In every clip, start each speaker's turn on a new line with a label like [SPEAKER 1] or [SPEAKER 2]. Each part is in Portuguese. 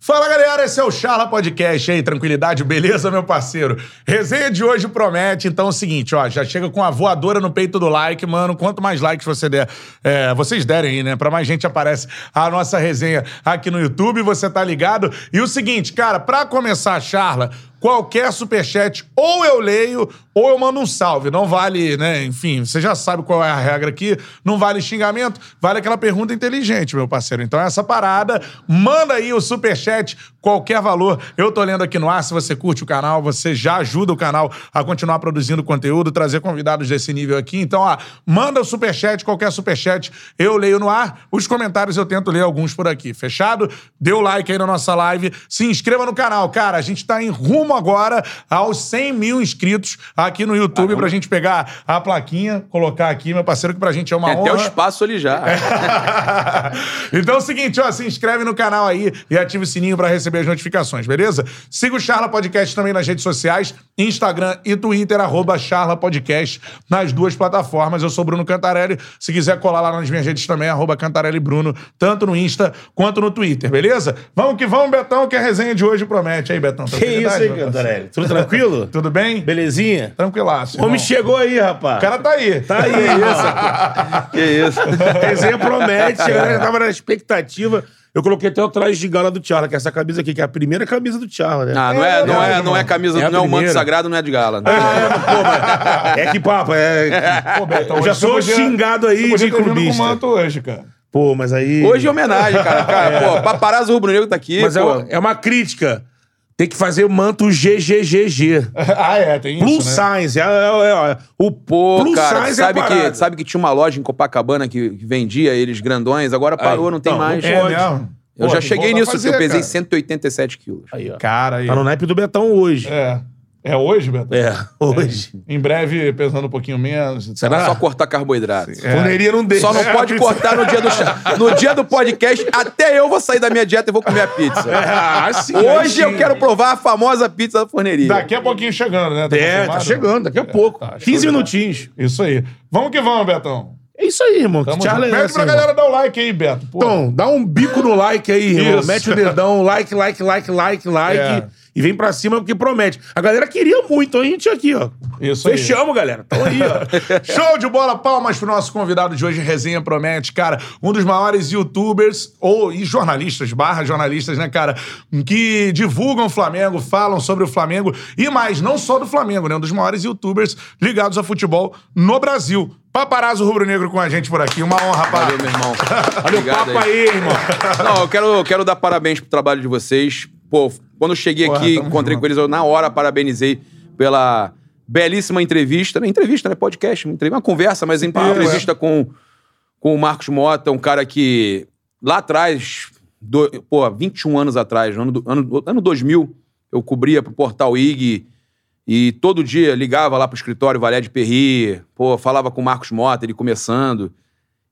[SPEAKER 1] Fala galera, esse é o Charla Podcast aí, tranquilidade, beleza, meu parceiro? Resenha de hoje promete, então é o seguinte, ó, já chega com a voadora no peito do like, mano. Quanto mais likes você der, é, vocês derem aí, né? Pra mais gente aparece a nossa resenha aqui no YouTube, você tá ligado? E o seguinte, cara, pra começar a Charla, qualquer superchat, ou eu leio, ou eu mando um salve. Não vale, né? Enfim, você já sabe qual é a regra aqui. Não vale xingamento, vale aquela pergunta inteligente, meu parceiro. Então, essa parada, manda aí o superchat, qualquer valor. Eu tô lendo aqui no ar. Se você curte o canal, você já ajuda o canal a continuar produzindo conteúdo, trazer convidados desse nível aqui. Então, ó, manda o superchat, qualquer superchat, eu leio no ar. Os comentários eu tento ler alguns por aqui. Fechado? Dê o like aí na nossa live. Se inscreva no canal, cara. A gente tá em rumo rumo agora aos 100 mil inscritos aqui no YouTube pra gente pegar a plaquinha, colocar aqui, meu parceiro, que pra gente é uma
[SPEAKER 2] Tem
[SPEAKER 1] honra.
[SPEAKER 2] até o espaço ali já.
[SPEAKER 1] então é o seguinte, ó, se inscreve no canal aí e ativa o sininho pra receber as notificações, beleza? Siga o Charla Podcast também nas redes sociais, Instagram e Twitter, arroba Charla Podcast, nas duas plataformas. Eu sou Bruno Cantarelli. Se quiser colar lá nas minhas redes também, arroba Cantarelli Bruno, tanto no Insta quanto no Twitter, beleza? Vamos que vamos, Betão, que a resenha de hoje promete. Aí, Betão,
[SPEAKER 3] Que isso,
[SPEAKER 1] tranquilidade,
[SPEAKER 3] hein,
[SPEAKER 1] meu parceiro?
[SPEAKER 3] Cantarelli? É Tudo tranquilo?
[SPEAKER 1] Tudo bem?
[SPEAKER 3] Belezinha?
[SPEAKER 1] Tranquilaço.
[SPEAKER 3] O homem
[SPEAKER 1] irmão.
[SPEAKER 3] chegou aí, rapaz.
[SPEAKER 1] O cara tá aí.
[SPEAKER 3] Tá aí, isso.
[SPEAKER 2] que isso.
[SPEAKER 3] Resenha promete, a galera tava na expectativa. Eu coloquei até o traje de gala do Charla, que é essa camisa aqui, que é a primeira camisa do Charla, né?
[SPEAKER 2] Ah, não é, não é, não é camisa,
[SPEAKER 3] É a
[SPEAKER 2] não é o manto
[SPEAKER 3] primeira.
[SPEAKER 2] sagrado, não é de gala.
[SPEAKER 3] É que papo, é...
[SPEAKER 1] Pô, Betão,
[SPEAKER 3] Eu já
[SPEAKER 1] hoje você
[SPEAKER 3] sou
[SPEAKER 1] podia-
[SPEAKER 3] xingado aí
[SPEAKER 1] você podia
[SPEAKER 3] de
[SPEAKER 1] ter vindo
[SPEAKER 3] clubista.
[SPEAKER 1] com manto hoje, cara.
[SPEAKER 3] Pô, mas aí...
[SPEAKER 2] Hoje é homenagem, cara. cara Pô, paparazzo rubro-negro tá aqui,
[SPEAKER 3] Mas é
[SPEAKER 2] pô.
[SPEAKER 3] uma, é uma crítica. Tem que fazer o manto GGGG.
[SPEAKER 1] Ah, é, tem
[SPEAKER 3] Plus
[SPEAKER 1] isso, né?
[SPEAKER 3] size. É, é- é- é- o
[SPEAKER 2] Pô,
[SPEAKER 3] plus
[SPEAKER 2] cara,
[SPEAKER 3] size
[SPEAKER 2] sabe,
[SPEAKER 3] é a
[SPEAKER 2] que,
[SPEAKER 3] parada.
[SPEAKER 2] sabe que tinha uma loja em Copacabana que que vendia eles grandões, agora parou, não tem
[SPEAKER 3] então,
[SPEAKER 2] mais.
[SPEAKER 3] é,
[SPEAKER 2] Pô,
[SPEAKER 3] né?
[SPEAKER 1] mesmo? Pô,
[SPEAKER 2] eu já
[SPEAKER 1] tem que
[SPEAKER 2] cheguei
[SPEAKER 1] voltar a
[SPEAKER 2] nisso,
[SPEAKER 1] então fazer,
[SPEAKER 2] eu pesei
[SPEAKER 1] cara.
[SPEAKER 2] 187 quilos.
[SPEAKER 3] Aí, ó.
[SPEAKER 1] Cara, aí.
[SPEAKER 3] Tá no naipe do Betão hoje.
[SPEAKER 1] É. É hoje, Beto?
[SPEAKER 3] É, hoje.
[SPEAKER 1] Em breve, pesando um pouquinho menos.
[SPEAKER 3] Será? É.
[SPEAKER 2] Só cortar carboidrato.
[SPEAKER 1] É.
[SPEAKER 3] Torneirinha não deixa.
[SPEAKER 2] Só não pode cortar no dia do chá. No dia do podcast, até eu vou sair da minha dieta e vou comer a pizza.
[SPEAKER 3] Ah, sim, aí
[SPEAKER 2] Hoje
[SPEAKER 3] sim.
[SPEAKER 2] eu quero provar a famosa pizza da forneria.
[SPEAKER 1] Daqui a pouquinho chegando, né?
[SPEAKER 3] É, tá
[SPEAKER 1] confirmado?
[SPEAKER 3] chegando, daqui a pouco.
[SPEAKER 1] tá,
[SPEAKER 3] 15
[SPEAKER 1] show de
[SPEAKER 3] minutinhos.
[SPEAKER 1] bola. Isso aí. Vamos que vamos, Betão.
[SPEAKER 3] É isso aí, irmão.
[SPEAKER 1] Tamo
[SPEAKER 3] que charla
[SPEAKER 1] junto.
[SPEAKER 3] é
[SPEAKER 1] Pede
[SPEAKER 3] essa,
[SPEAKER 1] pra
[SPEAKER 3] irmão?
[SPEAKER 1] galera dar o like aí, Beto. Pô.
[SPEAKER 3] Então, dá um bico no like aí, irmão.
[SPEAKER 1] Isso.
[SPEAKER 3] Mete o dedão, like, like, like, like, like.
[SPEAKER 1] É.
[SPEAKER 3] E vem pra cima porque promete. A galera queria muito, então a gente aqui, ó.
[SPEAKER 1] Isso aí.
[SPEAKER 3] Fechamos, galera. Tamo aí, ó.
[SPEAKER 1] Show de bola, palmas pro nosso convidado de hoje, Resenha Promete, cara. Um dos maiores youtubers, ou e jornalistas, barra jornalistas, né, cara? Que divulgam o Flamengo, falam sobre o Flamengo e mais, não só do Flamengo, né? Um dos maiores youtubers ligados ao futebol no Brasil. Paparazzo Rubro Negro com a gente por aqui. Uma honra, rapaz.
[SPEAKER 2] Valeu, meu irmão.
[SPEAKER 3] Olha o papo aí, irmão.
[SPEAKER 2] Não, eu quero, eu quero dar parabéns pro trabalho de vocês. Pô, quando eu cheguei
[SPEAKER 1] Porra,
[SPEAKER 2] aqui,
[SPEAKER 1] tamo
[SPEAKER 2] encontrei
[SPEAKER 1] junto.
[SPEAKER 2] com eles, eu na hora parabenizei pela belíssima entrevista. Não é entrevista, né? Podcast, uma entrevista, uma conversa, mas em- uma
[SPEAKER 1] Papo, é.
[SPEAKER 2] entrevista com, com o Marcos Mota, um cara que lá atrás, do, pô, 21 anos atrás, no ano, do- ano, do- ano 2000, eu cobria pro portal IG e todo dia ligava lá pro escritório Valé de Perri, pô, falava com o Marcos Mota, ele começando.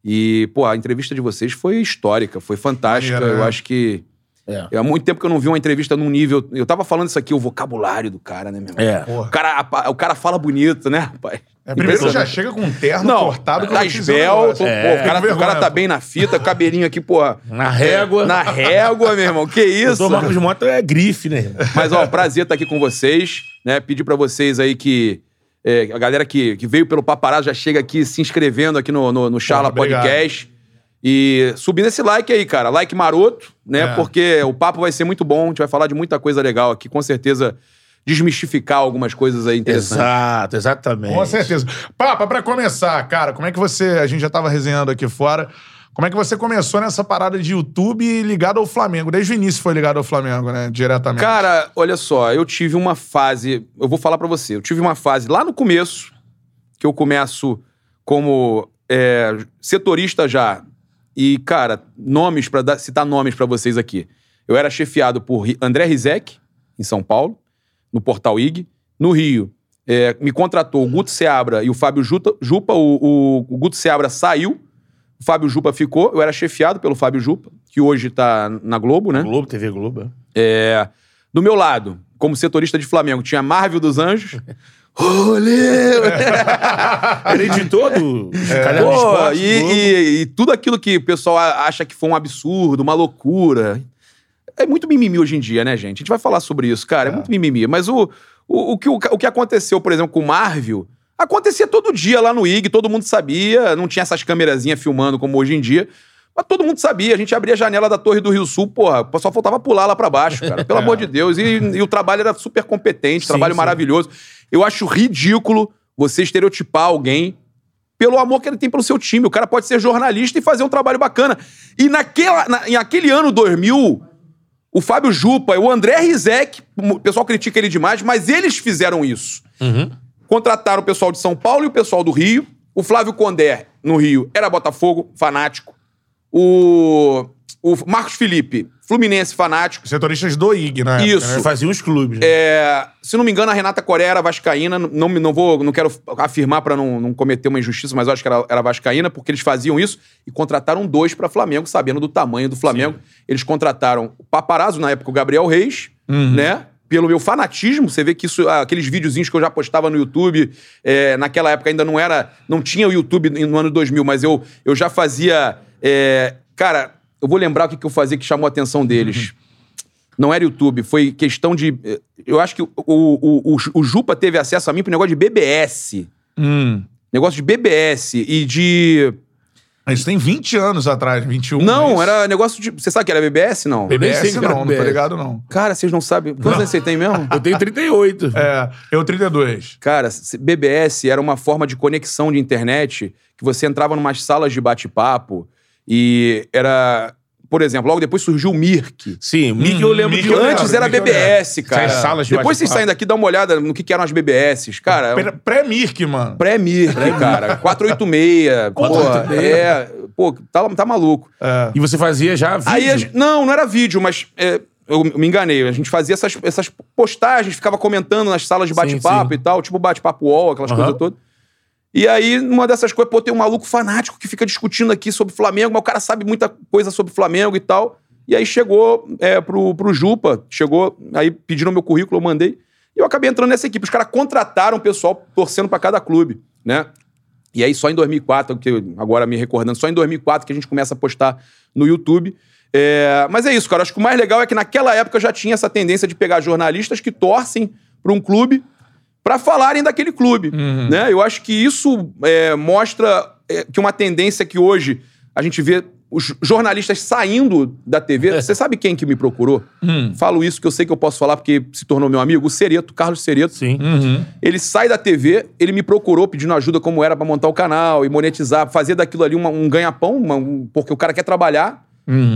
[SPEAKER 2] E, pô, a entrevista de vocês foi histórica, foi fantástica.
[SPEAKER 1] Maneiro,
[SPEAKER 2] eu
[SPEAKER 1] né?
[SPEAKER 2] acho que.
[SPEAKER 3] É.
[SPEAKER 2] Há muito tempo que eu não vi uma entrevista num nível. Eu tava falando isso aqui, o vocabulário do cara, né, meu irmão?
[SPEAKER 3] É.
[SPEAKER 2] O cara, apa- o cara fala bonito, né, rapaz?
[SPEAKER 1] É, primeiro já
[SPEAKER 2] Impressionante.
[SPEAKER 1] chega com um terno
[SPEAKER 2] Não,
[SPEAKER 1] cortado. que eu
[SPEAKER 2] tá
[SPEAKER 1] tô precisando agora.
[SPEAKER 2] esbelto, pô, o
[SPEAKER 1] Fico
[SPEAKER 2] cara,
[SPEAKER 1] com
[SPEAKER 2] o cara
[SPEAKER 1] É. vergonha,
[SPEAKER 2] tá bem na fita, cabelinho aqui, pô,
[SPEAKER 3] Na régua.
[SPEAKER 2] na régua, meu irmão, que
[SPEAKER 3] O
[SPEAKER 2] isso?
[SPEAKER 3] Dr. Marcos Mota é grife, né, irmão?
[SPEAKER 2] Mas, ó, prazer estar aqui com vocês, né? Pedir pra vocês aí que é, a galera que, que veio pelo paparazzo já chega aqui se inscrevendo aqui no, no, no Charla
[SPEAKER 1] Porra, obrigado.
[SPEAKER 2] Podcast. E subindo esse like aí, cara. Like maroto, né?
[SPEAKER 1] É.
[SPEAKER 2] Porque o papo vai ser muito bom. A gente vai falar de muita coisa legal aqui. Com certeza desmistificar algumas coisas aí interessantes.
[SPEAKER 3] Exato, exatamente.
[SPEAKER 1] Com certeza. Papa, pra começar, cara, como é que você. A gente já tava resenhando aqui fora. Como é que você começou nessa parada de YouTube ligado ao Flamengo? Desde o início foi ligado ao Flamengo, né? Diretamente.
[SPEAKER 2] Cara, olha só, eu tive uma fase. Eu vou falar pra você. Eu tive uma fase lá no começo, que eu começo como é, setorista já. E, cara, nomes para dar, citar nomes pra vocês aqui. Eu era chefiado por Ri- André Rizek, em São Paulo, no Portal IG. No Rio, é, me contratou o Guto Seabra e o Fábio Juta- Jupa. O, o- o Guto Seabra saiu, o Fábio Jupa ficou. Eu era chefiado pelo Fábio Jupa, que hoje tá na Globo, né?
[SPEAKER 3] Globo, TV Globo. é.
[SPEAKER 2] Do meu lado, como setorista de Flamengo, tinha Marvel dos Anjos. Rolê!
[SPEAKER 3] Ele editou do
[SPEAKER 1] É.
[SPEAKER 2] É,
[SPEAKER 3] Calhar do
[SPEAKER 2] Pô,
[SPEAKER 3] Esporte,
[SPEAKER 2] e,
[SPEAKER 3] Globo.
[SPEAKER 2] e- e tudo aquilo que o pessoal a- acha que foi um absurdo, uma loucura. é muito mimimi hoje em dia, né, gente? A gente vai falar sobre isso, cara. É, muito mimimi. Mas o, o, o que, o, o que aconteceu, por exemplo, com o Marvel, acontecia todo dia lá no IG, todo mundo sabia. Não tinha essas câmerazinhas filmando como hoje em dia. Mas todo mundo sabia, a gente abria a janela da Torre do Rio Sul, porra, só faltava pular lá pra baixo, cara. Pelo amor de Deus. E, e o trabalho era super competente,
[SPEAKER 1] Sim,
[SPEAKER 2] trabalho
[SPEAKER 1] sim.
[SPEAKER 2] maravilhoso. Eu acho ridículo você estereotipar alguém pelo amor que ele tem pelo seu time. O cara pode ser jornalista e fazer um trabalho bacana. E naquela, na- em aquele ano 2000, o Fábio Jupa, o André Rizek, o pessoal critica ele demais, mas eles fizeram isso.
[SPEAKER 3] Uhum.
[SPEAKER 2] Contrataram o pessoal de São Paulo e o pessoal do Rio. O Flávio Condé, no Rio, era Botafogo, fanático. O, o Marcos Felipe, Fluminense, fanático.
[SPEAKER 1] Setoristas do IG, né?
[SPEAKER 2] Isso.
[SPEAKER 1] Né?
[SPEAKER 3] Faziam os clubes. né?
[SPEAKER 2] É, se não me engano, a Renata Coreia era vascaína. Não, me- não, vou, não quero afirmar pra não, não cometer uma injustiça, mas eu acho que era, era vascaína, porque eles faziam isso e contrataram dois pra Flamengo, sabendo do tamanho do Flamengo. Eles contrataram o Paparazzo, na época o Gabriel Reis, né? Pelo meu fanatismo, você vê que isso, ah, aqueles videozinhos que eu já postava no YouTube, é, naquela época ainda não era, não tinha o YouTube no ano 2000, mas eu, eu já fazia, é, cara, eu vou lembrar o que, que eu fazia que chamou a atenção deles. Não era YouTube, foi questão de. eh, Eu acho que o, o, o, o Jupa teve acesso a mim pro negócio de BBS.
[SPEAKER 1] Hum.
[SPEAKER 2] Negócio de BBS e de.
[SPEAKER 1] Isso tem 20 anos atrás, 21.
[SPEAKER 2] não,
[SPEAKER 1] isso?
[SPEAKER 2] era negócio de. Você sabe que era BBS? Não.
[SPEAKER 3] Eu nem sei
[SPEAKER 1] BBS
[SPEAKER 3] que era
[SPEAKER 1] não, não tô
[SPEAKER 3] BBS.
[SPEAKER 1] ligado não.
[SPEAKER 2] Cara, vocês não sabem. Quantos anos você tem mesmo?
[SPEAKER 3] Eu tenho 38.
[SPEAKER 1] É, eu 32.
[SPEAKER 2] Cara, se- BBS era uma forma de conexão de internet que você entrava em umas salas de bate-papo e era. Por exemplo, logo depois surgiu o Mirk.
[SPEAKER 3] Sim, Hum, Mickey eu lembro
[SPEAKER 1] Mickey
[SPEAKER 3] de
[SPEAKER 1] eu lembro.
[SPEAKER 2] Antes era
[SPEAKER 1] Mirk eu
[SPEAKER 2] BBS, cara.
[SPEAKER 3] Essas salas de
[SPEAKER 2] depois vocês
[SPEAKER 3] bate-papo.
[SPEAKER 2] saem daqui e dá uma olhada no que, que eram as BBS. Cara, é um
[SPEAKER 1] Pre- Pré-Mirk, mano.
[SPEAKER 2] Pré-Mirk, né, cara. 486. Porra,
[SPEAKER 3] 486.
[SPEAKER 2] é. Pô, tá, tá maluco.
[SPEAKER 1] É.
[SPEAKER 3] E você fazia já vídeo.
[SPEAKER 2] Aí, a gente- não, não era vídeo, mas é, eu me enganei. A gente fazia essas, essas postagens, ficava comentando nas salas de
[SPEAKER 3] Sim,
[SPEAKER 2] bate-papo
[SPEAKER 3] sim.
[SPEAKER 2] e tal, tipo bate-papo UOL, aquelas
[SPEAKER 3] Aham.
[SPEAKER 2] coisas todas. E aí, numa dessas coisas, pô, tem um maluco fanático que fica discutindo aqui sobre Flamengo, mas o cara sabe muita coisa sobre Flamengo e tal. E aí chegou é, pro, pro Jupa, chegou, aí pediram meu currículo, eu mandei. E eu acabei entrando nessa equipe. Os caras contrataram o pessoal torcendo pra cada clube, né? E aí só em 2004, que eu- agora me recordando, só em 2004 que a gente começa a postar no YouTube. É, mas é isso, cara. Acho que o mais legal é que naquela época eu já tinha essa tendência de pegar jornalistas que torcem para um clube para falarem daquele clube. Né? Eu acho que isso é, mostra é, que uma tendência que hoje a gente vê os jornalistas saindo da TV. Você sabe quem que me procurou? Falo isso que eu sei que eu posso falar porque se tornou meu amigo. O Sereto, Carlos Sereto.
[SPEAKER 3] Sim.
[SPEAKER 2] Ele sai da TV, ele me procurou pedindo ajuda como era pra montar o canal e monetizar, fazer daquilo ali uma- um ganha-pão, uma- um- porque o cara quer trabalhar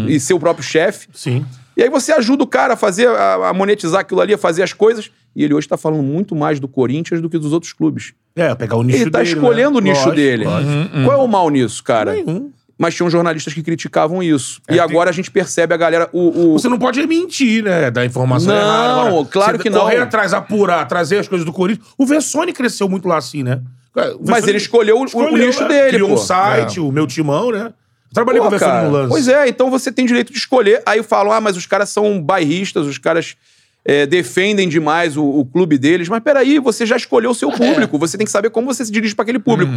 [SPEAKER 2] e ser o próprio chefe.
[SPEAKER 3] Sim.
[SPEAKER 2] E aí você ajuda o cara a fazer, a, a monetizar aquilo ali, a fazer as coisas. E ele hoje tá falando muito mais do Corinthians do que dos outros clubes.
[SPEAKER 3] É, pegar o nicho
[SPEAKER 2] ele tá
[SPEAKER 3] dele,
[SPEAKER 2] escolhendo
[SPEAKER 3] né?
[SPEAKER 2] o nicho
[SPEAKER 3] Lógico,
[SPEAKER 2] dele.
[SPEAKER 3] lógico.
[SPEAKER 1] Uhum.
[SPEAKER 2] Qual é o mal nisso, cara?
[SPEAKER 3] Nenhum.
[SPEAKER 2] Mas tinham jornalistas que criticavam isso.
[SPEAKER 1] É,
[SPEAKER 2] e
[SPEAKER 1] tem-
[SPEAKER 2] agora a gente percebe a galera. O, o-
[SPEAKER 3] Você não pode mentir, né? Dar informação
[SPEAKER 2] Não,
[SPEAKER 3] errada. Agora,
[SPEAKER 2] claro
[SPEAKER 3] você
[SPEAKER 2] que não.
[SPEAKER 3] Correr atrás, apurar, trazer as coisas do Corinthians. O Vessone cresceu muito lá assim, né? O
[SPEAKER 2] Mas
[SPEAKER 3] Vessone
[SPEAKER 2] ele escolheu o- o nicho
[SPEAKER 3] né?
[SPEAKER 4] é,
[SPEAKER 2] dele,
[SPEAKER 3] Criou
[SPEAKER 2] pô.
[SPEAKER 3] um site, o meu timão, né? Eu Trabalhei
[SPEAKER 2] Pô,
[SPEAKER 3] com o Vessone
[SPEAKER 2] cara,
[SPEAKER 3] no lance.
[SPEAKER 2] Pois é, então você tem direito de escolher. Aí falam, ah, mas os caras são bairristas, os caras é, defendem demais o, o clube deles. Mas peraí, você já escolheu o seu público, você tem que saber como você se dirige para aquele público.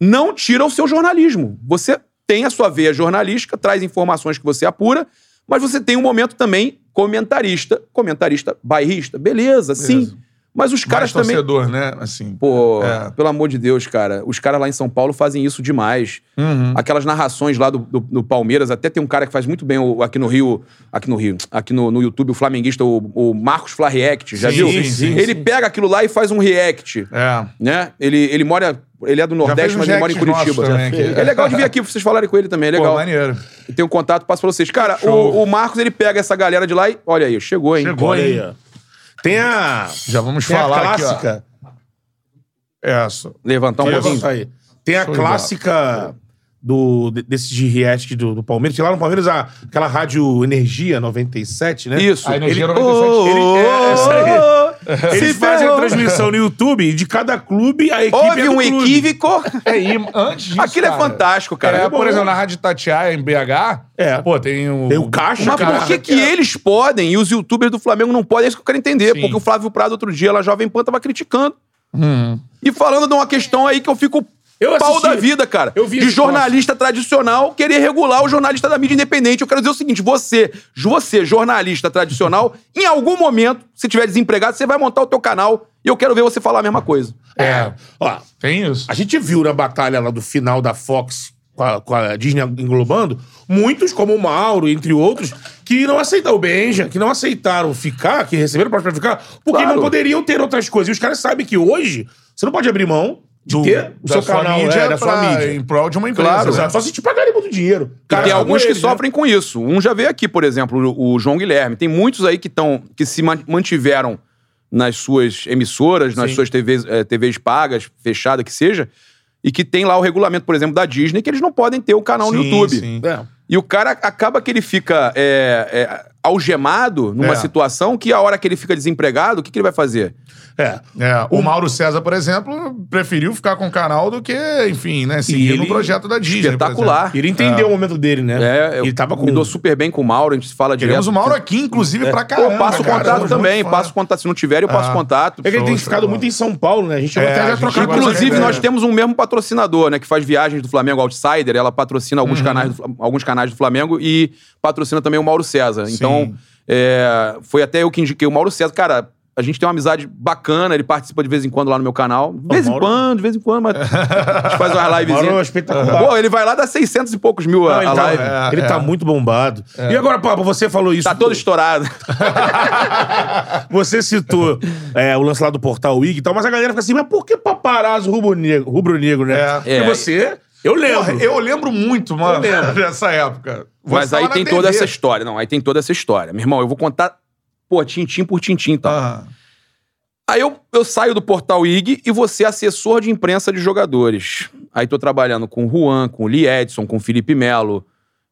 [SPEAKER 2] Não tira o seu jornalismo. Você tem a sua veia jornalística, traz informações que você apura, mas você tem um momento também comentarista, comentarista bairrista. Beleza, sim. Mas os
[SPEAKER 1] Caras
[SPEAKER 2] caras também...
[SPEAKER 1] torcedor, né? Assim.
[SPEAKER 2] Pô,
[SPEAKER 1] É.
[SPEAKER 2] pelo amor de Deus, cara. Os caras lá em São Paulo fazem isso demais.
[SPEAKER 1] Uhum.
[SPEAKER 2] Aquelas narrações lá do, do- do Palmeiras, até tem um cara que faz muito bem o- aqui no Rio, aqui no Rio, aqui no, no YouTube, o flamenguista, o, o Marcos Fla React, já
[SPEAKER 1] Sim,
[SPEAKER 2] viu?
[SPEAKER 1] sim, sim,
[SPEAKER 2] ele
[SPEAKER 3] sim.
[SPEAKER 2] pega aquilo lá e faz um react,
[SPEAKER 1] É.
[SPEAKER 2] né? Ele, ele mora, ele é do Nordeste, mas ele mora em Curitiba. É legal de vir aqui pra vocês falarem com ele também, é
[SPEAKER 1] Legal.
[SPEAKER 2] legal.
[SPEAKER 1] Pô, maneiro.
[SPEAKER 2] Eu tenho um contato, passo pra vocês. Cara,
[SPEAKER 1] Show.
[SPEAKER 2] o, o Marcos, ele pega essa galera de lá e, olha aí, chegou, é, hein?
[SPEAKER 1] Chegou.
[SPEAKER 3] Olha aí, ó. Tem a.
[SPEAKER 1] Já vamos
[SPEAKER 3] Tem a
[SPEAKER 1] falar aqui, ó.
[SPEAKER 3] clássica.
[SPEAKER 1] Essa.
[SPEAKER 2] Levantar um
[SPEAKER 3] Olha
[SPEAKER 2] pouquinho.
[SPEAKER 3] só aí. Tem a
[SPEAKER 1] Show de
[SPEAKER 3] clássica do, de- desses de react do, do Palmeiras. Que lá no Palmeiras, a- aquela rádio Energia 97, né?
[SPEAKER 2] Isso.
[SPEAKER 1] A energia
[SPEAKER 2] Ele-
[SPEAKER 1] 97.
[SPEAKER 3] Ele- é, é isso
[SPEAKER 2] aí.
[SPEAKER 3] Eles fazem a transmissão no YouTube e de cada clube, a equipe é
[SPEAKER 2] Houve
[SPEAKER 3] do
[SPEAKER 2] um
[SPEAKER 3] clube.
[SPEAKER 2] equívoco.
[SPEAKER 1] É, e antes disso,
[SPEAKER 2] Aquilo é
[SPEAKER 1] cara,
[SPEAKER 2] fantástico, cara.
[SPEAKER 1] é,
[SPEAKER 2] É bom.
[SPEAKER 1] por exemplo, na Rádio Tatiaia, em BH,
[SPEAKER 3] É.
[SPEAKER 1] pô, tem o...
[SPEAKER 3] Tem o Caixa,
[SPEAKER 2] Mas
[SPEAKER 3] cara.
[SPEAKER 2] por que, que eles podem e os youtubers do Flamengo não podem? É isso que eu quero entender.
[SPEAKER 1] Sim.
[SPEAKER 2] Porque o Flávio Prado, outro dia, lá Jovem Pan, tava criticando.
[SPEAKER 1] Hum.
[SPEAKER 2] E falando de uma questão aí que eu fico
[SPEAKER 4] Uhum. Eu assisti-
[SPEAKER 2] pau da vida, cara.
[SPEAKER 4] Eu vi
[SPEAKER 2] de
[SPEAKER 4] esse
[SPEAKER 2] jornalista tradicional querer regular o jornalista da mídia independente. Eu quero dizer o seguinte: você, você, jornalista tradicional, em algum momento, se tiver desempregado, você vai montar o teu canal e eu quero ver você falar a mesma coisa.
[SPEAKER 4] É. Ó,
[SPEAKER 1] Tem isso.
[SPEAKER 4] a gente viu na batalha lá do final da Fox com a, com a Disney englobando, muitos, como o Mauro, entre outros, que não aceitaram o Benja, que não aceitaram ficar, que receberam para ficar, porque
[SPEAKER 2] Claro.
[SPEAKER 4] não poderiam ter outras coisas. E os caras sabem que hoje você não pode abrir mão de ter o
[SPEAKER 1] da
[SPEAKER 4] seu
[SPEAKER 1] sua
[SPEAKER 4] canal,
[SPEAKER 1] mídia
[SPEAKER 4] é, da sua
[SPEAKER 1] pra-
[SPEAKER 4] mídia. é.
[SPEAKER 1] Em prol de uma empresa.
[SPEAKER 2] Claro.
[SPEAKER 1] exato.
[SPEAKER 4] Exato. Só se te pagarem muito dinheiro.
[SPEAKER 2] E tem
[SPEAKER 4] Cara,
[SPEAKER 2] alguns que
[SPEAKER 4] eles, né?
[SPEAKER 2] sofrem com isso. Um já veio aqui, por exemplo, o o João Guilherme. Tem muitos aí que, tão, que se man- mantiveram nas suas emissoras, nas suas TVs, eh, TVs pagas, fechada que seja, e que tem lá o regulamento, por exemplo, da Disney, que eles não podem ter o canal no
[SPEAKER 1] Sim,
[SPEAKER 2] YouTube.
[SPEAKER 1] sim.
[SPEAKER 4] É.
[SPEAKER 2] E o cara acaba que ele fica é, é, algemado numa
[SPEAKER 1] É.
[SPEAKER 2] situação que a hora que ele fica desempregado, o que, que ele vai fazer?
[SPEAKER 4] É.
[SPEAKER 1] É, o Mauro César, por exemplo, preferiu ficar com o canal do que, enfim, né, seguir
[SPEAKER 4] ele-
[SPEAKER 1] no projeto da Disney. por
[SPEAKER 2] Espetacular.
[SPEAKER 4] Ele entendeu o momento dele, né?
[SPEAKER 2] É, eu
[SPEAKER 4] ele tava com.
[SPEAKER 2] me dou super bem com o Mauro, a gente se fala direto.
[SPEAKER 1] Queremos o Mauro aqui, inclusive, pra
[SPEAKER 2] Pô,
[SPEAKER 1] caramba.
[SPEAKER 2] eu passo o
[SPEAKER 1] cara.
[SPEAKER 2] contato
[SPEAKER 1] Somos
[SPEAKER 2] também,
[SPEAKER 1] muito fã. Ah.
[SPEAKER 2] passo o contato. Se não tiver, eu passo o contato.
[SPEAKER 4] É que ele tem
[SPEAKER 1] Show,
[SPEAKER 4] ficado
[SPEAKER 1] show.
[SPEAKER 4] muito em São Paulo, né? A gente chegou
[SPEAKER 1] É,
[SPEAKER 4] até
[SPEAKER 1] a
[SPEAKER 4] já
[SPEAKER 1] gente
[SPEAKER 4] trocar
[SPEAKER 1] chegou a
[SPEAKER 2] Inclusive,
[SPEAKER 1] É.
[SPEAKER 2] nós temos um mesmo patrocinador, né? Que faz viagens do Flamengo Outsider. Ela patrocina
[SPEAKER 4] Uhum.
[SPEAKER 2] alguns, canais, do, Fla- alguns canais do Flamengo e patrocina também o Mauro César. Então, é, foi até eu que indiquei o Mauro César. Cara, a gente tem uma amizade bacana. Ele participa de vez em quando lá no meu canal. De vez
[SPEAKER 4] Mauro-
[SPEAKER 2] em quando, de vez em quando, mas a gente faz umas
[SPEAKER 4] Mauro é
[SPEAKER 2] livezinhas.
[SPEAKER 4] espetacular.
[SPEAKER 2] Pô, ele vai lá dar 600 e poucos mil a,
[SPEAKER 4] Não,
[SPEAKER 2] a
[SPEAKER 4] ele tá,
[SPEAKER 2] live.
[SPEAKER 1] é.
[SPEAKER 4] ele tá muito bombado. E agora, Papa, você falou isso.
[SPEAKER 2] Tá todo estourado.
[SPEAKER 4] Você citou é, o lance lá do portal IG e tal, mas a galera fica assim, mas por que paparazzo rubro-negro, rubro-negro né?
[SPEAKER 2] É.
[SPEAKER 4] E você, eu lembro.
[SPEAKER 1] Porra, eu lembro muito, mano, dessa época. Você
[SPEAKER 2] Mas aí
[SPEAKER 1] tava na
[SPEAKER 2] tem
[SPEAKER 1] TV.
[SPEAKER 2] toda essa história. Não, aí tem toda essa história. Meu irmão, eu vou contar, pô, tintim por tintim, tá?
[SPEAKER 1] Aham.
[SPEAKER 2] Aí eu, eu saio do portal IG e você é assessor de imprensa de jogadores. Aí tô trabalhando com o Juan, com o Lee Edson, com o Felipe Melo,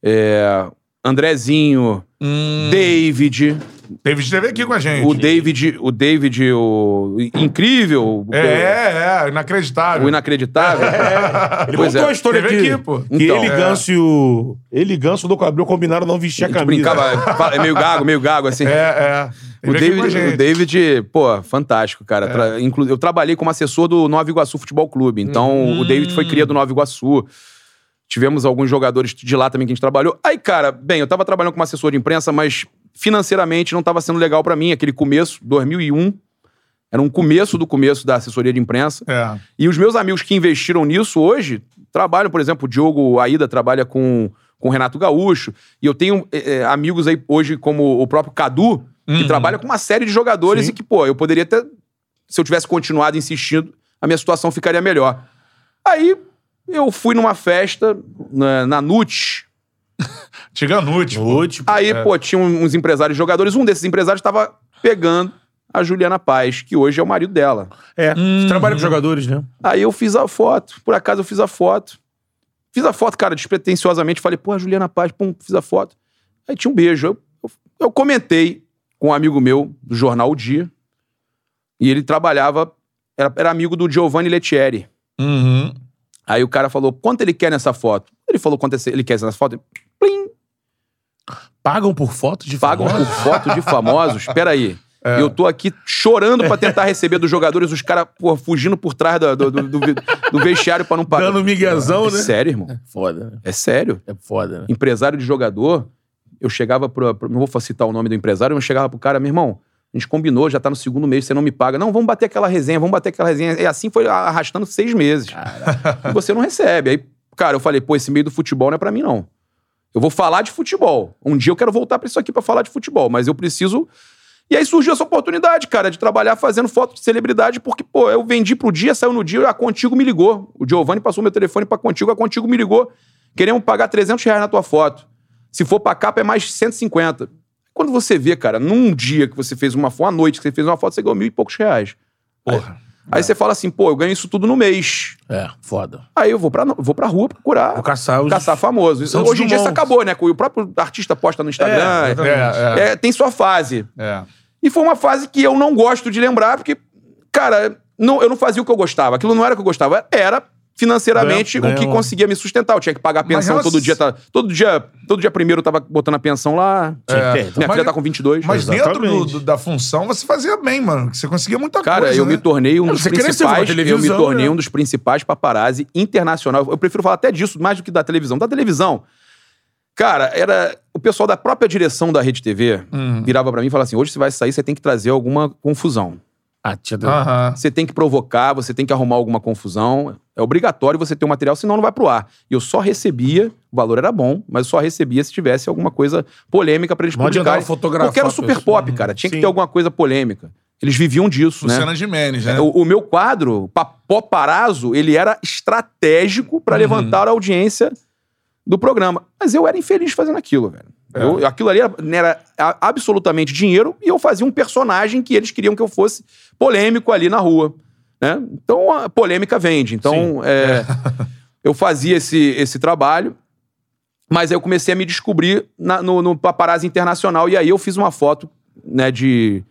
[SPEAKER 2] é, Andrezinho,
[SPEAKER 1] Hum,
[SPEAKER 2] David.
[SPEAKER 1] David esteve aqui com a gente.
[SPEAKER 2] O David, o David, o incrível,
[SPEAKER 1] É, é, é, inacreditável.
[SPEAKER 2] o inacreditável.
[SPEAKER 4] Ele
[SPEAKER 2] pois
[SPEAKER 4] contou
[SPEAKER 2] é.
[SPEAKER 4] a história
[SPEAKER 1] Teve
[SPEAKER 4] aqui,
[SPEAKER 1] aqui, pô.
[SPEAKER 4] Que
[SPEAKER 2] Então,
[SPEAKER 4] ele,
[SPEAKER 2] é.
[SPEAKER 4] Ganso e o... Ele, Ganso, do Cabril combinaram não vestir a,
[SPEAKER 2] A gente
[SPEAKER 4] camisa.
[SPEAKER 2] brincava, fala- é meio gago, meio gago, assim.
[SPEAKER 1] É, é.
[SPEAKER 2] O
[SPEAKER 1] Teve aqui com a
[SPEAKER 2] David,
[SPEAKER 1] gente. É.
[SPEAKER 2] o David, pô, fantástico, cara. Tra- inclu- eu trabalhei como assessor do Nova Iguaçu Futebol Clube. Então,
[SPEAKER 1] Hum.
[SPEAKER 2] o David foi cria do Nova Iguaçu. Tivemos alguns jogadores de lá também que a gente trabalhou. Aí, cara, bem, eu tava trabalhando como assessor de imprensa, mas financeiramente não tava sendo legal pra mim. Aquele começo, 2001, era um começo do começo da assessoria de imprensa.
[SPEAKER 1] É.
[SPEAKER 2] E os meus amigos que investiram nisso hoje trabalham, por exemplo, o Diogo Aida trabalha com, com o Renato Gaúcho. E eu tenho eh, eh, amigos aí hoje, como o próprio Cadu, que trabalha com uma série de jogadores
[SPEAKER 1] Sim.
[SPEAKER 2] e que, pô, eu poderia ter. Se eu tivesse continuado insistindo, a minha situação ficaria melhor. Aí eu fui numa festa né, na, na Nut.
[SPEAKER 1] Tiganute.
[SPEAKER 4] Noite, pô. tipo,
[SPEAKER 2] Aí, pô, tinha um, uns empresários jogadores. Um desses empresários estava pegando a Juliana Paz, que hoje é o marido dela.
[SPEAKER 4] É, você trabalha com jogadores, né?
[SPEAKER 2] Aí eu fiz a foto, por acaso eu fiz a foto. Fiz a foto, cara, despretensiosamente, falei, pô, Juliana Paz, pum, fiz a foto. Aí tinha um beijo. Eu, eu- eu comentei com um amigo meu do jornal O Dia, e ele trabalhava, era, era amigo do Giovanni Lettieri.
[SPEAKER 1] Uhum.
[SPEAKER 2] Aí o cara falou, quanto ele quer nessa foto? Ele falou quanto esse- ele quer nessa foto. Plim!
[SPEAKER 4] Pagam por foto de
[SPEAKER 2] Pagam
[SPEAKER 4] famoso?
[SPEAKER 2] por foto de famosos? Peraí.
[SPEAKER 4] É.
[SPEAKER 2] aí. Eu tô aqui chorando pra tentar receber dos jogadores, os caras pô, fugindo por trás da- do, do, do, do vestiário pra não pagar.
[SPEAKER 4] Dando miguezão,
[SPEAKER 2] É
[SPEAKER 4] né?
[SPEAKER 2] sério, irmão.
[SPEAKER 4] Foda, né?
[SPEAKER 2] É sério.
[SPEAKER 4] É foda, né?
[SPEAKER 2] Empresário de jogador, eu chegava pro. pro- Não vou citar o nome do empresário, mas eu chegava pro cara, meu irmão, a gente combinou, já tá no segundo mês, você não me paga. Não, vamos bater aquela resenha, vamos bater aquela resenha. E assim foi arrastando seis meses. E você não recebe. Aí, cara, eu falei, pô, esse meio do futebol não é pra mim, não. Eu vou falar de futebol. Um dia eu quero voltar pra isso aqui pra falar de futebol, mas eu preciso. E aí surgiu essa oportunidade, cara, de trabalhar fazendo foto de celebridade, porque, pô, eu vendi pro dia, saiu no dia, a Contigo me ligou. O Giovanni passou meu telefone pra Contigo, a Contigo me ligou. Queremos pagar 300 reais na tua foto. Se for pra capa, é mais 150. Quando você vê, cara, num dia que você fez uma foto, uma noite que você fez uma foto, você ganhou mil e poucos reais.
[SPEAKER 1] Porra.
[SPEAKER 2] Aí você fala assim, pô, eu ganho isso tudo no mês.
[SPEAKER 4] É, foda.
[SPEAKER 2] Aí eu vou pra, vou pra rua procurar
[SPEAKER 4] O caçar os...
[SPEAKER 2] caçar famoso. Isso-
[SPEAKER 4] Santos
[SPEAKER 2] Hoje em dia isso
[SPEAKER 4] Dumont.
[SPEAKER 2] acabou, né? O próprio artista posta no
[SPEAKER 4] É,
[SPEAKER 2] Instagram.
[SPEAKER 1] É, é,
[SPEAKER 2] É, tem sua fase.
[SPEAKER 1] é.
[SPEAKER 2] E foi uma fase que eu não gosto de lembrar, porque, cara, não, eu não fazia o que eu gostava. Aquilo não era o que eu gostava. Era financeiramente
[SPEAKER 1] Ganhou,
[SPEAKER 2] o que
[SPEAKER 1] ganhou.
[SPEAKER 2] conseguia me sustentar. Eu tinha que pagar a pensão
[SPEAKER 1] elas-
[SPEAKER 2] todo dia. tá- todo dia todo dia primeiro eu tava botando a pensão lá.
[SPEAKER 3] É,
[SPEAKER 2] Minha filha
[SPEAKER 1] Mas-
[SPEAKER 2] tá com 22.
[SPEAKER 1] Mas dentro do-
[SPEAKER 3] Exatamente.
[SPEAKER 1] do- da função, você fazia bem, mano. que Você conseguia muita
[SPEAKER 2] Cara,
[SPEAKER 1] coisa,
[SPEAKER 2] eu
[SPEAKER 1] né?
[SPEAKER 2] me tornei um
[SPEAKER 3] Cara,
[SPEAKER 2] dos
[SPEAKER 3] você cresceu com a
[SPEAKER 2] principais. Eu me
[SPEAKER 3] televisão,
[SPEAKER 2] tornei
[SPEAKER 3] né?
[SPEAKER 2] um dos principais paparazzi internacional. Eu prefiro falar até disso mais do que da televisão. Da televisão, cara, era o pessoal da própria direção da Rede TV
[SPEAKER 1] Uhum.
[SPEAKER 2] virava pra mim e falava assim: hoje você vai sair, você tem que trazer alguma confusão.
[SPEAKER 3] Ah, tia do...
[SPEAKER 1] Aham.
[SPEAKER 2] Você tem que provocar, você tem que arrumar alguma confusão. É obrigatório você ter o material, senão não vai pro ar. E eu só recebia, o valor era bom, mas eu só recebia se tivesse alguma coisa polêmica pra eles
[SPEAKER 3] Não adiantava
[SPEAKER 2] publicarem.
[SPEAKER 3] fotografar
[SPEAKER 2] Porque era o
[SPEAKER 3] a
[SPEAKER 2] super
[SPEAKER 3] pessoa.
[SPEAKER 2] pop, cara. Tinha que
[SPEAKER 3] Sim.
[SPEAKER 2] ter alguma coisa polêmica. Eles viviam disso, né?
[SPEAKER 1] Luciana Gimenez, né?
[SPEAKER 2] O, o meu quadro, Paparazzo, ele era estratégico pra levantar a audiência do programa. Mas eu era infeliz fazendo aquilo, velho. Eu- aquilo ali era, né, era a- absolutamente dinheiro e eu fazia um personagem que eles queriam que eu fosse polêmico ali na rua. Né? Então a polêmica vende. Então é, eu fazia esse, esse trabalho, mas aí eu comecei a me descobrir na- no, no paparazzi internacional e aí eu fiz uma foto né, de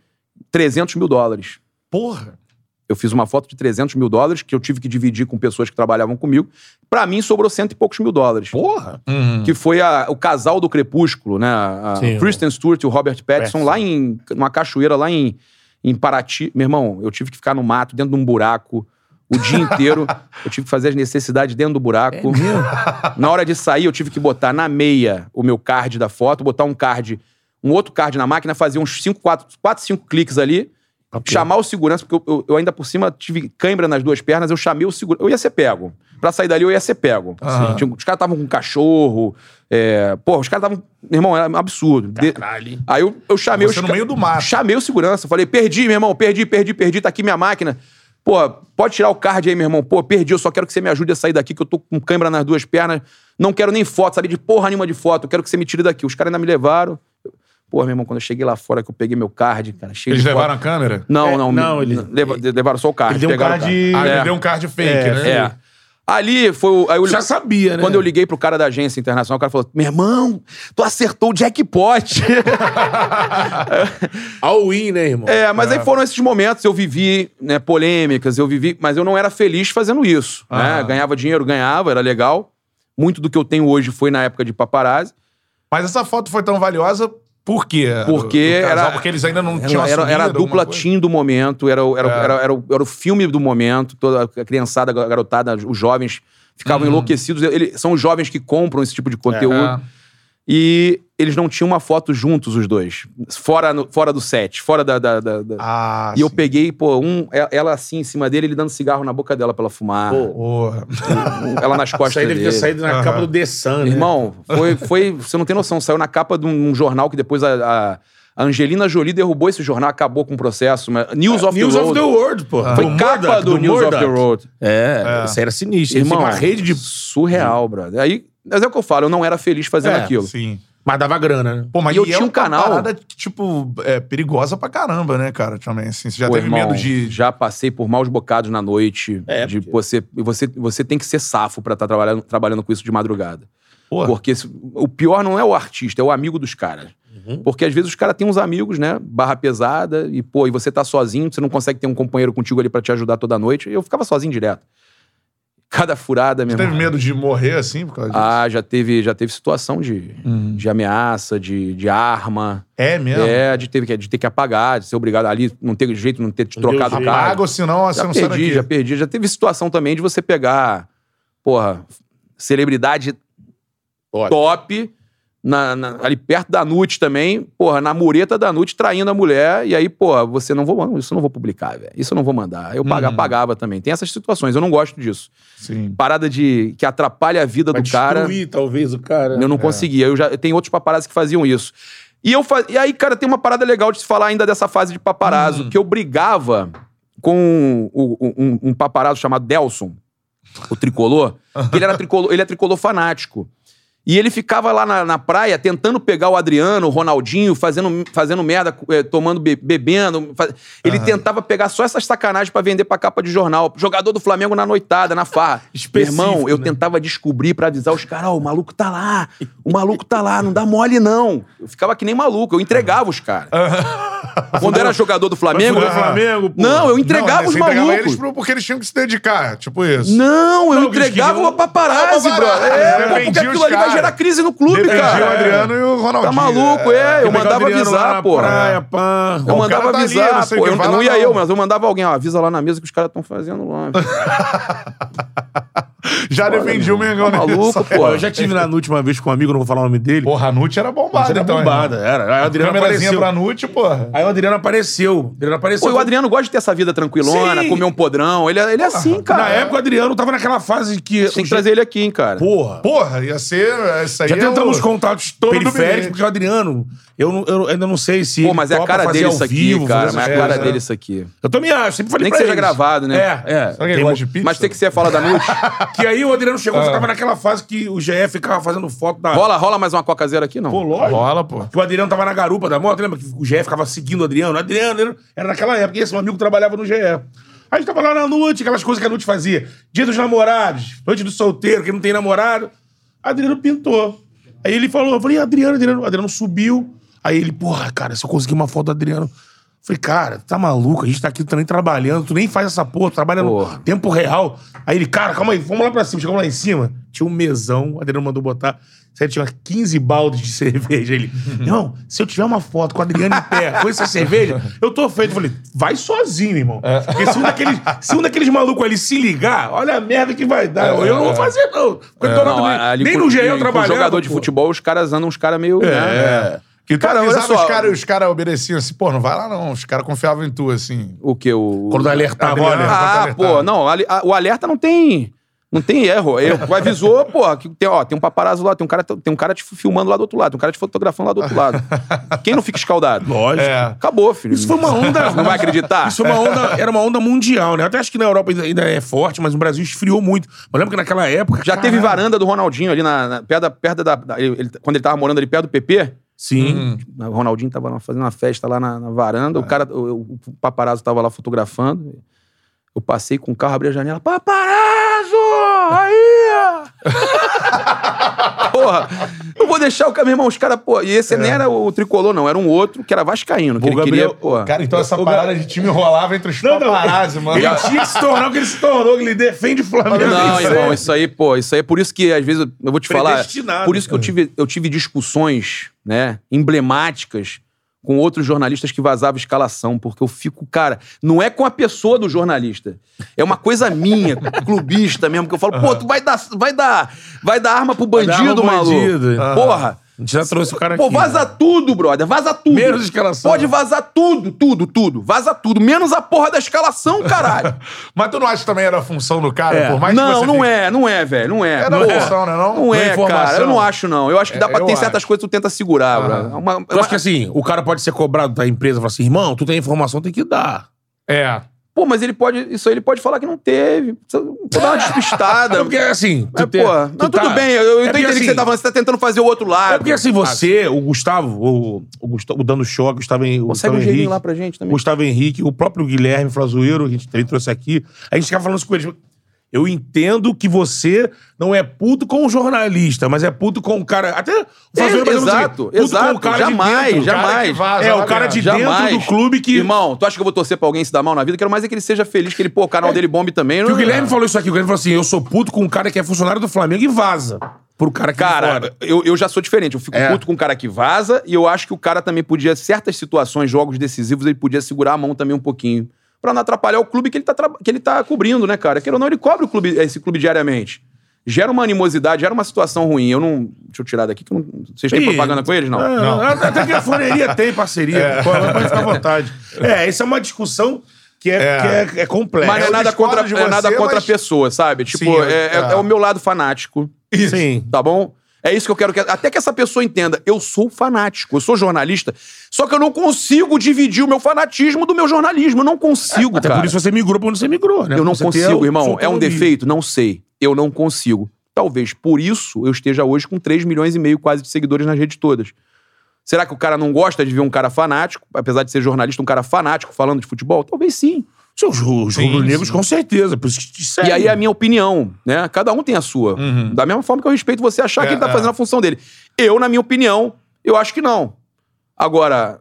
[SPEAKER 2] 300 mil dólares.
[SPEAKER 1] Porra.
[SPEAKER 2] Eu fiz uma foto de 300 mil dólares que eu tive que dividir com pessoas que trabalhavam comigo. Pra mim, sobrou cento e poucos mil dólares.
[SPEAKER 3] Porra!
[SPEAKER 1] Uhum.
[SPEAKER 2] Que foi a- o casal do Crepúsculo, né? A, a
[SPEAKER 3] Sim,
[SPEAKER 2] Kristen Stewart e o Robert Pattinson,
[SPEAKER 3] Pattinson.
[SPEAKER 2] lá em numa cachoeira, lá em, em Paraty. Meu irmão, eu tive que ficar no mato, dentro de um buraco, o dia inteiro. eu tive que fazer as necessidades dentro do
[SPEAKER 4] é
[SPEAKER 2] buraco.
[SPEAKER 3] É.
[SPEAKER 2] na hora de sair, eu tive que botar na meia o meu card da foto, botar um card, um outro card na máquina, fazer uns 5, 4, 5 cliques ali. Chamar o segurança, porque eu, eu- eu ainda por cima tive cãibra nas duas pernas, eu chamei o segurança. Eu ia ser pego. Pra sair dali, eu ia ser pego.
[SPEAKER 1] Aham.
[SPEAKER 2] Tinha- um, os caras estavam com cachorro. É, porra, os caras estavam. Meu irmão, era um absurdo. De-
[SPEAKER 3] Caralho.
[SPEAKER 2] Aí eu, eu chamei
[SPEAKER 1] Você
[SPEAKER 2] os
[SPEAKER 1] no
[SPEAKER 2] ca-
[SPEAKER 1] meio do mato.
[SPEAKER 2] Chamei o segurança. Falei, perdi, meu irmão, perdi, perdi, perdi, tá aqui minha máquina. Pô, pode tirar o card aí, meu irmão. Pô, perdi, eu só quero que você me ajude a sair daqui, que eu tô com câimbra nas duas pernas. Não quero nem foto, sabe? De porra nenhuma de foto. Eu quero que você me tire daqui. Os caras ainda me levaram. Pô, meu irmão, quando eu cheguei lá fora, que eu peguei meu card, cara, cheio
[SPEAKER 1] Eles
[SPEAKER 2] de foto.
[SPEAKER 1] levaram a câmera?
[SPEAKER 2] Não,
[SPEAKER 3] É,
[SPEAKER 2] não.
[SPEAKER 3] não,
[SPEAKER 2] me-
[SPEAKER 3] ele-
[SPEAKER 2] leva- levaram só o card.
[SPEAKER 3] ele deu um
[SPEAKER 2] pegaram o
[SPEAKER 3] card-
[SPEAKER 1] Ah,
[SPEAKER 2] É.
[SPEAKER 1] ele deu um card fake,
[SPEAKER 3] É,
[SPEAKER 1] né?
[SPEAKER 2] É. Ali foi o. Aí eu,
[SPEAKER 3] Já sabia, né?
[SPEAKER 2] Quando eu liguei pro cara da agência internacional, o cara falou: Meu irmão, tu acertou o jackpot.
[SPEAKER 3] All in, né, irmão?
[SPEAKER 2] é, mas aí foram esses momentos, eu vivi né, polêmicas, eu vivi, mas eu não era feliz fazendo isso. né?
[SPEAKER 1] Ah.
[SPEAKER 2] Ganhava dinheiro, ganhava, era legal. Muito do que eu tenho hoje foi na época de paparazzi.
[SPEAKER 1] Mas essa foto foi tão valiosa por quê?
[SPEAKER 2] Porque
[SPEAKER 1] Do- do casal,
[SPEAKER 2] era-
[SPEAKER 1] porque eles ainda não tinham
[SPEAKER 2] Era, era- era a
[SPEAKER 1] assumido
[SPEAKER 2] dupla
[SPEAKER 1] alguma coisa?
[SPEAKER 2] teen do momento, era, o- era, o-
[SPEAKER 1] É.
[SPEAKER 2] era- era o, era o filme do momento, toda a criançada, a garotada, os jovens ficavam enlouquecidos. Ele- são os jovens que compram esse tipo de conteúdo.
[SPEAKER 1] É,
[SPEAKER 2] E eles não tinham uma foto juntos, os dois. Fora, no- fora do set, fora da. da- da- da-
[SPEAKER 1] Ah,
[SPEAKER 2] e eu
[SPEAKER 1] sim.
[SPEAKER 2] peguei, pô, um, e- ela assim em cima dele, ele dando cigarro na boca dela pra ela fumar.
[SPEAKER 3] Pô,
[SPEAKER 1] Porra.
[SPEAKER 2] Um- Ela nas costas
[SPEAKER 3] Isso aí deve
[SPEAKER 2] dele.
[SPEAKER 3] ter saído na
[SPEAKER 1] Aham.
[SPEAKER 3] capa do The Sun, né?
[SPEAKER 2] Irmão, foi, foi. Você não tem noção, saiu na capa de um, um jornal que depois a, a- a Angelina Jolie derrubou esse jornal, acabou com o processo. mas-
[SPEAKER 4] É,
[SPEAKER 2] News of
[SPEAKER 3] News
[SPEAKER 2] the
[SPEAKER 3] of
[SPEAKER 2] World.
[SPEAKER 3] the World,
[SPEAKER 1] Ah,
[SPEAKER 3] porra.
[SPEAKER 2] Foi
[SPEAKER 3] Do
[SPEAKER 2] capa
[SPEAKER 3] Murdoch,
[SPEAKER 2] do, News of the
[SPEAKER 3] Murdoch.
[SPEAKER 2] World.
[SPEAKER 3] É, isso era sinistro. Irmão,
[SPEAKER 2] Irmão,
[SPEAKER 3] uma rede de...
[SPEAKER 2] surreal, brother. Aí, mas é o que eu falo, eu não era feliz fazendo
[SPEAKER 3] É,
[SPEAKER 2] aquilo.
[SPEAKER 1] Sim.
[SPEAKER 3] Mas dava grana, né?
[SPEAKER 1] Pô, mas
[SPEAKER 2] E eu
[SPEAKER 1] é
[SPEAKER 2] tinha um
[SPEAKER 1] uma
[SPEAKER 2] canal-
[SPEAKER 1] parada, tipo, é, perigosa pra caramba, né, cara? Também, assim, você já
[SPEAKER 2] Pô,
[SPEAKER 1] teve
[SPEAKER 2] irmão,
[SPEAKER 1] medo de...
[SPEAKER 2] Já passei por maus bocados na noite.
[SPEAKER 3] É,
[SPEAKER 2] de
[SPEAKER 3] porque-
[SPEAKER 2] você, você, você tem que ser safo pra estar trabalhando, trabalhando com isso de madrugada.
[SPEAKER 1] Porra.
[SPEAKER 2] Porque se- o pior não é o artista, é o amigo dos caras. Porque às vezes os caras têm uns amigos, né? Barra pesada, e pô, e você tá sozinho, você não consegue ter um companheiro contigo ali pra te ajudar toda noite. Eu ficava sozinho direto. Cada furada
[SPEAKER 1] Você
[SPEAKER 2] mesmo.
[SPEAKER 1] teve medo de morrer, assim, por causa disso?
[SPEAKER 2] Ah, já teve, já teve situação de,
[SPEAKER 1] Uhum.
[SPEAKER 2] de ameaça, de, de arma.
[SPEAKER 1] É mesmo?
[SPEAKER 2] É, de ter, que- de ter que apagar, de ser obrigado ali, não ter jeito, não ter te
[SPEAKER 3] Não deu
[SPEAKER 2] trocado o
[SPEAKER 3] jeito.
[SPEAKER 2] carro.
[SPEAKER 1] Apaga ou senão você
[SPEAKER 2] Já
[SPEAKER 1] não sai
[SPEAKER 2] perdi,
[SPEAKER 1] daqui.
[SPEAKER 2] já perdi. Já teve situação também de você pegar, porra, celebridade
[SPEAKER 3] Ó,
[SPEAKER 2] top, na- na- ali perto da Nut também, porra, na mureta da Nut traindo a mulher, e aí, porra, você não vou, isso eu não vou publicar, velho. Isso eu não vou mandar. Eu paga-
[SPEAKER 1] Uhum.
[SPEAKER 2] pagava também. Tem essas situações, eu não gosto disso.
[SPEAKER 1] Sim.
[SPEAKER 2] Parada de que atrapalha a vida
[SPEAKER 3] Vai
[SPEAKER 2] do cara.
[SPEAKER 3] destruir, talvez, o cara.
[SPEAKER 2] Eu não conseguia. Eu já tem outros paparazzi que faziam isso. E eu fa- e aí, cara, tem uma parada legal de se falar ainda dessa fase de paparazzo, que eu brigava com o- o- um, um paparazzo chamado Delson, o tricolor, que ele era tricolor, ele é tricolor fanático. E ele ficava lá na, na praia tentando pegar o Adriano, o Ronaldinho, fazendo, fazendo merda, eh, tomando, be- bebendo. faz- Ele tentava pegar só essas sacanagens pra vender pra capa de jornal. Jogador do Flamengo na noitada, na farra. Meu
[SPEAKER 3] Específico,
[SPEAKER 2] irmão, eu
[SPEAKER 3] né?
[SPEAKER 2] tentava descobrir pra avisar os caras: ó, o maluco tá lá, o maluco tá lá, não dá mole não. Eu ficava que nem maluco, eu entregava os caras. Quando era jogador do Flamengo.
[SPEAKER 4] fuder o Flamengo, pô.
[SPEAKER 2] Não, eu entregava
[SPEAKER 1] Não, né,
[SPEAKER 2] os
[SPEAKER 1] você entregava
[SPEAKER 2] malucos.
[SPEAKER 1] eles pro- porque eles tinham que se dedicar, tipo isso.
[SPEAKER 2] Não, eu
[SPEAKER 4] Não, eles
[SPEAKER 2] entregava
[SPEAKER 4] queriam-
[SPEAKER 2] uma paparazzi,
[SPEAKER 1] Ah,
[SPEAKER 2] bro.
[SPEAKER 1] paparazzi,
[SPEAKER 2] É,
[SPEAKER 1] defendia
[SPEAKER 2] porque
[SPEAKER 1] os
[SPEAKER 2] aquilo ali vai
[SPEAKER 1] caras.
[SPEAKER 2] gerar crise no clube,
[SPEAKER 1] Defendia
[SPEAKER 2] cara.
[SPEAKER 1] o Adriano e o Ronaldinho.
[SPEAKER 2] Tá maluco, é. Eu
[SPEAKER 4] Pegar o
[SPEAKER 2] mandava
[SPEAKER 4] Adriano lá
[SPEAKER 2] avisar,
[SPEAKER 4] na
[SPEAKER 2] pô.
[SPEAKER 4] praia, pá.
[SPEAKER 2] Eu
[SPEAKER 1] o
[SPEAKER 2] mandava
[SPEAKER 1] cara tá ali,
[SPEAKER 2] avisar,
[SPEAKER 1] não sei o
[SPEAKER 2] pô.
[SPEAKER 1] que
[SPEAKER 2] Eu,
[SPEAKER 1] vai
[SPEAKER 2] não
[SPEAKER 1] lá,
[SPEAKER 2] ia
[SPEAKER 1] não.
[SPEAKER 2] eu, mas eu mandava alguém, ó, avisa lá na mesa que os caras estão fazendo lá.
[SPEAKER 1] Já defendi o Mengão
[SPEAKER 2] tá
[SPEAKER 1] nessa.
[SPEAKER 2] maluco, pô.
[SPEAKER 4] Pô, eu já tive na última vez com um amigo, não vou falar o nome dele.
[SPEAKER 1] Porra, a Nute era bombada,
[SPEAKER 4] era
[SPEAKER 1] então.
[SPEAKER 4] bombada, era. Aí o Adriano
[SPEAKER 1] Câmerazinha
[SPEAKER 4] apareceu.
[SPEAKER 1] pra Nute, porra.
[SPEAKER 4] Aí o Adriano apareceu. O Adriano apareceu.
[SPEAKER 2] Pô, e o Adriano gosta de ter essa vida tranquilona,
[SPEAKER 4] Sim.
[SPEAKER 2] comer um podrão. Ele, é- ele é assim, cara.
[SPEAKER 4] Na época o Adriano tava naquela fase que.
[SPEAKER 2] Tem que trazer ele aqui, hein, cara.
[SPEAKER 4] Porra.
[SPEAKER 1] Porra, ia ser. Essa aí
[SPEAKER 4] Já
[SPEAKER 1] é
[SPEAKER 4] tentamos
[SPEAKER 1] o-
[SPEAKER 4] contatos
[SPEAKER 1] do
[SPEAKER 4] periféricos,
[SPEAKER 1] bilhete.
[SPEAKER 4] porque o Adriano, eu, não- eu ainda não sei se.
[SPEAKER 2] Pô,
[SPEAKER 4] ele
[SPEAKER 2] mas é a
[SPEAKER 4] topa
[SPEAKER 2] cara
[SPEAKER 4] fazer
[SPEAKER 2] dele
[SPEAKER 4] ao
[SPEAKER 2] isso aqui,
[SPEAKER 4] vivo,
[SPEAKER 2] cara. Mas
[SPEAKER 4] fazer
[SPEAKER 2] é a
[SPEAKER 4] essas
[SPEAKER 2] cara
[SPEAKER 4] coisas,
[SPEAKER 2] dele
[SPEAKER 4] né?
[SPEAKER 2] isso aqui.
[SPEAKER 4] Eu também acho, sempre falei
[SPEAKER 2] Nem que
[SPEAKER 4] pra
[SPEAKER 2] seja
[SPEAKER 4] eles.
[SPEAKER 2] gravado, né?
[SPEAKER 4] É, é.
[SPEAKER 1] Será que ele
[SPEAKER 4] Tem-
[SPEAKER 1] gosta de pizza?
[SPEAKER 2] Mas tem que ser a fala da noite.
[SPEAKER 4] Que aí o Adriano chegou, você tava naquela fase que o GE ficava fazendo foto da.
[SPEAKER 2] rola, rola mais uma coca zero aqui, não?
[SPEAKER 4] Pô, lógico.
[SPEAKER 1] Rola, pô.
[SPEAKER 4] Que o Adriano tava na garupa da moto, lembra? Que o GE ficava seguindo o Adriano. O Adriano, Adriano era naquela época, e esse meu amigo trabalhava no GE. Aí a gente tava lá na noite, aquelas coisas que a noite fazia. Dia dos namorados, noite do solteiro, quem não tem namorado. Adriano pintou. Aí ele falou, eu falei, Adriano, Adriano. O Adriano subiu. Aí ele, porra, cara, se eu conseguir uma foto do Adriano. Eu Falei, cara, tá maluco? A gente tá aqui também trabalhando, tu nem faz essa porra, tu trabalha
[SPEAKER 2] Porra.
[SPEAKER 4] no tempo real. Aí ele, cara, calma aí, vamos lá pra cima. Chegamos lá em cima, tinha um mesão, o Adriano mandou botar, sério, tinha umas 15 baldes de cerveja. Ele, não, se eu tiver uma foto com o Adriano em pé, com essa cerveja, eu tô feito. Eu falei, vai sozinho, irmão.
[SPEAKER 2] É.
[SPEAKER 4] Porque se um daqueles, se um daqueles malucos ali se ligar, olha a merda que vai dar. eu não vou fazer, não. Porque eu tô
[SPEAKER 2] É. Não,
[SPEAKER 4] na-
[SPEAKER 2] ali
[SPEAKER 4] nem
[SPEAKER 2] com-
[SPEAKER 4] no GE
[SPEAKER 2] com
[SPEAKER 4] eu trabalhava.
[SPEAKER 2] jogador de
[SPEAKER 4] pô.
[SPEAKER 2] futebol, os caras andam uns caras meio. né?
[SPEAKER 1] É. Que
[SPEAKER 2] Cara,
[SPEAKER 1] cara,
[SPEAKER 2] olha
[SPEAKER 1] avisava
[SPEAKER 2] só.
[SPEAKER 1] os caras os caras obedeciam assim, pô, não vai lá não. Os caras confiavam em tu, assim.
[SPEAKER 2] O que? O.
[SPEAKER 4] Quando alertava,
[SPEAKER 1] Adriano.
[SPEAKER 4] olha.
[SPEAKER 1] Quando
[SPEAKER 2] Ah,
[SPEAKER 1] alertava.
[SPEAKER 2] pô, não. ali- a- o alerta não tem. Não tem erro. erro. Tu avisou, pô, que tem, ó, tem um paparazzo lá, tem um, cara, tem um cara te filmando lá do outro lado, tem um cara te fotografando lá do outro lado. Quem não fica escaldado?
[SPEAKER 4] Lógico.
[SPEAKER 1] É.
[SPEAKER 2] Acabou, filho.
[SPEAKER 4] Isso foi uma onda.
[SPEAKER 2] Não vai acreditar?
[SPEAKER 4] Isso é uma onda, era uma onda mundial, né? Eu Até acho que na Europa ainda, ainda é forte, mas o Brasil esfriou muito. Mas lembro que naquela época.
[SPEAKER 2] Já
[SPEAKER 4] caralho.
[SPEAKER 2] teve varanda do Ronaldinho ali na, na- perto da. Perto da, da- ele- ele- quando ele tava morando ali perto do PP.
[SPEAKER 4] Sim.
[SPEAKER 2] Hum. O Ronaldinho tava lá fazendo uma festa lá na, na varanda, o cara, o, o paparazzo tava lá fotografando. Eu passei com o carro, abri a janela, paparazzo! Aí! porra, eu vou deixar o cara, meu irmão, os caras, pô, e esse nem era o tricolor, não, era um outro que era vascaíno, que
[SPEAKER 4] O
[SPEAKER 2] ele
[SPEAKER 4] Gabriel-
[SPEAKER 2] queria, pô.
[SPEAKER 1] Cara, então essa parada de time rolava entre os
[SPEAKER 4] Não, não.
[SPEAKER 1] paparazzi, mano.
[SPEAKER 4] Ele tinha que se tornar o que ele se tornou, que ele defende o Flamengo.
[SPEAKER 2] Não,
[SPEAKER 4] Isso é-
[SPEAKER 2] irmão, isso aí, pô, isso aí é por isso que às vezes eu- eu vou te falar.
[SPEAKER 4] Predestinado.
[SPEAKER 2] Por isso que eu tive, eu tive discussões, né, emblemáticas com outros jornalistas que vazavam escalação, porque eu fico, cara, não é com a pessoa do jornalista. É uma coisa minha, clubista mesmo, que eu falo, pô, tu vai dar, vai dar, vai dar arma pro
[SPEAKER 4] dar
[SPEAKER 2] bandido,
[SPEAKER 4] arma pro
[SPEAKER 2] maluco.
[SPEAKER 4] bandido.
[SPEAKER 2] Porra.
[SPEAKER 4] A gente já trouxe o cara
[SPEAKER 2] Pô,
[SPEAKER 4] aqui. né?
[SPEAKER 2] vaza tudo, brother. Vaza tudo.
[SPEAKER 4] Menos escalação.
[SPEAKER 2] Pode vazar tudo, tudo, tudo. Vaza tudo. Menos a porra da escalação, caralho.
[SPEAKER 1] Mas tu não acha que também era a função do cara,
[SPEAKER 4] É.
[SPEAKER 1] por mais que
[SPEAKER 2] não,
[SPEAKER 1] você
[SPEAKER 2] não
[SPEAKER 1] fique-
[SPEAKER 2] é, não é, velho. Não é.
[SPEAKER 1] Era
[SPEAKER 2] Porra.
[SPEAKER 1] opção, né, não?
[SPEAKER 2] Não
[SPEAKER 1] Não é
[SPEAKER 2] é, cara.
[SPEAKER 1] informação.
[SPEAKER 2] Eu não acho, não. Eu acho que dá
[SPEAKER 1] É,
[SPEAKER 2] pra
[SPEAKER 1] eu
[SPEAKER 2] ter certas
[SPEAKER 1] acho.
[SPEAKER 2] coisas que tu tenta segurar, bro. Uma- é
[SPEAKER 4] Eu
[SPEAKER 2] uma-
[SPEAKER 4] acho que assim, o cara pode ser cobrado da empresa e falar assim, irmão, tu tem informação, tem que dar.
[SPEAKER 1] É.
[SPEAKER 2] Pô, mas ele pode. Isso aí ele pode falar que não teve. Vou dar uma despistada.
[SPEAKER 4] Não, porque assim, tu
[SPEAKER 2] É,
[SPEAKER 4] ter-
[SPEAKER 2] porra.
[SPEAKER 4] tu
[SPEAKER 2] Não,
[SPEAKER 4] tá-
[SPEAKER 2] tudo bem. Eu, eu
[SPEAKER 4] É
[SPEAKER 2] tô
[SPEAKER 4] porque,
[SPEAKER 2] entendendo que você
[SPEAKER 4] assim,
[SPEAKER 2] tá falando. Você tá tentando fazer o outro lado.
[SPEAKER 4] É porque assim, você, o Gustavo, o, o Gustavo, o Dando Choque, o Gustavo, Hen-
[SPEAKER 2] Consegue
[SPEAKER 4] o Gustavo
[SPEAKER 2] um
[SPEAKER 4] Henrique,
[SPEAKER 2] gelinho lá pra gente
[SPEAKER 4] o
[SPEAKER 2] também.
[SPEAKER 4] Gustavo Henrique, o próprio Guilherme Flazoeiro, que a gente também trouxe aqui, a gente ficava falando isso com eles. Eu entendo que você não é puto com o jornalista, mas é puto com o cara. Até o Flazoeiro, por exemplo,
[SPEAKER 2] exato,
[SPEAKER 4] assim, puto
[SPEAKER 2] exato,
[SPEAKER 4] com o cara
[SPEAKER 2] jamais,
[SPEAKER 4] de dentro.
[SPEAKER 1] O cara
[SPEAKER 2] Jamais.
[SPEAKER 1] que vaza,
[SPEAKER 4] É, o
[SPEAKER 1] né,
[SPEAKER 4] cara de-
[SPEAKER 2] Jamais.
[SPEAKER 4] dentro do clube que-
[SPEAKER 2] Irmão, tu acha que eu vou torcer pra alguém se dar mal na vida? Quero mais é que ele seja feliz, que ele, pô, É. o canal dele bombe também.
[SPEAKER 4] Que
[SPEAKER 2] Não-
[SPEAKER 4] o Guilherme falou isso aqui, o Guilherme falou assim: eu sou puto com um cara que é funcionário do Flamengo e vaza. Pro cara que
[SPEAKER 2] Cara, eu, eu já sou diferente. Eu fico
[SPEAKER 4] É.
[SPEAKER 2] puto com o cara que vaza e eu acho que o cara também podia, certas situações, jogos decisivos, ele podia segurar a mão também um pouquinho. Pra não atrapalhar o clube que ele tá, tra- que ele tá cobrindo, né, cara? Queira ou não, ele cobre o clube, esse clube diariamente. Gera uma animosidade, gera uma situação ruim. Eu não. Deixa eu tirar daqui que eu não. Vocês têm
[SPEAKER 4] Ih,
[SPEAKER 2] propaganda com eles? Não.
[SPEAKER 4] Ah,
[SPEAKER 1] Não. É.
[SPEAKER 4] Até que a Floreria tem parceria. Pode ficar à vontade. É, isso é uma discussão que é,
[SPEAKER 1] É.
[SPEAKER 4] que é- é complexa.
[SPEAKER 2] Mas não é
[SPEAKER 1] eu
[SPEAKER 2] nada
[SPEAKER 1] discordo
[SPEAKER 2] contra,
[SPEAKER 1] de
[SPEAKER 2] é nada
[SPEAKER 1] você,
[SPEAKER 2] contra
[SPEAKER 1] mas-
[SPEAKER 2] a pessoa, sabe? Tipo,
[SPEAKER 1] Sim, eu-
[SPEAKER 2] é, é-
[SPEAKER 1] é.
[SPEAKER 2] é o meu lado fanático.
[SPEAKER 4] Sim.
[SPEAKER 2] Tá bom? É isso que eu quero que. Até que essa pessoa entenda. Eu sou fanático, eu sou jornalista. Só que eu não consigo dividir o meu fanatismo do meu jornalismo. Eu não consigo,
[SPEAKER 4] Até
[SPEAKER 2] cara.
[SPEAKER 4] por isso você migrou pra onde você migrou, né?
[SPEAKER 2] eu não
[SPEAKER 4] Você tem
[SPEAKER 2] consigo,
[SPEAKER 4] a-
[SPEAKER 2] irmão.
[SPEAKER 4] sua
[SPEAKER 2] É um
[SPEAKER 4] autonomia.
[SPEAKER 2] defeito? Não sei. Eu não consigo. Talvez por isso eu esteja hoje com 3 milhões e meio quase de seguidores nas redes todas. Será que o cara não gosta de ver um cara fanático, apesar de ser jornalista, um cara fanático falando de futebol? Talvez sim.
[SPEAKER 4] Seus ru- os
[SPEAKER 1] Sim,
[SPEAKER 4] rubro-negros,
[SPEAKER 1] sim.
[SPEAKER 4] com certeza. Por isso que te
[SPEAKER 2] E aí
[SPEAKER 4] seguem.
[SPEAKER 2] é a minha opinião, né? Cada um tem a sua.
[SPEAKER 1] Uhum.
[SPEAKER 2] Da mesma forma que eu respeito você achar
[SPEAKER 1] É,
[SPEAKER 2] que ele tá
[SPEAKER 1] é.
[SPEAKER 2] fazendo a função dele. Eu, na minha opinião, eu acho que não. Agora,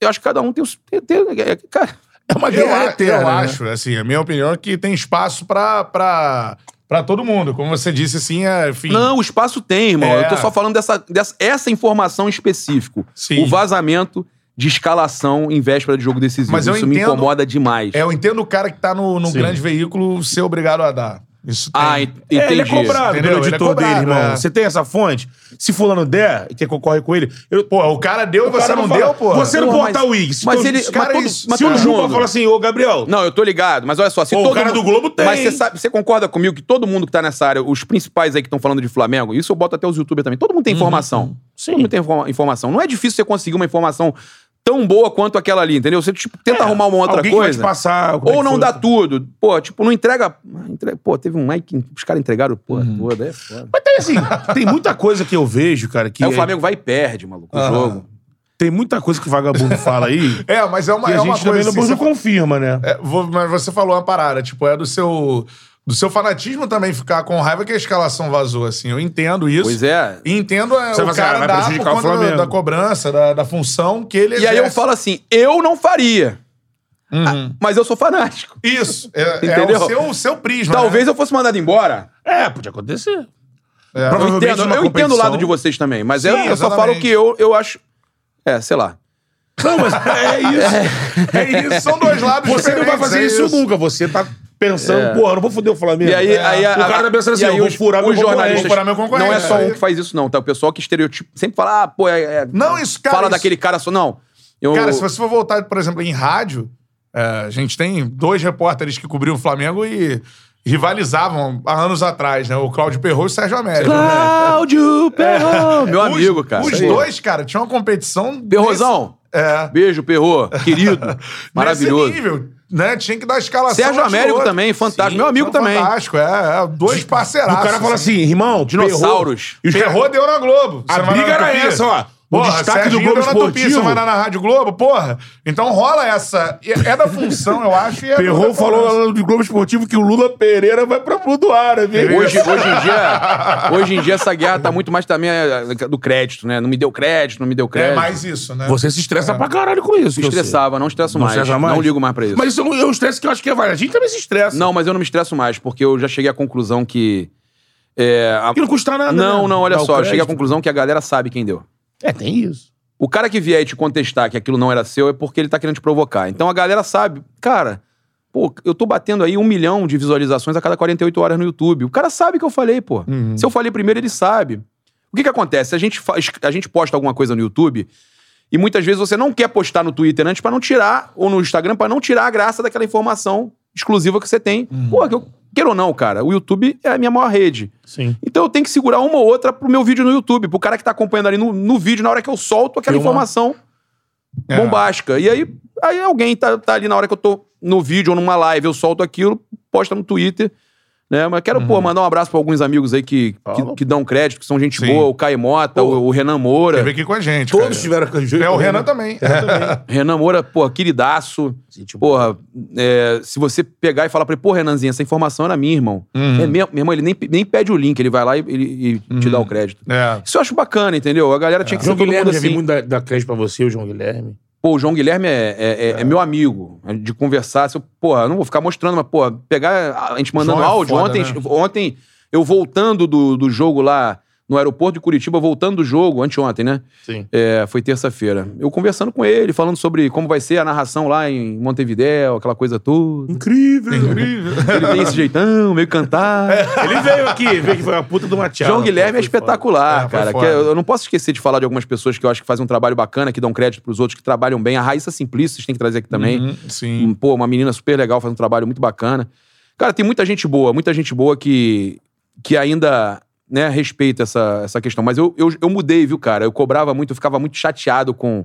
[SPEAKER 2] Eu acho que cada um tem o. Tem, tem- é, cara,
[SPEAKER 4] É uma
[SPEAKER 1] Eu,
[SPEAKER 4] guerra
[SPEAKER 1] eu
[SPEAKER 4] eterna. né?
[SPEAKER 1] acho, assim, a minha opinião é que tem espaço pra, pra, pra todo mundo. Como você disse, assim, é, enfim.
[SPEAKER 2] Não, o espaço tem, irmão.
[SPEAKER 1] É.
[SPEAKER 2] Eu tô só falando dessa, dessa essa informação em específico.
[SPEAKER 1] Sim.
[SPEAKER 2] O vazamento de escalação em véspera de jogo decisivo.
[SPEAKER 1] Mas eu
[SPEAKER 2] Isso me
[SPEAKER 1] entendo-
[SPEAKER 2] incomoda demais.
[SPEAKER 1] É, eu entendo o cara que tá no, no
[SPEAKER 4] Sim.
[SPEAKER 1] grande veículo ser obrigado a dar. Isso tem.
[SPEAKER 2] Ah, en- entendi.
[SPEAKER 4] É, ele é cobrado
[SPEAKER 1] Entendeu? Ele
[SPEAKER 4] pelo
[SPEAKER 1] é
[SPEAKER 4] editor
[SPEAKER 1] cobrado,
[SPEAKER 4] dele, irmão.
[SPEAKER 1] é.
[SPEAKER 4] Você tem essa fonte? Se fulano der, e quem concorre com ele... Eu,
[SPEAKER 1] Pô, o cara deu e
[SPEAKER 4] o cara
[SPEAKER 1] você não,
[SPEAKER 4] fala,
[SPEAKER 1] deu, pô.
[SPEAKER 4] Você não
[SPEAKER 2] Porra,
[SPEAKER 4] porta
[SPEAKER 2] mas-
[SPEAKER 4] o Wiggs.
[SPEAKER 2] mas
[SPEAKER 4] Então,
[SPEAKER 2] ele-
[SPEAKER 4] esse cara
[SPEAKER 2] mas
[SPEAKER 4] é
[SPEAKER 2] todo-
[SPEAKER 4] isso.
[SPEAKER 2] mas
[SPEAKER 4] Se o
[SPEAKER 2] todo
[SPEAKER 4] Juba
[SPEAKER 2] mundo-
[SPEAKER 4] fala assim, ô, Gabriel...
[SPEAKER 2] Não, eu tô ligado, mas olha só, se
[SPEAKER 4] Pô, o
[SPEAKER 2] todo
[SPEAKER 4] cara
[SPEAKER 2] mundo-
[SPEAKER 4] do Globo tem.
[SPEAKER 2] Mas você sabe, você concorda comigo que todo mundo que tá nessa área, os principais aí que estão falando de Flamengo, isso eu boto até os youtubers também. Todo mundo tem informação.
[SPEAKER 4] Uhum, Sim.
[SPEAKER 2] Todo mundo tem informa- informação. Não é difícil você conseguir uma informação tão boa quanto aquela ali, entendeu? Você tipo, tenta arrumar uma outra
[SPEAKER 4] É, Alguém que vai
[SPEAKER 2] coisa.
[SPEAKER 4] te passar... como é
[SPEAKER 2] Ou
[SPEAKER 4] que
[SPEAKER 2] não
[SPEAKER 4] foi.
[SPEAKER 2] dá tudo. Pô, tipo, não entrega. Ah, entrega- Pô, teve um like, os caras entregaram, pô,
[SPEAKER 4] Uhum.
[SPEAKER 2] toda. É, foda.
[SPEAKER 4] Mas tem assim, tem muita coisa que eu vejo, cara, que... é,
[SPEAKER 2] Aí É o Flamengo vai e perde, maluco, o
[SPEAKER 1] Aham.
[SPEAKER 2] jogo.
[SPEAKER 4] Tem muita coisa que o vagabundo fala aí...
[SPEAKER 1] É, mas é uma,
[SPEAKER 4] E
[SPEAKER 1] é
[SPEAKER 4] a
[SPEAKER 1] uma
[SPEAKER 4] gente também
[SPEAKER 1] coisa.
[SPEAKER 4] não,
[SPEAKER 1] Assim,
[SPEAKER 4] não
[SPEAKER 1] você-
[SPEAKER 4] confirma, né?
[SPEAKER 1] é, vou- mas você falou uma parada, tipo, é do seu. Do seu fanatismo também ficar com raiva que a escalação vazou, assim. Eu entendo isso.
[SPEAKER 2] Pois é.
[SPEAKER 1] E entendo é,
[SPEAKER 4] Você
[SPEAKER 1] o
[SPEAKER 4] vai falar,
[SPEAKER 2] "Ah,
[SPEAKER 1] cara
[SPEAKER 4] vai
[SPEAKER 1] dar por
[SPEAKER 4] prejudicar o
[SPEAKER 1] conta do-
[SPEAKER 4] Flamengo.
[SPEAKER 1] da cobrança, da, da função que ele
[SPEAKER 2] E
[SPEAKER 4] é.
[SPEAKER 2] aí eu
[SPEAKER 1] exerce. Uhum.
[SPEAKER 2] falo assim: eu não faria. Ah, Mas eu sou fanático.
[SPEAKER 1] Isso. É, é
[SPEAKER 2] Entendeu?
[SPEAKER 1] o seu, o seu prisma.
[SPEAKER 2] Talvez eu fosse mandado embora.
[SPEAKER 4] É, pode acontecer.
[SPEAKER 1] né? É.
[SPEAKER 4] Provavelmente
[SPEAKER 2] Entendo,
[SPEAKER 4] numa
[SPEAKER 2] eu entendo o
[SPEAKER 4] competição-
[SPEAKER 2] lado de vocês também, mas
[SPEAKER 1] Sim,
[SPEAKER 2] eu, eu só falo
[SPEAKER 1] exatamente.
[SPEAKER 2] que eu, eu acho. É, sei lá.
[SPEAKER 4] Não, mas é isso. É isso.
[SPEAKER 1] São dois lados
[SPEAKER 4] Você não vai
[SPEAKER 1] diferentes,
[SPEAKER 4] fazer
[SPEAKER 1] é
[SPEAKER 4] isso, nunca. Você tá pensando, pô, eu não vou foder o Flamengo.
[SPEAKER 2] É. E aí,
[SPEAKER 4] É.
[SPEAKER 2] aí a-
[SPEAKER 4] o cara tá pensando assim,
[SPEAKER 2] e aí
[SPEAKER 4] eu vou
[SPEAKER 2] os-
[SPEAKER 4] furar meu
[SPEAKER 2] os jornalistas.
[SPEAKER 1] vou furar meu concorrente.
[SPEAKER 2] Não é só
[SPEAKER 1] É.
[SPEAKER 2] um que faz isso, não, tá? O pessoal que estereotipa. Sempre fala, ah, pô, é. é-
[SPEAKER 1] Não, isso, cara,
[SPEAKER 2] Fala
[SPEAKER 1] isso-
[SPEAKER 2] daquele cara só. Não. Eu,
[SPEAKER 1] Cara, se você for voltar, por exemplo, em rádio, é, a gente tem dois repórteres que cobriam o Flamengo e rivalizavam há anos atrás, né? O Cláudio Perro e o Sérgio Américo. né?
[SPEAKER 2] Cláudio Perro! Meu
[SPEAKER 1] É. Os-
[SPEAKER 2] amigo, cara.
[SPEAKER 1] Os
[SPEAKER 2] Pô.
[SPEAKER 1] dois, cara, tinham uma competição.
[SPEAKER 2] Perrozão,
[SPEAKER 1] nesse- É.
[SPEAKER 2] beijo, Perro. Querido.
[SPEAKER 1] Nesse
[SPEAKER 2] maravilhoso.
[SPEAKER 1] nível, né? Tinha que dar a escalação.
[SPEAKER 2] Sérgio
[SPEAKER 1] um pro
[SPEAKER 2] Américo
[SPEAKER 1] outro.
[SPEAKER 2] também, fantástico.
[SPEAKER 1] Sim,
[SPEAKER 2] Meu amigo
[SPEAKER 1] são
[SPEAKER 2] também.
[SPEAKER 1] Fantástico, é. é, Dois
[SPEAKER 4] O
[SPEAKER 1] parceiraços.
[SPEAKER 4] cara fala assim, irmão,
[SPEAKER 2] Dinossauros.
[SPEAKER 4] E os
[SPEAKER 1] Perro deu na Globo.
[SPEAKER 4] A
[SPEAKER 1] semana
[SPEAKER 4] briga
[SPEAKER 1] na
[SPEAKER 4] era
[SPEAKER 1] Tupi.
[SPEAKER 4] essa, ó. O
[SPEAKER 1] Porra,
[SPEAKER 4] destaque
[SPEAKER 1] Serginho
[SPEAKER 4] do Globo
[SPEAKER 1] deu na Tupi,
[SPEAKER 4] Esportivo.
[SPEAKER 1] semana na Rádio Globo, porra. Então rola essa. E É da função, eu acho. e é
[SPEAKER 4] Perrou
[SPEAKER 1] da
[SPEAKER 4] falou
[SPEAKER 1] cobrança.
[SPEAKER 4] lá no Globo Esportivo que o Lula Pereira vai pra né, mundo árabe. hein?
[SPEAKER 2] Hoje, hoje, em dia, hoje em dia essa guerra tá muito mais também é, do crédito, né? Não me deu crédito, não me deu
[SPEAKER 1] É
[SPEAKER 2] crédito.
[SPEAKER 1] mais isso, né?
[SPEAKER 4] Você se estressa
[SPEAKER 2] É.
[SPEAKER 4] pra caralho com isso.
[SPEAKER 2] Me
[SPEAKER 4] eu sei.
[SPEAKER 2] estressava, não estresso
[SPEAKER 4] Não
[SPEAKER 2] mais.
[SPEAKER 4] estressa mais?
[SPEAKER 2] Não ligo mais pra isso.
[SPEAKER 4] Mas isso é um, é um estresse que eu acho que é válido. A gente também se estressa.
[SPEAKER 2] Não, mas eu não me estresso mais, porque eu já cheguei à conclusão que. é, a-
[SPEAKER 4] Porque não custa nada,
[SPEAKER 2] Não,
[SPEAKER 4] né?
[SPEAKER 2] não, olha
[SPEAKER 4] Dar o
[SPEAKER 2] só, eu cheguei à
[SPEAKER 4] crédito.
[SPEAKER 2] conclusão que a galera sabe quem deu.
[SPEAKER 4] É, tem isso.
[SPEAKER 2] O cara que vier te contestar que aquilo não era seu é porque ele tá querendo te provocar. Então a galera sabe, cara, pô, eu tô batendo aí um milhão de visualizações a cada 48 horas no YouTube. O cara sabe que eu falei, pô.
[SPEAKER 1] Uhum.
[SPEAKER 4] Hum.
[SPEAKER 2] Se eu falei primeiro, ele sabe. O que que acontece? A gente, faz, a gente posta alguma coisa no YouTube e muitas vezes você não quer postar no Twitter antes pra não tirar, ou no Instagram, pra não tirar a graça daquela informação exclusiva que você tem.
[SPEAKER 4] Hum.
[SPEAKER 2] Pô, que eu, queira ou não, cara, o YouTube é a minha maior rede.
[SPEAKER 4] Sim.
[SPEAKER 2] Então eu tenho que segurar uma ou outra pro meu vídeo no YouTube, pro cara que tá acompanhando ali no, no vídeo, na hora que eu solto aquela
[SPEAKER 4] Tem uma-
[SPEAKER 2] informação é
[SPEAKER 4] É.
[SPEAKER 1] É.
[SPEAKER 2] bombástica. E aí, aí alguém tá, tá ali na hora que eu tô no vídeo ou numa live, eu solto aquilo, posta no Twitter. Né? Mas quero, pô, mandar um abraço pra alguns amigos aí que,
[SPEAKER 4] Uhum. Fala.
[SPEAKER 2] que, que dão crédito, que são gente
[SPEAKER 1] Sim.
[SPEAKER 2] boa, o Caio Mota, o, o Renan Moura.
[SPEAKER 1] Teve aqui com a gente.
[SPEAKER 4] Todos Uhum.
[SPEAKER 1] cara.
[SPEAKER 4] tiveram canjeiro.
[SPEAKER 1] É, o Renan também.
[SPEAKER 2] Renan Moura, porra, queridaço. Porra, é, se você pegar e falar pra ele, pô, Renanzinho, essa informação era minha, irmão.
[SPEAKER 4] Hum.
[SPEAKER 2] É
[SPEAKER 1] Uhum.
[SPEAKER 2] mesmo, meu irmão, ele nem, nem pede o link, ele vai lá e, ele- e te dá o crédito.
[SPEAKER 1] É.
[SPEAKER 2] Isso eu acho bacana, entendeu? A galera tinha que ser
[SPEAKER 4] João
[SPEAKER 2] todo mundo
[SPEAKER 4] Uhum. É. Guilherme, já vi
[SPEAKER 2] assim.
[SPEAKER 4] muito da, da creche pra você, o João Guilherme.
[SPEAKER 2] Pô, o João Guilherme é, é- é- é meu amigo. De conversar, se eu, porra, eu não vou ficar mostrando, mas, porra, pegar a gente mandando
[SPEAKER 1] João é
[SPEAKER 2] áudio.
[SPEAKER 1] foda,
[SPEAKER 2] ontem,
[SPEAKER 1] né?
[SPEAKER 2] ontem, eu voltando do, do jogo lá no aeroporto de Curitiba, voltando do jogo, anteontem, né?
[SPEAKER 4] Sim.
[SPEAKER 2] É, foi terça-feira. Eu conversando com ele, falando sobre como vai ser a narração lá em Montevidéu, aquela coisa toda.
[SPEAKER 4] Incrível.
[SPEAKER 1] Uhum.
[SPEAKER 2] Ele tem esse jeitão, meio cantado.
[SPEAKER 1] É,
[SPEAKER 4] Ele veio aqui, veio que foi a puta do Matias.
[SPEAKER 2] João Guilherme é espetacular,
[SPEAKER 1] É, foi
[SPEAKER 2] cara.
[SPEAKER 1] foda.
[SPEAKER 2] que eu eu não posso esquecer de falar de algumas pessoas que eu acho que fazem um trabalho bacana, que dão crédito pros outros, que trabalham bem. A Raíssa Simplício, vocês têm que trazer aqui também.
[SPEAKER 1] Uhum, Sim.
[SPEAKER 2] Um, Pô, uma menina super legal, faz um trabalho muito bacana. Cara, tem muita gente boa, muita gente boa que, que ainda né, respeita essa, essa questão. Mas eu, eu, eu mudei, viu, cara? Eu cobrava muito, eu ficava muito chateado com,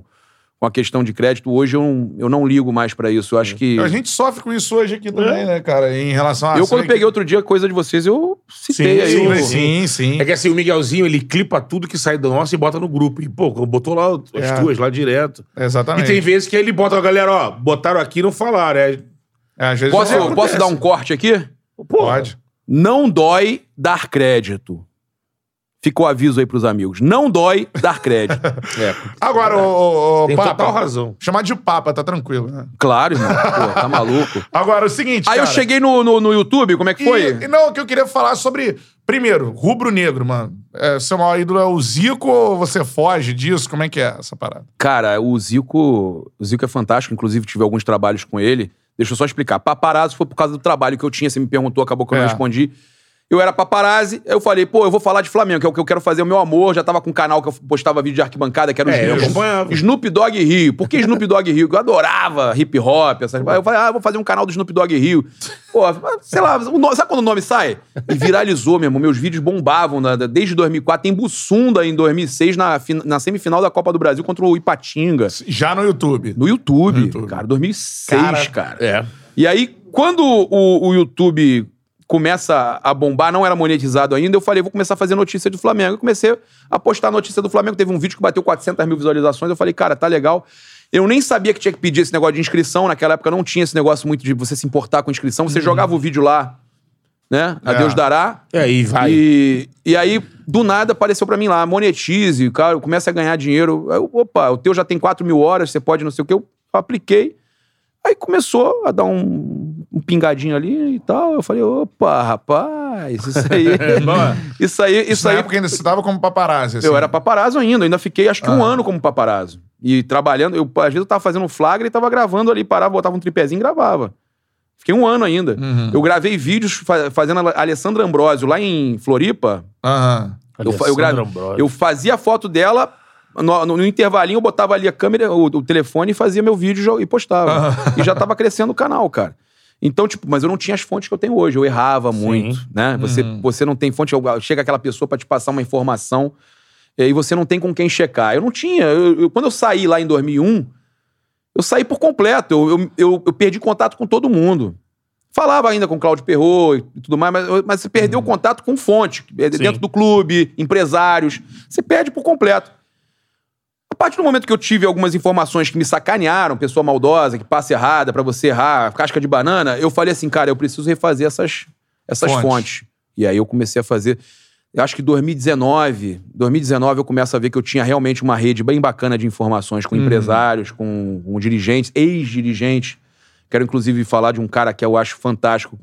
[SPEAKER 2] com a questão de crédito. Hoje eu, não- eu não ligo mais pra isso. Eu acho que.
[SPEAKER 1] É. A gente sofre com isso hoje aqui também, né, cara? Em relação a.
[SPEAKER 2] Eu, quando peguei outro dia coisa de vocês, eu citei
[SPEAKER 4] Sim,
[SPEAKER 2] aí.
[SPEAKER 1] Sim,
[SPEAKER 2] o-
[SPEAKER 1] sim, sim.
[SPEAKER 4] É que assim, o Miguelzinho, ele clipa tudo que sai do nosso e bota no grupo. E, pô, botou lá as
[SPEAKER 1] É.
[SPEAKER 4] tuas lá direto.
[SPEAKER 1] Exatamente.
[SPEAKER 4] E tem vezes que ele bota a galera, ó, botaram aqui e não falaram. É,
[SPEAKER 1] É, às vezes
[SPEAKER 2] Posso,
[SPEAKER 1] não-
[SPEAKER 2] posso dar um corte aqui?
[SPEAKER 4] pô,
[SPEAKER 1] Pode.
[SPEAKER 2] Não dói dar crédito. Fica o aviso aí pros amigos. Não dói dar crédito. é.
[SPEAKER 1] Agora, o,
[SPEAKER 3] Tem
[SPEAKER 1] Papa.
[SPEAKER 3] total razão.
[SPEAKER 1] Chamar de Papa, tá tranquilo. né?
[SPEAKER 2] Claro, irmão. Pô, tá maluco.
[SPEAKER 1] Agora, é o seguinte.
[SPEAKER 2] Aí eu
[SPEAKER 1] cara,
[SPEAKER 2] cheguei no, no, no YouTube, como é que
[SPEAKER 1] E-
[SPEAKER 2] foi?
[SPEAKER 1] E, não, o que eu queria falar sobre. Primeiro, rubro-negro, mano. É, seu maior ídolo é o Zico ou você foge disso? Como é que é essa parada?
[SPEAKER 2] Cara, o Zico, o Zico é fantástico, inclusive tive alguns trabalhos com ele. Deixa eu só explicar. Paparazzo foi por causa do trabalho que eu tinha, você me perguntou, acabou que eu
[SPEAKER 1] É.
[SPEAKER 2] não respondi. Eu era paparazzi, eu falei, pô, eu vou falar de Flamengo, que é o que eu quero fazer, o meu amor. Já tava com um canal que eu postava vídeo de arquibancada, que era o
[SPEAKER 3] É, eu
[SPEAKER 2] Snoop-
[SPEAKER 3] acompanhava.
[SPEAKER 2] Snoop Dogg Rio. Por que Snoop Dogg Rio? Que eu adorava hip hop, essas coisas. Eu falei, ah, eu vou fazer um canal do Snoop Dogg Rio. Pô, sei lá, o nome- sabe quando o nome sai? E viralizou, meu irmão. Meus vídeos bombavam na- da- desde 2004. Tem Bussunda em 2006 na, fin- na semifinal da Copa do Brasil contra o Ipatinga.
[SPEAKER 1] Já no YouTube.
[SPEAKER 2] No YouTube,
[SPEAKER 1] No YouTube.
[SPEAKER 2] cara. 2006, cara.
[SPEAKER 3] É.
[SPEAKER 2] E aí, quando o, o YouTube começa a bombar, não era monetizado ainda, eu falei, vou começar a fazer notícia do Flamengo. Eu comecei a postar notícia do Flamengo. Teve um vídeo que bateu 400 mil visualizações. Eu falei, cara, tá legal. Eu nem sabia que tinha que pedir esse negócio de inscrição. Naquela época não tinha esse negócio muito de você se importar com inscrição. Você jogava o vídeo lá, né? A
[SPEAKER 1] É.
[SPEAKER 2] Deus dará.
[SPEAKER 3] E aí, vai.
[SPEAKER 2] E, e aí, do nada, apareceu pra mim lá, monetize, cara, começa a ganhar dinheiro. Aí eu, opa, o teu já tem 4 mil horas, você pode não sei o que. Eu apliquei. Aí começou a dar um, um pingadinho ali e tal. Eu falei, opa, rapaz, isso aí. isso aí, isso
[SPEAKER 1] Na
[SPEAKER 2] aí.
[SPEAKER 1] é época ainda se dava como paparazzi. assim.
[SPEAKER 2] Eu era paparazzo ainda, ainda fiquei acho que um
[SPEAKER 1] Ah.
[SPEAKER 2] ano como paparazzo. E trabalhando, eu, às vezes eu tava fazendo um flagra e tava gravando ali, parava, botava um tripézinho e gravava. Fiquei um ano ainda.
[SPEAKER 1] Uhum.
[SPEAKER 2] Eu gravei vídeos fa- fazendo a Alessandra Ambrosio lá em Floripa,
[SPEAKER 1] Aham.
[SPEAKER 2] eu, fa- eu, grave- eu fazia a foto dela, no, no- no intervalinho eu botava ali a câmera, o, o telefone e fazia meu vídeo e jo- e postava. E já tava crescendo o canal, cara. Então, tipo, mas eu não tinha as fontes que eu tenho hoje, eu errava muito, né? Você, você não tem fonte, chega aquela pessoa pra te passar uma informação é, e você não tem com quem checar. Eu não tinha. Eu- eu- quando eu saí lá em 2001, eu saí por completo. Eu, eu, eu- eu perdi contato com todo mundo. Falava ainda com o Cláudio Perrot e tudo mais, mas, mas você perdeu o contato com fonte, é, dentro do clube, empresários. Você perde por completo. A partir do momento que eu tive algumas informações que me sacanearam, pessoa maldosa, que passa errada pra você errar, casca de banana, eu falei assim, cara, eu preciso refazer essas, essas
[SPEAKER 1] Fontes.
[SPEAKER 2] fontes. E aí eu comecei a fazer. Eu acho que 2019, 2019 eu começo a ver que eu tinha realmente uma rede bem bacana de informações
[SPEAKER 1] Hum.
[SPEAKER 2] com empresários, com, com dirigentes, ex-dirigentes. Quero inclusive falar de um cara que eu acho fantástico,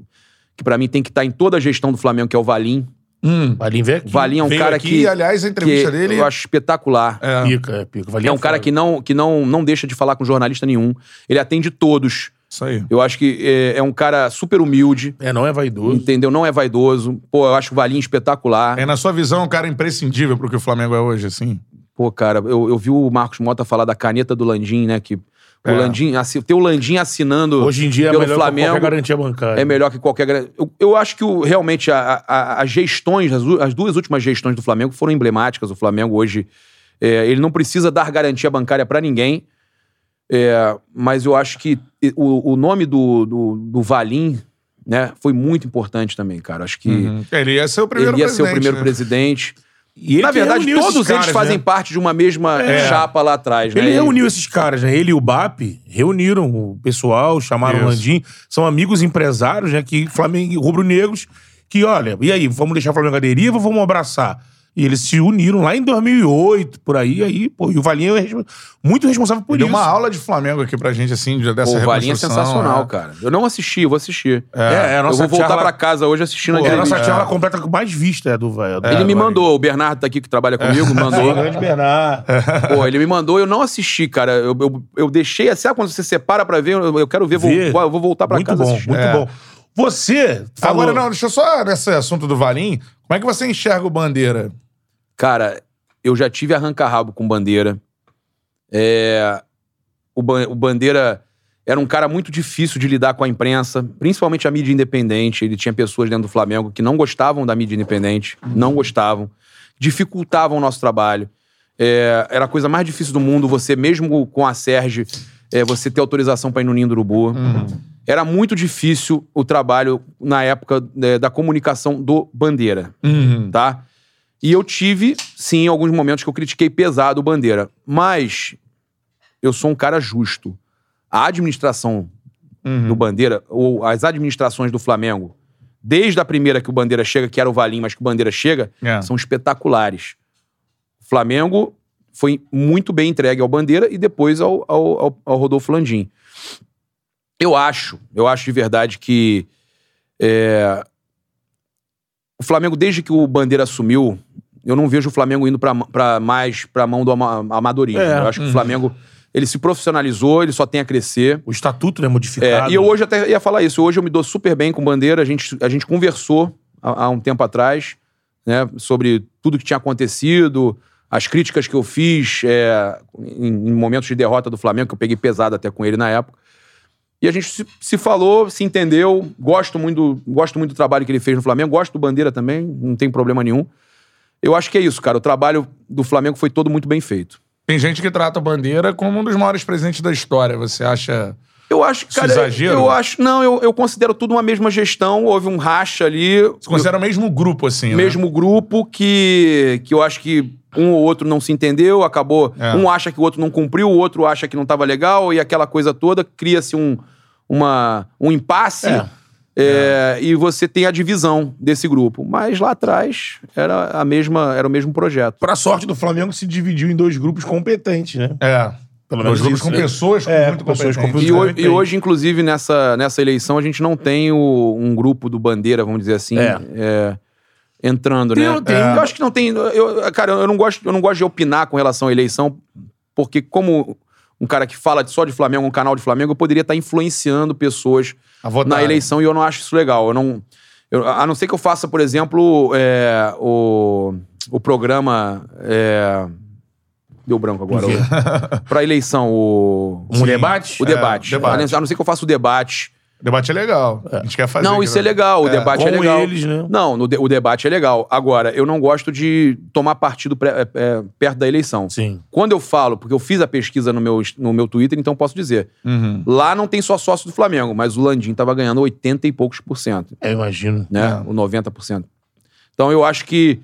[SPEAKER 2] que pra mim tem que estar em toda a gestão do Flamengo, que é o Valim.
[SPEAKER 1] Hum.
[SPEAKER 3] Valim vem aqui.
[SPEAKER 2] O Valim é um
[SPEAKER 1] Veio
[SPEAKER 2] cara
[SPEAKER 1] aqui,
[SPEAKER 2] que,
[SPEAKER 1] aliás, a
[SPEAKER 2] que
[SPEAKER 1] entrevista dele.
[SPEAKER 2] eu acho espetacular.
[SPEAKER 1] É.
[SPEAKER 3] Pica, é pica. Valim
[SPEAKER 2] É um cara
[SPEAKER 3] foda.
[SPEAKER 2] que não, que não, não deixa de falar com jornalista nenhum. Ele atende todos.
[SPEAKER 1] Isso aí.
[SPEAKER 2] Eu acho que é, é um cara super humilde,
[SPEAKER 3] É, não é vaidoso.
[SPEAKER 2] entendeu? Não é vaidoso. Pô, eu acho o Valim espetacular.
[SPEAKER 1] É, na sua visão, um cara imprescindível pro que o Flamengo é hoje, assim?
[SPEAKER 2] Pô, cara, eu, eu vi o Marcos Mota falar da caneta do Landim, né? Que o
[SPEAKER 1] É.
[SPEAKER 2] Landim, assi- ter o Landim assinando
[SPEAKER 3] Hoje em dia é
[SPEAKER 2] Então, pelo
[SPEAKER 3] melhor
[SPEAKER 2] Flamengo,
[SPEAKER 3] Flamengo, qualquer garantia bancária.
[SPEAKER 2] é melhor que qualquer. gra- Eu, eu acho que o- realmente a- a- a- as gestões, as, du- as duas últimas gestões do Flamengo foram emblemáticas. O Flamengo hoje, é, ele não precisa dar garantia bancária pra ninguém, é, mas eu acho que e- o, o nome do, do, do Valim, né, foi muito importante também, cara. Acho que
[SPEAKER 3] Uhum.
[SPEAKER 1] Uhum. Ele ia ser o primeiro
[SPEAKER 2] ele ia ser o
[SPEAKER 1] presidente,
[SPEAKER 2] primeiro
[SPEAKER 1] né?
[SPEAKER 2] presidente.
[SPEAKER 3] E ele
[SPEAKER 2] Na
[SPEAKER 3] que
[SPEAKER 2] verdade,
[SPEAKER 3] reuniu esses
[SPEAKER 2] todos
[SPEAKER 3] caras,
[SPEAKER 2] eles fazem
[SPEAKER 3] né?
[SPEAKER 2] parte de uma mesma
[SPEAKER 1] É.
[SPEAKER 2] chapa lá atrás, né?
[SPEAKER 3] Ele
[SPEAKER 2] E-
[SPEAKER 3] reuniu esses caras, né? Ele e o BAP reuniram o pessoal, chamaram
[SPEAKER 1] Isso.
[SPEAKER 3] o Landim. São amigos empresários, né? Que Flamengo, rubro-negros, que olha, e aí, vamos deixar o Flamengo à deriva ou vamos abraçar? E eles se uniram lá em 2008, por aí, aí, pô, e o Valinho é respo- muito responsável por
[SPEAKER 1] Ele deu
[SPEAKER 3] isso.
[SPEAKER 1] uma aula de Flamengo aqui pra gente, assim, de- dessa
[SPEAKER 2] Pô, o Valinha é
[SPEAKER 1] reconstrução,
[SPEAKER 2] sensacional,
[SPEAKER 1] né?
[SPEAKER 2] cara. Eu não assisti, eu vou assistir.
[SPEAKER 3] É, é a
[SPEAKER 2] eu
[SPEAKER 3] nossa
[SPEAKER 2] vou voltar
[SPEAKER 3] charla-
[SPEAKER 2] pra casa hoje assistindo
[SPEAKER 3] Pô,
[SPEAKER 2] a
[SPEAKER 3] é a nossa
[SPEAKER 2] entrevista.
[SPEAKER 3] charla completa com mais vista é, do, é, do
[SPEAKER 2] Ele me
[SPEAKER 3] Valinho.
[SPEAKER 2] mandou, o Bernardo tá aqui que trabalha comigo, mandou.
[SPEAKER 3] Sim, grande Bernardo.
[SPEAKER 2] Pô, ele me mandou, eu não assisti, cara. Eu, eu, eu deixei, sabe quando você separa pra ver? Eu, eu quero ver, vou,
[SPEAKER 3] Vê.
[SPEAKER 2] vou- eu vou voltar pra
[SPEAKER 3] muito
[SPEAKER 2] casa
[SPEAKER 3] bom,
[SPEAKER 2] assistir.
[SPEAKER 3] muito
[SPEAKER 1] É.
[SPEAKER 3] bom. Você falou...
[SPEAKER 1] Agora, não, deixa eu só nesse assunto do Valim. Como é que você enxerga o Bandeira?
[SPEAKER 2] Cara, eu já tive arranca-rabo com bandeira. É, o, Ban- o Bandeira era um cara muito difícil de lidar com a imprensa, principalmente a mídia independente. Ele tinha pessoas dentro do Flamengo que não gostavam da mídia independente, não gostavam, dificultavam o nosso trabalho. É, era a coisa mais difícil do mundo, você mesmo com a Serge, é, você ter autorização para ir no Ninho do Urubu.
[SPEAKER 1] Uhum.
[SPEAKER 2] Era muito difícil o trabalho na época né, da comunicação do Bandeira
[SPEAKER 1] Uhum.
[SPEAKER 2] tá? E eu tive, sim, alguns momentos que eu critiquei pesado o Bandeira. Mas eu sou um cara justo. A administração do Bandeira, ou as administrações do Flamengo, desde a primeira que o Bandeira chega, que era o Valim, mas que o Bandeira chega,
[SPEAKER 1] É.
[SPEAKER 2] são espetaculares. O Flamengo foi muito bem entregue ao Bandeira e depois ao, ao- ao- ao Rodolfo Landim. Eu acho, eu acho de verdade que é, o Flamengo, desde que o Bandeira assumiu, eu não vejo o Flamengo indo para mais para mão do ama- amadorismo.
[SPEAKER 3] É,
[SPEAKER 2] eu acho que
[SPEAKER 1] uhum.
[SPEAKER 2] o Flamengo ele se profissionalizou, ele só tem a crescer.
[SPEAKER 3] O estatuto, né,
[SPEAKER 2] É,
[SPEAKER 3] modificado.
[SPEAKER 2] e eu hoje até ia falar isso. Hoje eu me dou super bem com Bandeira. A gente, a gente conversou há, há um tempo atrás né, sobre tudo que tinha acontecido, as críticas que eu fiz é, em, em momentos de derrota do Flamengo, que eu peguei pesado até com ele na época. E a gente se, se falou, se entendeu. Gosto muito, do- gosto muito do trabalho que ele fez no Flamengo. Gosto do Bandeira também, não tem problema nenhum. Eu acho que é isso, cara. O trabalho do Flamengo foi todo muito bem feito.
[SPEAKER 1] Tem gente que trata o Bandeira como um dos maiores presidentes da história. Você acha.
[SPEAKER 2] Eu acho que,
[SPEAKER 1] Isso
[SPEAKER 2] cara.
[SPEAKER 1] exagero?
[SPEAKER 2] Eu acho. Não, eu, eu considero tudo uma mesma gestão. Houve um racha ali.
[SPEAKER 1] Você considera o mesmo grupo, assim,
[SPEAKER 2] o mesmo grupo que, que eu acho que um ou outro não se entendeu, acabou.
[SPEAKER 1] É.
[SPEAKER 2] Um acha que o outro não cumpriu, o outro acha que não estava legal, e aquela coisa toda cria-se um, uma, um impasse.
[SPEAKER 3] É.
[SPEAKER 2] é, E você tem a divisão desse grupo. Mas lá atrás era, a mesma, era o mesmo projeto.
[SPEAKER 3] Pra sorte do Flamengo, se dividiu em dois grupos competentes, né?
[SPEAKER 1] né? É.
[SPEAKER 3] Pelo
[SPEAKER 1] Os grupos
[SPEAKER 3] isso,
[SPEAKER 1] com
[SPEAKER 3] né?
[SPEAKER 1] pessoas
[SPEAKER 3] É,
[SPEAKER 1] muito
[SPEAKER 3] com pessoas
[SPEAKER 1] competentes.
[SPEAKER 3] com-
[SPEAKER 2] E, ho- e
[SPEAKER 3] Completamente.
[SPEAKER 2] hoje, inclusive, nessa, nessa eleição, a gente não tem o- um grupo do Bandeira, vamos dizer assim,
[SPEAKER 3] É.
[SPEAKER 2] é, entrando,
[SPEAKER 3] Tem-
[SPEAKER 2] né?
[SPEAKER 3] tem-
[SPEAKER 2] Eu acho que não tem. Eu, cara, eu não, gosto, eu não gosto de opinar com relação à eleição, porque, como um cara que fala de- só de Flamengo, um canal de Flamengo, eu poderia estar influenciando pessoas
[SPEAKER 1] A votar.
[SPEAKER 2] na eleição e eu não acho isso legal. Eu não, eu- a não ser que eu faça, por exemplo, é, o, o programa. é, deu branco agora. Para eleição, o.
[SPEAKER 3] Um debate?
[SPEAKER 2] O debate.
[SPEAKER 1] É, debate.
[SPEAKER 2] A não- A não ser que eu faça o debate.
[SPEAKER 1] O debate é legal. A gente quer fazer. né?
[SPEAKER 2] não, isso é legal. O debate
[SPEAKER 3] Com
[SPEAKER 2] é legal.
[SPEAKER 3] eles, né?
[SPEAKER 2] Não, no de- o debate é legal. Agora, eu não gosto de tomar partido pré- é, é, perto da eleição.
[SPEAKER 3] Sim.
[SPEAKER 2] Quando eu falo, porque eu fiz a pesquisa no meu, no meu Twitter, então posso dizer.
[SPEAKER 1] Uhum.
[SPEAKER 2] Lá não tem só sócio do Flamengo, mas o Landim tava ganhando 80 e poucos por cento,
[SPEAKER 3] Eu imagino.
[SPEAKER 1] É.
[SPEAKER 2] né? O 90%. Então eu acho que,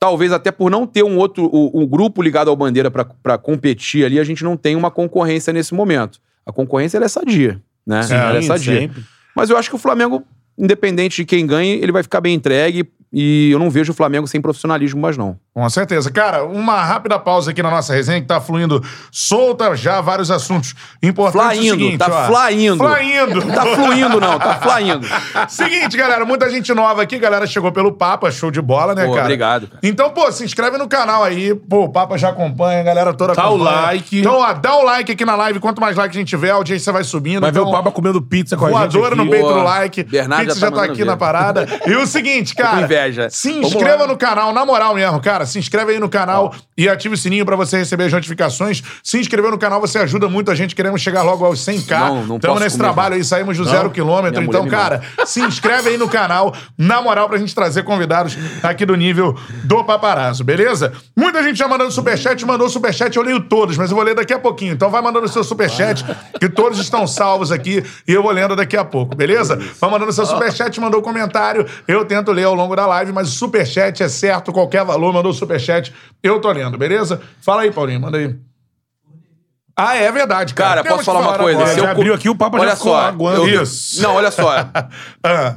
[SPEAKER 2] talvez até por não ter um outro o- um grupo ligado ao Bandeira para competir ali, a gente não tem uma concorrência nesse momento. A concorrência ela é sadia, né? ela é sadia.
[SPEAKER 3] sempre.
[SPEAKER 2] Mas eu acho que o Flamengo, independente de quem ganhe, ele vai ficar bem entregue. E eu não vejo o Flamengo sem profissionalismo, mas não.
[SPEAKER 1] Com certeza. Cara, uma rápida pausa aqui na nossa resenha que tá fluindo solta já vários assuntos importantes.
[SPEAKER 2] Flaindo,
[SPEAKER 1] o seguinte,
[SPEAKER 2] tá
[SPEAKER 1] ó.
[SPEAKER 2] flaindo.
[SPEAKER 1] Flaindo.
[SPEAKER 2] Tá fluindo, não, tá flaindo.
[SPEAKER 1] Seguinte, galera, muita gente nova aqui, galera chegou pelo Papa, show de bola, né,
[SPEAKER 2] Pô,
[SPEAKER 1] cara?
[SPEAKER 2] obrigado, cara.
[SPEAKER 1] Então, pô, se inscreve no canal aí. Pô, o Papa já acompanha, a galera toda
[SPEAKER 3] Dá o
[SPEAKER 1] acompanha.
[SPEAKER 3] like.
[SPEAKER 1] Então, ó, dá o like aqui na live. Quanto mais like a gente tiver, a audiência vai subindo.
[SPEAKER 3] Vai
[SPEAKER 1] então,
[SPEAKER 3] ver o Papa comendo pizza com a gente
[SPEAKER 1] Voadora
[SPEAKER 3] aqui.
[SPEAKER 1] no peito do
[SPEAKER 2] Boa.
[SPEAKER 1] like.
[SPEAKER 2] Bernardo
[SPEAKER 1] Pizza já
[SPEAKER 2] já tá
[SPEAKER 1] tá,
[SPEAKER 2] mandando
[SPEAKER 1] aqui
[SPEAKER 2] ver.
[SPEAKER 1] na parada. E o seguinte, cara.
[SPEAKER 2] com inveja.
[SPEAKER 1] Se
[SPEAKER 2] Vamos
[SPEAKER 1] inscreva
[SPEAKER 2] lá.
[SPEAKER 1] no canal, na moral mesmo, cara. Se inscreve aí no canal e ative o sininho pra você receber as notificações. Se inscrever no canal, você ajuda muito a gente. Queremos chegar logo aos 100k.
[SPEAKER 2] Não, não
[SPEAKER 1] Tamo
[SPEAKER 2] posso
[SPEAKER 1] nesse
[SPEAKER 2] comer,
[SPEAKER 1] trabalho aí, saímos do zero quilômetro.
[SPEAKER 2] Minha
[SPEAKER 1] Então,
[SPEAKER 2] mulher me
[SPEAKER 1] cara, se inscreve aí no canal, na moral, pra gente trazer convidados aqui do nível do paparazzo, beleza? Muita gente já mandando superchat, mandou superchat, eu leio todos, mas eu vou ler daqui a pouquinho. Então vai mandando seu superchat, que todos estão salvos aqui e eu vou lendo daqui a pouco, beleza? Vai mandando seu superchat, mandou comentário, eu tento ler ao longo da live, mas o superchat é certo, qualquer valor, mandou superchat, eu tô lendo, beleza? Fala aí, Paulinho, manda aí. Ah, é verdade, cara.
[SPEAKER 2] Cara,
[SPEAKER 1] Temos
[SPEAKER 2] posso
[SPEAKER 1] que
[SPEAKER 2] falar uma
[SPEAKER 1] falar
[SPEAKER 2] coisa?
[SPEAKER 1] agora.
[SPEAKER 3] Já
[SPEAKER 2] Se eu cu-
[SPEAKER 3] abriu aqui, o Papa já
[SPEAKER 2] olha
[SPEAKER 3] ficou
[SPEAKER 2] só,
[SPEAKER 3] aguando.
[SPEAKER 2] eu-
[SPEAKER 1] Isso.
[SPEAKER 2] Não, olha só.
[SPEAKER 1] Ah.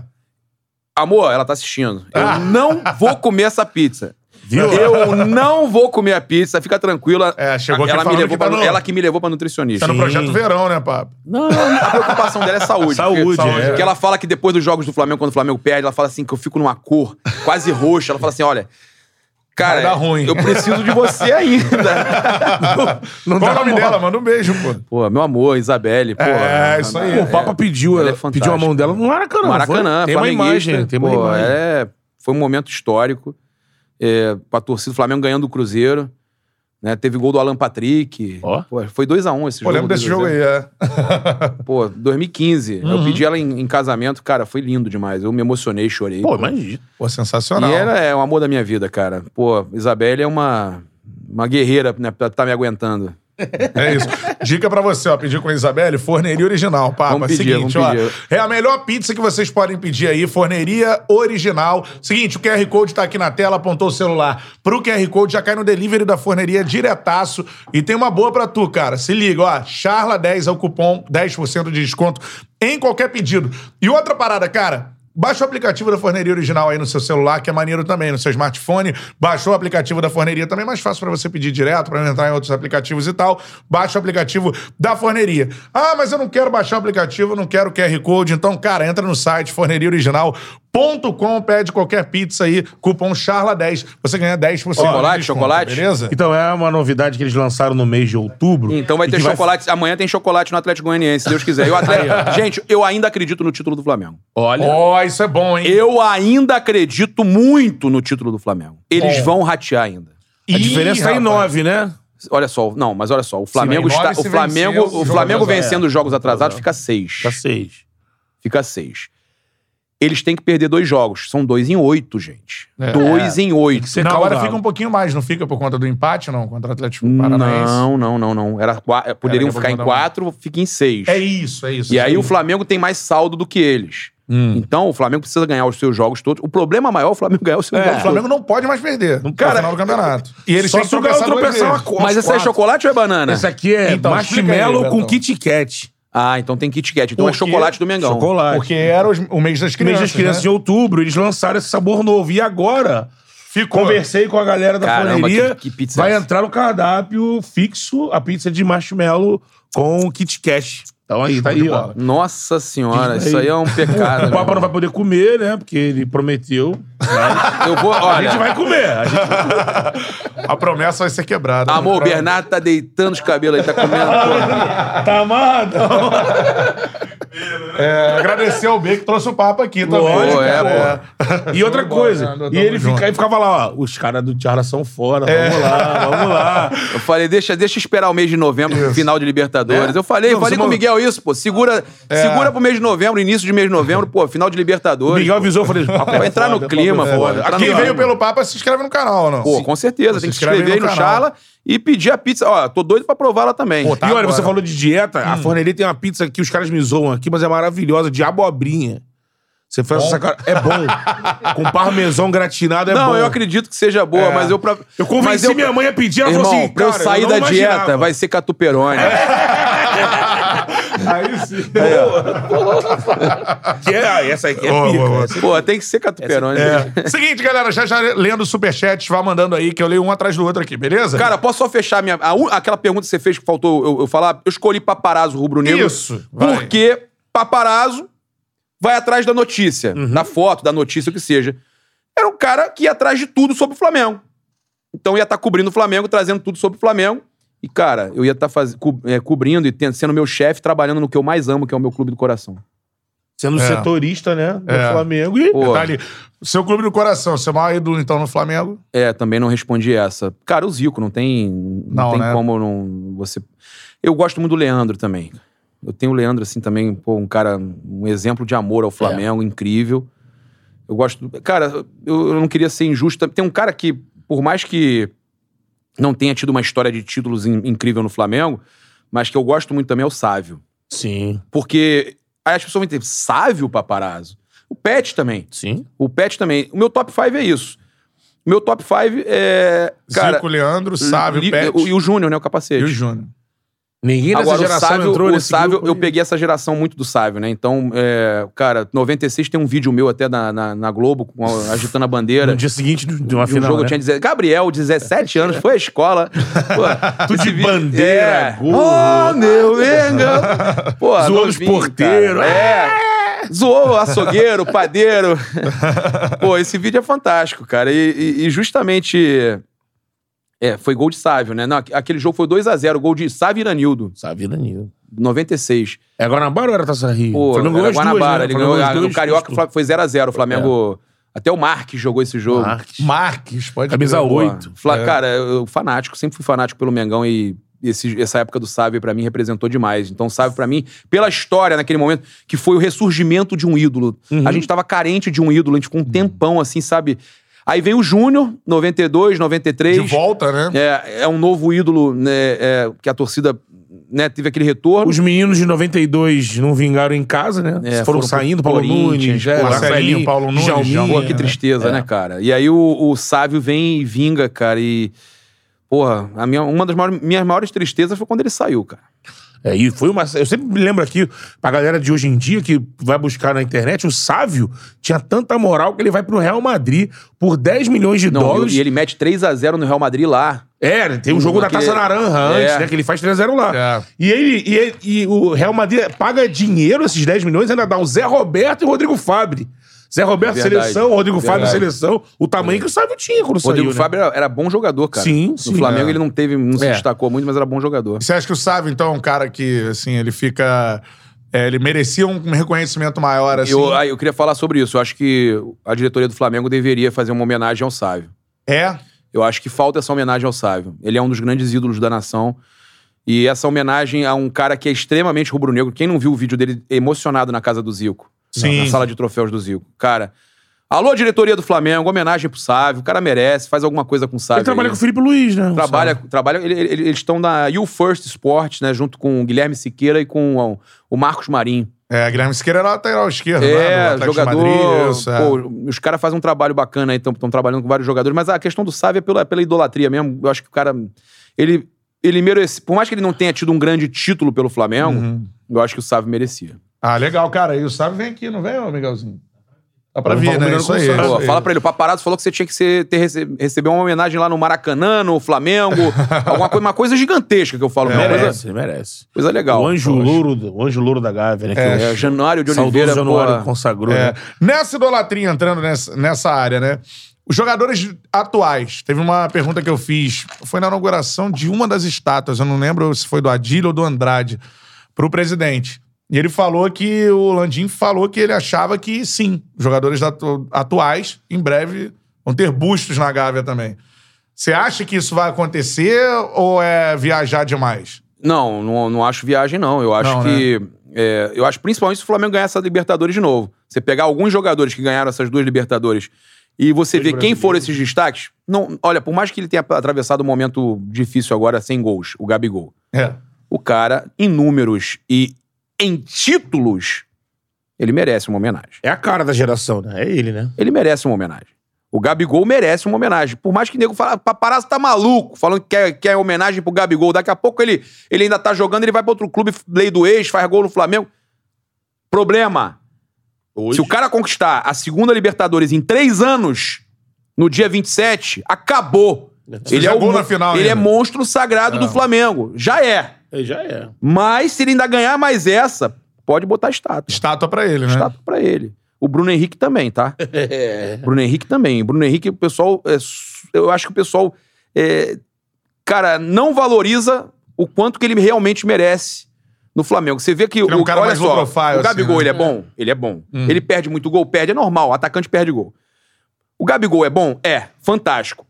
[SPEAKER 2] Amor, ela tá assistindo. Eu não vou comer essa pizza.
[SPEAKER 3] Viu?
[SPEAKER 2] Eu não vou comer a pizza, fica tranquila.
[SPEAKER 1] É, chegou aqui
[SPEAKER 2] ela me
[SPEAKER 1] falando
[SPEAKER 2] levou
[SPEAKER 1] que tá
[SPEAKER 2] pra,
[SPEAKER 1] no-
[SPEAKER 2] ela que me levou pra nutricionista.
[SPEAKER 1] Tá no projeto verão, né, papo?
[SPEAKER 2] Não, a preocupação dela é saúde.
[SPEAKER 3] Saúde,
[SPEAKER 2] porque-
[SPEAKER 3] é.
[SPEAKER 2] Porque ela fala que depois dos jogos do Flamengo, quando o Flamengo perde, ela fala assim que eu fico numa cor quase roxa. Ela fala assim, olha... Cara,
[SPEAKER 1] Vai dar ruim.
[SPEAKER 2] eu preciso de você ainda.
[SPEAKER 3] Não
[SPEAKER 1] Ah, Qual o
[SPEAKER 3] dá
[SPEAKER 1] nome
[SPEAKER 3] mole.
[SPEAKER 1] dela? Manda um beijo, pô.
[SPEAKER 2] Pô, meu amor, Isabelle, pô.
[SPEAKER 1] É, isso aí.
[SPEAKER 3] Pô, o Papa pediu,
[SPEAKER 2] Ela é
[SPEAKER 3] pediu a mão
[SPEAKER 2] fantástica.
[SPEAKER 3] dela no Maracanã. não
[SPEAKER 2] Maracanã,
[SPEAKER 3] foi? Tem uma
[SPEAKER 2] flamenguista.
[SPEAKER 3] imagem, tem uma
[SPEAKER 2] pô,
[SPEAKER 3] imagem.
[SPEAKER 2] é, foi um momento histórico é, pra torcida do Flamengo ganhando o Cruzeiro. Né? Teve gol do Alan Patrick.
[SPEAKER 3] Ó.
[SPEAKER 2] Pô, foi 2x1 um esse
[SPEAKER 1] Pô,
[SPEAKER 2] jogo.
[SPEAKER 1] lembro desse jogo aí, é.
[SPEAKER 2] Pô, 2015.
[SPEAKER 3] Uhum.
[SPEAKER 2] Eu pedi ela em, em casamento, cara, foi lindo demais. Eu me emocionei, chorei.
[SPEAKER 3] Pô, imagina.
[SPEAKER 1] Pô, sensacional.
[SPEAKER 2] e ela é o amor da minha vida, cara. Pô, Isabelle é uma, uma guerreira, né? Pra tá me aguentando.
[SPEAKER 1] É isso. Dica pra você, ó. Pedir com a Isabelle, forneria original, papa.
[SPEAKER 2] Vamos pedir,
[SPEAKER 1] Seguinte,
[SPEAKER 2] vamos
[SPEAKER 1] ó.
[SPEAKER 2] pedir.
[SPEAKER 1] É a melhor pizza que vocês podem pedir aí, forneria original. Seguinte, o QR Code tá aqui na tela, apontou o celular pro QR Code, já cai no delivery da forneria diretaço. E tem uma boa pra tu, cara. Se liga, ó. Charla10 é o cupom, 10% de desconto em qualquer pedido. E outra parada, cara. Baixa o aplicativo da Forneria Original aí no seu celular, que é maneiro também, no seu smartphone. Baixou o aplicativo da Forneria também, é mais fácil pra você pedir direto, pra não entrar em outros aplicativos e tal. Baixa o aplicativo da Forneria. Ah, mas eu não quero baixar o aplicativo, não quero QR Code. Então, cara, entra no site forneriaoriginal.com, pede qualquer pizza aí, cupom CHARLA10. Você ganha 10% de
[SPEAKER 2] Chocolate,
[SPEAKER 1] desconto,
[SPEAKER 2] chocolate?
[SPEAKER 1] Beleza?
[SPEAKER 4] Então é uma novidade que eles lançaram no mês de outubro.
[SPEAKER 2] Então vai
[SPEAKER 4] e
[SPEAKER 2] ter
[SPEAKER 4] que
[SPEAKER 2] chocolate. Amanhã tem chocolate no Atlético Goianiense, se Deus quiser. E o Atlético... Gente, eu ainda acredito no título do Flamengo.
[SPEAKER 5] Olha.
[SPEAKER 1] Ó, isso é bom, hein?
[SPEAKER 2] Eu ainda acredito muito no título do Flamengo. Eles
[SPEAKER 1] Bom.
[SPEAKER 2] vão ratear ainda.
[SPEAKER 4] A
[SPEAKER 2] é
[SPEAKER 4] diferença tá em nove, né?
[SPEAKER 2] Olha só, não, mas olha só, o Flamengo
[SPEAKER 1] mas
[SPEAKER 2] está,
[SPEAKER 1] nove
[SPEAKER 2] o
[SPEAKER 1] se
[SPEAKER 2] Flamengo,
[SPEAKER 1] venceu,
[SPEAKER 2] o
[SPEAKER 1] jogo
[SPEAKER 2] Flamengo
[SPEAKER 1] atrasado.
[SPEAKER 2] vencendo os jogos atrasados fica seis.
[SPEAKER 4] Tá seis.
[SPEAKER 2] Fica seis. Eles têm que perder dois jogos. São dois em oito, gente.
[SPEAKER 5] É.
[SPEAKER 2] Dois em oito.
[SPEAKER 4] Você
[SPEAKER 1] Na
[SPEAKER 4] calma,
[SPEAKER 1] hora
[SPEAKER 4] Galo.
[SPEAKER 1] fica um pouquinho mais, não fica por conta do empate, não? Contra o Atlético Paranaense.
[SPEAKER 2] Não, não, não, não. Era, qua- poderiam
[SPEAKER 1] eu vou
[SPEAKER 2] ficar em
[SPEAKER 1] mandar um.
[SPEAKER 2] quatro, fica em seis.
[SPEAKER 1] É isso, é isso.
[SPEAKER 2] E aí o Flamengo tem mais saldo do que eles.
[SPEAKER 1] Hum.
[SPEAKER 2] Então o Flamengo precisa ganhar os seus jogos todos. O problema maior é o Flamengo ganhar os seus
[SPEAKER 1] É,
[SPEAKER 2] jogos
[SPEAKER 1] o
[SPEAKER 2] todos.
[SPEAKER 1] Flamengo não pode mais perder no
[SPEAKER 4] Cara,
[SPEAKER 1] final do campeonato. E eles
[SPEAKER 4] Só
[SPEAKER 1] têm que
[SPEAKER 4] se o Galo
[SPEAKER 1] tropeçar duas
[SPEAKER 4] tropeçar uma
[SPEAKER 1] vezes.
[SPEAKER 4] co-
[SPEAKER 2] Mas esse é
[SPEAKER 4] quatro.
[SPEAKER 2] chocolate ou é banana?
[SPEAKER 4] Esse aqui é
[SPEAKER 1] Então, explica aí,
[SPEAKER 4] marshmallow
[SPEAKER 1] Betão.
[SPEAKER 4] com Kit Kat.
[SPEAKER 2] Ah, então tem Kit Kat. Então é
[SPEAKER 1] Porque-
[SPEAKER 2] chocolate do Mengão.
[SPEAKER 4] Chocolate.
[SPEAKER 1] Porque era os- o mês das
[SPEAKER 4] No mês
[SPEAKER 1] crianças.
[SPEAKER 4] das crianças de
[SPEAKER 1] né?
[SPEAKER 4] outubro, eles lançaram esse sabor novo. E agora,
[SPEAKER 1] Ficou.
[SPEAKER 4] conversei com a galera da
[SPEAKER 2] Caramba,
[SPEAKER 4] forneria.
[SPEAKER 2] que- que pizza
[SPEAKER 4] vai
[SPEAKER 2] é essa?
[SPEAKER 4] entrar no cardápio fixo a pizza de marshmallow com Kit Kat. Então aí, tá
[SPEAKER 1] de
[SPEAKER 4] aí, ó.
[SPEAKER 1] bola.
[SPEAKER 2] Nossa senhora,
[SPEAKER 4] Diz aí.
[SPEAKER 2] isso aí é um pecado.
[SPEAKER 4] O Papa não
[SPEAKER 2] meu
[SPEAKER 4] vai poder comer, né? Porque ele prometeu.
[SPEAKER 2] irmão. Eu vou,
[SPEAKER 4] A
[SPEAKER 2] olha.
[SPEAKER 4] gente vai comer. A gente
[SPEAKER 1] A promessa vai ser quebrada.
[SPEAKER 2] Amor, o
[SPEAKER 1] Pra-
[SPEAKER 2] Bernardo tá deitando os cabelos aí, tá comendo. porra.
[SPEAKER 4] tá amado.
[SPEAKER 1] É, agradecer ao B que trouxe o papo aqui também. né,
[SPEAKER 2] Lógico, é,
[SPEAKER 4] E outra
[SPEAKER 1] Vambora,
[SPEAKER 4] coisa.
[SPEAKER 2] né?
[SPEAKER 1] Leandro,
[SPEAKER 4] E
[SPEAKER 1] né, tamo
[SPEAKER 4] ele
[SPEAKER 1] junto.
[SPEAKER 4] fica, e ficava lá, ó. Os caras do Charla são fora.
[SPEAKER 2] É.
[SPEAKER 4] Vamos lá, vamos lá.
[SPEAKER 2] Eu falei, deixa, deixa esperar o mês de novembro, final de Libertadores. Eu falei,
[SPEAKER 4] É. Não, É.
[SPEAKER 2] falei
[SPEAKER 4] você
[SPEAKER 2] com o
[SPEAKER 4] manda-
[SPEAKER 2] Miguel isso, pô. Segura, segura pro mês de novembro, início de mês de novembro, pô, final de Libertadores.
[SPEAKER 4] Miguel avisou, eu falei, é
[SPEAKER 2] Vai entrar no clima, pô. Entrar no
[SPEAKER 1] Quem
[SPEAKER 2] clima.
[SPEAKER 1] veio pelo papo, se inscreve no canal, ou não?
[SPEAKER 2] Pô, com certeza.
[SPEAKER 1] Se
[SPEAKER 2] Tem que se
[SPEAKER 1] inscreve
[SPEAKER 2] inscrever aí no
[SPEAKER 1] no canal.
[SPEAKER 2] Charla e pedir a pizza. Ó, tô doido pra provar ela também.
[SPEAKER 1] Pô, tá
[SPEAKER 4] e olha,
[SPEAKER 1] agora.
[SPEAKER 4] você falou de dieta,
[SPEAKER 2] Hum.
[SPEAKER 4] a forneria tem uma pizza que os caras me zoam aqui, mas é maravilhosa, de abobrinha. Você faz essa cara. É bom. Com parmesão gratinado é
[SPEAKER 2] não,
[SPEAKER 4] bom.
[SPEAKER 2] eu acredito que seja boa, mas eu... Pra...
[SPEAKER 4] É. Eu convenci
[SPEAKER 2] mas
[SPEAKER 4] minha mãe a pedir, ela
[SPEAKER 2] Irmão,
[SPEAKER 4] falou assim,
[SPEAKER 2] pra eu
[SPEAKER 4] cara,
[SPEAKER 2] sair
[SPEAKER 4] eu
[SPEAKER 2] da
[SPEAKER 4] não imaginava. É.
[SPEAKER 2] dieta, vai ser catuperone.
[SPEAKER 1] Aí sim.
[SPEAKER 4] Que é, essa aqui é
[SPEAKER 1] Boa,
[SPEAKER 4] pica.
[SPEAKER 1] boa, boa.
[SPEAKER 4] Essa-
[SPEAKER 2] Pô, tem que ser catuperone. né?
[SPEAKER 1] Seguinte, galera, já já lendo os superchats, vá mandando aí, que eu leio um atrás do outro aqui,
[SPEAKER 4] é.
[SPEAKER 1] beleza?
[SPEAKER 2] Cara, posso só fechar minha, a un- aquela pergunta que você fez que faltou eu, eu falar? Eu escolhi paparazzo rubro-negro.
[SPEAKER 1] Isso, vai.
[SPEAKER 2] Porque paparazzo vai atrás da notícia,
[SPEAKER 4] Uhum.
[SPEAKER 2] da foto, da notícia, o que seja. Era um cara que ia atrás de tudo sobre o Flamengo. Então ia estar cobrindo o Flamengo, trazendo tudo sobre o Flamengo. E, cara, eu ia tá estar é, cobrindo e tendo- sendo meu chefe, trabalhando no que eu mais amo, que é o meu clube do coração.
[SPEAKER 4] Sendo
[SPEAKER 1] É.
[SPEAKER 4] setorista, né? Do
[SPEAKER 1] É.
[SPEAKER 4] Flamengo. E...
[SPEAKER 2] Pô,
[SPEAKER 1] Tá ali. Seu clube do coração, seu maior ídolo, então, no Flamengo?
[SPEAKER 2] É, também não respondi essa. Cara, o Zico, não tem, não
[SPEAKER 1] Não,
[SPEAKER 2] tem
[SPEAKER 1] né?
[SPEAKER 2] como não você. Eu gosto muito do Leandro também. Eu tenho o Leandro assim também, pô, um cara, um exemplo de amor ao Flamengo, incrível. Eu gosto, cara, eu, eu não queria ser injusto. Tem um cara que, por mais que não tenha tido uma história de títulos in- incrível no Flamengo, mas que eu gosto muito também é o Sávio,
[SPEAKER 4] Sim,
[SPEAKER 2] porque aí as pessoas vão entender, Sávio paparazzo. O Pet também.
[SPEAKER 4] sim.
[SPEAKER 2] O Pet também. O meu top 5 é isso. O meu top 5 é. Cara,
[SPEAKER 1] Zico, Leandro, Sávio,
[SPEAKER 2] Li-
[SPEAKER 1] Pet
[SPEAKER 2] o- E o Júnior, né? O
[SPEAKER 1] e
[SPEAKER 2] capacete.
[SPEAKER 1] o Júnior.
[SPEAKER 4] Ninguém dessa
[SPEAKER 2] Agora, o
[SPEAKER 4] geração
[SPEAKER 2] Sávio,
[SPEAKER 4] entrou
[SPEAKER 2] o
[SPEAKER 4] nesse
[SPEAKER 2] Sávio
[SPEAKER 4] grupo
[SPEAKER 2] eu
[SPEAKER 4] aí.
[SPEAKER 2] peguei essa geração muito do Sávio, né? Então, é, cara, 96 tem um vídeo meu até na, na, na Globo, com a- agitando a bandeira.
[SPEAKER 4] No dia seguinte de de uma
[SPEAKER 2] De um
[SPEAKER 4] final,
[SPEAKER 2] jogo eu
[SPEAKER 4] né?
[SPEAKER 2] tinha 17. Gabriel, 17 anos, foi à escola. Pô,
[SPEAKER 4] Tudo de
[SPEAKER 2] esse vídeo-
[SPEAKER 4] bandeira,
[SPEAKER 2] É.
[SPEAKER 4] gol.
[SPEAKER 2] Oh, meu Mengão. Pô,
[SPEAKER 4] Zoou os
[SPEAKER 2] novinho,
[SPEAKER 4] porteiros.
[SPEAKER 2] cara. É. Zoou o açougueiro, o padeiro. Pô, esse vídeo é fantástico, cara. E, e- e justamente. É, foi gol de Sávio, né? Não, aqu- aquele jogo foi 2x0, gol de Sávio e Iranildo,
[SPEAKER 4] Sávio Danilo.
[SPEAKER 2] 96.
[SPEAKER 4] É Guanabara ou era Taça Rio?
[SPEAKER 2] Pô,
[SPEAKER 4] Flamengo ganhou
[SPEAKER 2] era
[SPEAKER 4] as duas,
[SPEAKER 2] Guanabara,
[SPEAKER 4] né?
[SPEAKER 2] ele
[SPEAKER 4] Flamengo
[SPEAKER 2] ganhou.
[SPEAKER 4] ganhou
[SPEAKER 2] ah,
[SPEAKER 4] as
[SPEAKER 2] No
[SPEAKER 4] duas,
[SPEAKER 2] Carioca
[SPEAKER 4] justo.
[SPEAKER 2] Fla- foi 0x0, o Flamengo. Até o Marques jogou esse jogo.
[SPEAKER 4] É. Marques.
[SPEAKER 1] Marques, pode
[SPEAKER 4] Camisa
[SPEAKER 1] crer.
[SPEAKER 2] Pô,
[SPEAKER 4] 8.
[SPEAKER 1] É.
[SPEAKER 2] Fla- Cara, eu fanático, sempre fui fanático pelo Mengão e esse- essa época do Sávio pra mim representou demais. Então, o Sávio pra mim, pela história naquele momento, que foi o ressurgimento de um ídolo.
[SPEAKER 1] Uhum.
[SPEAKER 2] A gente tava carente de um ídolo, a gente ficou um tempão assim, sabe? Aí vem o Júnior, 92, 93.
[SPEAKER 1] De volta, né?
[SPEAKER 2] É, é um novo ídolo, né, é, que a torcida né, teve aquele retorno.
[SPEAKER 4] Os meninos de 92 não vingaram em casa, né?
[SPEAKER 2] É,
[SPEAKER 4] foram,
[SPEAKER 2] foram pro
[SPEAKER 4] saindo, Paulo
[SPEAKER 2] Corinthians,
[SPEAKER 4] Nunes, é,
[SPEAKER 1] Marcelinho,
[SPEAKER 4] Marcelinho,
[SPEAKER 1] Paulo Nunes,
[SPEAKER 4] Djalminha.
[SPEAKER 1] Djalminha.
[SPEAKER 2] Pô, que
[SPEAKER 1] É.
[SPEAKER 2] tristeza, né, cara? E aí o, o Sávio vem e vinga, cara, e... Porra, a minha, uma das maiores- minhas maiores tristezas foi quando ele saiu, cara.
[SPEAKER 3] É, e foi uma. Eu sempre me lembro aqui, pra galera de hoje em dia que vai buscar na internet, o Sávio tinha tanta moral que ele vai pro Real Madrid por 10 milhões de
[SPEAKER 2] Não,
[SPEAKER 3] dólares.
[SPEAKER 2] e ele mete 3x0 no Real Madrid lá.
[SPEAKER 3] É, tem um jogo da
[SPEAKER 2] Aquele-
[SPEAKER 3] Taça Naranja antes,
[SPEAKER 2] É.
[SPEAKER 3] né? Que ele faz 3x0 lá.
[SPEAKER 1] É.
[SPEAKER 3] E, ele, e, ele- e o Real Madrid paga dinheiro, esses 10 milhões, ainda dá o Zé Roberto e o Rodrigo Fábio. Zé Roberto
[SPEAKER 2] Verdade.
[SPEAKER 3] seleção, Rodrigo Fábio
[SPEAKER 2] Verdade.
[SPEAKER 3] seleção, o tamanho que o Sávio tinha quando
[SPEAKER 2] Rodrigo
[SPEAKER 3] saiu, né?
[SPEAKER 2] Fábio era, era bom jogador, cara.
[SPEAKER 3] Sim,
[SPEAKER 2] no
[SPEAKER 3] sim.
[SPEAKER 2] Flamengo
[SPEAKER 1] É.
[SPEAKER 2] ele não teve, não se
[SPEAKER 3] É.
[SPEAKER 2] destacou muito, mas era bom jogador.
[SPEAKER 1] Você acha que o Sávio, então, é um cara que, assim, ele fica... é, ele merecia um reconhecimento maior, assim.
[SPEAKER 2] Eu, ah, eu queria falar sobre isso. Eu acho que a diretoria do Flamengo deveria fazer uma homenagem ao Sávio.
[SPEAKER 1] É?
[SPEAKER 2] Eu acho que falta essa homenagem ao Sávio. Ele é um dos grandes ídolos da nação. E essa homenagem a um cara que é extremamente rubro-negro. Quem não viu o vídeo dele emocionado na casa do Zico?
[SPEAKER 1] Sim.
[SPEAKER 2] Na sala de troféus do Zico. Cara, alô, diretoria do Flamengo, homenagem pro Sávio. O cara merece, faz alguma coisa com o Sávio.
[SPEAKER 3] Ele trabalha
[SPEAKER 2] aí.
[SPEAKER 3] com o Felipe Luiz, né? o
[SPEAKER 2] Trabalha,
[SPEAKER 3] Sávio.
[SPEAKER 2] trabalha ele- ele- eles estão na You First Sport, né? Junto com o Guilherme Siqueira e com o, o Marcos Marinho.
[SPEAKER 1] É, Guilherme Siqueira era lateral esquerdo, né?
[SPEAKER 2] É,
[SPEAKER 1] do Atlético de
[SPEAKER 2] jogador.
[SPEAKER 1] Madrid, isso, é.
[SPEAKER 2] pô, os caras fazem um trabalho bacana aí, estão trabalhando com vários jogadores, mas a questão do Sávio é pela, pela idolatria mesmo. Eu acho que o cara. Ele, ele merece. Por mais que ele não tenha tido um grande título pelo Flamengo,
[SPEAKER 1] Uhum.
[SPEAKER 2] eu acho que o Sávio merecia.
[SPEAKER 1] Ah, legal, cara. E o Sávio vem aqui, não vem, ô Miguelzinho? Dá pra
[SPEAKER 3] Vamos
[SPEAKER 1] vir, né?
[SPEAKER 3] combinando
[SPEAKER 1] Isso
[SPEAKER 3] com o
[SPEAKER 1] aí.
[SPEAKER 3] Sávio.
[SPEAKER 1] isso
[SPEAKER 2] Pô,
[SPEAKER 1] aí.
[SPEAKER 2] fala pra ele, o paparazzo falou que você tinha que ser, ter, rece- receber uma homenagem lá no Maracanã, no Flamengo, alguma coisa, uma coisa gigantesca que eu
[SPEAKER 1] É,
[SPEAKER 2] falo, uma coisa,
[SPEAKER 3] Merece, merece.
[SPEAKER 2] coisa legal.
[SPEAKER 3] O anjo louro, o anjo louro da Gávea, né? que
[SPEAKER 2] É, Januário de
[SPEAKER 3] o
[SPEAKER 2] Oliveira,
[SPEAKER 3] saudoso Januário
[SPEAKER 2] pô.
[SPEAKER 3] consagrou, né?
[SPEAKER 1] É, nessa idolatria, entrando nessa, nessa área, né? Os jogadores atuais. Teve uma pergunta que eu fiz. Foi na inauguração de uma das estátuas. Eu não lembro se foi do Adílio ou do Andrade. Pro presidente. E ele falou que... O Landim falou que ele achava que sim. Os jogadores atu- atuais, em breve, vão ter bustos na Gávea também. Você acha que isso vai acontecer ou é viajar demais?
[SPEAKER 2] Não, não, não acho viagem, não. Eu acho
[SPEAKER 1] Não,
[SPEAKER 2] que.
[SPEAKER 3] né?
[SPEAKER 2] é, eu acho principalmente se o Flamengo ganhar essa Libertadores de novo. Você pegar alguns jogadores que ganharam essas duas Libertadores e você ver quem foram esses destaques. Não, olha, por mais que ele tenha atravessado um momento difícil agora sem gols, o Gabigol.
[SPEAKER 1] É.
[SPEAKER 2] O cara, em números e em títulos, ele merece uma homenagem.
[SPEAKER 3] É a cara da geração, né? É ele, né?
[SPEAKER 2] Ele merece uma homenagem. O Gabigol merece uma homenagem. Por mais que o nego fale, "Ah, paparazzo tá maluco, falando que quer, quer homenagem pro Gabigol. Daqui a pouco ele, ele ainda tá jogando, ele vai pra outro clube, lei do ex, faz gol no Flamengo. Problema. Se o cara conquistar a segunda Libertadores em três anos, no dia 27, acabou.
[SPEAKER 3] Se
[SPEAKER 2] Ele, é,
[SPEAKER 1] fizer
[SPEAKER 2] o,
[SPEAKER 1] gol na final
[SPEAKER 2] ele é
[SPEAKER 1] ainda.
[SPEAKER 2] monstro sagrado do Flamengo. Já é.
[SPEAKER 3] Ele já é.
[SPEAKER 2] Mas se ele ainda ganhar mais essa, pode botar estátua.
[SPEAKER 1] Estátua pra ele, né?
[SPEAKER 2] Estátua pra ele. O Bruno Henrique também, tá? Bruno Henrique também. Bruno Henrique, o pessoal. é, su- eu acho que o pessoal. é, cara, não valoriza o quanto que ele realmente merece no Flamengo. Você vê que
[SPEAKER 1] Ele é um
[SPEAKER 2] o
[SPEAKER 1] cara
[SPEAKER 2] olha
[SPEAKER 1] mais
[SPEAKER 2] só,
[SPEAKER 1] low profile,
[SPEAKER 2] O Gabigol,
[SPEAKER 1] assim, né?
[SPEAKER 2] ele é bom? Ele é bom.
[SPEAKER 1] Hum.
[SPEAKER 2] Ele perde muito gol? Perde. É normal. Atacante perde gol. O Gabigol é bom? É. Fantástico.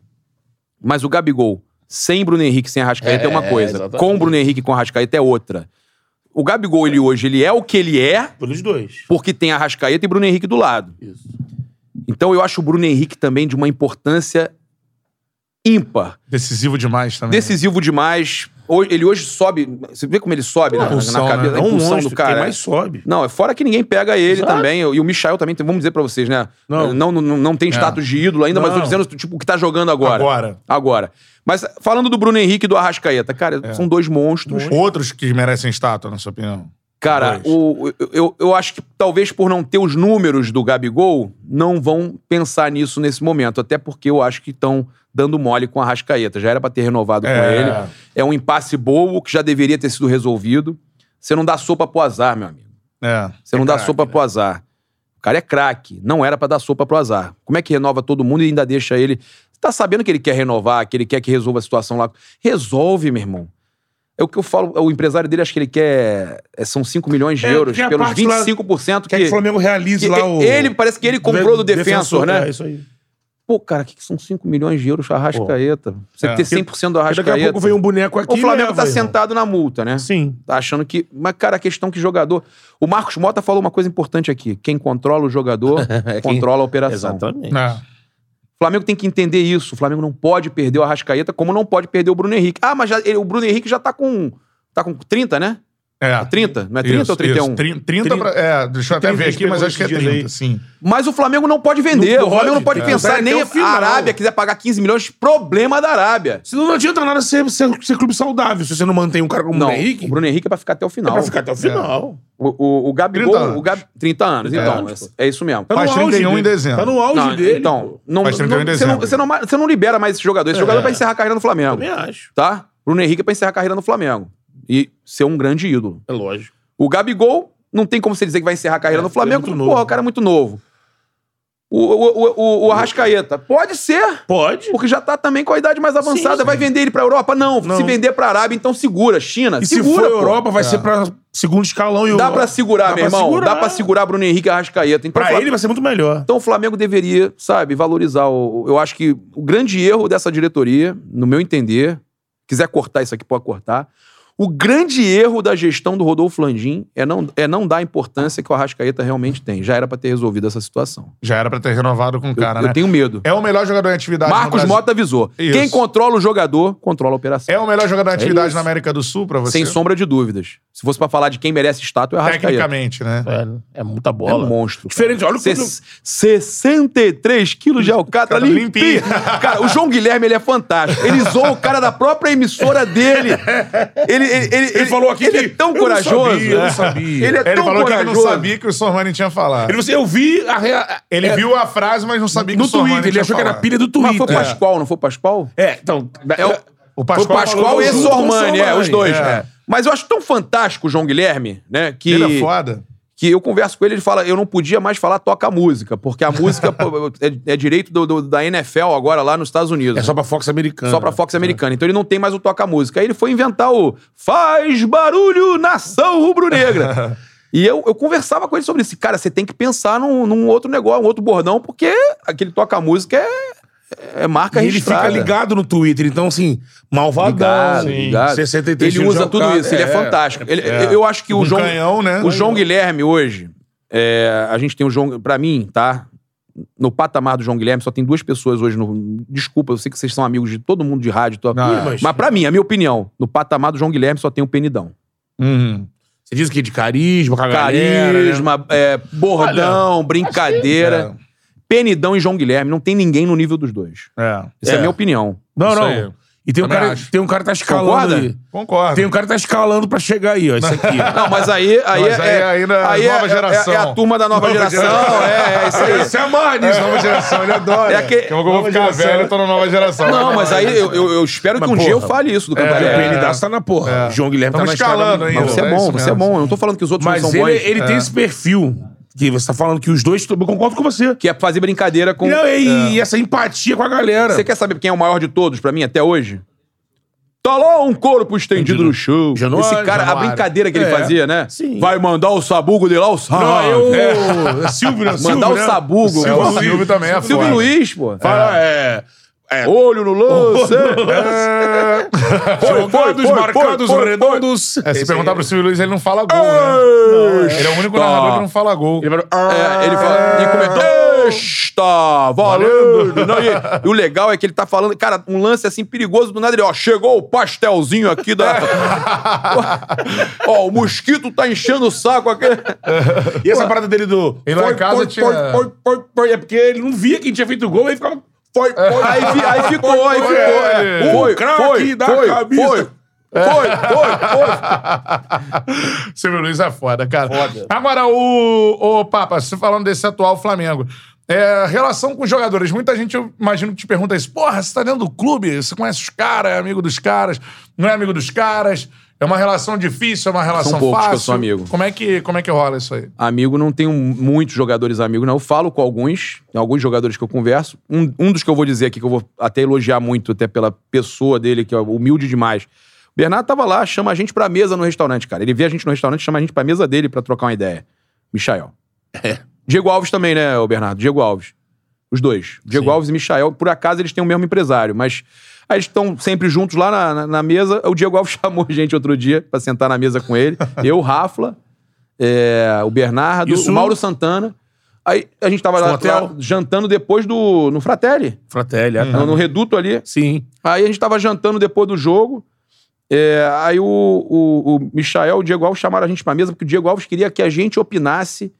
[SPEAKER 2] Mas o Gabigol, sem Bruno Henrique, sem Arrascaeta, é, uma
[SPEAKER 3] É,
[SPEAKER 2] coisa.
[SPEAKER 3] exatamente.
[SPEAKER 2] Com Bruno Henrique, e com Arrascaeta, é outra. O Gabigol, ele hoje, ele é o que ele é
[SPEAKER 3] Pelos dois.
[SPEAKER 2] porque tem Arrascaeta e Bruno Henrique do lado.
[SPEAKER 3] Isso.
[SPEAKER 2] Então eu acho o Bruno Henrique também de uma importância ímpar.
[SPEAKER 1] Decisivo demais
[SPEAKER 3] Uhum.
[SPEAKER 1] também.
[SPEAKER 2] Decisivo demais. Hoje- Ele hoje sobe. Você vê como ele sobe na,
[SPEAKER 1] Impulsão,
[SPEAKER 2] na cabeça,
[SPEAKER 1] né?
[SPEAKER 2] a
[SPEAKER 3] É um
[SPEAKER 2] impulsão
[SPEAKER 3] monstro,
[SPEAKER 2] do
[SPEAKER 3] quem
[SPEAKER 2] cara.
[SPEAKER 3] mais sobe.
[SPEAKER 2] Não, é fora que ninguém pega ele
[SPEAKER 3] Exato.
[SPEAKER 2] também. E o Michael também, tem- vamos dizer pra vocês, né?
[SPEAKER 3] Não. É.
[SPEAKER 2] não, não, não tem status de ídolo ainda, mas
[SPEAKER 3] Não.
[SPEAKER 2] tô dizendo tipo, o que tá jogando agora.
[SPEAKER 1] Agora.
[SPEAKER 2] Agora. Mas falando do Bruno Henrique e do Arrascaeta, cara,
[SPEAKER 3] É.
[SPEAKER 2] são dois monstros.
[SPEAKER 1] Outros que merecem estátua, na sua opinião.
[SPEAKER 2] Cara,
[SPEAKER 1] Dois.
[SPEAKER 2] o- eu, eu, eu acho que talvez por não ter os números do Gabigol, não vão pensar nisso nesse momento. Até porque eu acho que estão dando mole com a Rascaeta. Já era pra ter renovado com
[SPEAKER 1] É.
[SPEAKER 2] ele. É um impasse bobo que já deveria ter sido resolvido. Você não dá sopa pro azar, meu amigo.
[SPEAKER 1] É.
[SPEAKER 2] Você não dá
[SPEAKER 3] craque, né?
[SPEAKER 2] sopa pro azar. O cara é craque. Não era pra dar sopa pro azar. Como é que renova todo mundo e ainda deixa ele. Tá sabendo que ele quer renovar, que ele quer que resolva a situação lá. Resolve, meu irmão. É o que eu falo. O empresário dele acho que ele quer. é, São 5 milhões de
[SPEAKER 3] É,
[SPEAKER 2] euros
[SPEAKER 3] tem a
[SPEAKER 2] pelos
[SPEAKER 3] parte lá-
[SPEAKER 2] 25% que.
[SPEAKER 3] Quer que o Flamengo realize
[SPEAKER 2] que
[SPEAKER 3] lá o...
[SPEAKER 2] Ele parece que ele comprou do defensor,
[SPEAKER 3] É,
[SPEAKER 2] né?
[SPEAKER 3] isso aí.
[SPEAKER 2] Pô, cara, o que que são 5 milhões de euros Arrascaeta? Você
[SPEAKER 1] É.
[SPEAKER 2] ter 100% do
[SPEAKER 3] Porque
[SPEAKER 2] Arrascaeta.
[SPEAKER 3] Daqui a pouco vem um boneco aqui
[SPEAKER 2] é O Flamengo
[SPEAKER 3] né,
[SPEAKER 2] tá
[SPEAKER 3] velho?
[SPEAKER 2] sentado na multa, né?
[SPEAKER 3] Sim.
[SPEAKER 2] Tá achando que. Mas, cara, a questão é que jogador. O Marcos Mota falou uma coisa importante aqui: quem controla o jogador
[SPEAKER 3] É, quem-
[SPEAKER 2] controla a operação.
[SPEAKER 3] Exatamente.
[SPEAKER 1] É.
[SPEAKER 2] O Flamengo tem que entender isso. O Flamengo não pode perder o Arrascaeta, como não pode perder o Bruno Henrique. Ah, mas já- ele- o Bruno Henrique já tá com. tá com 30, né?
[SPEAKER 1] É.
[SPEAKER 2] 30? Não é 30
[SPEAKER 1] Isso,
[SPEAKER 2] ou 31?
[SPEAKER 1] isso. Trin- 30
[SPEAKER 2] Trin-
[SPEAKER 1] pra, é, deixa eu até
[SPEAKER 4] 30
[SPEAKER 1] ver aqui, mas acho que é
[SPEAKER 4] esses dias
[SPEAKER 1] 30,
[SPEAKER 4] aí.
[SPEAKER 1] sim.
[SPEAKER 2] Mas o Flamengo não pode vender.
[SPEAKER 4] Não
[SPEAKER 2] o Flamengo não
[SPEAKER 4] pode,
[SPEAKER 2] pode
[SPEAKER 4] cara.
[SPEAKER 2] pensar
[SPEAKER 4] Vai
[SPEAKER 2] nem
[SPEAKER 4] até o
[SPEAKER 2] a
[SPEAKER 4] final.
[SPEAKER 2] Arábia quiser pagar 15 milhões, problema da Arábia.
[SPEAKER 4] Senão não adianta nada ser, ser, ser clube saudável se você não mantém um cara como
[SPEAKER 2] não,
[SPEAKER 4] o Henrique.
[SPEAKER 2] o Bruno Henrique é pra ficar até o
[SPEAKER 4] É
[SPEAKER 2] final.
[SPEAKER 4] pra ficar até o final.
[SPEAKER 2] O, o, o Gabigol,
[SPEAKER 1] 30 anos.
[SPEAKER 2] o Gab... 30 anos, então.
[SPEAKER 4] anos, pô.
[SPEAKER 2] é isso mesmo.
[SPEAKER 4] Tá no
[SPEAKER 1] Faz
[SPEAKER 4] auge
[SPEAKER 1] 31 em
[SPEAKER 4] dele.
[SPEAKER 1] dezembro.
[SPEAKER 4] Tá no auge
[SPEAKER 2] Não,
[SPEAKER 4] dele.
[SPEAKER 2] então, não,
[SPEAKER 1] Faz 31 em
[SPEAKER 2] não- você, não,
[SPEAKER 1] dezembro.
[SPEAKER 2] você, não, ma- você não libera mais esse jogador. Esse jogador é pra encerrar a carreira no Flamengo.
[SPEAKER 4] Também acho.
[SPEAKER 2] Tá? Bruno Henrique é pra encerrar a carreira no Flamengo. E ser um grande ídolo.
[SPEAKER 4] É lógico.
[SPEAKER 2] O Gabigol, não tem como você dizer que vai encerrar a carreira
[SPEAKER 4] É,
[SPEAKER 2] no Flamengo.
[SPEAKER 4] é muito
[SPEAKER 2] Porra,
[SPEAKER 4] novo.
[SPEAKER 2] o cara é muito novo. O, o, o, o, o Arrascaeta. Pode ser,
[SPEAKER 4] Pode.
[SPEAKER 2] porque já tá também com a idade mais avançada. Vai vender ele pra Europa? Não.
[SPEAKER 4] Não.
[SPEAKER 2] Se vender pra Arábia, então segura. China,
[SPEAKER 4] E se for
[SPEAKER 2] segura. pô.
[SPEAKER 4] Europa, vai
[SPEAKER 1] É.
[SPEAKER 4] ser pra segundo escalão. E
[SPEAKER 2] Dá
[SPEAKER 4] o-
[SPEAKER 2] pra segurar,
[SPEAKER 4] Dá
[SPEAKER 2] meu
[SPEAKER 4] pra
[SPEAKER 2] irmão.
[SPEAKER 4] segurar.
[SPEAKER 2] Dá pra segurar Bruno Henrique e Arrascaeta. Então,
[SPEAKER 4] Pra
[SPEAKER 2] Fla-
[SPEAKER 4] ele vai ser muito melhor.
[SPEAKER 2] então o Flamengo deveria, sabe, valorizar. O, eu acho que o grande erro dessa diretoria, no meu entender, quiser cortar isso aqui, pode cortar. O grande erro da gestão do Rodolfo Landim é não, é não dar a importância que o Arrascaeta realmente tem. Já era pra ter resolvido essa situação.
[SPEAKER 1] Já era pra ter renovado com o
[SPEAKER 2] Eu,
[SPEAKER 1] cara,
[SPEAKER 2] eu
[SPEAKER 1] né?
[SPEAKER 2] tenho medo.
[SPEAKER 1] É o melhor jogador em atividade no
[SPEAKER 2] Marcos
[SPEAKER 1] Brasil.
[SPEAKER 2] Mota avisou.
[SPEAKER 1] Isso.
[SPEAKER 2] Quem controla o jogador, controla a operação.
[SPEAKER 1] É o melhor jogador em atividade
[SPEAKER 2] isso.
[SPEAKER 1] na América do Sul pra você? é.
[SPEAKER 2] Sem sombra de dúvidas. Se fosse pra falar de quem merece estátua, é o Arrascaeta.
[SPEAKER 1] Tecnicamente, né?
[SPEAKER 4] É, é muita
[SPEAKER 2] É um
[SPEAKER 4] bola.
[SPEAKER 2] monstro.
[SPEAKER 4] Diferente, olha o
[SPEAKER 2] Se-
[SPEAKER 4] que
[SPEAKER 2] 63 quilos de alcatra
[SPEAKER 1] Cara,
[SPEAKER 2] limpinho.
[SPEAKER 1] limpinho.
[SPEAKER 2] Cara, o João Guilherme, ele é fantástico. Ele zoou o cara da própria emissora dele. Ele, ele, ele,
[SPEAKER 4] Ele falou aqui
[SPEAKER 2] ele
[SPEAKER 4] que
[SPEAKER 2] é tão
[SPEAKER 4] eu não
[SPEAKER 2] corajoso.
[SPEAKER 4] sabia, eu não sabia.
[SPEAKER 2] Ele é
[SPEAKER 1] ele
[SPEAKER 2] tão
[SPEAKER 1] falou que
[SPEAKER 2] corajoso.
[SPEAKER 1] ele não sabia que o Sormani tinha falado.
[SPEAKER 4] Ele,
[SPEAKER 1] Ele,
[SPEAKER 4] você, eu vi a rea... é,
[SPEAKER 1] viu a frase, mas não sabia que
[SPEAKER 4] no
[SPEAKER 1] o Sormani
[SPEAKER 4] Twitter. Ele
[SPEAKER 1] tinha
[SPEAKER 4] achou que era
[SPEAKER 1] falado.
[SPEAKER 4] pilha do
[SPEAKER 2] Mas
[SPEAKER 4] Twitter.
[SPEAKER 2] foi o Pascoal, não foi o Pascoal?
[SPEAKER 4] É, então.
[SPEAKER 2] É o,
[SPEAKER 1] O
[SPEAKER 2] foi o
[SPEAKER 1] Pascoal,
[SPEAKER 2] Pascoal
[SPEAKER 1] falou
[SPEAKER 2] e esse
[SPEAKER 1] junto.
[SPEAKER 4] Sormani.
[SPEAKER 2] Sormani, é, os dois.
[SPEAKER 1] É.
[SPEAKER 2] É. Mas eu acho tão fantástico o João Guilherme, né? Que,
[SPEAKER 1] Ele é foda.
[SPEAKER 2] que eu converso com ele, ele fala, eu não podia mais falar toca a música, porque a música pô, é, é direito do- do- da NFL agora lá nos Estados Unidos.
[SPEAKER 4] É só pra Fox americana.
[SPEAKER 2] Só pra Fox americana. Então ele não tem mais o toca-música. Aí ele foi inventar o Faz Barulho Nação Rubro-Negra. e eu, eu conversava com ele sobre isso. Cara, você tem que pensar num, num outro negócio, um outro bordão, porque aquele toca-música é, é marca
[SPEAKER 4] E ele
[SPEAKER 2] registrada.
[SPEAKER 4] fica ligado no Twitter, então assim, malvadão.
[SPEAKER 2] Ligado,
[SPEAKER 4] Sim.
[SPEAKER 2] ligado.
[SPEAKER 4] 63
[SPEAKER 2] Ele
[SPEAKER 4] quilos
[SPEAKER 2] usa
[SPEAKER 4] de
[SPEAKER 2] tudo
[SPEAKER 4] alcatra-
[SPEAKER 2] isso, ele é, fantástico. Ele- Eu acho que o
[SPEAKER 1] Um
[SPEAKER 2] João,
[SPEAKER 1] canhão, né?
[SPEAKER 2] o João Guilherme hoje, é, a gente tem o João, pra mim, tá? No patamar do João Guilherme, só tem duas pessoas hoje. No, desculpa, eu sei que vocês são amigos de todo mundo de rádio. Tô,
[SPEAKER 1] Não,
[SPEAKER 4] Ih, mas-
[SPEAKER 2] mas
[SPEAKER 1] é.
[SPEAKER 2] pra mim, a minha opinião, no patamar do João Guilherme só tem o Penidão.
[SPEAKER 1] Uhum.
[SPEAKER 4] Você diz que é de carisma, com a galera, né?
[SPEAKER 2] Carisma, é, bordão, brincadeira. Penidão e João Guilherme, não tem ninguém no nível dos dois.
[SPEAKER 1] É.
[SPEAKER 2] Essa é,
[SPEAKER 4] É.
[SPEAKER 2] a minha opinião.
[SPEAKER 4] Não,
[SPEAKER 1] Isso
[SPEAKER 4] não.
[SPEAKER 1] aí.
[SPEAKER 4] E tem um,
[SPEAKER 1] Também
[SPEAKER 4] cara,
[SPEAKER 1] acho.
[SPEAKER 4] tem um cara que tá escalando
[SPEAKER 2] Concorda?
[SPEAKER 4] ali.
[SPEAKER 1] Concordo.
[SPEAKER 4] Tem um cara que tá escalando pra chegar aí, ó. Isso aqui. ó.
[SPEAKER 2] Não, mas aí, aí,
[SPEAKER 1] Mas
[SPEAKER 2] é,
[SPEAKER 1] aí ainda
[SPEAKER 2] aí é-
[SPEAKER 1] nova
[SPEAKER 2] é-
[SPEAKER 1] geração.
[SPEAKER 2] É, a turma da nova,
[SPEAKER 1] Nova
[SPEAKER 2] geração.
[SPEAKER 1] geração.
[SPEAKER 2] É, é isso aí.
[SPEAKER 4] Você é mais
[SPEAKER 1] É, nova geração, ele adora.
[SPEAKER 2] É que-
[SPEAKER 1] Daqui a pouco eu vou
[SPEAKER 4] Nova
[SPEAKER 1] ficar
[SPEAKER 4] geração.
[SPEAKER 1] velho, eu tô na nova geração.
[SPEAKER 2] Não, mas aí eu, eu- eu espero
[SPEAKER 4] Mas,
[SPEAKER 2] que um dia eu
[SPEAKER 4] porra,
[SPEAKER 2] fale isso do
[SPEAKER 4] O
[SPEAKER 2] Campeonato.
[SPEAKER 4] Guilherme Dassa tá na porra.
[SPEAKER 1] É.
[SPEAKER 4] João Guilherme
[SPEAKER 1] Tamo
[SPEAKER 4] tá na escalada
[SPEAKER 1] escalando
[SPEAKER 4] muito
[SPEAKER 1] ainda.
[SPEAKER 4] boa.
[SPEAKER 2] Você é
[SPEAKER 1] É
[SPEAKER 2] bom,
[SPEAKER 1] isso
[SPEAKER 2] você é
[SPEAKER 1] mesmo.
[SPEAKER 2] bom. Eu não tô falando que os outros
[SPEAKER 4] Mas
[SPEAKER 2] não são
[SPEAKER 4] ele,
[SPEAKER 2] bons.
[SPEAKER 4] ele tem
[SPEAKER 1] É.
[SPEAKER 4] esse perfil. Que você tá falando que os dois. Eu concordo com você.
[SPEAKER 2] Que é fazer brincadeira com.
[SPEAKER 4] Não,
[SPEAKER 1] é
[SPEAKER 4] e, e essa empatia com a galera.
[SPEAKER 2] Você quer saber quem é o maior de todos pra mim até hoje? Tá lá um corpo estendido no chão.
[SPEAKER 4] Januário,
[SPEAKER 2] Esse cara, a
[SPEAKER 4] Januário.
[SPEAKER 2] brincadeira que ele
[SPEAKER 4] É.
[SPEAKER 2] fazia, né?
[SPEAKER 4] Sim.
[SPEAKER 2] Vai mandar o sabugo de lá o sarro.
[SPEAKER 4] Não, eu. Silvio, né? Silvio,
[SPEAKER 2] Ah, Mandar o
[SPEAKER 4] né?
[SPEAKER 2] sabugo.
[SPEAKER 1] É, o
[SPEAKER 2] Silvio,
[SPEAKER 1] Silvio também é
[SPEAKER 2] Silvio
[SPEAKER 1] foda.
[SPEAKER 2] Luiz, pô.
[SPEAKER 4] Fala, é. é,
[SPEAKER 2] Olho no lance. Foi, foi,
[SPEAKER 4] Jogados,
[SPEAKER 2] foi, foi, foi,
[SPEAKER 4] marcados,
[SPEAKER 2] foi.
[SPEAKER 4] redondos.
[SPEAKER 1] É, se
[SPEAKER 4] Esse
[SPEAKER 1] perguntar
[SPEAKER 4] aí.
[SPEAKER 1] pro Silvio Luiz, ele não fala gol, né? Ele é o único narrador que não fala gol.
[SPEAKER 4] Ele "Ah, vai-
[SPEAKER 2] É, ele fala, e
[SPEAKER 4] É.
[SPEAKER 2] comentou, está valendo. Não, e, e o legal é que ele tá falando, cara, um lance assim perigoso do nada, ele, ó, chegou o pastelzinho aqui da... ó, o mosquito tá enchendo o saco aqui.
[SPEAKER 4] E essa parada dele do.
[SPEAKER 1] Ele lá
[SPEAKER 4] foi,
[SPEAKER 1] em casa
[SPEAKER 4] foi,
[SPEAKER 1] tinha-
[SPEAKER 4] foi, foi, foi, foi. É porque ele não via quem tinha feito o gol e ficava.
[SPEAKER 3] É.
[SPEAKER 4] Foi, foi.
[SPEAKER 2] Aí, fi- aí ficou, aí ficou. é.
[SPEAKER 1] O
[SPEAKER 2] Foi,
[SPEAKER 4] Um craque
[SPEAKER 2] foi,
[SPEAKER 4] da
[SPEAKER 2] foi,
[SPEAKER 4] camisa.
[SPEAKER 2] foi, foi, foi, foi.
[SPEAKER 1] Silvio Luiz é foda, cara. Agora, o, o Papa, você falando desse atual Flamengo. É, relação com os jogadores. Muita gente, eu imagino, que te pergunta isso. Porra, você tá dentro do clube? Você conhece os caras? É amigo dos caras? Não é amigo dos caras? É uma relação difícil? É uma relação
[SPEAKER 2] poucos que eu
[SPEAKER 1] fácil?
[SPEAKER 2] sou amigo.
[SPEAKER 1] Como é que, como é que rola isso aí?
[SPEAKER 2] Amigo, não tenho muitos jogadores amigos, não. Eu falo com alguns, tem alguns jogadores que eu converso. Um, um dos que eu vou dizer aqui, que eu vou até elogiar muito, até pela pessoa dele, que é humilde demais. O Bernardo tava lá, chama a gente pra mesa no restaurante, cara. Ele vê a gente no restaurante, chama a gente pra mesa dele pra trocar uma ideia. Michael.
[SPEAKER 4] É.
[SPEAKER 2] Diego Alves também, né, o Bernardo? Diego Alves. Os dois. Diego Alves e Michael. Por acaso, eles têm o mesmo empresário, mas... Aí eles estão sempre juntos lá na, na- na mesa. O Diego Alves chamou a gente outro dia pra sentar na mesa com ele. Eu, Rafa, é, o Bernardo,
[SPEAKER 4] Isso-
[SPEAKER 2] o Mauro Santana. Aí a gente tava lá,
[SPEAKER 4] Hotel.
[SPEAKER 2] lá jantando depois do. No Fratelli, é.
[SPEAKER 3] Uhum.
[SPEAKER 4] Fratelli, ah, tá.
[SPEAKER 2] no, no Reduto ali.
[SPEAKER 4] Sim.
[SPEAKER 2] Aí a gente tava jantando depois do jogo. É, aí o, o, o Michael e o Diego Alves chamaram a gente pra mesa, porque o Diego Alves queria que a gente opinasse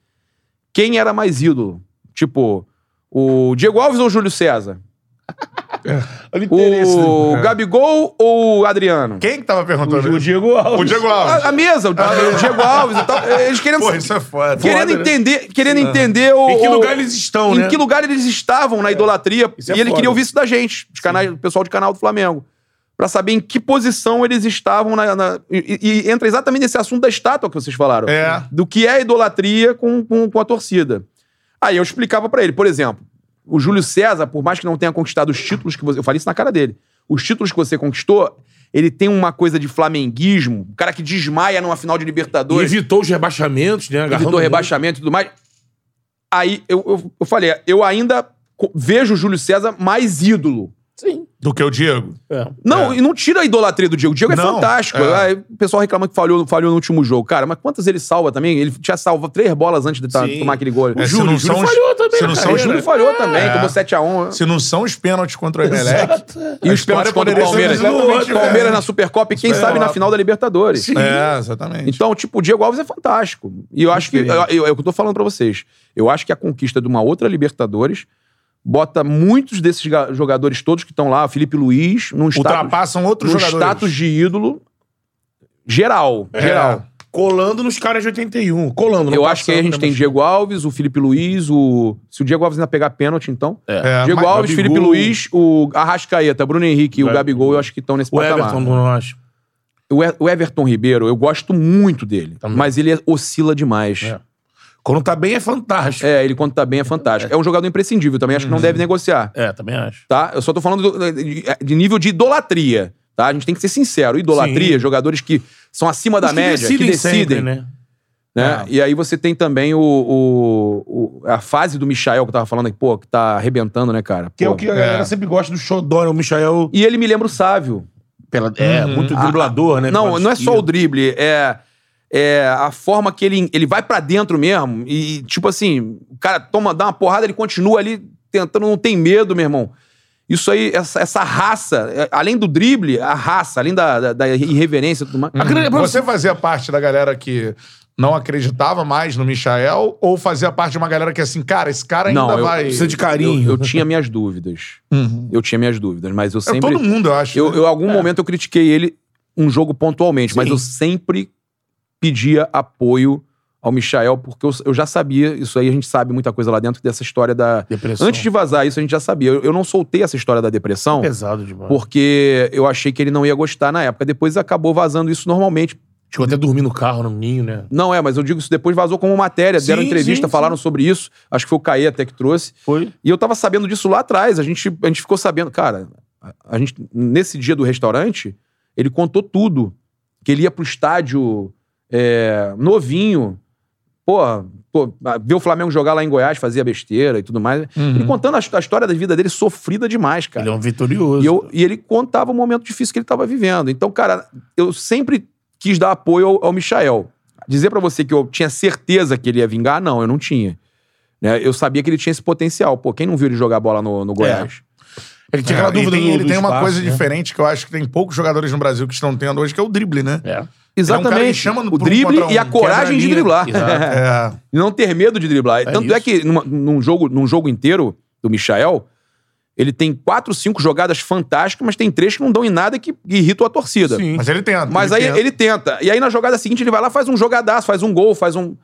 [SPEAKER 2] quem era mais ídolo. Tipo, o Diego Alves ou o Júlio César?
[SPEAKER 3] Olha o interesse.
[SPEAKER 2] O
[SPEAKER 3] né?
[SPEAKER 2] Gabigol ou o Adriano?
[SPEAKER 1] Quem que tava perguntando? Ah,
[SPEAKER 3] O, né? é o Diego Alves.
[SPEAKER 1] O Diego Alves.
[SPEAKER 2] A, a mesa, o, o Diego Alves e tal. Eles querendo,
[SPEAKER 1] Porra, isso é foda.
[SPEAKER 2] querendo
[SPEAKER 3] foda, né?
[SPEAKER 2] entender, querendo entender o,
[SPEAKER 3] Em que
[SPEAKER 2] o-
[SPEAKER 3] lugar eles estão,
[SPEAKER 2] em
[SPEAKER 3] né?
[SPEAKER 2] que lugar eles estavam na idolatria.
[SPEAKER 3] Isso é
[SPEAKER 2] e ele
[SPEAKER 3] foda.
[SPEAKER 2] queria ouvir isso da gente, os canais, o pessoal de canal do Flamengo. Pra saber em que posição eles estavam na. na- e, e entra exatamente nesse assunto da estátua que vocês falaram.
[SPEAKER 1] É.
[SPEAKER 2] Do que é a idolatria com, com, com a torcida. Aí eu explicava pra ele, por exemplo, o Júlio César, por mais que não tenha conquistado os títulos que você. Eu falei isso na cara dele. Os títulos que você conquistou, ele tem uma coisa de flamenguismo, o cara que desmaia numa final de
[SPEAKER 3] E
[SPEAKER 2] Libertadores
[SPEAKER 3] evitou os rebaixamentos, né? Agarrando
[SPEAKER 2] evitou
[SPEAKER 3] muito.
[SPEAKER 2] rebaixamento e tudo mais. Aí eu, eu, eu falei, eu ainda co- vejo o Júlio César mais ídolo.
[SPEAKER 3] Sim.
[SPEAKER 1] Do que o Diego?
[SPEAKER 3] É.
[SPEAKER 2] Não, e não tira a idolatria do Diego. O Diego é
[SPEAKER 1] Não,
[SPEAKER 2] fantástico.
[SPEAKER 1] é.
[SPEAKER 2] Aí o pessoal reclama que falhou, falhou no último jogo. Cara, mas quantas ele salva também? Ele tinha salvo três bolas antes de ta-
[SPEAKER 3] Sim.
[SPEAKER 2] tomar aquele gol.
[SPEAKER 1] É, se
[SPEAKER 3] Júlio,
[SPEAKER 1] não
[SPEAKER 3] Júlio
[SPEAKER 1] são os-
[SPEAKER 3] falhou também
[SPEAKER 1] se
[SPEAKER 3] na
[SPEAKER 1] não são
[SPEAKER 2] o
[SPEAKER 1] os-
[SPEAKER 3] carreira.
[SPEAKER 2] Júlio falhou também,
[SPEAKER 1] É.
[SPEAKER 2] tomou 7x1.
[SPEAKER 1] Se não são os pênaltis contra o Emelec...
[SPEAKER 3] Exato.
[SPEAKER 4] é.
[SPEAKER 2] E
[SPEAKER 1] a
[SPEAKER 2] os
[SPEAKER 1] história é
[SPEAKER 2] pênaltis contra o
[SPEAKER 1] poderia ser
[SPEAKER 2] Palmeiras.
[SPEAKER 1] exatamente,
[SPEAKER 2] Palmeiras
[SPEAKER 1] é.
[SPEAKER 2] na Supercopa e quem
[SPEAKER 1] Isso é
[SPEAKER 2] sabe na
[SPEAKER 1] lá.
[SPEAKER 2] final da Libertadores.
[SPEAKER 1] É, exatamente.
[SPEAKER 2] Então, tipo, o Diego Alves é fantástico. E eu acho que.
[SPEAKER 3] Incrível.
[SPEAKER 2] eu- eu- é o que eu tô falando pra vocês. Eu acho que a conquista de uma outra Libertadores bota muitos desses ga- jogadores todos que estão lá, Felipe Luiz, num status,
[SPEAKER 1] Ultrapassam outros
[SPEAKER 2] num
[SPEAKER 1] jogadores.
[SPEAKER 2] status de ídolo geral. Geral.
[SPEAKER 3] Colando nos caras de 81. Colando. É. não
[SPEAKER 2] Eu acho que aí a
[SPEAKER 3] passando, né,
[SPEAKER 2] gente tem
[SPEAKER 3] mas-
[SPEAKER 2] Diego Alves, o Felipe Luiz, o. Se o Diego Alves ainda pegar pênalti, então.
[SPEAKER 1] É,
[SPEAKER 2] Diego
[SPEAKER 1] mas-
[SPEAKER 2] Alves,
[SPEAKER 3] Gabigol.
[SPEAKER 2] Felipe Luiz, o Arrascaeta, Bruno Henrique e o
[SPEAKER 3] Gabigol.
[SPEAKER 2] Gabigol, eu acho que estão nesse
[SPEAKER 3] O
[SPEAKER 2] patamar.
[SPEAKER 3] Everton, não acho.
[SPEAKER 2] O, E- o Everton Ribeiro, eu gosto muito dele,
[SPEAKER 3] Também.
[SPEAKER 2] mas ele é- oscila demais.
[SPEAKER 3] É. Quando tá bem é fantástico.
[SPEAKER 2] É, ele quando tá bem é fantástico. É um jogador imprescindível também, acho que não deve negociar,
[SPEAKER 3] É, também acho.
[SPEAKER 2] tá? Eu só tô falando do- de, de nível de idolatria, tá? A gente tem que ser sincero. Idolatria, jogadores que são acima da
[SPEAKER 3] Os que
[SPEAKER 2] média, que decidem,
[SPEAKER 3] sempre,
[SPEAKER 2] né?
[SPEAKER 3] né?
[SPEAKER 2] E aí você tem também o, o- o- a fase do Michael que eu tava falando aqui, pô, que tá arrebentando, né, cara?
[SPEAKER 3] Que é
[SPEAKER 2] Pô.
[SPEAKER 3] o que a galera
[SPEAKER 1] É.
[SPEAKER 3] sempre gosta do Xodó, né? O Michael...
[SPEAKER 2] E ele me lembra o Sávio.
[SPEAKER 3] Pela... É, muito driblador, né?
[SPEAKER 2] Não,
[SPEAKER 3] Pela
[SPEAKER 2] não é só o
[SPEAKER 3] esquerda.
[SPEAKER 2] drible, é, é a forma que ele, ele vai pra dentro mesmo. E, tipo assim, o cara toma, dá uma porrada, ele continua ali tentando, não tem medo, meu irmão. Isso aí, essa, essa raça, é, além do drible, a raça, além da, da, da irreverência e tudo mais.
[SPEAKER 1] Hum. Você fazia parte da galera que não acreditava mais no Michael ou fazia parte de uma galera que assim, cara, esse cara ainda
[SPEAKER 2] Não, eu-
[SPEAKER 1] vai...
[SPEAKER 3] Precisa de
[SPEAKER 2] Eu,
[SPEAKER 3] carinho.
[SPEAKER 2] eu tinha minhas dúvidas.
[SPEAKER 1] Uhum.
[SPEAKER 2] Eu tinha minhas dúvidas, mas eu
[SPEAKER 1] É
[SPEAKER 2] sempre.
[SPEAKER 1] todo mundo, eu acho.
[SPEAKER 2] Eu, eu, algum momento eu critiquei ele um jogo pontualmente, mas
[SPEAKER 3] É. Sim.
[SPEAKER 2] eu sempre pedia apoio ao Michael, porque eu, eu já sabia, isso aí a gente sabe muita coisa lá dentro dessa história da.
[SPEAKER 3] Depressão.
[SPEAKER 2] Antes de vazar isso, a gente já sabia. Eu, eu não soltei essa história da depressão
[SPEAKER 3] Pesado demais.
[SPEAKER 2] porque eu achei que ele não ia gostar na época. Depois acabou vazando isso normalmente.
[SPEAKER 3] Chegou até a dormir no carro, no ninho, né?
[SPEAKER 2] Não é, mas eu digo isso depois vazou como matéria. Deram
[SPEAKER 3] Sim,
[SPEAKER 2] entrevista,
[SPEAKER 3] sim,
[SPEAKER 2] falaram sobre isso. Acho que foi o Caê até que trouxe.
[SPEAKER 3] Foi.
[SPEAKER 2] E eu tava sabendo disso lá atrás. A gente, a gente ficou sabendo. Cara, a, a gente, nesse dia do restaurante, ele contou tudo. Que ele ia pro estádio é, novinho. Porra, pô, ah, ver o Flamengo jogar lá em Goiás, fazia besteira e tudo mais.
[SPEAKER 1] Uhum.
[SPEAKER 2] Ele contando a, his- a história da vida dele sofrida demais, cara.
[SPEAKER 3] Ele é um vitorioso.
[SPEAKER 2] E, eu- e ele contava o momento difícil que ele estava vivendo. Então, cara, eu sempre quis dar apoio ao, ao Michael. Dizer pra você que eu tinha certeza que ele ia vingar, não, eu não tinha. Né? Eu sabia que ele tinha esse potencial. Pô, quem não viu ele jogar bola no, no Goiás?
[SPEAKER 3] Ele tinha
[SPEAKER 1] É,
[SPEAKER 3] aquela
[SPEAKER 1] e
[SPEAKER 3] dúvida
[SPEAKER 1] tem-
[SPEAKER 3] do-
[SPEAKER 1] ele
[SPEAKER 3] do
[SPEAKER 1] tem uma
[SPEAKER 3] espaço,
[SPEAKER 1] coisa
[SPEAKER 3] né?
[SPEAKER 1] diferente que eu acho que tem poucos jogadores no Brasil que estão tendo hoje, que é o drible, né?
[SPEAKER 3] É.
[SPEAKER 1] cara que
[SPEAKER 2] Exatamente.
[SPEAKER 1] chama no-
[SPEAKER 2] o
[SPEAKER 1] pro
[SPEAKER 2] drible
[SPEAKER 1] contra um,
[SPEAKER 2] e a
[SPEAKER 3] quebra
[SPEAKER 2] coragem
[SPEAKER 3] a
[SPEAKER 2] de
[SPEAKER 3] linha.
[SPEAKER 2] driblar.
[SPEAKER 3] Exato.
[SPEAKER 1] É.
[SPEAKER 2] E não ter medo de driblar. Tanto é
[SPEAKER 3] isso.
[SPEAKER 2] que numa- num, jogo, num jogo inteiro do Michael, ele tem quatro, cinco jogadas fantásticas, mas tem três que não dão em nada e que que irritam a torcida.
[SPEAKER 3] Sim.
[SPEAKER 1] Mas ele tenta.
[SPEAKER 2] Mas aí
[SPEAKER 1] tenta.
[SPEAKER 2] ele tenta. E aí na jogada seguinte ele vai lá, faz um jogadaço, faz um gol, faz um.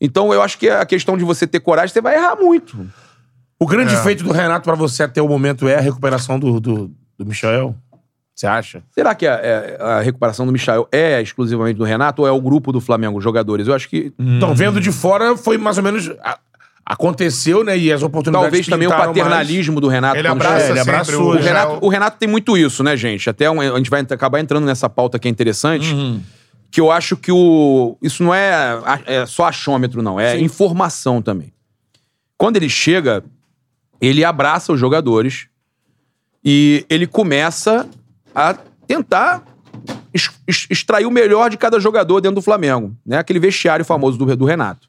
[SPEAKER 2] Então eu acho que a questão de você ter coragem, você vai errar muito.
[SPEAKER 3] O grande
[SPEAKER 1] É.
[SPEAKER 3] feito do Renato pra você até o momento é a recuperação do, do, do Michael? Você acha?
[SPEAKER 2] Será que a, é- a recuperação do Michael é exclusivamente do Renato ou é o grupo do Flamengo, os jogadores? Eu acho que
[SPEAKER 3] Então, vendo de fora, foi mais ou menos. a- aconteceu, né? E as oportunidades.
[SPEAKER 2] talvez também o
[SPEAKER 3] pintaram mais.
[SPEAKER 2] paternalismo do Renato.
[SPEAKER 1] Ele
[SPEAKER 2] quando
[SPEAKER 1] abraça
[SPEAKER 2] chega.
[SPEAKER 3] ele
[SPEAKER 1] sempre
[SPEAKER 3] abraçou.
[SPEAKER 1] o
[SPEAKER 2] O Renato, o Renato tem muito isso, né, gente? Até um- a gente vai entrar- acabar entrando nessa pauta que é interessante. Que eu acho que o. Isso não é, a- é só achômetro, não. É
[SPEAKER 3] Sim.
[SPEAKER 2] informação também. Quando ele chega, ele abraça os jogadores e ele começa a tentar es- es- extrair o melhor de cada jogador dentro do Flamengo. Né? Aquele vestiário famoso do, do Renato.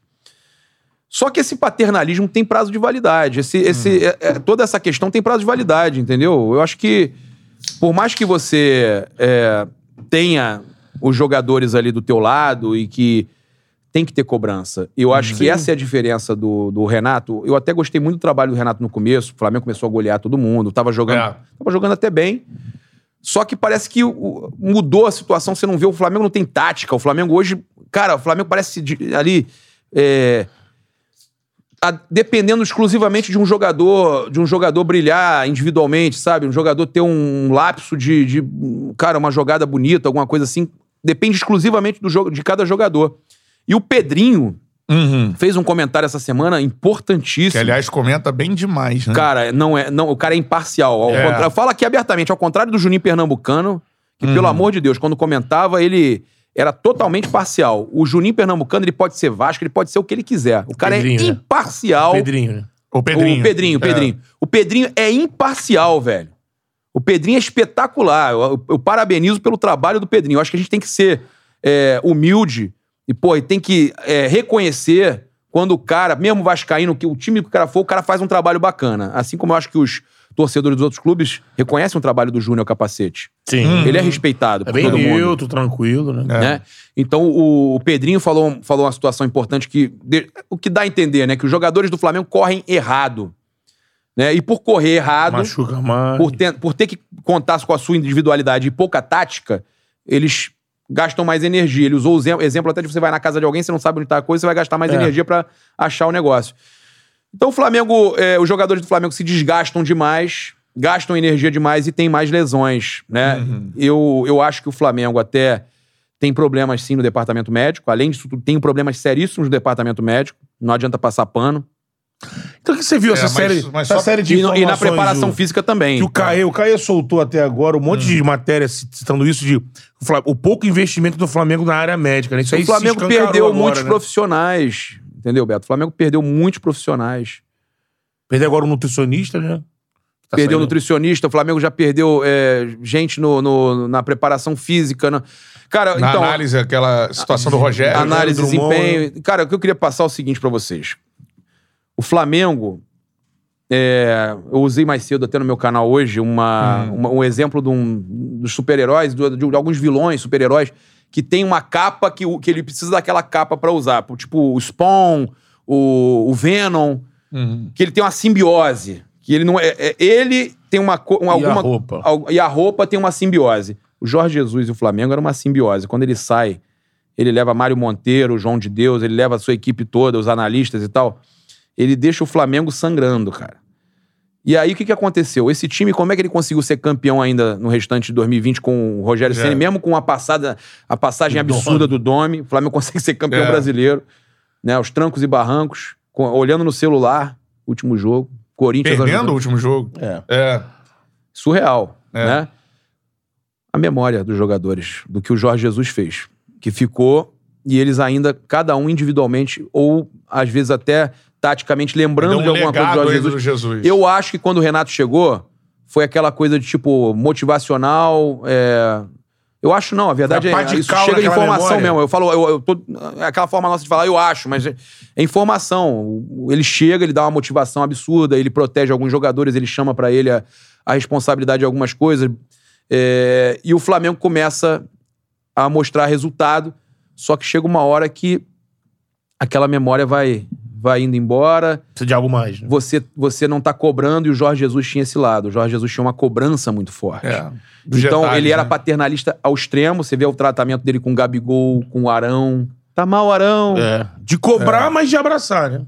[SPEAKER 2] Só que esse paternalismo tem prazo de validade. Esse, esse, é- é- toda essa questão tem prazo de validade, entendeu? Eu acho que, por mais que você é, tenha os jogadores ali do teu lado e que tem que ter cobrança. E Eu acho que essa é a diferença do, do Renato. Eu até gostei muito do trabalho do Renato no começo. O Flamengo começou a golear todo mundo, tava jogando,
[SPEAKER 1] É.
[SPEAKER 2] tava jogando até bem. Só que parece que o- o- mudou a situação. Você não vê, o Flamengo não tem tática. O Flamengo hoje, cara, o Flamengo parece de- ali. é, a- dependendo exclusivamente de um jogador, de um jogador brilhar individualmente, sabe? Um jogador ter um lapso de, de, cara, uma jogada bonita, alguma coisa assim, depende exclusivamente do jogo de cada jogador. E o Pedrinho
[SPEAKER 1] Uhum.
[SPEAKER 2] fez um comentário essa semana importantíssimo.
[SPEAKER 1] Que, aliás, comenta bem demais, né?
[SPEAKER 2] Cara, não é, não, o cara é imparcial. Ao
[SPEAKER 1] É.
[SPEAKER 2] contra- Fala aqui abertamente, ao contrário do Juninho Pernambucano, que
[SPEAKER 1] Uhum.
[SPEAKER 2] pelo amor de Deus, quando comentava, ele era totalmente parcial. O Juninho Pernambucano, ele pode ser Vasco, ele pode ser o que ele quiser. O cara
[SPEAKER 4] Pedrinho,
[SPEAKER 2] é
[SPEAKER 4] né?
[SPEAKER 2] imparcial.
[SPEAKER 4] Pedrinho, né?
[SPEAKER 1] o Pedrinho. É.
[SPEAKER 2] O Pedrinho, o Pedrinho. O Pedrinho é imparcial, velho. O Pedrinho é espetacular. Eu, eu- eu parabenizo pelo trabalho do Pedrinho. Eu acho que a gente tem que ser é, humilde e, pô, e tem que é, reconhecer quando o cara, mesmo vascaíno, que o time que o cara for, o cara faz um trabalho bacana. Assim como eu acho que os torcedores dos outros clubes reconhecem o trabalho do Júnior Capacete.
[SPEAKER 4] Sim.
[SPEAKER 3] Hum.
[SPEAKER 2] Ele é respeitado
[SPEAKER 4] É
[SPEAKER 2] por
[SPEAKER 4] bem
[SPEAKER 2] todo mundo
[SPEAKER 4] neutro, tranquilo, né?
[SPEAKER 1] É.
[SPEAKER 2] né? Então o, o Pedrinho falou, falou uma situação importante que de- o que dá a entender, né, que os jogadores do Flamengo correm errado, né? E por correr errado,
[SPEAKER 4] Machuca mais.
[SPEAKER 2] por ter, por ter que contar com a sua individualidade e pouca tática, eles gastam mais energia. Ele usou o exem- exemplo até de você vai na casa de alguém, você não sabe onde tá a coisa, você vai gastar mais
[SPEAKER 4] É.
[SPEAKER 2] energia pra achar o negócio. Então o Flamengo, é, os jogadores do Flamengo se desgastam demais, gastam energia demais e tem mais lesões, né?
[SPEAKER 3] Uhum.
[SPEAKER 2] Eu, eu acho que o Flamengo até tem problemas sim no departamento médico. Além disso, tudo, tem problemas seríssimos no departamento médico. Não adianta passar pano.
[SPEAKER 3] Então o que você viu
[SPEAKER 1] É,
[SPEAKER 3] essa
[SPEAKER 1] mas-
[SPEAKER 3] série?
[SPEAKER 1] mas
[SPEAKER 3] essa
[SPEAKER 1] só-
[SPEAKER 3] série de
[SPEAKER 2] E, no- e na
[SPEAKER 3] informações,
[SPEAKER 2] preparação
[SPEAKER 3] Ju?
[SPEAKER 2] física também.
[SPEAKER 3] Que o Caê, o Caê soltou até agora um
[SPEAKER 1] Hum.
[SPEAKER 3] monte de matéria citando isso de o Fla- o pouco investimento do Flamengo na área médica, né? Isso aí
[SPEAKER 2] Então, o
[SPEAKER 3] se
[SPEAKER 2] Flamengo
[SPEAKER 3] escancarou
[SPEAKER 2] perdeu um
[SPEAKER 3] agora,
[SPEAKER 2] muitos
[SPEAKER 3] né?
[SPEAKER 2] profissionais. Entendeu, Beto? O Flamengo perdeu muitos profissionais.
[SPEAKER 3] Perdeu agora um nutricionista, né? Tá
[SPEAKER 2] perdeu
[SPEAKER 3] saindo.
[SPEAKER 2] nutricionista, o Flamengo já perdeu é, gente no, no- na preparação física. na- Cara,
[SPEAKER 1] Na
[SPEAKER 2] então.
[SPEAKER 1] análise, aquela situação do Rogério.
[SPEAKER 3] Ana-
[SPEAKER 2] análise,
[SPEAKER 3] Leandro Drummond,
[SPEAKER 2] desempenho. Cara, o que eu queria passar é o seguinte pra vocês. O Flamengo. é, eu usei mais cedo até no meu canal hoje uma, uma- um exemplo de um, dos super-heróis, do- de, alguns vilões, super-heróis, que tem uma capa que, o- que ele precisa daquela capa pra usar. Tipo o Spawn, o, o Venom,
[SPEAKER 1] Uhum.
[SPEAKER 2] que ele tem uma simbiose. Que ele não é. é- ele tem uma. co- um-
[SPEAKER 4] E a
[SPEAKER 2] alguma,
[SPEAKER 4] roupa.
[SPEAKER 2] Al- E a roupa tem uma simbiose. O Jorge Jesus e o Flamengo era uma simbiose. Quando ele sai, ele leva Mário Monteiro, João de Deus, ele leva a sua equipe toda, os analistas e tal. Ele deixa o Flamengo sangrando, cara. E aí, o que, que aconteceu? Esse time, como é que ele conseguiu ser campeão ainda no restante de 2020 com o Rogério
[SPEAKER 1] É.
[SPEAKER 2] Ceni, mesmo com a passada, a passagem
[SPEAKER 4] Do
[SPEAKER 2] absurda do Domi, o Flamengo consegue ser campeão
[SPEAKER 1] É.
[SPEAKER 2] brasileiro, né? Os trancos e barrancos, com- olhando no celular, último jogo, Corinthians
[SPEAKER 1] Perdendo o
[SPEAKER 2] ajudando-
[SPEAKER 1] último jogo.
[SPEAKER 4] É.
[SPEAKER 1] É.
[SPEAKER 2] surreal,
[SPEAKER 1] É.
[SPEAKER 2] né? A memória dos jogadores, do que o Jorge Jesus fez, que ficou e eles ainda, cada um individualmente, ou às vezes até taticamente, lembrando
[SPEAKER 1] Deu um
[SPEAKER 2] de alguma coisa do
[SPEAKER 1] legado
[SPEAKER 2] Jorge
[SPEAKER 1] aí
[SPEAKER 2] Jesus.
[SPEAKER 1] do Jesus.
[SPEAKER 2] Eu acho que quando o Renato chegou, foi aquela coisa de tipo motivacional. é, Eu acho não, a verdade
[SPEAKER 3] Foi a
[SPEAKER 2] é,
[SPEAKER 3] pá de
[SPEAKER 2] isso
[SPEAKER 3] cal
[SPEAKER 2] chega de
[SPEAKER 3] naquela
[SPEAKER 2] informação
[SPEAKER 3] memória.
[SPEAKER 2] mesmo. Eu falo, eu, eu tô- é aquela forma nossa de falar, eu acho, mas é é informação. Ele chega, ele dá uma motivação absurda, ele protege alguns jogadores, ele chama pra ele a, a responsabilidade de algumas coisas. É, E o Flamengo começa a mostrar resultado, só que chega uma hora que aquela memória vai, vai indo embora
[SPEAKER 4] Precisa de algo mais, né?
[SPEAKER 2] você, você não tá cobrando e o Jorge Jesus tinha esse lado. O Jorge Jesus tinha uma cobrança muito forte.
[SPEAKER 1] É. Dos
[SPEAKER 2] Então,
[SPEAKER 1] detalhes,
[SPEAKER 2] ele era
[SPEAKER 1] né?
[SPEAKER 2] paternalista ao extremo. Você vê o tratamento dele com o Gabigol, com o Arão. Tá mal, Arão.
[SPEAKER 4] É.
[SPEAKER 3] De cobrar, mas de abraçar, né?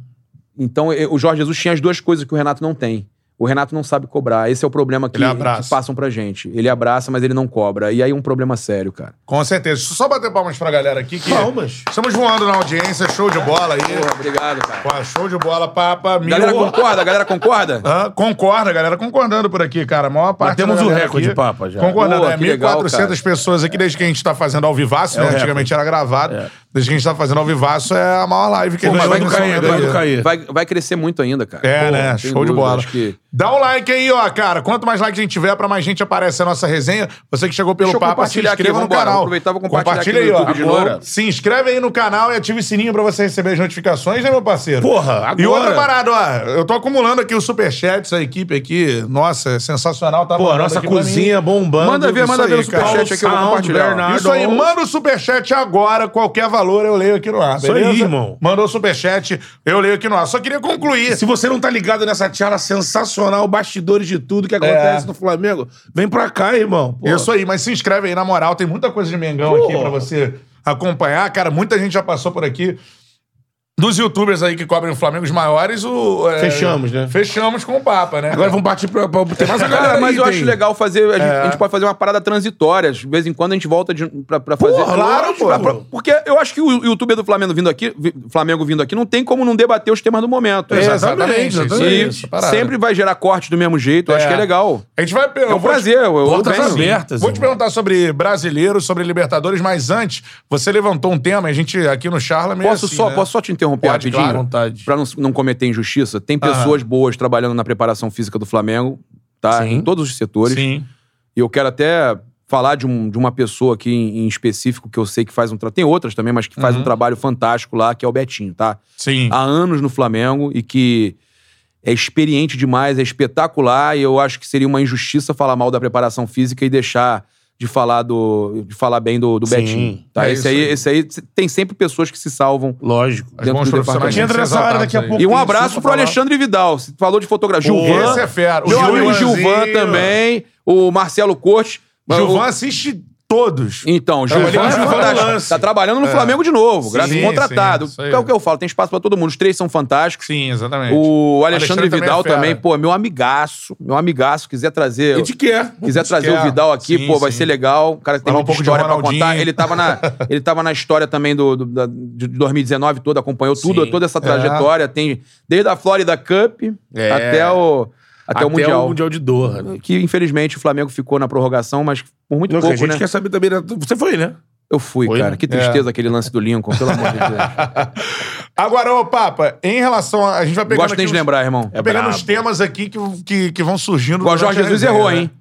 [SPEAKER 2] Então, eh, o Jorge Jesus tinha as duas coisas que o Renato não tem. O Renato não sabe cobrar. Esse é o problema que,
[SPEAKER 1] Ele abraça.
[SPEAKER 2] que passam pra gente. Ele abraça, mas ele não cobra. E aí é um problema sério, cara.
[SPEAKER 1] Com certeza. Deixa eu só bater palmas pra galera aqui. Que
[SPEAKER 3] Palmas.
[SPEAKER 1] Estamos voando na audiência. Show de bola aí.
[SPEAKER 2] obrigado, cara.
[SPEAKER 1] Pô, show de bola, papa. mil-
[SPEAKER 2] Galera concorda? Galera concorda?
[SPEAKER 1] Hã? concorda, galera. Concordando por aqui, cara. A maior parte
[SPEAKER 4] temos
[SPEAKER 1] da
[SPEAKER 4] o
[SPEAKER 1] galera
[SPEAKER 4] recorde,
[SPEAKER 1] aqui
[SPEAKER 4] Papa, já.
[SPEAKER 1] Concordando.
[SPEAKER 2] Pô,
[SPEAKER 1] é,
[SPEAKER 2] que legal,
[SPEAKER 1] 1.400 pessoas aqui desde que a gente tá fazendo ao vivaço, né?
[SPEAKER 4] recorde.
[SPEAKER 1] Antigamente era gravado. Desde que a gente tá fazendo ao vivaço, é a maior live que a
[SPEAKER 3] Pô,
[SPEAKER 1] gente
[SPEAKER 3] mas vai
[SPEAKER 1] fez
[SPEAKER 3] do
[SPEAKER 1] nesse
[SPEAKER 3] Caê,
[SPEAKER 1] momento
[SPEAKER 3] vai
[SPEAKER 1] aí.
[SPEAKER 3] do Caê.
[SPEAKER 2] Vai, vai crescer muito ainda, cara.
[SPEAKER 1] É, né?
[SPEAKER 2] sem
[SPEAKER 1] Show de bola.
[SPEAKER 2] Acho que
[SPEAKER 1] Dá o like aí, ó, cara. Quanto mais like a gente tiver, pra mais gente aparece a nossa resenha. Você que chegou pelo
[SPEAKER 2] Deixa eu
[SPEAKER 1] papo, se
[SPEAKER 2] compartilhar aqui,
[SPEAKER 1] inscreva no
[SPEAKER 2] vambora.
[SPEAKER 1] canal.
[SPEAKER 2] Vou aproveitar, vou compartilhar
[SPEAKER 1] Compartilha
[SPEAKER 2] aqui no
[SPEAKER 1] aí, ó.
[SPEAKER 2] YouTube de
[SPEAKER 1] Agora.
[SPEAKER 2] novo.
[SPEAKER 1] Se inscreve aí no canal e ativa o sininho pra você receber as notificações, né, meu parceiro?
[SPEAKER 4] Porra, agora.
[SPEAKER 1] E outra parada, ó. Eu tô acumulando aqui o superchat, essa equipe aqui. Nossa, é sensacional. Tá
[SPEAKER 4] Pô,
[SPEAKER 1] mandando
[SPEAKER 4] nossa
[SPEAKER 1] aqui pra mim.
[SPEAKER 4] cozinha bombando.
[SPEAKER 2] Manda ver,
[SPEAKER 1] isso
[SPEAKER 2] manda
[SPEAKER 1] aí,
[SPEAKER 2] ver no
[SPEAKER 1] cara.
[SPEAKER 2] superchat aqui, eu vou
[SPEAKER 4] Sound,
[SPEAKER 2] compartilhar.
[SPEAKER 4] Bernardo.
[SPEAKER 1] Isso aí, manda o superchat agora, qualquer valor eu leio aqui no ar,
[SPEAKER 4] Isso aí,
[SPEAKER 1] beleza?
[SPEAKER 4] irmão.
[SPEAKER 1] Mandou o superchat, eu leio aqui no ar. Só queria concluir.
[SPEAKER 4] Se você não tá ligado nessa tiara sensacional, bastidores de tudo
[SPEAKER 2] É.
[SPEAKER 4] que acontece no Flamengo, vem pra cá, irmão. Pô.
[SPEAKER 1] Isso aí, mas se inscreve aí, na moral, tem muita coisa de Mengão aqui pra você acompanhar. Cara, muita gente já passou por aqui. Dos youtubers aí que cobrem o Flamengo, os maiores, o... é,
[SPEAKER 4] Fechamos, né?
[SPEAKER 1] Fechamos com o Papa, né?
[SPEAKER 4] Agora vamos partir pra. pra tem mais a galera
[SPEAKER 2] Cara,
[SPEAKER 4] aí,
[SPEAKER 2] mas eu
[SPEAKER 4] tem.
[SPEAKER 2] acho legal fazer. A gente, a gente pode fazer uma parada transitória. De vez em quando a gente volta de, pra, pra fazer.
[SPEAKER 4] Porra,
[SPEAKER 1] claro,
[SPEAKER 2] Pra-
[SPEAKER 1] pô.
[SPEAKER 2] pra- Porque eu acho que o youtuber do Flamengo vindo aqui, vi- Flamengo vindo aqui, não tem como não debater os temas do momento.
[SPEAKER 1] Exatamente,
[SPEAKER 2] E
[SPEAKER 1] É, exatamente. Isso, parada.
[SPEAKER 2] sempre vai gerar corte do mesmo jeito. Eu acho que é legal.
[SPEAKER 1] A gente vai...
[SPEAKER 2] É um prazer. Eu, eu
[SPEAKER 6] Portas
[SPEAKER 2] venho.
[SPEAKER 6] abertas.
[SPEAKER 1] Vou te
[SPEAKER 6] irmão.
[SPEAKER 1] perguntar sobre brasileiros, sobre Libertadores, mas antes, você levantou um tema, a gente aqui no Charla meio
[SPEAKER 2] Posso,
[SPEAKER 1] assim,
[SPEAKER 2] só,
[SPEAKER 1] né?
[SPEAKER 2] posso só te interromper
[SPEAKER 1] Pode,
[SPEAKER 2] rapidinho?
[SPEAKER 1] claro.
[SPEAKER 6] Vontade.
[SPEAKER 2] Pra não, não cometer injustiça, tem pessoas boas trabalhando na preparação física do Flamengo, tá?
[SPEAKER 6] Sim.
[SPEAKER 2] Em todos os setores.
[SPEAKER 1] Sim.
[SPEAKER 2] E eu quero até falar de, um- de uma pessoa aqui em, em específico que eu sei que faz um trabalho. Tem outras também, mas que faz
[SPEAKER 1] Uhum.
[SPEAKER 2] um trabalho fantástico lá, que é o Betinho, tá?
[SPEAKER 1] Sim.
[SPEAKER 2] Há anos no Flamengo e que é experiente demais, é espetacular. E eu acho que seria uma injustiça falar mal da preparação física e deixar de falar do de falar bem do, do
[SPEAKER 6] Sim,
[SPEAKER 2] Betinho. Tá?
[SPEAKER 1] é
[SPEAKER 2] esse, aí,
[SPEAKER 1] isso aí.
[SPEAKER 2] esse aí c- tem sempre pessoas que se salvam.
[SPEAKER 6] Lógico.
[SPEAKER 1] As
[SPEAKER 2] dentro
[SPEAKER 1] bons
[SPEAKER 2] do
[SPEAKER 4] A
[SPEAKER 1] profissionais.
[SPEAKER 4] gente entra nessa área daqui a pouco.
[SPEAKER 2] E um
[SPEAKER 4] tem
[SPEAKER 2] abraço
[SPEAKER 4] assunto
[SPEAKER 2] pro
[SPEAKER 4] pra falar.
[SPEAKER 2] Alexandre Vidal. Você falou de fotografia. Gilvan.
[SPEAKER 1] é Esse é fera. O
[SPEAKER 2] Meu amigo
[SPEAKER 1] Gilvanzinho.
[SPEAKER 2] Gilvan também, o Marcelo Cortes.
[SPEAKER 1] Gilvan assiste todos.
[SPEAKER 2] Então, Gilvan
[SPEAKER 1] Trabalhando
[SPEAKER 2] é
[SPEAKER 1] no
[SPEAKER 2] fantástico.
[SPEAKER 1] lance.
[SPEAKER 2] Tá trabalhando no Flamengo de novo,
[SPEAKER 1] É. Sim,
[SPEAKER 2] graças
[SPEAKER 1] sim,
[SPEAKER 2] ao contratado.
[SPEAKER 1] isso aí.
[SPEAKER 2] é o que eu falo, tem espaço pra todo mundo. Os três são fantásticos.
[SPEAKER 1] Sim, exatamente.
[SPEAKER 2] O Alexandre,
[SPEAKER 1] Alexandre também
[SPEAKER 2] Vidal
[SPEAKER 1] é fera.
[SPEAKER 2] também, pô, meu amigaço, meu amigaço, quiser trazer.
[SPEAKER 4] A gente quer.
[SPEAKER 2] Quiser trazer o
[SPEAKER 1] quer.
[SPEAKER 2] Vidal aqui,
[SPEAKER 1] Sim,
[SPEAKER 2] pô, vai
[SPEAKER 1] sim.
[SPEAKER 2] ser legal. O cara tem
[SPEAKER 1] Falar um
[SPEAKER 2] muita
[SPEAKER 1] pouco de
[SPEAKER 2] história pra
[SPEAKER 1] Ronaldinho.
[SPEAKER 2] contar. Ele tava na, ele tava na história também do, do- da- de 2019 toda, acompanhou tudo,
[SPEAKER 6] Sim.
[SPEAKER 2] toda essa
[SPEAKER 1] É.
[SPEAKER 2] trajetória. Tem desde a Flórida Cup
[SPEAKER 6] É.
[SPEAKER 2] até o até, o mundial.
[SPEAKER 6] de Doha. né?
[SPEAKER 2] Que infelizmente o Flamengo ficou na prorrogação, mas por muito
[SPEAKER 4] Não, que a
[SPEAKER 2] pouco,
[SPEAKER 4] gente
[SPEAKER 2] né?
[SPEAKER 4] quer saber também. né? Você foi, né?
[SPEAKER 2] Eu fui,
[SPEAKER 6] Foi,
[SPEAKER 2] cara.
[SPEAKER 6] né?
[SPEAKER 2] Que tristeza aquele lance do Lincoln, pelo amor de Deus.
[SPEAKER 1] Agora, ô Papa, em relação a. A gente vai pegando.
[SPEAKER 2] Gosto nem
[SPEAKER 1] aqui
[SPEAKER 2] de
[SPEAKER 1] os-
[SPEAKER 2] lembrar, irmão.
[SPEAKER 1] vai pegando os temas aqui que, que, que vão surgindo.
[SPEAKER 2] O Jorge
[SPEAKER 1] durante a
[SPEAKER 2] Jesus
[SPEAKER 1] resenha,
[SPEAKER 2] errou,
[SPEAKER 1] né?
[SPEAKER 2] hein?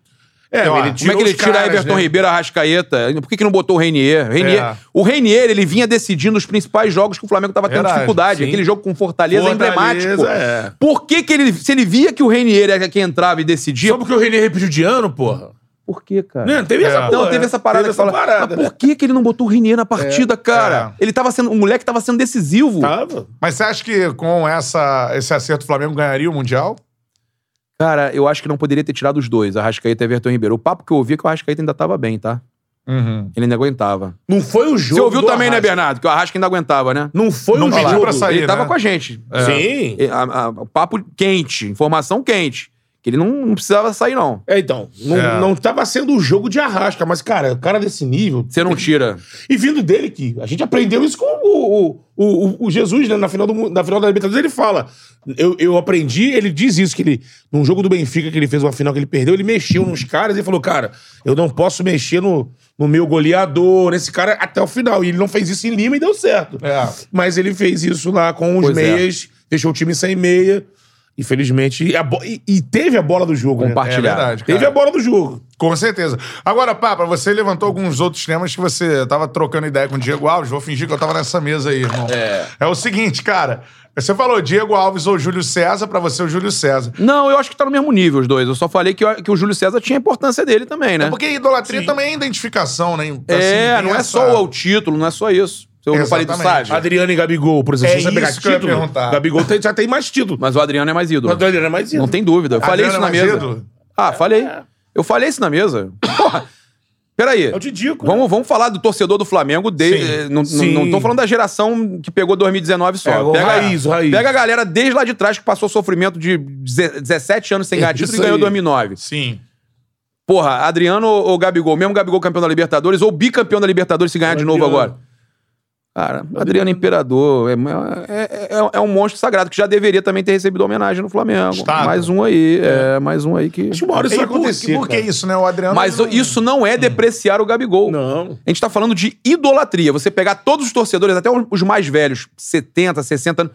[SPEAKER 4] É,
[SPEAKER 1] ó,
[SPEAKER 2] Como é que ele
[SPEAKER 4] os
[SPEAKER 2] tira
[SPEAKER 4] caras,
[SPEAKER 2] Everton
[SPEAKER 4] né?
[SPEAKER 2] Ribeiro, Arrascaeta? Por que, que não botou o Reinier? O Reinier-
[SPEAKER 1] É.
[SPEAKER 2] O Reinier, ele vinha decidindo os principais jogos que o Flamengo tava tendo
[SPEAKER 1] Verdade,
[SPEAKER 2] dificuldade.
[SPEAKER 1] sim.
[SPEAKER 2] Aquele jogo com Fortaleza,
[SPEAKER 4] Fortaleza,
[SPEAKER 2] é emblemático.
[SPEAKER 4] é.
[SPEAKER 2] Por que, que ele. Se ele via que o Reinier era quem entrava e decidia.
[SPEAKER 4] Só porque o René repetiu de ano, porra. Né?
[SPEAKER 2] Por que, cara?
[SPEAKER 4] Não, teve essa
[SPEAKER 1] Não,
[SPEAKER 4] porra.
[SPEAKER 2] É. Não, teve essa parada
[SPEAKER 4] Teve
[SPEAKER 2] que fala. "Ah,
[SPEAKER 4] essa parada.
[SPEAKER 2] Mas por que, que ele não botou o Reinier na partida, cara? Ele tava sendo. O moleque tava sendo decisivo.
[SPEAKER 4] Tava.
[SPEAKER 1] Mas você acha que com essa, esse acerto o Flamengo ganharia o Mundial?
[SPEAKER 2] Cara, eu acho que não poderia ter tirado os dois, Arrascaeta e Everton Ribeiro. O papo que eu ouvi é que o Arrascaeta ainda tava bem, tá? Ele ainda aguentava.
[SPEAKER 4] Não foi o jogo.
[SPEAKER 2] Você ouviu
[SPEAKER 4] do
[SPEAKER 2] também, né,
[SPEAKER 4] Arrasca.
[SPEAKER 2] Bernardo? Que o Arrasca ainda aguentava, né?
[SPEAKER 4] Não foi
[SPEAKER 1] Não
[SPEAKER 4] o
[SPEAKER 1] pediu
[SPEAKER 4] jogo.
[SPEAKER 1] pra sair.
[SPEAKER 2] ele tava
[SPEAKER 1] né?
[SPEAKER 2] com a gente.
[SPEAKER 4] Sim.
[SPEAKER 2] É, a- a- papo quente, informação quente. Que ele não, não precisava sair, não.
[SPEAKER 4] É, então. Não,
[SPEAKER 1] É.
[SPEAKER 4] não tava sendo o jogo de arrasca, mas, cara, o cara desse nível.
[SPEAKER 2] Você não tira.
[SPEAKER 4] E vindo dele, que a gente aprendeu isso com o, o, o, o Jesus, né? Na final, do, mu- na final da Libertadores, ele fala. Eu, eu aprendi, ele diz isso, que ele, num jogo do Benfica que ele fez uma final que ele perdeu, ele mexeu nos caras e falou, cara, eu não posso mexer no, no meu goleador, nesse cara, até o final. E ele não fez isso em Lima e deu certo.
[SPEAKER 1] É.
[SPEAKER 4] Mas ele fez isso lá com os
[SPEAKER 2] Pois é.
[SPEAKER 4] meias, deixou o time sem meia. Infelizmente, e, a bo- e- e teve a bola do jogo, né?
[SPEAKER 1] É
[SPEAKER 2] Compartilhar.
[SPEAKER 1] verdade.
[SPEAKER 4] Teve
[SPEAKER 1] cara.
[SPEAKER 4] a bola do jogo.
[SPEAKER 1] Com certeza. Agora, Papa, você levantou alguns outros temas que você tava trocando ideia com o Diego Alves. Vou fingir que eu tava nessa mesa aí, irmão. É. É o seguinte, cara. Você falou Diego Alves ou Júlio César, pra você é o Júlio César.
[SPEAKER 2] Não, eu acho que tá no mesmo nível os dois. Eu só falei que, o- que o Júlio César tinha a importância dele também, né?
[SPEAKER 1] É porque idolatria também é identificação, né? Assim,
[SPEAKER 2] É,
[SPEAKER 1] tem
[SPEAKER 2] não é
[SPEAKER 1] essa-
[SPEAKER 2] só o título, não é só isso. Eu não falei do
[SPEAKER 1] Exatamente.
[SPEAKER 2] Sádio.
[SPEAKER 4] Adriano e Gabigol, por exemplo,
[SPEAKER 1] É
[SPEAKER 4] se você pegar
[SPEAKER 1] isso que eu ia
[SPEAKER 4] título,
[SPEAKER 1] perguntar.
[SPEAKER 4] Gabigol tem- já tem mais título.
[SPEAKER 2] Mas o Adriano é mais ídolo.
[SPEAKER 4] Mas o Adriano é mais ídolo.
[SPEAKER 2] Não tem dúvida. Eu falei
[SPEAKER 1] Adriano
[SPEAKER 2] isso na
[SPEAKER 1] é mais
[SPEAKER 2] mesa.
[SPEAKER 1] ídolo?
[SPEAKER 2] Ah, falei. Eu falei isso na mesa. Porra. Peraí.
[SPEAKER 4] É o Didico. né?
[SPEAKER 2] Vamos, vamos falar do torcedor do Flamengo. De,
[SPEAKER 1] Sim.
[SPEAKER 2] eh, não,
[SPEAKER 4] Sim.
[SPEAKER 2] não, não tô falando da geração que pegou 2019 só.
[SPEAKER 4] É, o
[SPEAKER 2] pega,
[SPEAKER 4] raiz, o raiz.
[SPEAKER 2] pega a galera desde lá de trás que passou sofrimento de deze- 17 anos sem ganhar título e
[SPEAKER 4] Isso
[SPEAKER 2] ganhou
[SPEAKER 4] aí.
[SPEAKER 2] 2009.
[SPEAKER 1] Sim.
[SPEAKER 2] Porra, Adriano ou ou Gabigol? Mesmo Gabigol campeão da Libertadores ou bicampeão da Libertadores se ganhar de novo
[SPEAKER 4] Adriano.
[SPEAKER 2] agora? Cara, Adriano Imperador é, é- é- é um monstro sagrado que já deveria também ter recebido homenagem no Flamengo.
[SPEAKER 1] Estátua.
[SPEAKER 2] Mais um aí, é, mais um aí que.
[SPEAKER 4] Acho É, que uma hora
[SPEAKER 1] E
[SPEAKER 4] isso vai
[SPEAKER 1] É, por,
[SPEAKER 4] acontecer.
[SPEAKER 1] por que
[SPEAKER 4] cara.
[SPEAKER 1] isso, né? O Adriano.
[SPEAKER 2] Mas
[SPEAKER 1] ele não- Hum.
[SPEAKER 2] isso não é depreciar o Gabigol.
[SPEAKER 4] Não.
[SPEAKER 2] A gente tá falando de idolatria. Você pegar todos os torcedores, até os mais velhos, 70, 60 anos.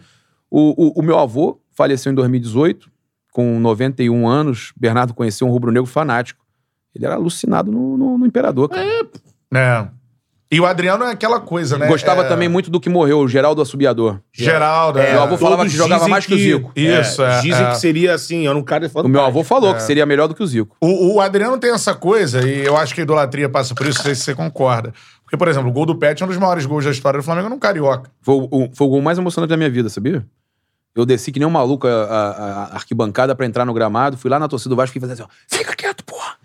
[SPEAKER 2] O, o- o meu avô faleceu em 2018. com 91 anos, Bernardo conheceu um rubro-negro fanático. Ele era alucinado no, no- no Imperador, cara.
[SPEAKER 1] É. E o Adriano é aquela coisa, né?
[SPEAKER 2] Gostava
[SPEAKER 1] É, né?
[SPEAKER 2] também É, muito do que morreu, o Geraldo Assobiador.
[SPEAKER 1] Geraldo.
[SPEAKER 4] É,
[SPEAKER 2] Meu avô falava que
[SPEAKER 3] Todos
[SPEAKER 2] jogava
[SPEAKER 3] dizem
[SPEAKER 2] mais que o Zico.
[SPEAKER 1] Isso, é,
[SPEAKER 3] Dizem
[SPEAKER 1] é.
[SPEAKER 3] que seria assim, era um cara
[SPEAKER 2] O meu avô falou que seria melhor do que o Zico.
[SPEAKER 1] O, o Adriano tem essa coisa, e eu acho que a idolatria passa por isso, não sei se você concorda. Porque, por exemplo, o gol do Pet é um dos maiores gols da história do Flamengo num carioca.
[SPEAKER 2] Foi o, o- foi o gol mais emocionante da minha vida, sabia? Eu desci que nem um maluco a, a- a- a arquibancada pra entrar no gramado, fui lá na torcida do Vasco e fazia assim, ó, fica quieto, porra!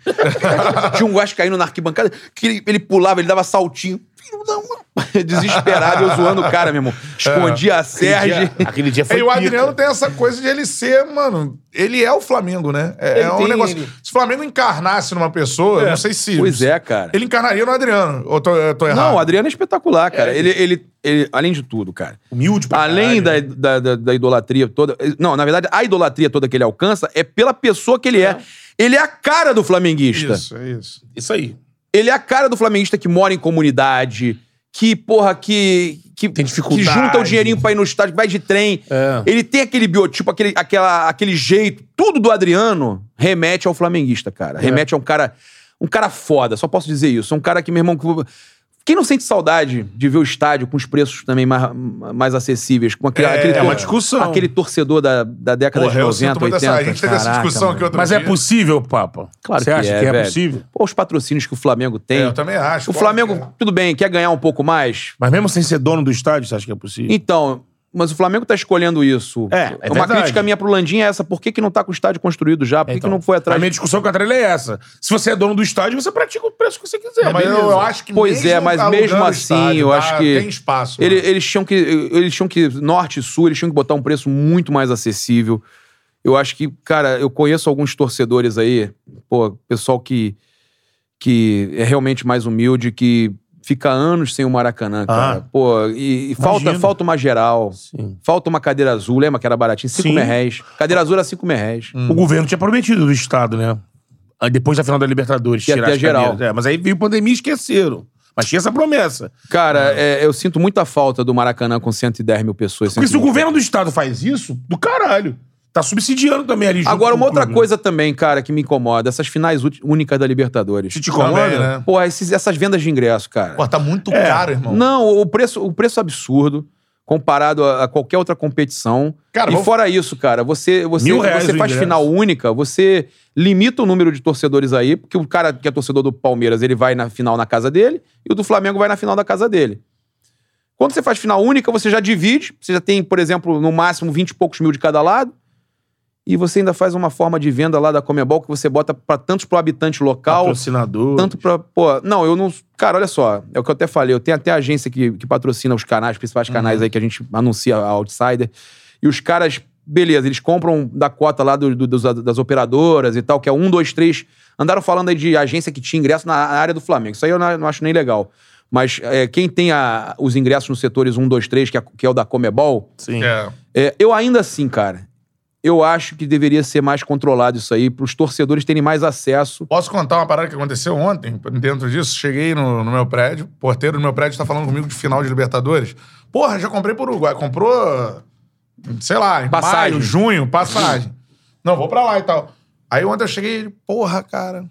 [SPEAKER 2] Tinha um Vasco caindo na arquibancada, que ele, ele pulava, ele dava saltinho. Filho da uma- Desesperado, eu zoando o cara, meu irmão. Escondia a Serge.
[SPEAKER 4] Aquele dia foi
[SPEAKER 1] e o
[SPEAKER 4] pica.
[SPEAKER 1] Adriano tem essa coisa de ele ser, mano, ele é o Flamengo, né? É,
[SPEAKER 3] Ele
[SPEAKER 1] é um
[SPEAKER 3] tem-
[SPEAKER 1] negócio. Se o Flamengo encarnasse numa pessoa, eu não sei se.
[SPEAKER 2] Pois é, cara.
[SPEAKER 1] Ele encarnaria no Adriano. Ou tô, eu tô errado?
[SPEAKER 2] Não, o Adriano é espetacular, cara. Ele, ele, ele, além de tudo, cara.
[SPEAKER 3] humilde pra
[SPEAKER 2] Além da, da, da- da idolatria toda. eh, Não, na verdade, a idolatria toda que ele alcança é pela pessoa que ele é. Ele é a cara do flamenguista.
[SPEAKER 1] Isso, é isso.
[SPEAKER 3] Isso aí.
[SPEAKER 2] Ele é a cara do flamenguista que mora em comunidade, que, porra, que. que
[SPEAKER 3] Tem dificuldade.
[SPEAKER 2] Que junta o dinheirinho pra ir no estádio, vai de trem.
[SPEAKER 4] É.
[SPEAKER 2] Ele tem aquele biotipo, aquele, aquela, aquele jeito. Tudo do Adriano remete ao flamenguista, cara.
[SPEAKER 1] É.
[SPEAKER 2] Remete a um cara. Um cara foda, só posso dizer isso. É um cara que, meu irmão. que- Quem não sente saudade de ver o estádio com os preços também mais, mais acessíveis? Com aquele,
[SPEAKER 1] É,
[SPEAKER 2] aquele
[SPEAKER 1] é
[SPEAKER 2] tor-
[SPEAKER 1] uma
[SPEAKER 3] discussão.
[SPEAKER 2] Aquele torcedor da, da década
[SPEAKER 1] Porra,
[SPEAKER 2] de
[SPEAKER 1] eu
[SPEAKER 2] 90,
[SPEAKER 1] sinto muito
[SPEAKER 2] 80.
[SPEAKER 1] essa. A gente teve essa
[SPEAKER 2] Caraca,
[SPEAKER 1] discussão
[SPEAKER 2] mano.
[SPEAKER 1] aqui outro
[SPEAKER 4] Mas
[SPEAKER 1] dia.
[SPEAKER 4] é possível, Papa?
[SPEAKER 2] Claro
[SPEAKER 4] Você
[SPEAKER 2] que
[SPEAKER 4] acha
[SPEAKER 2] é,
[SPEAKER 4] que é
[SPEAKER 2] velho.
[SPEAKER 4] possível?
[SPEAKER 2] Pô, os patrocínios que o Flamengo tem.
[SPEAKER 1] Eu também acho. É.
[SPEAKER 2] O
[SPEAKER 1] Pode, cara.
[SPEAKER 2] Flamengo, é tudo bem, quer ganhar um pouco mais?
[SPEAKER 4] Mas mesmo sem ser dono do estádio, você acha que é possível?
[SPEAKER 2] Então, mas o Flamengo tá escolhendo isso.
[SPEAKER 4] É, é
[SPEAKER 2] Uma
[SPEAKER 4] verdade.
[SPEAKER 2] crítica minha pro Landim é essa. Por que, que não tá com o estádio construído já? Por que,
[SPEAKER 4] É, então.
[SPEAKER 2] que não foi
[SPEAKER 3] A
[SPEAKER 2] atrás?
[SPEAKER 3] minha discussão com a Trela é essa. Se você é dono do estádio, você pratica o preço que você quiser.
[SPEAKER 1] Mas eu,
[SPEAKER 3] beleza.
[SPEAKER 1] eu acho que
[SPEAKER 2] Pois é,
[SPEAKER 1] mesmo tá
[SPEAKER 2] mas
[SPEAKER 1] alugando
[SPEAKER 2] mesmo
[SPEAKER 1] o
[SPEAKER 2] assim, eu
[SPEAKER 1] dá-
[SPEAKER 2] acho que
[SPEAKER 1] Tem espaço.
[SPEAKER 2] Ele-
[SPEAKER 1] mano.
[SPEAKER 2] eles, tinham que, eles tinham que, norte e sul, eles tinham que botar um preço muito mais acessível. Eu acho que, cara, eu conheço alguns torcedores aí, pô, pessoal que, que é realmente mais humilde, que fica anos sem o Maracanã, cara.
[SPEAKER 4] Ah.
[SPEAKER 2] Pô, e, e falta,
[SPEAKER 4] Imagino.
[SPEAKER 2] falta uma geral.
[SPEAKER 4] Sim.
[SPEAKER 2] Falta uma cadeira azul, lembra que era baratinho? 5
[SPEAKER 4] Sim.
[SPEAKER 2] mil reais. Cadeira azul era 5 mil reais.
[SPEAKER 4] O governo tinha prometido do Estado, né? Aí Depois da final da Libertadores,
[SPEAKER 2] Ia
[SPEAKER 4] tirar
[SPEAKER 2] ter
[SPEAKER 4] as
[SPEAKER 2] geral.
[SPEAKER 4] cadeiras. É, mas aí veio pandemia e esqueceram. Mas tinha essa promessa.
[SPEAKER 2] Cara, é, eu sinto muita falta do Maracanã com 110 mil pessoas.
[SPEAKER 3] Porque se o
[SPEAKER 2] 120.
[SPEAKER 3] governo do estado faz isso, do caralho. Tá subsidiando também ali. junto
[SPEAKER 2] Agora,
[SPEAKER 3] com
[SPEAKER 2] uma
[SPEAKER 3] o
[SPEAKER 2] outra
[SPEAKER 3] clube, né?
[SPEAKER 2] coisa também, cara, que me incomoda. Essas finais ú- únicas da Libertadores.
[SPEAKER 3] Isso te incomoda?
[SPEAKER 1] Também, né?
[SPEAKER 2] Porra, esses- essas vendas de ingresso, cara.
[SPEAKER 1] Pô, tá muito caro, irmão.
[SPEAKER 2] É. Não, o preço, o preço absurdo comparado a, a qualquer outra competição.
[SPEAKER 1] Cara,
[SPEAKER 2] e
[SPEAKER 1] vamos-
[SPEAKER 2] fora isso, cara, você você,
[SPEAKER 4] Mil reais
[SPEAKER 2] você
[SPEAKER 4] o
[SPEAKER 2] faz
[SPEAKER 4] ingresso.
[SPEAKER 2] final única, você limita o número de torcedores aí, porque o cara que é torcedor do Palmeiras, ele vai na final na casa dele e o do Flamengo vai na final da casa dele. Quando você faz final única, você já divide, você já tem, por exemplo, no máximo 20 e poucos mil de cada lado. E você ainda faz uma forma de venda lá da Comebol que você bota pra tantos pro habitante local,
[SPEAKER 4] Patrocinador.
[SPEAKER 2] tanto pra. Pô, não, eu não. Cara, olha só. É o que eu até falei. Eu tenho até agência que, que patrocina os canais, principais canais aí que a gente anuncia a Outsider. E os caras, beleza, eles compram da cota lá do- do- dos- das operadoras e tal, que é um, dois, três. Andaram falando aí de agência que tinha ingresso na área do Flamengo. Isso aí eu não, não acho nem legal. Mas é, quem tem a- os ingressos nos setores 1, 2, 3, que é, que é o da Comebol,
[SPEAKER 4] Sim.
[SPEAKER 1] É.
[SPEAKER 2] é, eu ainda assim, cara, eu acho que deveria ser mais controlado isso aí, para os torcedores terem mais acesso
[SPEAKER 1] Posso contar uma parada que aconteceu ontem, dentro disso? Cheguei no, no meu prédio, o porteiro do meu prédio tá falando comigo de final de Libertadores. Porra, já comprei pro Uruguai. Comprou, sei lá, em
[SPEAKER 2] Passagem.
[SPEAKER 1] maio, junho, passagem. Não, vou pra lá e tal. Aí ontem eu cheguei, porra, cara.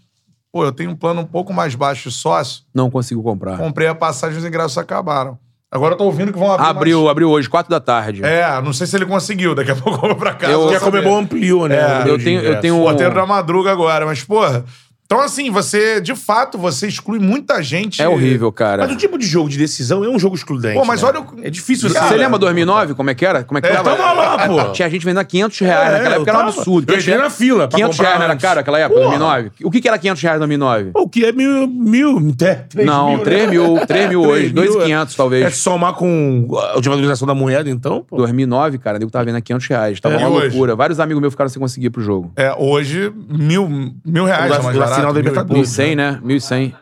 [SPEAKER 1] Pô, eu tenho um plano um pouco mais baixo de sócio.
[SPEAKER 2] não consigo comprar.
[SPEAKER 1] Comprei a passagem, os ingressos acabaram. Agora eu tô ouvindo que vão abrir
[SPEAKER 2] Abriu,
[SPEAKER 1] mais-
[SPEAKER 2] abriu hoje, 4 da tarde.
[SPEAKER 1] É, não sei se ele conseguiu. Daqui a pouco eu vou pra casa.
[SPEAKER 2] Eu- É,
[SPEAKER 1] vou
[SPEAKER 4] Porque a
[SPEAKER 1] saber.
[SPEAKER 4] Comebol ampliou, né? o número
[SPEAKER 2] eu
[SPEAKER 4] de
[SPEAKER 2] tenho- eu
[SPEAKER 4] ingressos.
[SPEAKER 2] tenho-
[SPEAKER 1] O roteiro da madruga agora, mas, porra. Então, assim, você, de fato, você exclui muita gente.
[SPEAKER 2] É horrível, cara.
[SPEAKER 4] Mas o tipo de jogo de decisão é um jogo excludente.
[SPEAKER 1] Pô, mas
[SPEAKER 4] né?
[SPEAKER 1] olha o.
[SPEAKER 4] É difícil
[SPEAKER 1] Você
[SPEAKER 2] Você
[SPEAKER 1] cara.
[SPEAKER 2] lembra 2009? Como é que era? Como é que
[SPEAKER 1] É,
[SPEAKER 2] tava?
[SPEAKER 1] tava
[SPEAKER 4] lá, pô.
[SPEAKER 2] Tinha gente vendendo 500 reais.
[SPEAKER 4] É,
[SPEAKER 2] naquela época
[SPEAKER 4] eu
[SPEAKER 2] era um
[SPEAKER 4] tava.
[SPEAKER 2] absurdo.
[SPEAKER 4] Eu entrei na fila pra
[SPEAKER 2] 500
[SPEAKER 4] comprar
[SPEAKER 2] reais não era
[SPEAKER 4] antes.
[SPEAKER 2] caro aquela época,
[SPEAKER 4] Porra.
[SPEAKER 2] 2009? O que, que era 500 reais em 2009?
[SPEAKER 4] O que é mil, mil até três mil,
[SPEAKER 2] não,
[SPEAKER 4] né?
[SPEAKER 2] 3 mil. 3 mil hoje.
[SPEAKER 4] Três mil,
[SPEAKER 2] 2,500
[SPEAKER 4] É
[SPEAKER 2] talvez.
[SPEAKER 4] somar com a desvalorização da moeda, então, pô.
[SPEAKER 2] 2009, cara, o nego tava vendo a 500 reais. Tava
[SPEAKER 1] É,
[SPEAKER 2] uma
[SPEAKER 1] e hoje?
[SPEAKER 2] loucura. Vários amigos meus ficaram sem conseguir ir pro jogo.
[SPEAKER 1] É, hoje, mil, mil reais
[SPEAKER 4] Da-
[SPEAKER 1] é mais
[SPEAKER 4] da
[SPEAKER 1] barato.
[SPEAKER 4] final da
[SPEAKER 1] mil e
[SPEAKER 4] Libertadores.
[SPEAKER 1] pouco.
[SPEAKER 2] 1.100, né? 1.100.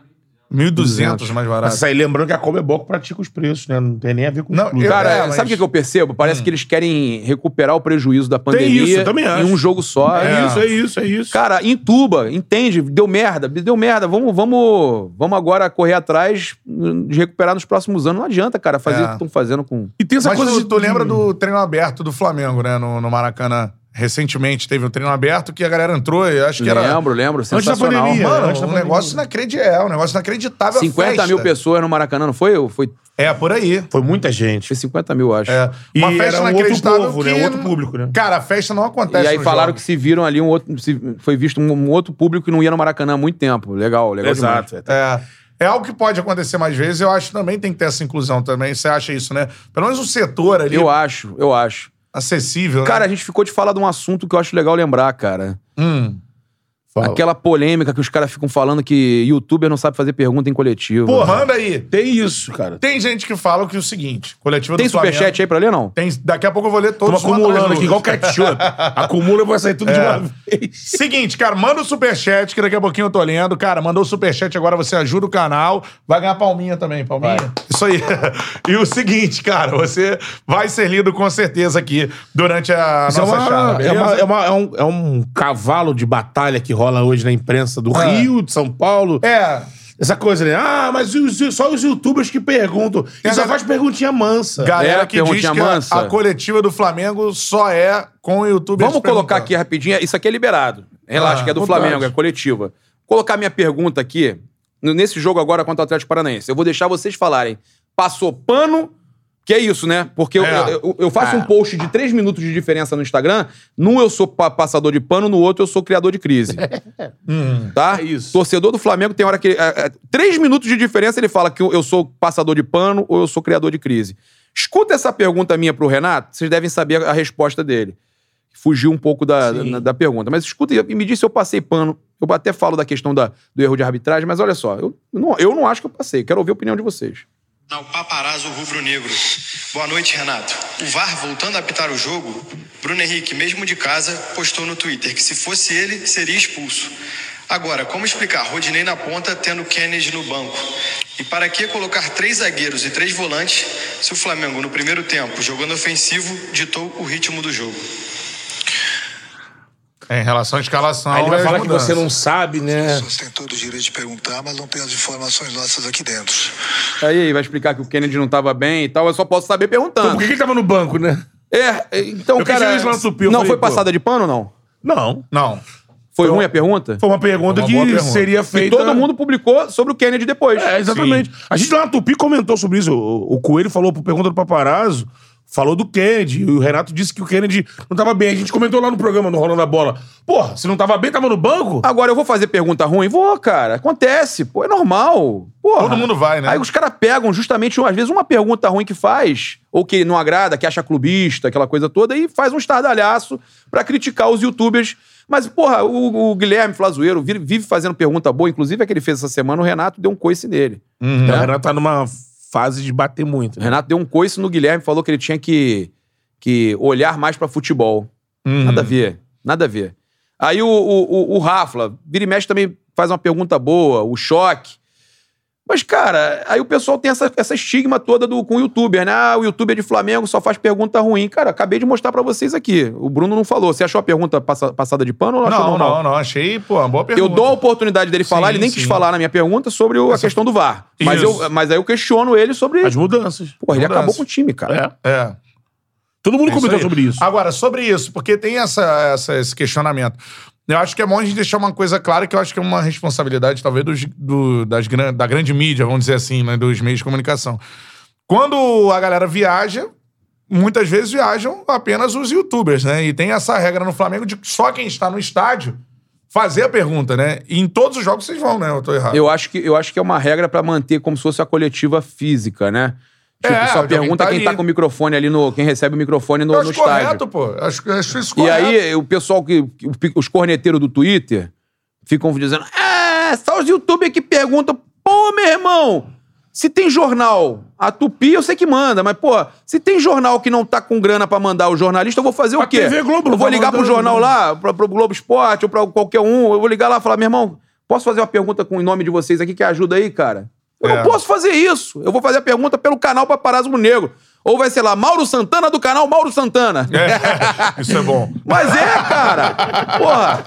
[SPEAKER 1] Mil duzentos mais barato.
[SPEAKER 4] Mas aí, lembrando que a é Comebol que pratica os preços, né? Não tem nem a ver com
[SPEAKER 1] Não,
[SPEAKER 4] o clube.
[SPEAKER 1] eu-
[SPEAKER 2] Cara,
[SPEAKER 1] É, mas-
[SPEAKER 2] sabe o que que eu percebo? Parece que eles querem recuperar o prejuízo da pandemia
[SPEAKER 4] Hum. isso, eu também
[SPEAKER 2] em
[SPEAKER 4] acho.
[SPEAKER 2] um jogo só.
[SPEAKER 1] É.
[SPEAKER 4] É isso, é isso, é isso.
[SPEAKER 2] Cara, entuba, entende? Deu merda, deu merda. Vamos, vamos, vamos agora correr atrás hum, de recuperar nos próximos anos. Não adianta, cara, fazer
[SPEAKER 1] É.
[SPEAKER 2] o que estão fazendo com.
[SPEAKER 4] e tem essa
[SPEAKER 1] Mas
[SPEAKER 4] coisa
[SPEAKER 1] tu,
[SPEAKER 4] de...
[SPEAKER 1] tu lembra do treino aberto do Flamengo, né? No, no Maracanã. recentemente teve um treino aberto que a galera entrou, eu acho que era.
[SPEAKER 2] Lembro, lembro.
[SPEAKER 3] da
[SPEAKER 2] Sensacional.
[SPEAKER 3] pandemia.
[SPEAKER 1] Mano,
[SPEAKER 3] Antes da
[SPEAKER 1] um
[SPEAKER 3] pandemia.
[SPEAKER 1] negócio inacreditável, um negócio inacreditável. a
[SPEAKER 2] 50
[SPEAKER 1] festa.
[SPEAKER 2] mil pessoas no Maracanã, não foi? Foi,
[SPEAKER 1] É, por aí.
[SPEAKER 4] Foi muita gente.
[SPEAKER 2] foi 50 mil, acho.
[SPEAKER 1] É. Uma
[SPEAKER 3] E
[SPEAKER 1] festa
[SPEAKER 3] era um outro
[SPEAKER 1] inacreditável
[SPEAKER 3] povo,
[SPEAKER 1] que...
[SPEAKER 3] né? Um outro público, né?
[SPEAKER 1] Cara, a festa não acontece
[SPEAKER 2] E aí
[SPEAKER 1] nos
[SPEAKER 2] falaram
[SPEAKER 1] jogos.
[SPEAKER 2] que se viram ali um outro. se- foi visto um, um outro público que não ia no Maracanã há muito tempo. Legal, legal.
[SPEAKER 3] Exato.
[SPEAKER 4] tá
[SPEAKER 3] é.
[SPEAKER 1] É. É algo que pode acontecer mais vezes, eu acho que também tem que ter essa inclusão também. Você acha isso, né? Pelo menos um setor ali
[SPEAKER 2] Demais. Eu acho, eu acho.
[SPEAKER 1] acessível. né?
[SPEAKER 2] Cara, a gente ficou de falar de um assunto que eu acho legal lembrar, cara.
[SPEAKER 1] Hum.
[SPEAKER 4] Fala.
[SPEAKER 2] Aquela polêmica que os caras ficam falando que youtuber não sabe fazer pergunta em coletivo.
[SPEAKER 1] Pô, manda aí.
[SPEAKER 3] Tem isso, cara.
[SPEAKER 1] Tem gente que fala que é o seguinte: coletiva
[SPEAKER 2] Tem
[SPEAKER 1] do Flamengo.
[SPEAKER 2] superchat aí pra ler, não?
[SPEAKER 1] Tem, daqui a pouco eu vou ler todos
[SPEAKER 3] Estamos
[SPEAKER 1] um atrás
[SPEAKER 3] acumulando
[SPEAKER 1] do
[SPEAKER 3] aqui, igual
[SPEAKER 1] outro.
[SPEAKER 3] ketchup. É. Acumula e vai sair tudo de uma vez.
[SPEAKER 1] Seguinte, cara, manda o superchat, que daqui a pouquinho eu tô lendo. Cara, mandou o superchat agora, você ajuda o canal. Vai ganhar palminha também, palminha. Isso aí. E o seguinte, cara, você vai ser lido com certeza aqui durante a
[SPEAKER 4] Isso é,
[SPEAKER 1] nossa
[SPEAKER 4] uma-
[SPEAKER 1] charla,
[SPEAKER 4] é,
[SPEAKER 1] beleza?
[SPEAKER 4] uma- é uma- é um, é um cavalo de batalha que rola hoje na imprensa do
[SPEAKER 1] É.
[SPEAKER 4] Rio, de São Paulo.
[SPEAKER 1] É,
[SPEAKER 4] Essa coisa, né? Ah, mas os- só os youtubers que perguntam. E só
[SPEAKER 1] a-
[SPEAKER 4] faz perguntinha mansa.
[SPEAKER 1] galera
[SPEAKER 2] É,
[SPEAKER 1] que diz que
[SPEAKER 2] perguntinha
[SPEAKER 1] a,
[SPEAKER 2] mansa.
[SPEAKER 1] a coletiva do Flamengo só é com o YouTube.
[SPEAKER 2] Vamos colocar aqui rapidinho. Isso aqui é liberado. Relaxa,
[SPEAKER 1] Ah,
[SPEAKER 2] que é do
[SPEAKER 1] vontade.
[SPEAKER 2] Flamengo, é coletiva. Vou colocar minha pergunta aqui. n- Nesse jogo agora contra o Atlético Paranaense. Eu vou deixar vocês falarem. Passou pano. Que é isso, né? Porque eu,
[SPEAKER 1] É.
[SPEAKER 2] eu- eu- eu faço um post de três minutos de diferença no Instagram. Num eu sou pa- passador de pano, no outro eu sou criador de crise.
[SPEAKER 1] Hum,
[SPEAKER 2] tá?
[SPEAKER 3] É isso.
[SPEAKER 2] Torcedor do Flamengo tem hora que. é, é, três minutos de diferença ele fala que eu eu sou passador de pano ou eu sou criador de crise. Escuta essa pergunta minha pro Renato, vocês devem saber a resposta dele. Fugiu um pouco da,
[SPEAKER 3] Sim.
[SPEAKER 2] na- da pergunta. Mas escuta e me diz se eu passei pano. Eu até falo da questão da, do erro de arbitragem, mas olha só, eu não, eu não acho que eu passei. Quero ouvir a opinião de vocês.
[SPEAKER 7] Não, paparazzo rubro-negro. Boa noite, Renato. O VAR voltando a apitar o jogo, Bruno Henrique, mesmo de casa, postou no Twitter que se fosse ele, seria expulso. Agora, como explicar Rodinei na ponta tendo Kennedy no banco? E para que colocar três zagueiros e três volantes se o Flamengo, no primeiro tempo, jogando ofensivo, ditou o ritmo do jogo?
[SPEAKER 1] Em relação à escalação.
[SPEAKER 4] Aí ele
[SPEAKER 1] é
[SPEAKER 4] vai
[SPEAKER 1] as
[SPEAKER 4] falar que
[SPEAKER 1] mudanças.
[SPEAKER 4] você não sabe, né?
[SPEAKER 8] pessoas têm todo o direito de perguntar, mas não tem as informações nossas aqui dentro.
[SPEAKER 2] Aí vai explicar que o Kennedy não tava bem e tal, eu só posso saber
[SPEAKER 3] Por
[SPEAKER 2] perguntando.
[SPEAKER 3] que que ele tava no banco, né?
[SPEAKER 2] É, então,
[SPEAKER 3] Eu
[SPEAKER 2] cara.
[SPEAKER 3] questionei isso lá no Tupi, eu
[SPEAKER 2] não
[SPEAKER 3] falei,
[SPEAKER 2] foi
[SPEAKER 3] pô.
[SPEAKER 2] passada de pano ou não?
[SPEAKER 3] Não.
[SPEAKER 1] Não.
[SPEAKER 2] Foi ruim a pergunta?
[SPEAKER 3] Foi uma pergunta
[SPEAKER 1] Foi uma
[SPEAKER 3] que
[SPEAKER 1] boa pergunta.
[SPEAKER 3] seria
[SPEAKER 2] E
[SPEAKER 3] feita...
[SPEAKER 2] todo mundo publicou sobre o Kennedy depois.
[SPEAKER 3] É, exatamente. A gente lá na Tupi comentou sobre isso. O, o Coelho falou por pergunta do paparazzo, falou do Kennedy. E o Renato disse que o Kennedy não tava bem. A gente comentou lá no programa, no Rolando a Bola. Porra, se não tava bem, tava no banco?
[SPEAKER 2] Agora eu vou fazer pergunta ruim? Vou, cara. Acontece. Pô, é normal. Porra.
[SPEAKER 4] Ah.
[SPEAKER 1] Todo mundo vai, né?
[SPEAKER 2] Aí os caras pegam justamente, às vezes, uma pergunta ruim que faz, ou que não agrada, que acha clubista, aquela coisa toda, e faz um estardalhaço pra criticar os youtubers. Mas, porra, o, o Guilherme Flazoeiro vi- vive fazendo pergunta boa. Inclusive, a que ele fez essa semana, o Renato deu um coice nele.
[SPEAKER 3] O Renato tá numa fase de bater muito.
[SPEAKER 2] O
[SPEAKER 3] Né?
[SPEAKER 2] Renato deu um coice no Guilherme, falou que ele tinha que, que olhar mais pra futebol.
[SPEAKER 1] Uhum.
[SPEAKER 2] Nada a ver, nada a ver. Aí o, o, o, o Rafa, vira e mexe também faz uma pergunta boa, o choque. Mas, cara, aí o pessoal tem essa, essa estigma toda do, com o youtuber, né? Ah, o youtuber de Flamengo só faz pergunta ruim. Cara, acabei de mostrar pra vocês aqui. O Bruno não falou. Você achou a pergunta passa- passada de pano ou achou
[SPEAKER 1] Não,
[SPEAKER 2] normal?
[SPEAKER 1] não, não. Achei, pô, uma boa pergunta.
[SPEAKER 2] Eu dou a oportunidade dele falar,
[SPEAKER 1] Sim,
[SPEAKER 2] ele nem quis
[SPEAKER 1] sim.
[SPEAKER 2] falar na minha pergunta sobre o- a questão do VAR. Mas,
[SPEAKER 1] Isso.
[SPEAKER 2] eu, mas aí eu questiono ele sobre.
[SPEAKER 3] As mudanças.
[SPEAKER 2] Porra, ele
[SPEAKER 1] mudança.
[SPEAKER 2] acabou com o time, cara.
[SPEAKER 3] É.
[SPEAKER 1] É.
[SPEAKER 3] Todo mundo
[SPEAKER 1] É
[SPEAKER 3] comentou
[SPEAKER 1] aí.
[SPEAKER 3] sobre isso.
[SPEAKER 1] Agora, sobre isso, porque tem essa, essa- esse questionamento. Eu acho que é bom a gente deixar uma coisa clara que eu acho que é uma responsabilidade, talvez, dos, do- das, gran- da grande mídia, vamos dizer assim, né, dos meios de comunicação. Quando a galera viaja, muitas vezes viajam apenas os youtubers, né? E tem essa regra no Flamengo de que só quem está no estádio fazer a pergunta, né? E em todos os jogos vocês vão, né? Eu tô errado.
[SPEAKER 2] Eu acho que, eu acho que é uma regra pra manter como se fosse a coletiva física, né? Tipo,
[SPEAKER 1] É,
[SPEAKER 2] só
[SPEAKER 1] alguém
[SPEAKER 2] pergunta
[SPEAKER 1] tá
[SPEAKER 2] quem
[SPEAKER 1] ali.
[SPEAKER 2] tá com o microfone ali no. Quem recebe o microfone no,
[SPEAKER 1] Eu
[SPEAKER 2] no
[SPEAKER 1] acho
[SPEAKER 2] estádio.
[SPEAKER 1] correto, pô. Eu Acho, eu acho isso
[SPEAKER 2] E
[SPEAKER 1] correto.
[SPEAKER 2] aí, o pessoal que. que- Os corneteiros do Twitter ficam dizendo: É, só os youtubers que perguntam, pô, meu irmão! Se tem jornal, a Tupi eu sei que manda, mas, pô, se tem jornal que não tá com grana pra mandar o jornalista, eu vou fazer
[SPEAKER 3] A
[SPEAKER 2] o quê?
[SPEAKER 3] TV Globo não
[SPEAKER 2] eu vou
[SPEAKER 3] tá
[SPEAKER 2] ligar pro
[SPEAKER 3] mandando,
[SPEAKER 2] jornal
[SPEAKER 3] né?
[SPEAKER 2] lá, pra, pro Globo Esporte ou pra qualquer um, eu vou ligar lá e falar, meu irmão, posso fazer uma pergunta com o nome de vocês aqui que ajuda aí, cara? Eu
[SPEAKER 1] É.
[SPEAKER 2] não posso fazer isso. Eu vou fazer a pergunta pelo canal Paparazzo Negro. Ou vai, sei lá, Mauro Santana do canal Mauro Santana.
[SPEAKER 1] É, isso é bom.
[SPEAKER 2] Mas é, cara. Porra.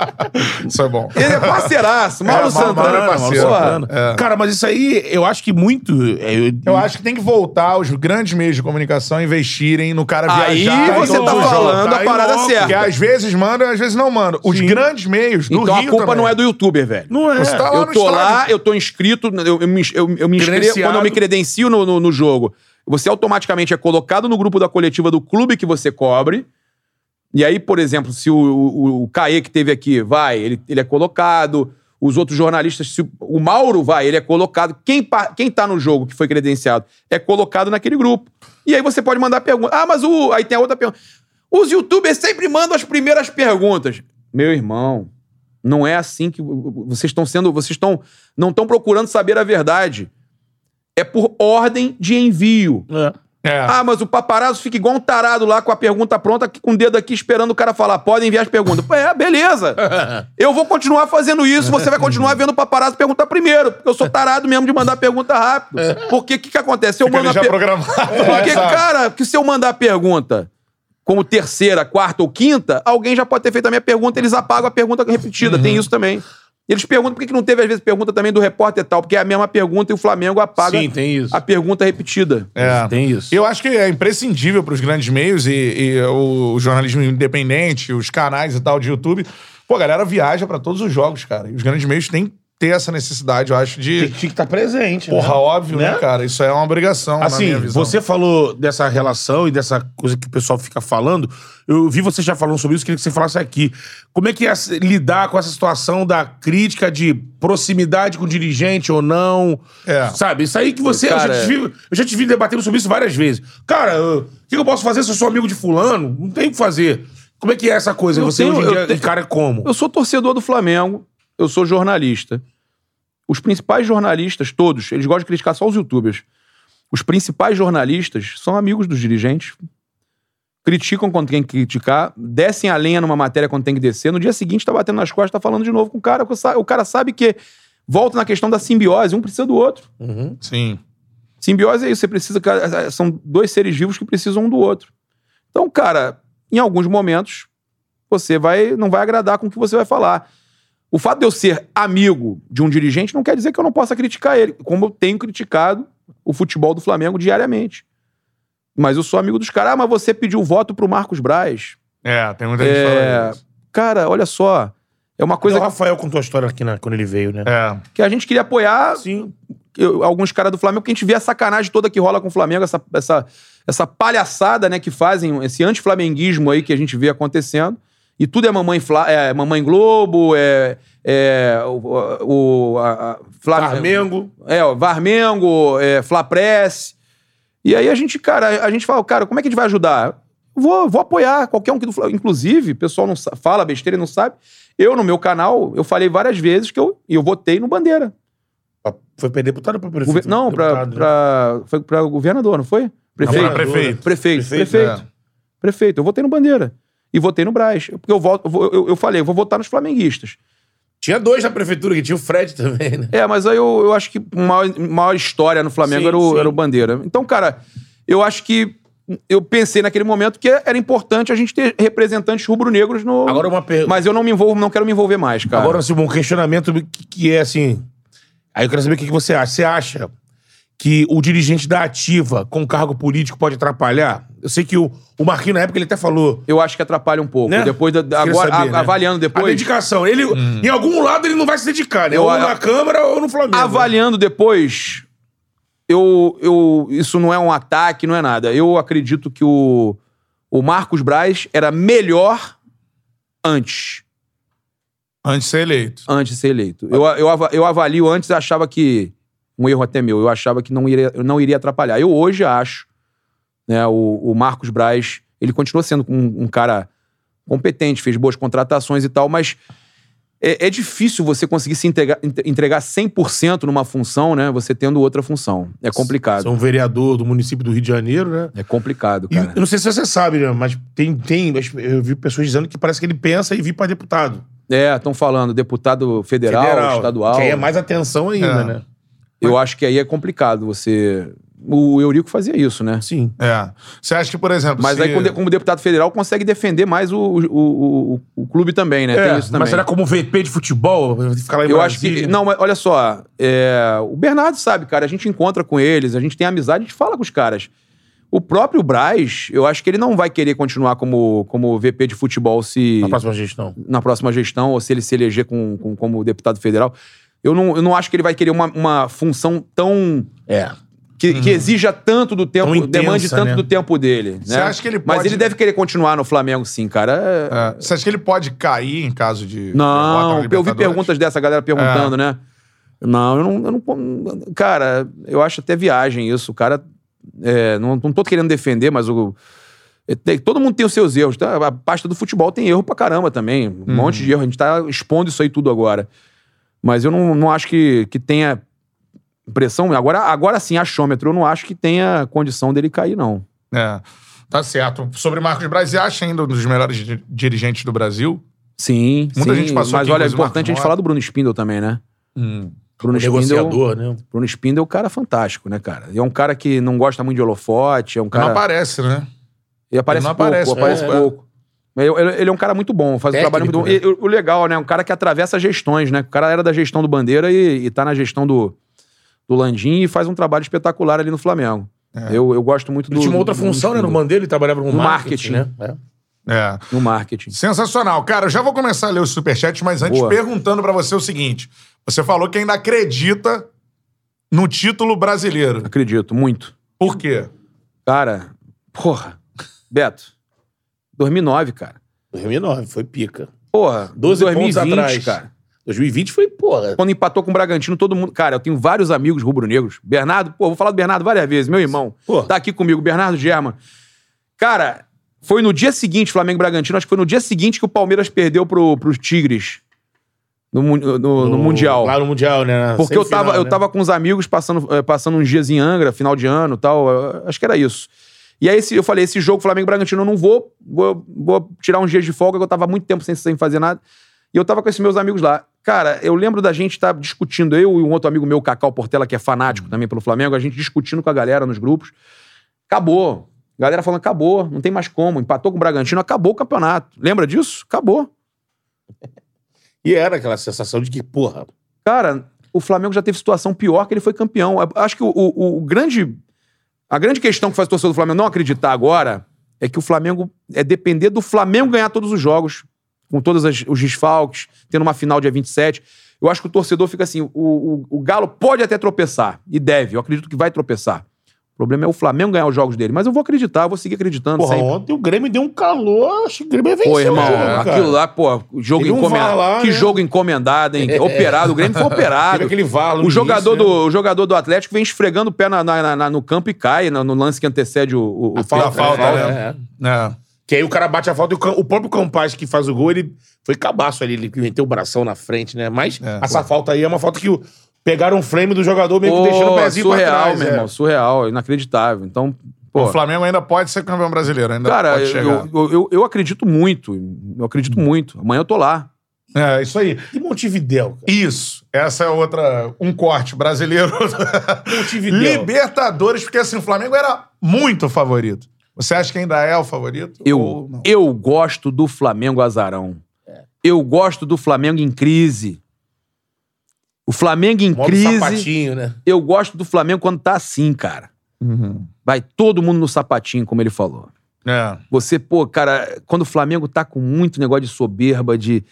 [SPEAKER 1] Isso é bom.
[SPEAKER 2] Ele é parceiraço. Mauro
[SPEAKER 1] É, Mauro-
[SPEAKER 2] Santana.
[SPEAKER 1] Mauro é parceiro.
[SPEAKER 2] Porra.
[SPEAKER 1] Santana. É.
[SPEAKER 3] Cara, mas isso aí, eu acho que muito. é, Eu,
[SPEAKER 2] Hum.
[SPEAKER 1] Eu acho que tem que voltar os grandes meios de comunicação a investirem no cara
[SPEAKER 2] Aí
[SPEAKER 1] viajar.
[SPEAKER 2] você
[SPEAKER 1] em
[SPEAKER 2] tá
[SPEAKER 1] todos os jogos.
[SPEAKER 2] falando a
[SPEAKER 1] aí
[SPEAKER 2] parada
[SPEAKER 1] louco,
[SPEAKER 2] certa.
[SPEAKER 1] Que às vezes mandam, às vezes não mandam. Os grandes meios do
[SPEAKER 2] Então
[SPEAKER 1] Rio
[SPEAKER 2] a culpa
[SPEAKER 1] também.
[SPEAKER 2] não é do youtuber, velho.
[SPEAKER 3] Não é.
[SPEAKER 1] Você tá lá
[SPEAKER 2] eu
[SPEAKER 1] no
[SPEAKER 2] tô
[SPEAKER 1] estádio.
[SPEAKER 2] lá, eu tô inscrito, eu, eu me, eu, eu me inscrevo,
[SPEAKER 3] Credenciado.
[SPEAKER 2] quando eu me credencio no, no, no jogo, você automaticamente é colocado no grupo da coletiva do clube que você cobre. E aí, por exemplo, se o, o, o Caê que teve aqui vai, ele, ele é colocado. Os outros jornalistas, se o- o Mauro vai, ele é colocado. Quem, pa- quem tá no jogo que foi credenciado é colocado naquele grupo. E aí você pode mandar pergunta. Ah, mas o. Aí tem a outra pergunta. Os youtubers sempre mandam as primeiras perguntas. Meu irmão, não é assim que vocês estão sendo, vocês estão não estão procurando saber a verdade. É por ordem de envio.
[SPEAKER 1] É.
[SPEAKER 2] Ah, mas o paparazzo fica igual um tarado lá com a pergunta pronta, aqui, com o dedo aqui esperando o cara falar, pode enviar as perguntas. É, beleza. Eu vou continuar fazendo isso, você vai continuar vendo o paparazzo perguntar primeiro, porque eu sou tarado mesmo de mandar pergunta rápido. Porque o que, que acontece? Eu
[SPEAKER 1] É. Fica
[SPEAKER 2] mando
[SPEAKER 1] ali já
[SPEAKER 2] a per-
[SPEAKER 1] programado.
[SPEAKER 4] É,
[SPEAKER 1] né,
[SPEAKER 2] porque,
[SPEAKER 1] Sabe?
[SPEAKER 2] cara, que se eu mandar a pergunta como terceira, quarta ou quinta, alguém já pode ter feito a minha pergunta, eles apagam a pergunta repetida.
[SPEAKER 4] Uhum.
[SPEAKER 2] Tem isso também. Eles perguntam por que que não teve, às vezes, pergunta também do repórter tal, porque é a mesma pergunta e o Flamengo apaga
[SPEAKER 4] Sim, tem isso.
[SPEAKER 2] a pergunta repetida.
[SPEAKER 1] É.
[SPEAKER 4] Tem isso.
[SPEAKER 1] Eu acho que é imprescindível para os grandes meios e, e o jornalismo independente, os canais e tal de YouTube. Pô, a galera viaja para todos os jogos, cara. E os grandes meios têm que ter essa necessidade, eu acho, de.
[SPEAKER 3] Tem que
[SPEAKER 2] tá
[SPEAKER 3] estar presente. né?
[SPEAKER 1] Porra, óbvio, né?
[SPEAKER 3] Né?
[SPEAKER 1] cara? Isso é uma obrigação, na
[SPEAKER 3] Assim,
[SPEAKER 1] minha visão.
[SPEAKER 3] você falou dessa relação e dessa coisa que o pessoal fica falando. Eu vi você já falando sobre isso, queria que você falasse aqui. Como é que é s- lidar com essa situação da crítica de proximidade com o dirigente ou não?
[SPEAKER 1] É.
[SPEAKER 3] Sabe, isso aí que você.
[SPEAKER 2] Cara,
[SPEAKER 3] eu,
[SPEAKER 2] é.
[SPEAKER 3] já te vi, eu já te vi debatendo sobre isso várias vezes. Cara, eu- o que eu posso fazer se eu sou amigo de fulano? Não tem o que fazer. Como é que é essa coisa?
[SPEAKER 2] Eu
[SPEAKER 3] você
[SPEAKER 2] tenho-
[SPEAKER 3] hoje em
[SPEAKER 2] eu
[SPEAKER 3] dia
[SPEAKER 2] tenho-
[SPEAKER 3] encara como?
[SPEAKER 2] Eu sou torcedor do Flamengo, eu sou jornalista. Os principais jornalistas, todos, eles gostam de criticar só os youtubers. Os principais jornalistas são amigos dos dirigentes. Criticam quando tem que criticar, descem a lenha numa matéria quando tem que descer. No dia seguinte, tá batendo nas costas, tá falando de novo com o cara. que sa- O cara sabe que volta na questão da simbiose, um precisa do outro.
[SPEAKER 1] Sim.
[SPEAKER 2] Simbiose é isso, você precisa. cara, São dois seres vivos que precisam um do outro. Então, cara, em alguns momentos, você vai não vai agradar com o que você vai falar. O fato de eu ser amigo de um dirigente não quer dizer que eu não possa criticar ele, como eu tenho criticado o futebol do Flamengo diariamente. Mas eu sou amigo dos caras. Ah, mas você pediu voto pro Marcos Braz.
[SPEAKER 1] É, tem muita gente
[SPEAKER 2] É,
[SPEAKER 1] falando isso.
[SPEAKER 2] cara, olha só. É uma coisa
[SPEAKER 3] o Rafael contou a história aqui na- quando ele veio, né?
[SPEAKER 1] É.
[SPEAKER 2] que a gente queria apoiar
[SPEAKER 3] Sim.
[SPEAKER 2] eu- alguns caras do Flamengo, que a gente vê a sacanagem toda que rola com o Flamengo, essa, essa, essa palhaçada né, que fazem, esse anti-flamenguismo aí que a gente vê acontecendo. E tudo é Mamãe, Fla, é Mamãe Globo, é, é o, o a, a- Fla-
[SPEAKER 3] Flamengo.
[SPEAKER 2] é, o Varmengo, é, Fla Press. E aí a gente, cara, a gente fala, cara, como é que a gente vai ajudar? Vou, vou apoiar qualquer um que do Fla- Inclusive, o pessoal não sa- fala besteira e não sabe. Eu, no meu canal, eu falei várias vezes que eu, eu votei no Bandeira.
[SPEAKER 3] Foi pra deputado ou pra
[SPEAKER 2] Gover-
[SPEAKER 3] prefeito?
[SPEAKER 2] Não, pra,
[SPEAKER 3] Deputado, né?
[SPEAKER 2] pra, foi pra governador, não foi? Prefeito.
[SPEAKER 1] pra prefeito.
[SPEAKER 2] Prefeito, prefeito.
[SPEAKER 3] Prefeito,
[SPEAKER 2] Prefeito. Eu votei no Bandeira. E votei no Braz. Porque eu, voto, eu vou- eu, eu falei, eu vou votar nos flamenguistas.
[SPEAKER 4] Tinha dois na prefeitura, que tinha o Fred também, né?
[SPEAKER 2] É, mas aí eu, eu acho que a maior, maior história no Flamengo
[SPEAKER 4] Sim,
[SPEAKER 2] era, o,
[SPEAKER 4] sim.
[SPEAKER 2] era o Bandeira. Então, cara, eu acho que. Eu pensei naquele momento que era importante a gente ter representantes rubro-negros no.
[SPEAKER 4] Agora uma pergunta.
[SPEAKER 2] Mas eu não me envolvo, não quero me envolver mais, cara.
[SPEAKER 3] Agora, assim, um questionamento que, que é assim. Aí eu quero saber o que, que você acha. Você acha que o dirigente da ativa com cargo político pode atrapalhar? Eu sei que o, o Marquinhos, na época, ele até falou.
[SPEAKER 2] eu acho que atrapalha um pouco.
[SPEAKER 3] Né?
[SPEAKER 2] Depois da- da-
[SPEAKER 3] Queria
[SPEAKER 2] agora,
[SPEAKER 3] saber,
[SPEAKER 2] a-
[SPEAKER 3] né?
[SPEAKER 2] avaliando
[SPEAKER 3] A
[SPEAKER 2] depois.
[SPEAKER 3] dedicação. Ele, Em algum lado ele não vai se dedicar, né?
[SPEAKER 2] Eu-
[SPEAKER 3] ou na Câmara ou no Flamengo.
[SPEAKER 2] Avaliando depois, eu, eu, isso não é um ataque, não é nada. Eu acredito que o, o Marcos Braz era melhor antes,
[SPEAKER 1] Antes de ser eleito.
[SPEAKER 2] antes de ser eleito. Eu, eu, ava- eu avalio antes, achava que. Um erro até meu, eu achava que não iria, eu não iria atrapalhar. Eu hoje acho, né, o, o Marcos Braz, ele continua sendo um, um cara competente, fez boas contratações e tal, mas é, é difícil você conseguir se entregar, entregar 100% numa função, né? Você tendo outra função. É complicado.
[SPEAKER 4] Você é um vereador do município do Rio de Janeiro, né?
[SPEAKER 2] É complicado,
[SPEAKER 3] E
[SPEAKER 2] cara.
[SPEAKER 3] eu não sei se você sabe, né? Mas tem, tem. Eu vi pessoas dizendo que parece que ele pensa e vir pra deputado.
[SPEAKER 2] É, estão falando, deputado
[SPEAKER 4] é
[SPEAKER 2] federal, estadual.
[SPEAKER 3] Que aí é mais atenção ainda,
[SPEAKER 1] É.
[SPEAKER 3] né?
[SPEAKER 2] Eu acho que aí é complicado você o Eurico fazia isso, né?
[SPEAKER 4] Sim.
[SPEAKER 1] É. Você acha que, por exemplo.
[SPEAKER 2] Mas
[SPEAKER 1] se-
[SPEAKER 2] aí, como de- como deputado federal, consegue defender mais o, o, o, o- o clube também, né? Tem isso também.
[SPEAKER 3] É, mas será como VP de futebol? Ficar lá em
[SPEAKER 2] Eu acho que.
[SPEAKER 3] Brasília?
[SPEAKER 2] Não, mas olha só. é, o Bernardo sabe, cara. A gente encontra com eles, a gente tem amizade, a gente fala com os caras. O próprio Braz, eu acho que ele não vai querer continuar como, como VP de futebol se
[SPEAKER 4] Na próxima gestão.
[SPEAKER 2] na próxima gestão ou se ele se eleger com, com- como deputado federal. Eu não, eu não acho que ele vai querer uma, uma função tão.
[SPEAKER 4] É.
[SPEAKER 2] Que, que exija tanto do tempo,
[SPEAKER 4] Tão intensa,
[SPEAKER 2] demande tanto
[SPEAKER 4] né?
[SPEAKER 2] do tempo dele.
[SPEAKER 1] Você
[SPEAKER 2] né?
[SPEAKER 1] acha que ele
[SPEAKER 2] Mas
[SPEAKER 1] pode-
[SPEAKER 2] ele deve querer continuar no Flamengo, sim, cara. É-
[SPEAKER 1] É. Você acha que ele pode cair em caso de. derrota na
[SPEAKER 2] Não, eu vi
[SPEAKER 1] Libertadores?
[SPEAKER 2] perguntas dessa galera perguntando, né? Não, eu não, eu não- Cara, eu acho até viagem isso. O cara. é, não, não tô querendo defender, mas o. é, tem- todo mundo tem os seus erros. tá? A pasta do futebol tem erro pra caramba também. Um monte de erro. A gente tá expondo isso aí tudo agora. Mas eu não, não acho que, que tenha pressão. Agora, agora sim, achômetro. Eu não acho que tenha condição dele cair, não.
[SPEAKER 1] É. Tá certo. Sobre Marcos Braz, você acha ainda um dos melhores di- dirigentes do Brasil?
[SPEAKER 2] Sim,
[SPEAKER 1] Muita
[SPEAKER 2] sim,
[SPEAKER 1] gente passou
[SPEAKER 2] Mas
[SPEAKER 1] aqui,
[SPEAKER 2] olha, é
[SPEAKER 1] inclusive,
[SPEAKER 2] importante a gente
[SPEAKER 1] Marcos
[SPEAKER 2] falar do Bruno Spindle também, né? Bruno Spindle-
[SPEAKER 4] O negociador, né?
[SPEAKER 2] Bruno Spindle é um cara fantástico, né, cara? E é um cara que não gosta muito de holofote, é um cara...
[SPEAKER 1] Não aparece, né?
[SPEAKER 2] e aparece
[SPEAKER 1] ele não
[SPEAKER 2] pouco,
[SPEAKER 1] aparece,
[SPEAKER 2] aparece
[SPEAKER 1] é.
[SPEAKER 2] pouco. Mas eu- Ele, ele é um cara muito bom, faz um
[SPEAKER 4] Técnico,
[SPEAKER 2] trabalho muito bom.
[SPEAKER 4] né?
[SPEAKER 2] E- e o legal, né? Um cara que atravessa gestões, né? O cara era da gestão do Bandeira e, e tá na gestão do, do Landim e faz um trabalho espetacular ali no Flamengo. Eu, eu gosto muito do...
[SPEAKER 3] Ele tinha uma outra
[SPEAKER 2] do Bruno
[SPEAKER 3] função, né? No
[SPEAKER 2] Spindle.
[SPEAKER 3] Bandeira ele trabalhava no
[SPEAKER 2] No
[SPEAKER 3] marketing.
[SPEAKER 2] marketing.
[SPEAKER 3] né? É.
[SPEAKER 1] É.
[SPEAKER 2] No marketing.
[SPEAKER 1] Sensacional. Cara, eu já vou começar a ler os superchats, mas antes
[SPEAKER 2] Boa.
[SPEAKER 1] perguntando pra você o seguinte. Você falou que ainda acredita no título brasileiro.
[SPEAKER 2] Acredito, muito.
[SPEAKER 1] Por quê?
[SPEAKER 2] Cara, porra. Beto, 2009, cara.
[SPEAKER 4] 2009, foi pica.
[SPEAKER 2] Porra,
[SPEAKER 4] 12 pontos
[SPEAKER 2] 2020,
[SPEAKER 4] atrás.
[SPEAKER 2] cara.
[SPEAKER 4] 2020 foi, porra.
[SPEAKER 2] Quando empatou com o Bragantino, todo mundo. Cara, eu tenho vários amigos rubro-negros. Bernardo, pô, vou falar do Bernardo várias vezes, meu irmão.
[SPEAKER 4] Pô.
[SPEAKER 2] Tá aqui comigo, Bernardo Germa. Cara, foi no dia seguinte, Flamengo e Bragantino, acho que foi no dia seguinte que o Palmeiras perdeu pro, pros Tigres no, mun- no- no Mundial.
[SPEAKER 4] Lá no Mundial, né? Na
[SPEAKER 2] Porque eu tava,
[SPEAKER 4] semifinal,
[SPEAKER 2] eu
[SPEAKER 4] né?
[SPEAKER 2] tava com uns amigos passando, eh, passando uns dias em Angra, final de ano e tal. eh, Acho que era isso. E aí esse- eu falei, esse jogo Flamengo e Bragantino eu não vou, vou, vou tirar uns dias de folga, que eu tava há muito tempo sem, sem fazer nada. E eu tava com esses meus amigos lá. Cara, eu lembro da gente estar discutindo, eu e um outro amigo meu, Cacau Portela, que é fanático também pelo Flamengo, a gente discutindo com a galera nos grupos. Acabou. Galera falando, acabou, não tem mais como. Empatou com o Bragantino, acabou o campeonato. Lembra disso? Acabou.
[SPEAKER 4] E era aquela sensação de que, porra,
[SPEAKER 2] Cara, o Flamengo já teve situação pior que ele foi campeão. Eu Acho que o, o- o grande. A grande questão que faz o torcedor do Flamengo não acreditar agora é que o Flamengo é depender do Flamengo ganhar todos os jogos, com todos as- os desfalques, tendo uma final dia 27. Eu acho que o torcedor fica assim: o, o- o Galo pode até tropeçar, e deve, eu acredito que vai tropeçar. O problema é o Flamengo ganhar os jogos dele. Mas eu vou acreditar, eu vou seguir acreditando
[SPEAKER 4] porra
[SPEAKER 2] sempre.
[SPEAKER 4] ontem o Grêmio deu um calor, acho que o Grêmio ia vencer.
[SPEAKER 2] Pô, irmão,
[SPEAKER 4] o jogo, cara.
[SPEAKER 2] aquilo lá, pô, jogo
[SPEAKER 4] Teve um
[SPEAKER 2] encomendado.
[SPEAKER 4] VAR lá,
[SPEAKER 2] que
[SPEAKER 4] né?
[SPEAKER 2] jogo encomendado, hein? Operado, o Grêmio foi
[SPEAKER 4] Teve
[SPEAKER 2] operado.
[SPEAKER 4] aquele valo. né?
[SPEAKER 2] O jogador, do, o jogador do Atlético vem esfregando o pé na- na- na- no campo e cai no, no lance que antecede o, o,
[SPEAKER 4] Ah,
[SPEAKER 2] o
[SPEAKER 1] falta,
[SPEAKER 2] pênalti.
[SPEAKER 1] falta,
[SPEAKER 4] falta,
[SPEAKER 1] né?
[SPEAKER 4] né?
[SPEAKER 1] É.
[SPEAKER 4] Que aí o cara bate a falta e o, Cam- o próprio Campaz que faz o gol, ele foi cabaço ali, ele meteu o bração na frente, né? Mas
[SPEAKER 1] É.
[SPEAKER 4] essa falta aí é uma falta que o- pegaram o frame do jogador meio que
[SPEAKER 2] Pô,
[SPEAKER 4] deixando o pezinho
[SPEAKER 2] surreal,
[SPEAKER 4] pra trás.
[SPEAKER 2] meu
[SPEAKER 4] é.
[SPEAKER 2] irmão, surreal, inacreditável. Então,
[SPEAKER 1] O
[SPEAKER 2] pô,
[SPEAKER 1] Flamengo ainda pode ser campeão brasileiro,
[SPEAKER 4] né?
[SPEAKER 1] ainda
[SPEAKER 2] cara,
[SPEAKER 1] pode
[SPEAKER 2] eu,
[SPEAKER 1] chegar.
[SPEAKER 2] eu, eu- eu acredito muito, eu acredito
[SPEAKER 4] Hum.
[SPEAKER 2] muito. Amanhã eu tô lá.
[SPEAKER 1] É, isso aí.
[SPEAKER 4] E Montevidéu, cara?
[SPEAKER 1] Isso. Essa é outra. Um corte brasileiro.
[SPEAKER 4] Montevidéu.
[SPEAKER 1] Libertadores, porque assim, o Flamengo era muito favorito. Você acha que ainda é o favorito?
[SPEAKER 2] Eu,
[SPEAKER 1] Ou não?
[SPEAKER 2] eu gosto do Flamengo azarão.
[SPEAKER 4] É.
[SPEAKER 2] Eu gosto do Flamengo em crise. O Flamengo em
[SPEAKER 4] Modo
[SPEAKER 2] crise.
[SPEAKER 4] sapatinho, né?
[SPEAKER 2] Eu gosto do Flamengo quando tá assim, cara. Vai todo mundo no sapatinho, como ele falou.
[SPEAKER 1] É.
[SPEAKER 2] Você, pô, cara, quando o Flamengo tá com muito negócio de soberba, de.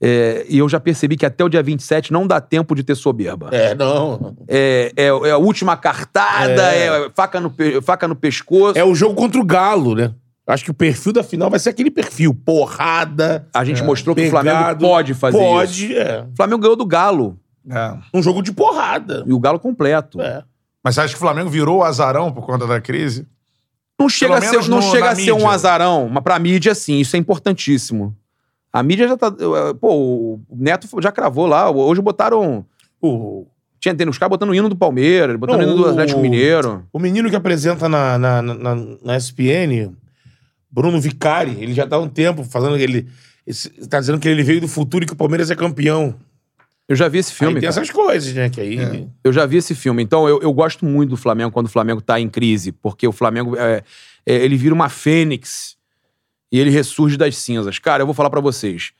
[SPEAKER 2] é, e eu já percebi que até o dia 27 não dá tempo de ter soberba.
[SPEAKER 4] É, não.
[SPEAKER 2] É, é- é a última cartada, é, faca, no, pe- faca no pescoço.
[SPEAKER 4] É o jogo contra o Galo, né? Acho que o perfil da final vai ser aquele perfil. Porrada.
[SPEAKER 2] a gente mostrou que o
[SPEAKER 4] É, pegado,
[SPEAKER 2] Flamengo pode fazer isso.
[SPEAKER 4] Pode, é.
[SPEAKER 2] O Flamengo ganhou do Galo.
[SPEAKER 1] É.
[SPEAKER 4] Um jogo de porrada.
[SPEAKER 2] E o Galo completo.
[SPEAKER 4] É.
[SPEAKER 1] Mas você acha que o Flamengo virou o azarão por conta da crise?
[SPEAKER 2] Não chega a
[SPEAKER 1] menos
[SPEAKER 2] ser, não
[SPEAKER 1] no-
[SPEAKER 2] chega
[SPEAKER 1] na
[SPEAKER 2] a ser um
[SPEAKER 1] mídia.
[SPEAKER 2] azarão, mas pra mídia, sim, isso é importantíssimo. A mídia já tá. Pô, o Neto já cravou lá. Hoje botaram.
[SPEAKER 4] O,
[SPEAKER 2] Tinha, tem os caras botando o hino do Palmeiras, botando
[SPEAKER 4] Não,
[SPEAKER 2] o hino do
[SPEAKER 4] o-
[SPEAKER 2] Atlético Mineiro.
[SPEAKER 4] o menino que apresenta na, na, na, na- na SPN, Bruno Vicari, ele já tá há um tempo fazendo. Ele esse- tá dizendo que ele veio do futuro e que o Palmeiras é campeão.
[SPEAKER 2] Eu já vi esse
[SPEAKER 4] Aí
[SPEAKER 2] filme.
[SPEAKER 4] tem
[SPEAKER 2] cara.
[SPEAKER 4] essas coisas, né? Que aí.
[SPEAKER 2] Eu já vi esse filme. Então, eu, eu gosto muito do Flamengo quando o Flamengo tá em crise, porque o Flamengo é, é, ele vira uma fênix e ele ressurge das cinzas. Cara, eu vou falar pra vocês.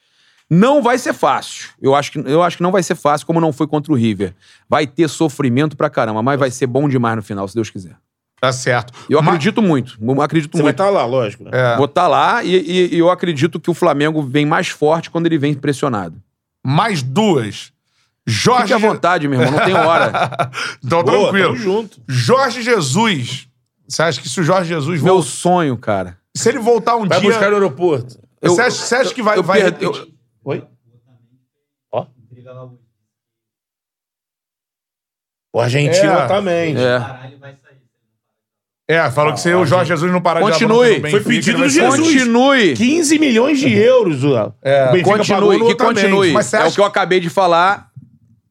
[SPEAKER 2] Não vai ser fácil. Eu acho, que, eu acho que não vai ser fácil, como não foi contra o River. Vai ter sofrimento pra caramba, mas vai ser bom demais no final, se Deus quiser.
[SPEAKER 1] Tá certo.
[SPEAKER 2] Eu
[SPEAKER 1] Mas-
[SPEAKER 2] acredito muito. Eu acredito
[SPEAKER 4] Você vai
[SPEAKER 2] muito.
[SPEAKER 4] estar lá, lógico. Né?
[SPEAKER 1] É.
[SPEAKER 2] Vou estar lá e, e- e eu acredito que o Flamengo vem mais forte quando ele vem pressionado.
[SPEAKER 1] Mais duas. Jorge.
[SPEAKER 2] Fique à vontade, meu irmão. Não tem hora.
[SPEAKER 1] Então,
[SPEAKER 4] Boa,
[SPEAKER 1] tranquilo.
[SPEAKER 4] tamo
[SPEAKER 2] tá
[SPEAKER 4] junto.
[SPEAKER 1] Jorge Jesus. Você acha que se o Jorge Jesus.
[SPEAKER 2] Meu
[SPEAKER 1] Vol...
[SPEAKER 2] sonho, cara.
[SPEAKER 1] Se ele voltar um
[SPEAKER 4] Vai
[SPEAKER 1] dia.
[SPEAKER 4] buscar no aeroporto.
[SPEAKER 2] Eu-
[SPEAKER 1] Você acha, você acha que vai.
[SPEAKER 2] eu
[SPEAKER 1] vai...
[SPEAKER 2] perdi- eu-
[SPEAKER 4] Oi? Ó. O argentino
[SPEAKER 1] É.
[SPEAKER 4] também.
[SPEAKER 2] É.
[SPEAKER 1] É, falou que se o Jorge Jesus não parar de
[SPEAKER 2] Continue.
[SPEAKER 1] abrir no Benfica,
[SPEAKER 4] Foi
[SPEAKER 1] ele
[SPEAKER 4] pedido
[SPEAKER 1] vai
[SPEAKER 4] do
[SPEAKER 1] ser-
[SPEAKER 4] Jesus.
[SPEAKER 2] Continue.
[SPEAKER 4] 15 milhões de euros, o,
[SPEAKER 1] É.
[SPEAKER 4] o Benfica pagou
[SPEAKER 2] continue,
[SPEAKER 4] no
[SPEAKER 2] que
[SPEAKER 4] Otamendi.
[SPEAKER 2] continue.
[SPEAKER 1] Mas você
[SPEAKER 2] é
[SPEAKER 1] acha-
[SPEAKER 2] o que eu acabei de falar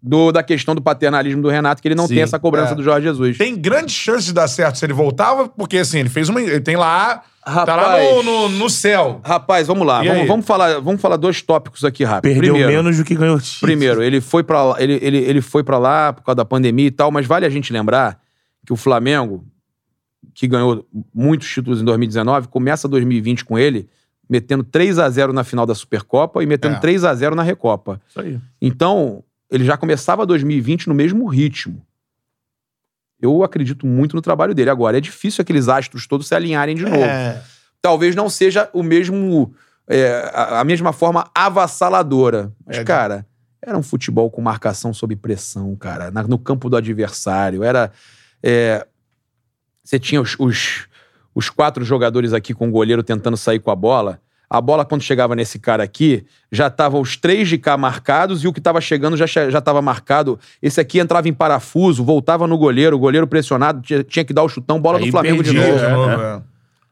[SPEAKER 2] do- da questão do paternalismo do Renato, que ele não
[SPEAKER 4] Sim,
[SPEAKER 2] tem essa cobrança
[SPEAKER 1] é.
[SPEAKER 2] do Jorge Jesus.
[SPEAKER 1] Tem grandes chances de dar certo se ele voltava, porque assim, ele fez uma. Ele tem lá. Tá lá
[SPEAKER 2] Rapaz.
[SPEAKER 1] no, no, no céu.
[SPEAKER 2] Rapaz, vamos lá.
[SPEAKER 1] E aí?
[SPEAKER 2] Vamos, vamos falar, vamos falar dois tópicos aqui rápido.
[SPEAKER 4] Perdeu
[SPEAKER 2] primeiro,
[SPEAKER 4] menos do que ganhou o título.
[SPEAKER 2] primeiro, ele foi para lá, ele, ele, ele foi para lá por causa da pandemia e tal, mas vale a gente lembrar que o Flamengo, que ganhou muitos títulos em 2019, começa 2020 com ele metendo 3 a 0 na final da Supercopa e metendo
[SPEAKER 1] É.
[SPEAKER 2] 3 a 0 na Recopa.
[SPEAKER 4] Isso aí.
[SPEAKER 2] Então, ele já começava 2020 no mesmo ritmo. Eu acredito muito no trabalho dele. Agora, é difícil aqueles astros todos se alinharem de novo.
[SPEAKER 4] É.
[SPEAKER 2] Talvez não seja o mesmo. é, a, a mesma forma avassaladora. Mas,
[SPEAKER 4] É,
[SPEAKER 2] cara, era um futebol com marcação sob pressão, cara. na- no campo do adversário. Era. é, você tinha os, os, os quatro jogadores aqui com o goleiro tentando sair com a bola. A bola, quando chegava nesse cara aqui, já estavam os três de cá marcados e o que estava chegando já che- já estava marcado. Esse aqui entrava em parafuso, voltava no goleiro, o goleiro pressionado, tinha, tinha que dar o chutão, bola do
[SPEAKER 4] Aí
[SPEAKER 2] Flamengo de
[SPEAKER 4] perdia,
[SPEAKER 2] novo.
[SPEAKER 4] é.
[SPEAKER 1] é.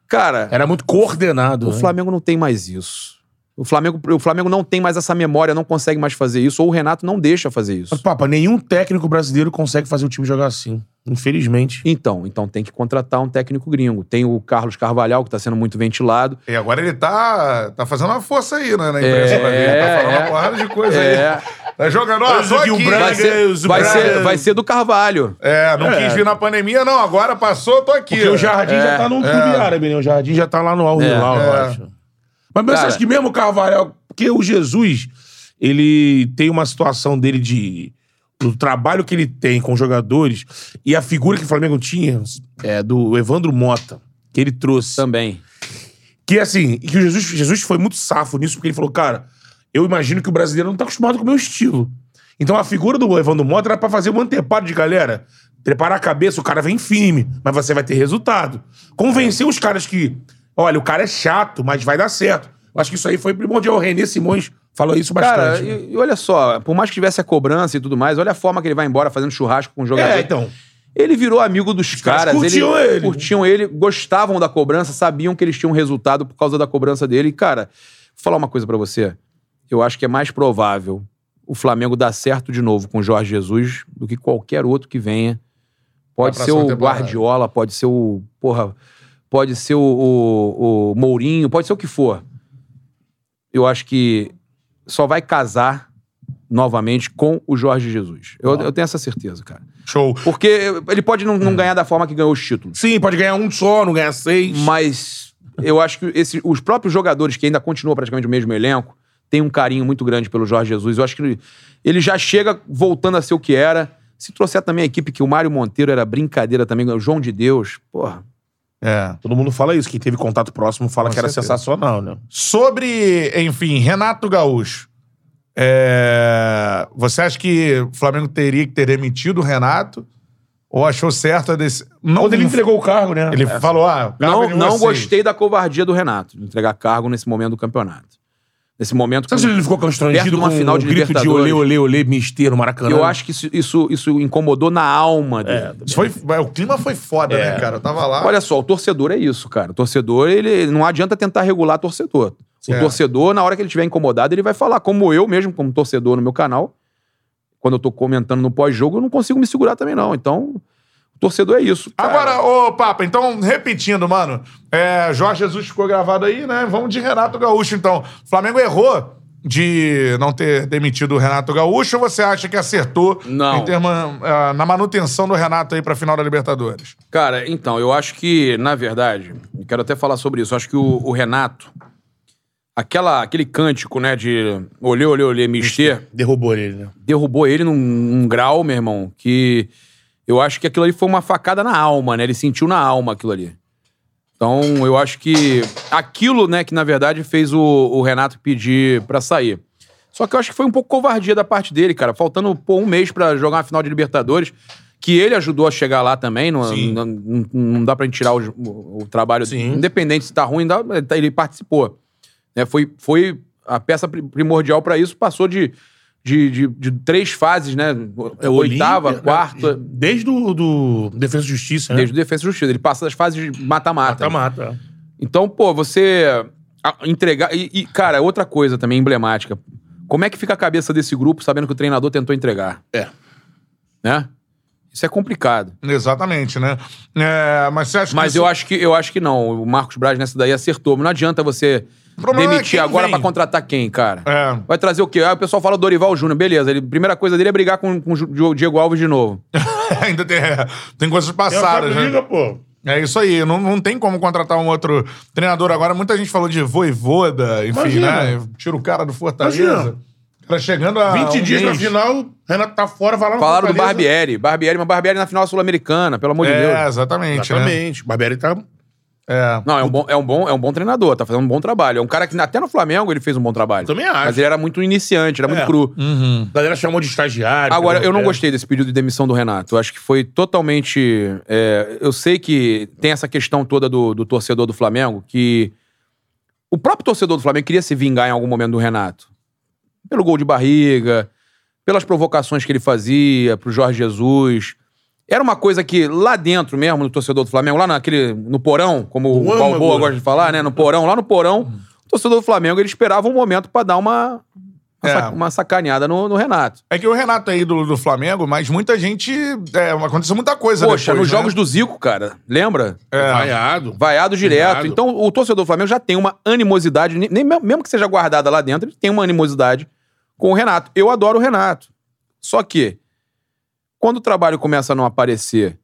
[SPEAKER 2] Cara,
[SPEAKER 4] Era muito coordenado.
[SPEAKER 2] o
[SPEAKER 4] né?
[SPEAKER 2] Flamengo não tem mais isso. O Flamengo, o Flamengo não tem mais essa memória, não consegue mais fazer isso, ou o Renato não deixa fazer
[SPEAKER 4] Mas,
[SPEAKER 2] isso.
[SPEAKER 4] Papa, nenhum técnico brasileiro consegue fazer o time jogar assim. Infelizmente.
[SPEAKER 2] Então, então tem que contratar um técnico gringo. Tem o Carlos Carvalhal, que está sendo muito ventilado.
[SPEAKER 1] E agora ele tá, tá fazendo uma força aí, né? Na imprensa
[SPEAKER 2] É,
[SPEAKER 1] pra ver. Ele tá falando
[SPEAKER 2] é.
[SPEAKER 1] uma porrada de coisa aí.
[SPEAKER 2] É,
[SPEAKER 1] Tá jogando, ó,
[SPEAKER 4] Mas
[SPEAKER 1] tô
[SPEAKER 4] o que o
[SPEAKER 1] aqui.
[SPEAKER 4] Braga-
[SPEAKER 2] vai ser,
[SPEAKER 4] Bragas,
[SPEAKER 2] vai, ser,
[SPEAKER 4] Bragas.
[SPEAKER 2] vai ser do Carvalho.
[SPEAKER 1] É, não
[SPEAKER 4] É.
[SPEAKER 1] quis vir na pandemia, não. Agora passou, tô aqui.
[SPEAKER 4] Porque o Jardim já tá num clube
[SPEAKER 1] é.
[SPEAKER 4] árabe, né? O Jardim já tá lá no Al Hilal,
[SPEAKER 1] É,
[SPEAKER 4] eu
[SPEAKER 1] é.
[SPEAKER 4] acho. Mas mesmo, você
[SPEAKER 2] Cara.
[SPEAKER 4] acha que mesmo o Carvalho... Porque o Jesus, ele tem uma situação dele de... O trabalho que ele tem com os jogadores e a figura que o Flamengo tinha é do Evandro Mota, que ele trouxe.
[SPEAKER 2] Também.
[SPEAKER 4] Que assim, e que o Jesus, Jesus foi muito safo nisso, porque ele falou, cara, eu imagino que o brasileiro não tá acostumado com o meu estilo. Então a figura do Evandro Mota era pra fazer um anteparo de galera. Preparar a cabeça, o cara vem firme, mas você vai ter resultado. Convencer os caras que, olha, o cara é chato, mas vai dar certo. Eu acho que isso aí foi primordial. O Renê Simões falou isso
[SPEAKER 2] Cara,
[SPEAKER 4] bastante. né?
[SPEAKER 2] e, e olha só, por mais que tivesse a cobrança e tudo mais, olha a forma que ele vai embora fazendo churrasco com o jogador.
[SPEAKER 4] é, então.
[SPEAKER 2] Ele virou amigo dos
[SPEAKER 4] caras
[SPEAKER 2] caras.
[SPEAKER 4] curtiam ele.
[SPEAKER 2] Curtiam ele, gostavam da cobrança, sabiam que eles tinham um resultado por causa da cobrança dele. E, cara, vou falar uma coisa pra você. Eu acho que é mais provável o Flamengo dar certo de novo com o Jorge Jesus do que qualquer outro que venha. Pode
[SPEAKER 1] Na
[SPEAKER 2] ser
[SPEAKER 1] próxima
[SPEAKER 2] o
[SPEAKER 1] temporada.
[SPEAKER 2] Guardiola, pode ser o. Porra. Pode ser o, o- o Mourinho, pode ser o que for. Eu acho que só vai casar novamente com o Jorge Jesus. Eu- eu tenho essa certeza, cara.
[SPEAKER 1] Show.
[SPEAKER 2] Porque ele pode não, não ganhar da forma que ganhou os títulos.
[SPEAKER 4] Sim, pode ganhar um só, não ganhar seis.
[SPEAKER 2] Mas eu acho que esse- os próprios jogadores, que ainda continuam praticamente o mesmo elenco, têm um carinho muito grande pelo Jorge Jesus. Eu acho que ele, ele já chega voltando a ser o que era. Se trouxer também a equipe que o Mário Monteiro era brincadeira também, o João de Deus, porra.
[SPEAKER 1] É.
[SPEAKER 4] Todo mundo fala isso. Quem teve contato próximo fala
[SPEAKER 1] Com
[SPEAKER 4] que era
[SPEAKER 1] certeza.
[SPEAKER 4] sensacional, né?
[SPEAKER 1] Sobre, enfim, Renato Gaúcho. é, Você acha que o Flamengo teria que ter demitido o Renato? Ou achou certo a decisão?
[SPEAKER 4] Quando ele entregou o cargo, né?
[SPEAKER 1] Ele falou, ah, o cargo é
[SPEAKER 2] Não,
[SPEAKER 1] de
[SPEAKER 2] não
[SPEAKER 1] vocês.
[SPEAKER 2] gostei da covardia do Renato, de entregar cargo nesse momento do campeonato. Nesse momento.
[SPEAKER 4] Sabe se ele ficou
[SPEAKER 2] Perto de
[SPEAKER 4] constrangido
[SPEAKER 2] uma
[SPEAKER 4] com
[SPEAKER 2] final
[SPEAKER 4] o
[SPEAKER 2] de
[SPEAKER 4] grito de
[SPEAKER 2] Libertadores.
[SPEAKER 4] olê, olê, olê, mister no Maracanã?
[SPEAKER 2] Eu acho que isso, isso, isso incomodou na alma dele.
[SPEAKER 1] Isso Foi, o clima foi foda,
[SPEAKER 4] É.
[SPEAKER 1] né, cara? Eu tava lá.
[SPEAKER 2] Olha só, o torcedor é isso, cara. O torcedor, ele ele não adianta tentar regular torcedor. O
[SPEAKER 1] É.
[SPEAKER 2] torcedor, na hora que ele estiver incomodado, ele vai falar, como eu mesmo, como torcedor no meu canal, quando eu tô comentando no pós-jogo, eu não consigo me segurar também, não. Então, o torcedor é isso. cara.
[SPEAKER 1] Agora, ô Papa, então, repetindo, mano. é, Jorge Jesus ficou gravado aí, né? Vamos de Renato Gaúcho, então. O Flamengo errou de não ter demitido o Renato Gaúcho ou você acha que acertou
[SPEAKER 2] Não.
[SPEAKER 1] em termo, ah, na manutenção do Renato aí pra final da Libertadores?
[SPEAKER 2] Cara, então, eu acho que, na verdade, eu quero até falar sobre isso. Eu acho que o, o Renato, aquela, aquele cântico, né, de olê, olê, olê, mister,
[SPEAKER 4] Derrubou ele, né?
[SPEAKER 2] derrubou ele num, num grau, meu irmão, que eu acho que aquilo ali foi uma facada na alma, né? Ele sentiu na alma aquilo ali. Então, eu acho que aquilo, né, que na verdade fez o, o Renato pedir pra sair. Só que eu acho que foi um pouco covardia da parte dele, cara. Faltando pô, um mês pra jogar uma final de Libertadores, que ele ajudou a chegar lá também. Não, não, não- não dá pra gente tirar o, o- o trabalho. Independente se tá ruim, dá- ele participou né? Foi, foi a peça pri- primordial para isso. Passou de, de, de- de três fases, né? Oitava,
[SPEAKER 4] Olímpia, né?
[SPEAKER 2] quarta,
[SPEAKER 4] Desde o do Defesa e Justiça, né?
[SPEAKER 2] desde o Defesa e Justiça. Ele passa das fases de mata-mata.
[SPEAKER 4] Mata-mata.
[SPEAKER 2] Então, pô, você a- entregar. E, e, cara, outra coisa também emblemática. Como é que fica a cabeça desse grupo sabendo que o treinador tentou entregar?
[SPEAKER 4] É.
[SPEAKER 2] Né? Isso é complicado.
[SPEAKER 1] Exatamente, né? É, mas você acha
[SPEAKER 2] Mas
[SPEAKER 1] que
[SPEAKER 2] eu
[SPEAKER 1] isso-
[SPEAKER 2] acho que eu acho que não. O Marcos Braz nessa daí acertou. Não adianta você
[SPEAKER 1] problema é quem
[SPEAKER 2] demitir agora
[SPEAKER 1] vem.
[SPEAKER 2] pra contratar quem, cara?
[SPEAKER 1] É.
[SPEAKER 2] Vai trazer o quê? Ah, o pessoal fala Dorival Júnior, beleza. Ele, primeira coisa dele é brigar com, com o Ju- Diego Alves de novo.
[SPEAKER 1] ainda tem, é, tem coisas
[SPEAKER 4] É o Fábio
[SPEAKER 1] passadas, né?
[SPEAKER 4] Liga, pô.
[SPEAKER 1] É isso aí, não, não tem como contratar um outro treinador agora. Muita gente falou de voivoda, enfim,
[SPEAKER 4] Imagina.
[SPEAKER 1] né? Tira o cara do Fortaleza.
[SPEAKER 4] Imagina.
[SPEAKER 1] O cara chegando a.
[SPEAKER 4] 20
[SPEAKER 1] um
[SPEAKER 4] dias
[SPEAKER 1] mês.
[SPEAKER 4] na final, Renato tá fora, vai lá no
[SPEAKER 2] Falaram do
[SPEAKER 4] Fortaleza.
[SPEAKER 2] Barbieri. Barbieri, mas Barbieri na final sul-americana, pelo amor de
[SPEAKER 1] É,
[SPEAKER 2] Deus.
[SPEAKER 1] exatamente. Né?
[SPEAKER 4] Exatamente. Barbieri tá...
[SPEAKER 1] É.
[SPEAKER 2] Não, é um, bom, é, um bom, é um bom treinador, tá fazendo um bom trabalho. É um cara que até no Flamengo ele fez um bom trabalho.
[SPEAKER 4] Também acho.
[SPEAKER 2] Mas ele era muito iniciante, era muito
[SPEAKER 4] É.
[SPEAKER 2] cru.
[SPEAKER 1] Uhum.
[SPEAKER 4] A galera chamou de estagiário.
[SPEAKER 2] Agora, eu não
[SPEAKER 4] É.
[SPEAKER 2] gostei desse pedido de demissão do Renato. Eu acho que foi totalmente. é, eu sei que tem essa questão toda do, do torcedor do Flamengo, que o próprio torcedor do Flamengo queria se vingar em algum momento do Renato. Pelo gol de barriga, pelas provocações que ele fazia pro Jorge Jesus. Era uma coisa que lá dentro mesmo, no torcedor do Flamengo, lá naquele, no porão, como o
[SPEAKER 4] âmago.
[SPEAKER 2] Balboa gosta de falar, né? No porão, lá no porão, o torcedor do Flamengo ele esperava um momento pra dar uma, uma,
[SPEAKER 1] É.
[SPEAKER 2] sac- uma sacaneada no- no Renato.
[SPEAKER 1] É que o Renato aí do, do Flamengo, mas muita gente. É, aconteceu muita coisa
[SPEAKER 2] Poxa,
[SPEAKER 1] depois,
[SPEAKER 2] nos
[SPEAKER 1] né?
[SPEAKER 2] jogos do Zico, cara, lembra?
[SPEAKER 1] É.
[SPEAKER 4] Vaiado.
[SPEAKER 2] Vaiado direto.
[SPEAKER 4] Vaiado.
[SPEAKER 2] Então, o torcedor do Flamengo já tem uma animosidade, nem, nem- mesmo que seja guardada lá dentro, ele tem uma animosidade com o Renato. Eu adoro o Renato. Só que, quando o trabalho começa a não aparecer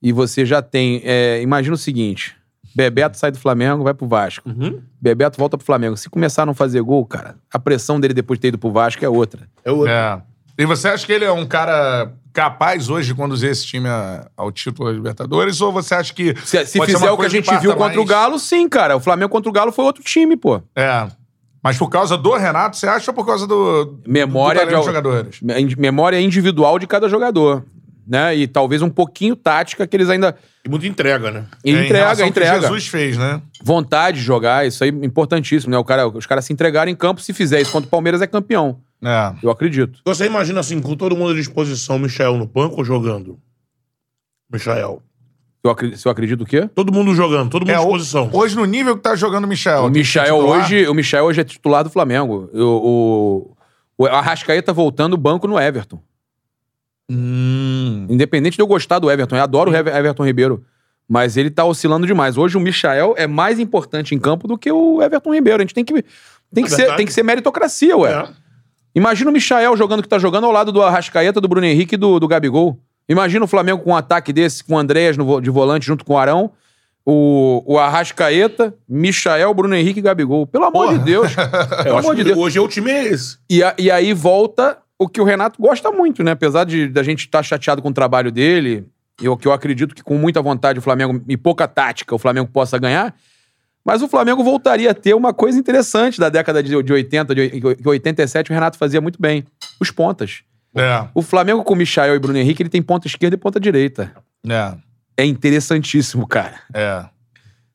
[SPEAKER 2] e você já tem. é, imagina o seguinte: Bebeto sai do Flamengo, vai pro Vasco.
[SPEAKER 1] Uhum.
[SPEAKER 2] Bebeto volta pro Flamengo. Se começar a não fazer gol, cara, a pressão dele depois de ter ido pro Vasco é outra.
[SPEAKER 4] É o outro.
[SPEAKER 1] É. E você acha que ele é um cara capaz hoje de conduzir esse time a- ao título da Libertadores? Ou você acha que.
[SPEAKER 2] Se, se
[SPEAKER 1] pode ser
[SPEAKER 2] fizer
[SPEAKER 1] uma
[SPEAKER 2] o que a
[SPEAKER 1] coisa
[SPEAKER 2] gente viu
[SPEAKER 1] parta
[SPEAKER 2] contra o
[SPEAKER 1] mais-
[SPEAKER 2] Galo, sim, cara. O Flamengo contra o Galo foi outro time, pô.
[SPEAKER 1] É. Mas por causa do Renato, você acha ou por causa do.
[SPEAKER 2] Memória
[SPEAKER 1] do talento
[SPEAKER 2] de al-
[SPEAKER 1] dos jogadores?
[SPEAKER 2] Me- memória individual de cada jogador, né? E talvez um pouquinho tática que eles ainda
[SPEAKER 4] E muita entrega, né?
[SPEAKER 2] e
[SPEAKER 1] É, em relação
[SPEAKER 2] entrega,
[SPEAKER 1] ao
[SPEAKER 2] entrega.
[SPEAKER 1] Que Jesus fez, né?
[SPEAKER 2] Vontade de jogar, isso aí é importantíssimo, né? O cara, os caras se entregarem em campo, se fizer isso contra o Palmeiras é campeão.
[SPEAKER 1] É.
[SPEAKER 2] Eu acredito.
[SPEAKER 4] Você imagina assim, com todo mundo à disposição, Michael no banco ou jogando? Michael.
[SPEAKER 2] Eu acredito, se eu acredito o quê?
[SPEAKER 4] Todo mundo jogando, todo mundo
[SPEAKER 1] É,
[SPEAKER 4] à
[SPEAKER 1] ho-
[SPEAKER 4] disposição.
[SPEAKER 1] Hoje, no nível que tá jogando o Michel.
[SPEAKER 2] O
[SPEAKER 1] tem que ser
[SPEAKER 2] Michael
[SPEAKER 1] titular.
[SPEAKER 2] hoje, o Michael hoje é titular do Flamengo. O, o, o Arrascaeta voltando o banco no Everton.
[SPEAKER 1] Hum.
[SPEAKER 2] Independente de eu gostar do Everton, eu adoro o Ever- Everton Ribeiro. Mas ele tá oscilando demais. Hoje o Michael é mais importante em campo do que o Everton Ribeiro. A gente tem que, tem que, ser,
[SPEAKER 4] verdade.
[SPEAKER 2] tem que ser meritocracia, ué.
[SPEAKER 4] É.
[SPEAKER 2] Imagina o Michael jogando o que tá jogando ao lado do Arrascaeta, do Bruno Henrique e do, do Gabigol. Imagina o Flamengo com um ataque desse, com o Andréas no vo- de volante junto com o Arão, o, o Arrascaeta, Michael, Bruno Henrique e Gabigol. Pelo amor de Deus.
[SPEAKER 4] Eu
[SPEAKER 2] Pelo
[SPEAKER 4] acho
[SPEAKER 2] amor
[SPEAKER 4] que
[SPEAKER 2] de Deus.
[SPEAKER 4] hoje é o time é esse.
[SPEAKER 2] E, a- e aí volta o que o Renato gosta muito, né? Apesar de da gente estar chateado com o trabalho dele, eu que eu acredito que com muita vontade o Flamengo e pouca tática o Flamengo possa ganhar. Mas o Flamengo voltaria a ter uma coisa interessante da década de, de 80, de, que 87 o Renato fazia muito bem. Os pontas.
[SPEAKER 1] É,
[SPEAKER 2] O Flamengo com o Michael e Bruno Henrique, ele tem ponta esquerda e ponta direita.
[SPEAKER 1] é,
[SPEAKER 2] É interessantíssimo, cara.
[SPEAKER 1] é.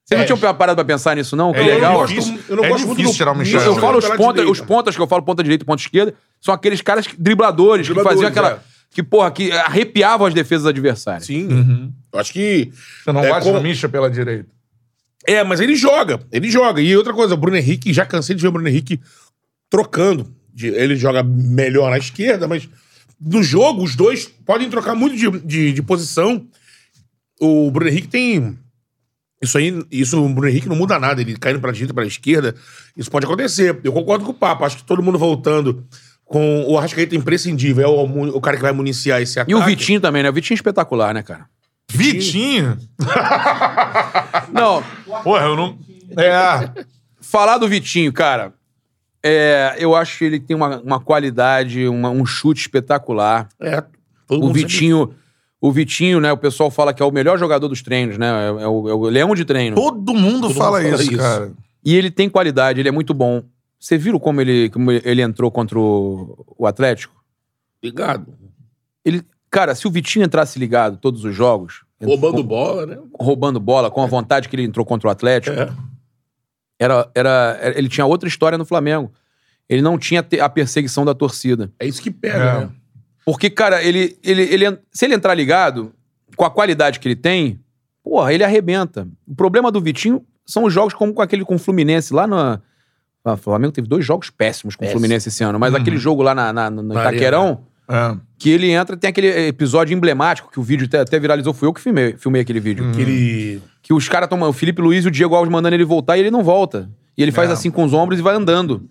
[SPEAKER 2] Você não
[SPEAKER 4] É.
[SPEAKER 2] tinha parado pra pensar nisso, não? Que
[SPEAKER 1] É
[SPEAKER 2] legal.
[SPEAKER 1] difícil.
[SPEAKER 4] eu não
[SPEAKER 1] É
[SPEAKER 4] gosto muito
[SPEAKER 1] difícil
[SPEAKER 4] do-
[SPEAKER 1] tirar o Michael.
[SPEAKER 2] Eu,
[SPEAKER 1] Jogando
[SPEAKER 2] falo os
[SPEAKER 4] pela
[SPEAKER 2] pontas,
[SPEAKER 4] direita.
[SPEAKER 2] os pontas que eu falo ponta direita e ponta esquerda, são aqueles caras que- dribladores,
[SPEAKER 4] Dribladores, é.
[SPEAKER 2] que faziam aquela. Que, porra, que arrepiavam as defesas adversárias.
[SPEAKER 4] Sim.
[SPEAKER 1] Uhum.
[SPEAKER 4] Eu acho que.
[SPEAKER 1] Você não
[SPEAKER 4] É
[SPEAKER 1] gosta
[SPEAKER 4] como-
[SPEAKER 1] do Michel pela direita.
[SPEAKER 4] É, mas ele joga. Ele joga. E outra coisa, o Bruno Henrique, já cansei de ver o Bruno Henrique trocando. De- Ele joga melhor na esquerda, mas no jogo os dois podem trocar muito de, de- de posição. O Bruno Henrique tem Isso aí, isso o Bruno Henrique não muda nada, ele caindo pra direita e pra esquerda, isso pode acontecer. Eu concordo com o Papa, acho que todo mundo voltando com o Arrascaeta imprescindível, é o, mu- o cara que vai municiar esse ataque.
[SPEAKER 2] E o Vitinho também, né? O Vitinho é espetacular, né, cara?
[SPEAKER 1] Vitinho?
[SPEAKER 2] Não,
[SPEAKER 1] Porra, eu não. É.
[SPEAKER 2] falar do Vitinho, cara, é, eu acho que ele tem uma, uma qualidade, uma- um chute espetacular.
[SPEAKER 4] É, todo
[SPEAKER 2] O
[SPEAKER 4] mundo sabe
[SPEAKER 2] Vitinho, o Vitinho, né? O pessoal fala que é o melhor jogador dos treinos, né? É, é o, é o leão de treino.
[SPEAKER 1] Todo mundo fala,
[SPEAKER 4] fala
[SPEAKER 1] isso,
[SPEAKER 4] isso.
[SPEAKER 1] cara.
[SPEAKER 2] E ele tem qualidade, ele é muito bom. Você viram como ele, como ele entrou contra o, o Atlético?
[SPEAKER 4] Ligado.
[SPEAKER 2] Ele, cara, se o Vitinho entrasse ligado todos os jogos,
[SPEAKER 4] Roubando bola, né?
[SPEAKER 2] roubando bola, com a vontade que ele entrou contra o Atlético,
[SPEAKER 4] É.
[SPEAKER 2] era, era, era- ele tinha outra história no Flamengo. Ele não tinha te- a perseguição da torcida.
[SPEAKER 4] É isso que pega,
[SPEAKER 1] É.
[SPEAKER 4] né?
[SPEAKER 2] Porque, cara, ele, ele, ele, se ele entrar ligado, com a qualidade que ele tem, porra, ele arrebenta. O problema do Vitinho são os jogos como com aquele com o Fluminense lá na. ah, O Flamengo teve dois jogos péssimos com o Fluminense esse ano, mas aquele jogo lá na, na- no
[SPEAKER 4] Uhum. Na Arena.
[SPEAKER 2] Itaquerão,
[SPEAKER 1] É.
[SPEAKER 2] que ele entra, tem aquele episódio emblemático que o vídeo até, até viralizou, fui eu que filmei, filmei aquele vídeo.
[SPEAKER 1] Uhum.
[SPEAKER 4] Que ele...
[SPEAKER 2] Que os caras tomam, o Felipe Luiz e o Diego Alves mandando ele voltar e ele não volta. E ele
[SPEAKER 1] É.
[SPEAKER 2] faz assim com os ombros e vai andando.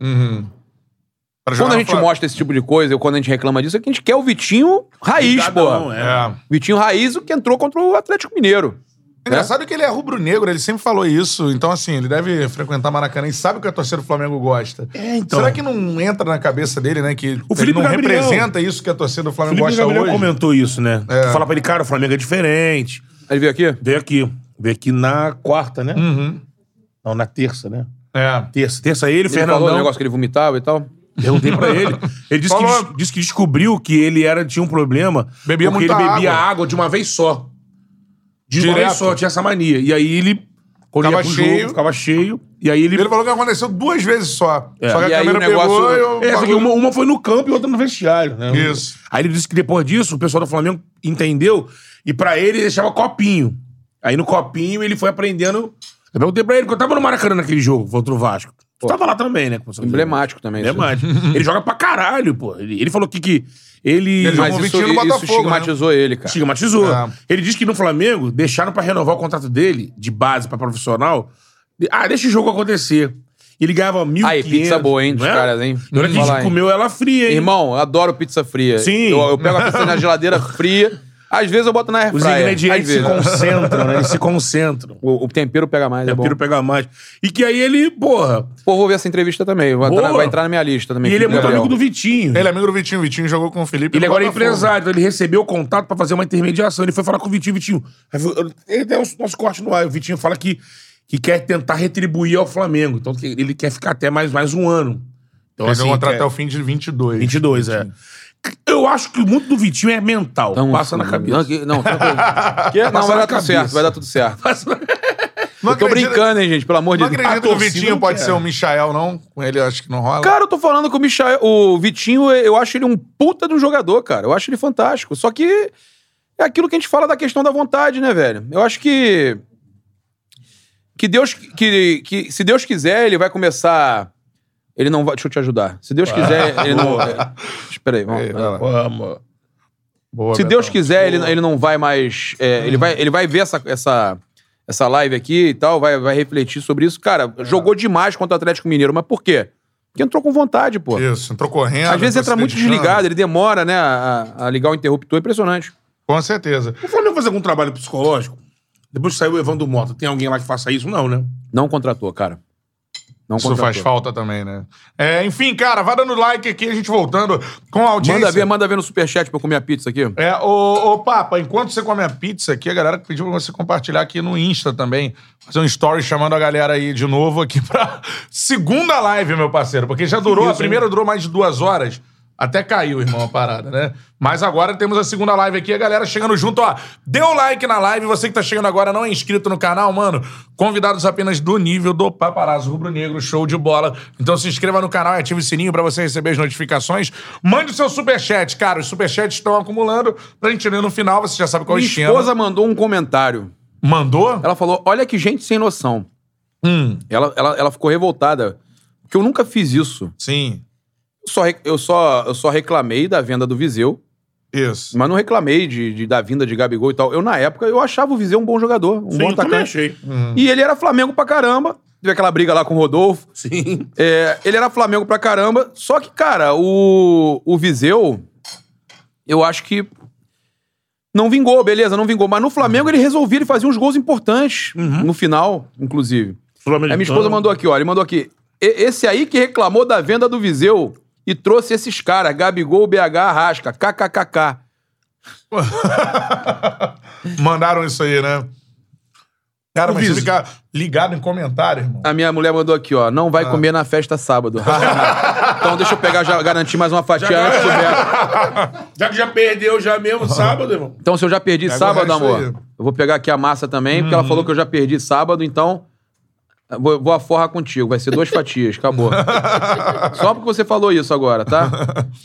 [SPEAKER 1] Uhum. Pra jogar
[SPEAKER 2] Quando a
[SPEAKER 1] no
[SPEAKER 2] gente
[SPEAKER 1] Flamengo.
[SPEAKER 2] mostra esse tipo de coisa, ou quando a gente reclama disso, é que a gente quer o Vitinho raiz, pô.
[SPEAKER 4] Ligadão, é.
[SPEAKER 2] Vitinho Raiz, o que entrou contra o Atlético Mineiro.
[SPEAKER 1] É. Engraçado que ele é rubro-negro, ele sempre falou isso. Então, assim, ele deve frequentar Maracanã e sabe o que a torcida do Flamengo gosta.
[SPEAKER 4] É, então.
[SPEAKER 1] Será que não entra na cabeça dele, né? Que
[SPEAKER 4] O
[SPEAKER 1] ele
[SPEAKER 4] Felipe
[SPEAKER 1] não
[SPEAKER 4] Gabriel-
[SPEAKER 1] representa isso que a torcida do
[SPEAKER 4] O
[SPEAKER 1] Flamengo
[SPEAKER 4] Felipe
[SPEAKER 1] gosta
[SPEAKER 4] Gabriel
[SPEAKER 1] hoje?
[SPEAKER 4] comentou isso, né? Fala pra ele, cara, o Flamengo é diferente.
[SPEAKER 2] Ele veio aqui?
[SPEAKER 4] Veio aqui. Veio aqui na quarta, né?
[SPEAKER 1] Uhum.
[SPEAKER 4] Não, na terça, né?
[SPEAKER 1] É.
[SPEAKER 4] Terça. Terça ele,
[SPEAKER 2] Ele falou do
[SPEAKER 4] Fernandão.
[SPEAKER 2] negócio que ele vomitava e tal.
[SPEAKER 4] Perguntei pra ele. Ele disse que,
[SPEAKER 1] Falou.
[SPEAKER 4] des- disse que descobriu que ele era, tinha um problema.
[SPEAKER 1] Bebia
[SPEAKER 4] porque
[SPEAKER 1] muita
[SPEAKER 4] ele bebia
[SPEAKER 1] água.
[SPEAKER 4] água. de uma vez só. De uma
[SPEAKER 1] Direto.
[SPEAKER 4] vez só, tinha essa mania. E aí ele. Quando
[SPEAKER 1] Ficava
[SPEAKER 4] ia pro
[SPEAKER 1] cheio.
[SPEAKER 4] Jogo, ficava cheio. E aí ele.
[SPEAKER 1] Ele falou que aconteceu duas vezes só. Só que
[SPEAKER 2] É. E
[SPEAKER 1] a
[SPEAKER 2] aí
[SPEAKER 1] câmera
[SPEAKER 2] o negócio-
[SPEAKER 1] pegou
[SPEAKER 2] é
[SPEAKER 1] e eu...
[SPEAKER 4] Essa aqui, É, uma, uma foi no campo e outra no vestiário.
[SPEAKER 2] um-
[SPEAKER 4] Né?
[SPEAKER 1] Isso.
[SPEAKER 4] Aí ele disse que depois disso, o pessoal do Flamengo entendeu e pra ele deixava copinho. Aí no copinho ele foi aprendendo. Eu perguntei pra ele, porque eu tava no Maracanã naquele jogo contra o Vasco. Tu tava lá também, né? com o São Paulo.
[SPEAKER 2] Emblemático também. isso.
[SPEAKER 4] Emblemático. ele joga pra caralho, pô. Ele, ele falou que, que ele,
[SPEAKER 1] Ele
[SPEAKER 2] Mas
[SPEAKER 1] Jogou o
[SPEAKER 2] isso,
[SPEAKER 1] Vitinho no
[SPEAKER 2] isso
[SPEAKER 1] Botafogo, né?
[SPEAKER 2] estigmatizou ele, cara.
[SPEAKER 4] estigmatizou.
[SPEAKER 2] Ah.
[SPEAKER 1] É.
[SPEAKER 4] Ele disse que no Flamengo deixaram pra renovar o contrato dele, de base pra profissional. Ah, deixa o jogo acontecer. E Ele ganhava mil
[SPEAKER 2] Aí, pizza boa, hein, dos caras, hein?
[SPEAKER 4] Durante que a
[SPEAKER 2] Falar,
[SPEAKER 4] gente
[SPEAKER 2] hein?
[SPEAKER 4] comeu ela fria, hein?
[SPEAKER 2] Irmão, eu adoro pizza fria.
[SPEAKER 4] Sim.
[SPEAKER 2] Eu, eu pego a pizza na geladeira fria. Às vezes eu boto na airfryer.
[SPEAKER 4] Os ingredientes
[SPEAKER 2] Às
[SPEAKER 4] se
[SPEAKER 2] vezes.
[SPEAKER 4] concentram, né? Eles se concentram.
[SPEAKER 2] O, o tempero pega mais, é
[SPEAKER 4] Eu
[SPEAKER 2] bom.
[SPEAKER 4] prefiro pegar mais. E que aí ele, porra.
[SPEAKER 2] Pô, vou ver essa entrevista também. Vai,
[SPEAKER 4] Boa.
[SPEAKER 2] vai entrar na minha lista também.
[SPEAKER 4] E ele é
[SPEAKER 2] Felipe
[SPEAKER 4] muito
[SPEAKER 2] Gabriel.
[SPEAKER 4] amigo do Vitinho.
[SPEAKER 1] Ele é amigo do Vitinho. O Vitinho jogou com o Felipe.
[SPEAKER 4] Ele
[SPEAKER 1] no
[SPEAKER 4] agora é
[SPEAKER 1] Botafogo.
[SPEAKER 4] empresário, então ele recebeu o contato pra fazer uma intermediação. Ele foi falar com o Vitinho, Vitinho. aí foi- eu- Ele deu o nosso corte no ar. O Vitinho fala que, que quer tentar retribuir ao Flamengo. Então que ele quer ficar até mais, mais um ano. Então,
[SPEAKER 1] Ele
[SPEAKER 4] assim,
[SPEAKER 1] jogou contrato
[SPEAKER 2] é.
[SPEAKER 4] quer-
[SPEAKER 1] até o fim de 22.
[SPEAKER 4] 22, é. Eu acho que muito do Vitinho é mental. passa na cabeça.
[SPEAKER 2] Não, que- não, tranquilo. Que- não, vai
[SPEAKER 4] Passa na
[SPEAKER 2] dar tudo
[SPEAKER 4] cabeça.
[SPEAKER 2] certo, vai dar tudo certo.
[SPEAKER 4] Passa na-
[SPEAKER 1] Não
[SPEAKER 2] eu tô
[SPEAKER 1] acredito-
[SPEAKER 2] brincando, hein, gente, pelo amor de
[SPEAKER 1] Não
[SPEAKER 2] Deus.
[SPEAKER 1] acredito que o
[SPEAKER 4] torcida
[SPEAKER 1] Vitinho
[SPEAKER 4] não
[SPEAKER 1] pode
[SPEAKER 4] quer.
[SPEAKER 1] ser o Michael, não. Com ele eu acho que não rola.
[SPEAKER 2] Cara, eu tô falando que o Michael, o Vitinho, eu acho ele um puta de um jogador, cara. Eu acho ele fantástico. Só que é aquilo que a gente fala da questão da vontade, né, velho? Eu acho que que Deus que, que se Deus quiser, ele vai começar ele não vai, deixa eu te ajudar. Se Deus quiser, ele não é, Espera aí, vamos.
[SPEAKER 1] Ei, vai lá.
[SPEAKER 4] Vamos.
[SPEAKER 1] Boa,
[SPEAKER 2] Se
[SPEAKER 1] Betão.
[SPEAKER 2] Deus quiser, ele, ele não vai mais. é, ele, vai, ele vai ver essa, essa, essa live aqui e tal, vai, vai refletir sobre isso. Cara, jogou demais contra o Atlético Mineiro, mas por quê? Porque entrou com vontade, pô.
[SPEAKER 1] Isso, entrou correndo.
[SPEAKER 2] Às vezes
[SPEAKER 1] tá
[SPEAKER 2] entra
[SPEAKER 1] se
[SPEAKER 2] muito
[SPEAKER 1] dedicando.
[SPEAKER 2] desligado, ele demora, né, a, a- a ligar o interruptor, é impressionante.
[SPEAKER 1] Com certeza.
[SPEAKER 4] O Flamengo faz algum trabalho psicológico? Depois que saiu o Evandro Mota, tem alguém lá que faça isso? Não, né?
[SPEAKER 2] Não contratou, cara. Não
[SPEAKER 1] Isso
[SPEAKER 2] contratou.
[SPEAKER 1] faz falta também, né? É, enfim, cara, vai dando like aqui, a gente voltando com a audiência.
[SPEAKER 2] Manda ver, manda ver no superchat pra eu comer a pizza aqui.
[SPEAKER 1] É, ô, ô, Papa, enquanto você come a pizza aqui, a galera que pediu pra você compartilhar aqui no Insta também, fazer um story chamando a galera aí de novo aqui pra segunda live, meu parceiro, porque já durou, a primeira durou mais de duas horas. Até caiu, irmão, a parada, né? Mas agora temos a segunda live aqui, a galera chegando junto, ó. Dê o like na live, você que tá chegando agora não é inscrito no canal, mano. Convidados apenas do nível do Paparazzo Rubro Negro, show de bola. Então se inscreva no canal e ative o sininho pra você receber as notificações. Mande o seu superchat, cara. Os superchats estão acumulando pra gente ler no final, você já sabe qual é o
[SPEAKER 2] Minha
[SPEAKER 1] esquema.
[SPEAKER 2] esposa mandou um comentário.
[SPEAKER 1] Mandou?
[SPEAKER 2] Ela falou: olha que gente sem noção.
[SPEAKER 1] Hum,
[SPEAKER 2] Ela, ela, ela ficou revoltada. Porque eu nunca fiz isso.
[SPEAKER 1] sim.
[SPEAKER 2] só, re- eu, só, eu só reclamei da venda do Viseu
[SPEAKER 1] Isso.
[SPEAKER 2] Mas não reclamei de, de- da vinda de Gabigol e tal. Eu, na época, eu achava o Viseu um bom jogador, um bom
[SPEAKER 4] eu
[SPEAKER 2] atacante.
[SPEAKER 4] também achei.
[SPEAKER 2] E ele era Flamengo pra caramba. Teve aquela briga lá com o Rodolfo.
[SPEAKER 4] Sim.
[SPEAKER 2] É, ele era Flamengo pra caramba. Só que, cara, o, o Viseu, eu acho que não vingou, beleza, não vingou. Mas no Flamengo ele resolvia, ele fazia uns gols importantes no final, inclusive. Aí
[SPEAKER 4] Então,
[SPEAKER 2] minha esposa mandou aqui, ó. Ele mandou aqui. "E- Esse aí que reclamou da venda do Viseu e trouxe esses caras, Gabigol, BH, Arrasca, kkkk.
[SPEAKER 1] Mandaram isso aí, né? Cara, mas fica ligado em comentário, irmão.
[SPEAKER 2] A minha mulher mandou aqui, ó. Não vai comer na festa sábado. então deixa eu pegar, já garantir mais uma fatia antes do Beto.
[SPEAKER 4] Já que já perdeu já mesmo sábado, irmão.
[SPEAKER 2] Então se eu já perdi sábado,
[SPEAKER 1] o resto
[SPEAKER 2] amor,
[SPEAKER 1] aí.
[SPEAKER 2] eu vou pegar aqui a massa também, porque ela falou que eu já perdi sábado, então vou, vou aforrar contigo. Vai ser duas fatias, acabou. Só porque você falou isso agora, tá?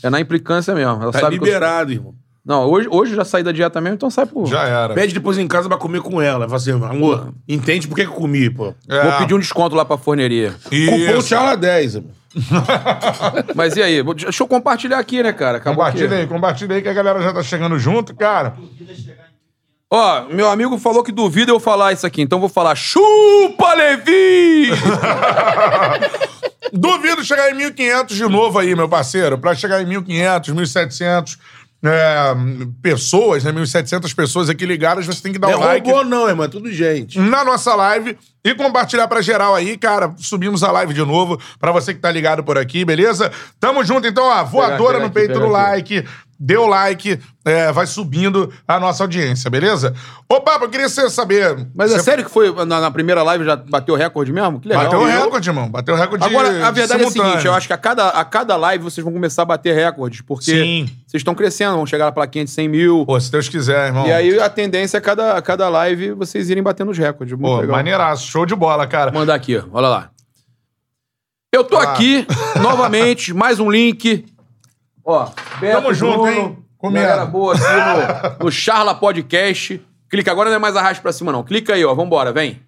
[SPEAKER 2] É na implicância mesmo. Ela
[SPEAKER 4] Tá
[SPEAKER 2] sabe que eu-
[SPEAKER 4] liberado, irmão.
[SPEAKER 2] Não, hoje, hoje eu já saí da dieta mesmo, então sai pro...
[SPEAKER 1] Já era.
[SPEAKER 4] Pede depois em casa pra comer com ela. Fala assim, amor, entende por que que eu comi, pô.
[SPEAKER 1] É.
[SPEAKER 2] Vou pedir um desconto lá pra forneria.
[SPEAKER 4] Cupom
[SPEAKER 1] Isso.
[SPEAKER 4] Charla 10, irmão.
[SPEAKER 2] Mas e aí? Vou- Deixa eu compartilhar aqui, né, cara? Acabou que-
[SPEAKER 1] Compartilha aí, compartilha aí que a galera já tá chegando junto, cara.
[SPEAKER 2] Ó, meu amigo falou que duvida eu falar isso aqui, então vou falar chupa, Levi!
[SPEAKER 1] Duvido chegar em 1.500 de novo aí, meu parceiro. Pra chegar em 1.500, 1.700 é, pessoas, né? 1.700 pessoas aqui ligadas, você tem que dar
[SPEAKER 4] Não é
[SPEAKER 1] um like. Hum.
[SPEAKER 4] robô não, irmão. É tudo gente.
[SPEAKER 1] na nossa live e compartilhar pra geral aí, cara. Subimos a live de novo pra você que tá ligado por aqui, beleza? Tamo junto então, ó, voadora
[SPEAKER 2] pegar
[SPEAKER 1] no
[SPEAKER 2] aqui,
[SPEAKER 1] peito
[SPEAKER 2] pegar
[SPEAKER 1] do
[SPEAKER 2] aqui.
[SPEAKER 1] like. Deu like, é, vai subindo a nossa audiência, beleza? Ô, Pablo, eu queria ser- saber.
[SPEAKER 2] Mas é
[SPEAKER 1] você
[SPEAKER 2] sério que foi na, na primeira live já bateu recorde mesmo? Que legal.
[SPEAKER 1] Bateu o
[SPEAKER 2] Eu-
[SPEAKER 1] recorde, irmão. Bateu o recorde
[SPEAKER 2] Agora, a verdade é a seguinte,
[SPEAKER 1] simultâneo.
[SPEAKER 2] eu acho que a cada, a cada live vocês vão começar a bater recordes, porque
[SPEAKER 1] Sim.
[SPEAKER 2] vocês estão crescendo, vão chegar na plaquinha de 100 mil,
[SPEAKER 1] Pô, se Deus quiser, irmão.
[SPEAKER 2] e aí a tendência é a cada, a cada live vocês irem batendo os recordes. Muito
[SPEAKER 1] Pô,
[SPEAKER 2] legal.
[SPEAKER 1] maneiraço, show de bola, cara.
[SPEAKER 2] Vou mandar aqui, ó. olha lá. Eu tô
[SPEAKER 1] Ah.
[SPEAKER 2] aqui, novamente, mais um link. Ó, Beto,
[SPEAKER 1] Tamo junto,
[SPEAKER 2] Bruno,
[SPEAKER 1] hein? Comendo.
[SPEAKER 2] Galera boa aqui no, no Charla Podcast. Clica agora, não é mais arraste pra cima, não. Clica aí, ó. Vambora, vem.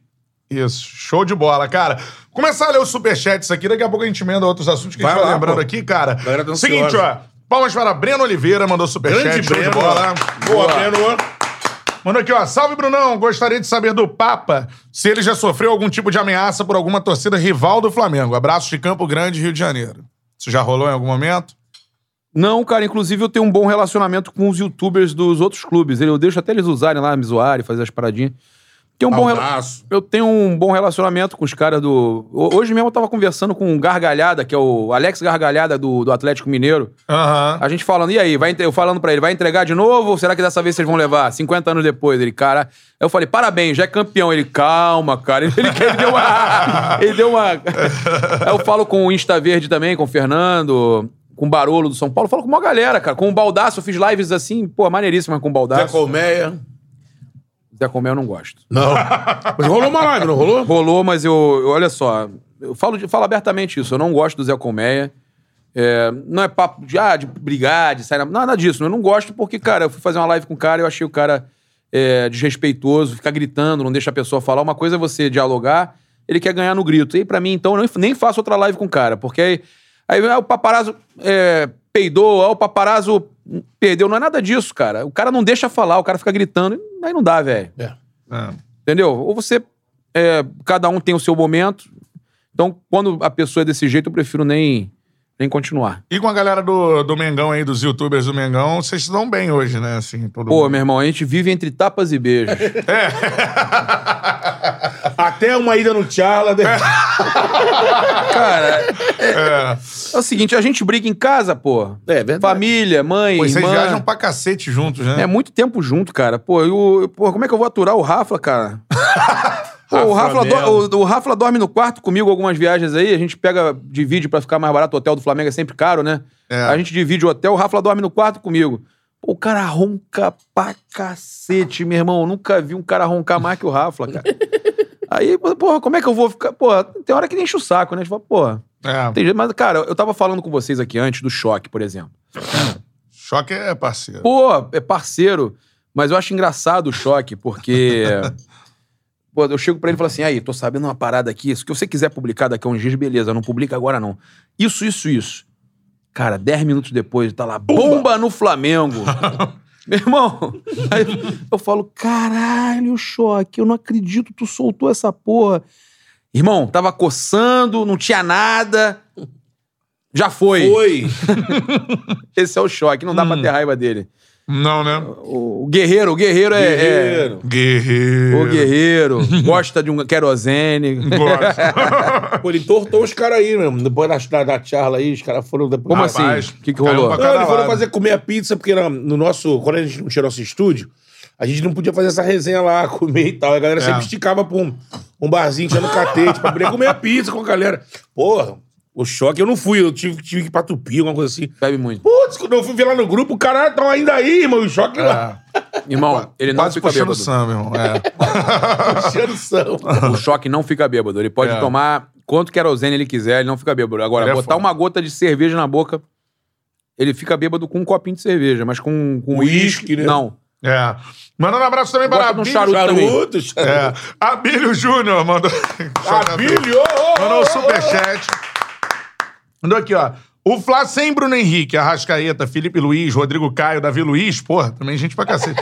[SPEAKER 1] Isso, show de bola, cara. Começar a ler os superchats aqui, daqui a pouco a gente emenda outros assuntos que a gente
[SPEAKER 4] Vai
[SPEAKER 1] vai
[SPEAKER 4] lá,
[SPEAKER 1] lembrando
[SPEAKER 4] pô.
[SPEAKER 1] aqui, cara.
[SPEAKER 4] Galera tá ansiosa.
[SPEAKER 1] Seguinte, ó. Palmas para Breno Oliveira, mandou superchat,
[SPEAKER 4] Grande
[SPEAKER 1] show de
[SPEAKER 4] Breno.
[SPEAKER 1] bola.
[SPEAKER 4] Boa,
[SPEAKER 2] Boa.
[SPEAKER 4] Breno.
[SPEAKER 1] Mandou aqui, ó. Salve, Brunão. Gostaria de saber do Papa se ele já sofreu algum tipo de ameaça por alguma torcida rival do Flamengo. Abraços de Campo Grande, Rio de Janeiro. Isso já rolou em algum momento?
[SPEAKER 2] Não, cara, inclusive eu tenho um bom relacionamento com os youtubers dos outros clubes. Eu deixo até eles usarem lá, me zoarem, fazer as paradinhas. Tenho um bom rela-
[SPEAKER 4] Abraço.
[SPEAKER 2] Eu tenho um bom relacionamento com os caras do. Ho- Hoje mesmo eu tava conversando com o Gargalhada, que é o Alex Gargalhada do, do Atlético Mineiro.
[SPEAKER 1] Aham.
[SPEAKER 2] A gente falando, e aí, vai entre- eu falando pra ele, vai entregar de novo ou será que dessa vez vocês vão levar? 50 anos depois, ele, cara. Eu falei, parabéns, já é campeão. Ele, calma, cara. Ele, ele, ele deu uma. ele deu uma. Aí eu falo com o Insta Verde também, com o Fernando, com o Barolo do São Paulo. Falo com uma galera, cara. Com o Baldaço, eu fiz lives assim, pô, maneiríssimas com o
[SPEAKER 1] Tá.
[SPEAKER 4] Zé
[SPEAKER 2] Baldaço.
[SPEAKER 4] Colmeia.
[SPEAKER 2] Zé Comé eu não gosto.
[SPEAKER 4] Não. Mas rolou uma live, não rolou?
[SPEAKER 2] Rolou, mas eu, eu- olha só, eu falo, de- falo abertamente isso, eu não gosto do Zé Colmeia. É, não é papo de, ah, de brigar, de sair na... Nada disso, eu não gosto porque, cara, eu fui fazer uma live com o cara, eu achei o cara é, desrespeitoso, ficar gritando, não deixa a pessoa falar. Uma coisa é você dialogar, ele quer ganhar no grito. E pra mim, então, eu nem- nem faço outra live com o cara, porque aí, aí ah, o paparazzo é, peidou, ah, o paparazzo perdeu, não é nada disso, cara. O cara não deixa falar, o cara fica gritando, aí não dá, velho.
[SPEAKER 1] É.
[SPEAKER 2] Entendeu? Ou você. é, cada um tem o seu momento. Então, quando a pessoa é desse jeito, eu prefiro nem, nem continuar.
[SPEAKER 1] E com a galera do, do Mengão aí, dos youtubers do Mengão, vocês se dão bem hoje, né? Assim, todo
[SPEAKER 2] Pô,
[SPEAKER 1] mundo.
[SPEAKER 2] meu irmão, a gente vive entre tapas e beijos. É
[SPEAKER 4] Até uma ida no Charla. de-
[SPEAKER 2] Cara, é, é o seguinte, a gente briga em casa, pô.
[SPEAKER 4] É verdade.
[SPEAKER 2] Família, mãe,
[SPEAKER 1] Pô, e vocês
[SPEAKER 2] irmã.
[SPEAKER 1] viajam pra cacete juntos, né?
[SPEAKER 2] É muito tempo junto, cara. Pô, eu, eu- pô, como é que eu vou aturar o Rafa, cara? Pô, o,
[SPEAKER 4] Rafa
[SPEAKER 2] Rafa do-
[SPEAKER 4] Melo.
[SPEAKER 2] o- o Rafa dorme no quarto comigo algumas viagens aí. A gente pega, divide pra ficar mais barato. O hotel do Flamengo é sempre caro, né?
[SPEAKER 1] É.
[SPEAKER 2] A gente divide o hotel, o Rafa dorme no quarto comigo. Pô, o cara ronca pra cacete, meu irmão. Eu nunca vi um cara roncar mais que o Rafa, cara. Aí, porra, como é que eu vou ficar? Porra, tem hora que nem enche o saco, né? A gente fala, porra.
[SPEAKER 1] É.
[SPEAKER 2] Tem jeito, mas, cara, eu tava falando com vocês aqui antes do choque, por exemplo.
[SPEAKER 1] Choque é parceiro.
[SPEAKER 2] Pô, é parceiro. Mas eu acho engraçado o choque, porque. Pô, eu chego pra ele e falo assim: aí, tô sabendo uma parada aqui. Se que você quiser publicar daqui a uns dias, beleza, não publica agora não. Isso, isso, isso. Cara, 10 minutos depois, tá lá, bomba no Flamengo. Meu irmão, aí eu falo, caralho, choque, eu não acredito, tu soltou essa porra. Irmão, tava coçando, não tinha nada. Já
[SPEAKER 1] É.
[SPEAKER 2] foi.
[SPEAKER 4] Oi!
[SPEAKER 2] Esse é o choque, não dá pra ter raiva dele.
[SPEAKER 1] Não, né?
[SPEAKER 2] O, o guerreiro, o guerreiro, é- é.
[SPEAKER 4] Guerreiro.
[SPEAKER 1] Guerreiro.
[SPEAKER 2] O guerreiro gosta de um querosene.
[SPEAKER 1] Gosto.
[SPEAKER 4] Pô, ele tortou os caras aí, mesmo. Depois da, da, da charla aí, os caras foram... Depois...
[SPEAKER 2] Como
[SPEAKER 4] Ah,
[SPEAKER 2] assim?
[SPEAKER 1] Rapaz,
[SPEAKER 2] O que, que
[SPEAKER 1] caiu
[SPEAKER 2] rolou?
[SPEAKER 1] pra
[SPEAKER 4] Não, eles foram
[SPEAKER 1] Caralho.
[SPEAKER 4] fazer comer a pizza, porque na- no nosso. Quando a gente não tinha nosso estúdio, a gente não podia fazer essa resenha lá, comer e tal. A galera
[SPEAKER 1] É.
[SPEAKER 4] sempre esticava pra um, um barzinho que tinha no catete pra poder comer a pizza com a galera. Porra, o choque eu não fui, eu tive, tive que ir pra tupi, alguma coisa assim.
[SPEAKER 2] Bebe muito.
[SPEAKER 4] Putz, quando eu fui ver lá no grupo, o cara tão ainda aí, irmão. O choque lá.
[SPEAKER 2] Irmão, ele
[SPEAKER 1] É.
[SPEAKER 2] não
[SPEAKER 1] Quase
[SPEAKER 2] fica
[SPEAKER 1] puxando
[SPEAKER 2] bêbado.
[SPEAKER 1] o samba, irmão. É.
[SPEAKER 4] Puxando são.
[SPEAKER 2] O choque não fica bêbado. Ele pode
[SPEAKER 1] É.
[SPEAKER 2] tomar quanto querosene ele quiser, ele não fica bêbado. Agora,
[SPEAKER 1] Ele é
[SPEAKER 2] botar
[SPEAKER 1] foda.
[SPEAKER 2] uma gota de cerveja na boca, ele fica bêbado com um copinho de cerveja, mas com, com uísque.
[SPEAKER 4] Uísque, né?
[SPEAKER 2] Não.
[SPEAKER 1] É. Mandando um abraço também para
[SPEAKER 2] Bota
[SPEAKER 1] Abílio.
[SPEAKER 2] num charuto também.
[SPEAKER 4] Charuto, charuto.
[SPEAKER 1] É. Abílio Júnior mandou.
[SPEAKER 4] Abílio, ô, ô,
[SPEAKER 1] Mandou
[SPEAKER 4] ô,
[SPEAKER 1] um
[SPEAKER 4] ô.
[SPEAKER 1] superchat. Mandou aqui, ó. O Flá sem Bruno Henrique, Arrascaeta, Felipe Luiz, Rodrigo Caio, Davi Luiz, porra, também gente pra cacete.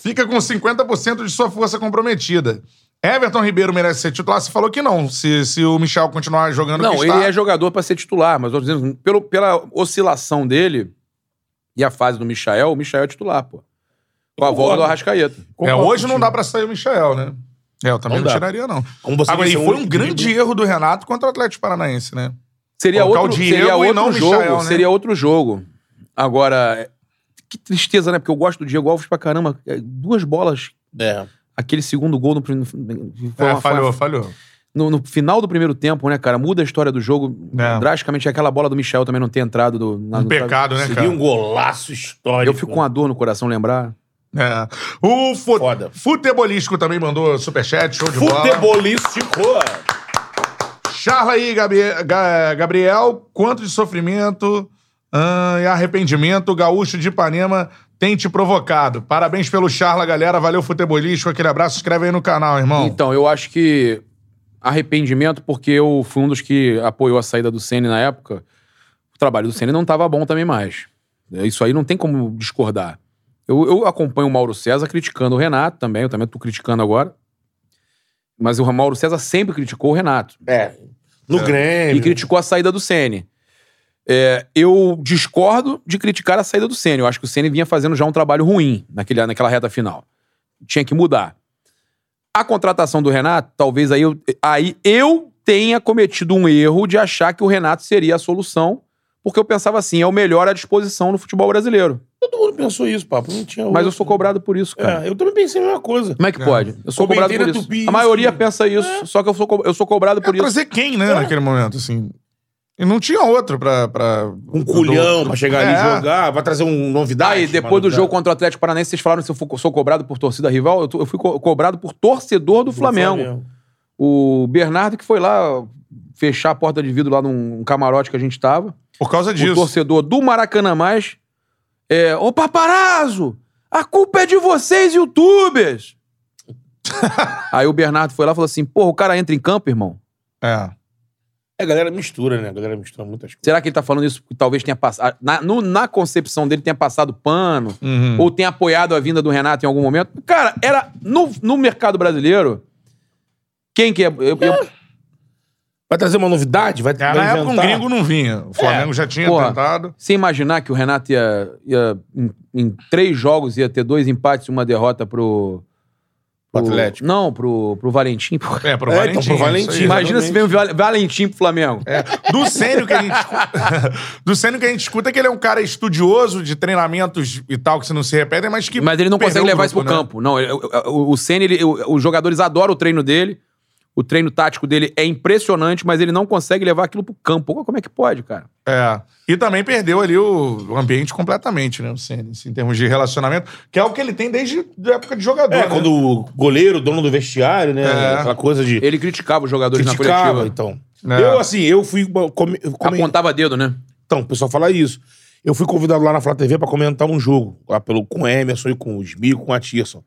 [SPEAKER 1] Fica com 50% de sua força comprometida. Everton Ribeiro merece ser titular? Você falou que não, se, se o Michel continuar jogando
[SPEAKER 2] Não,
[SPEAKER 1] que
[SPEAKER 2] ele
[SPEAKER 1] está.
[SPEAKER 2] é jogador pra ser titular, mas eu tô dizendo, pelo, pela oscilação dele e a fase do Michael, o Michael é titular, pô. Com a volta do Arrascaeta.
[SPEAKER 1] É, hoje não dá pra sair o Michel, né? É, eu também não,
[SPEAKER 4] Não dá.
[SPEAKER 1] tiraria, não.
[SPEAKER 4] Como você
[SPEAKER 1] Agora, e
[SPEAKER 2] é
[SPEAKER 4] disse, é
[SPEAKER 1] foi
[SPEAKER 4] o
[SPEAKER 1] um grande erro do Renato contra o Atlético Paranaense, né?
[SPEAKER 2] Seria
[SPEAKER 1] Colocar o
[SPEAKER 2] outro,
[SPEAKER 1] Diego
[SPEAKER 2] seria
[SPEAKER 1] e
[SPEAKER 2] outro
[SPEAKER 1] não o
[SPEAKER 2] jogo.
[SPEAKER 1] Michael, né?
[SPEAKER 2] Seria outro jogo. Agora, que tristeza, né? Porque eu gosto do Diego Alves pra caramba. É, Duas bolas.
[SPEAKER 1] Né,
[SPEAKER 4] É.
[SPEAKER 2] Aquele segundo gol no, prim- foi
[SPEAKER 1] É,
[SPEAKER 2] uma-
[SPEAKER 1] falhou,
[SPEAKER 2] foi-
[SPEAKER 1] falhou.
[SPEAKER 2] no, no final do primeiro tempo, né, cara? Muda a história do jogo
[SPEAKER 1] É.
[SPEAKER 2] drasticamente. Aquela bola do Michel também Ah, não tá ter entrado do, na,
[SPEAKER 1] Um
[SPEAKER 2] no-
[SPEAKER 1] pecado, né,
[SPEAKER 4] Seria
[SPEAKER 1] cara?
[SPEAKER 4] um golaço histórico.
[SPEAKER 2] Eu fico com a dor no coração lembrar.
[SPEAKER 1] É. O fu-
[SPEAKER 4] Foda.
[SPEAKER 1] futebolístico também mandou superchat, show de bola.
[SPEAKER 4] Futebolístico.
[SPEAKER 1] Charla aí, Gabi- Ga- Gabriel, quanto de sofrimento ah, e arrependimento o gaúcho de Ipanema tem te provocado. Parabéns pelo Charla, galera. Valeu, futebolístico. Aquele abraço. Se inscreve aí no canal, irmão.
[SPEAKER 2] Então, eu acho que arrependimento, porque eu fui um dos que apoiou a saída do Ceni na época. O trabalho do Ceni não estava bom também mais. É, Isso aí não tem como discordar. Eu, eu acompanho o Mauro César criticando o Renato também, eu também estou criticando agora. Mas o Mauro César sempre criticou o Renato.
[SPEAKER 4] É. No
[SPEAKER 2] e
[SPEAKER 4] Grêmio.
[SPEAKER 2] criticou a saída do Ceni. É, eu discordo de criticar a saída do Ceni. Eu acho que o Ceni vinha fazendo já um trabalho ruim naquele, naquela reta final. Tinha que mudar. A contratação do Renato, talvez aí eu, aí eu tenha cometido um erro de achar que o Renato seria a solução, porque eu pensava assim, é o melhor à disposição no futebol brasileiro.
[SPEAKER 4] Todo mundo pensou isso, papo. Não tinha
[SPEAKER 2] Mas eu
[SPEAKER 4] outro.
[SPEAKER 2] sou cobrado por isso, cara.
[SPEAKER 4] É, eu também pensei a mesma coisa.
[SPEAKER 2] Como é que pode? Eu sou
[SPEAKER 4] Comentei
[SPEAKER 2] cobrado por
[SPEAKER 4] na
[SPEAKER 2] isso.
[SPEAKER 4] Tupi,
[SPEAKER 2] a
[SPEAKER 4] isso É.
[SPEAKER 2] maioria
[SPEAKER 4] que-
[SPEAKER 2] pensa isso, só que eu sou, co- eu sou cobrado
[SPEAKER 4] é
[SPEAKER 2] por
[SPEAKER 1] Pra
[SPEAKER 2] isso.
[SPEAKER 1] trazer quem, né, naquele momento, assim? E não tinha outro pra... pra
[SPEAKER 4] Um culhão pra chegar
[SPEAKER 1] É.
[SPEAKER 4] ali e jogar, pra trazer um novidade.
[SPEAKER 2] Aí, depois do jogo contra o Atlético Paranaense, vocês falaram se eu for- sou cobrado por torcida rival. Eu, tô- eu fui co- cobrado por torcedor do Flamengo. O Bernardo que foi lá fechar a porta de vidro lá num camarote que a gente tava.
[SPEAKER 1] Por causa
[SPEAKER 2] O
[SPEAKER 1] disso.
[SPEAKER 2] torcedor do Maracanã Mais. É, Ô paparazzo! A culpa é de vocês, youtubers! Aí o Bernardo foi lá e falou assim: porra, o cara entra em campo, irmão.
[SPEAKER 1] É.
[SPEAKER 4] É, a galera mistura, né? A galera mistura muitas coisas.
[SPEAKER 2] Será que ele tá falando isso porque talvez tenha passado. Na, no- na concepção dele tenha passado pano?
[SPEAKER 1] Uhum.
[SPEAKER 2] ou tem apoiado a vinda do Renato em algum momento. Cara, era no, no mercado brasileiro. Quem que é. eu-
[SPEAKER 1] Ah.
[SPEAKER 2] eu-
[SPEAKER 4] Vai trazer uma novidade? Vai,
[SPEAKER 1] É,
[SPEAKER 4] vai
[SPEAKER 1] na época um
[SPEAKER 4] inventar?
[SPEAKER 1] gringo não vinha. O Flamengo
[SPEAKER 4] É.
[SPEAKER 1] já tinha
[SPEAKER 2] Porra.
[SPEAKER 1] tentado.
[SPEAKER 2] sem imaginar que o Renato ia, ia em, em três jogos, ia ter dois empates e uma derrota pro.
[SPEAKER 4] Pro
[SPEAKER 2] pro-
[SPEAKER 4] Atlético.
[SPEAKER 2] Não, pro, pro Valentim. pô.
[SPEAKER 1] É, pro
[SPEAKER 4] É,
[SPEAKER 1] Valentim.
[SPEAKER 4] então, pro Valentim.
[SPEAKER 1] isso aí.
[SPEAKER 4] Mas-
[SPEAKER 2] Imagina se vem o Val- Valentim pro Flamengo.
[SPEAKER 1] É. Do Sênio que a gente do Sênio que a gente escuta é que ele é um cara estudioso de treinamentos e tal que se não se repetem, mas que
[SPEAKER 2] Mas ele não
[SPEAKER 1] perdeu
[SPEAKER 2] consegue
[SPEAKER 1] o
[SPEAKER 2] levar isso pro
[SPEAKER 1] grupo, né?
[SPEAKER 2] campo. Não, ele- o- o, o Senna, ele- o- os jogadores adoram o treino dele. O treino tático dele é impressionante, mas ele não consegue levar aquilo pro campo. Pô, Como é que pode, cara?
[SPEAKER 1] É. E também perdeu ali o o ambiente completamente, né, o Sênio, assim, em termos de relacionamento, que é o que ele tem desde a época de jogador.
[SPEAKER 4] É,
[SPEAKER 1] né?
[SPEAKER 4] quando o goleiro, dono do vestiário, né?
[SPEAKER 1] É.
[SPEAKER 4] Aquela coisa de
[SPEAKER 2] Ele criticava os jogadores na
[SPEAKER 4] criticava,
[SPEAKER 2] coletiva.
[SPEAKER 4] então.
[SPEAKER 1] É.
[SPEAKER 4] Eu, assim, eu fui... come- eu come-
[SPEAKER 2] Apontava dedo, né?
[SPEAKER 4] Então, o pessoal fala isso. Eu fui convidado lá na Flá TV pra comentar um jogo. Lá pelo, com o Emerson e com o Smigo, com a Tirson.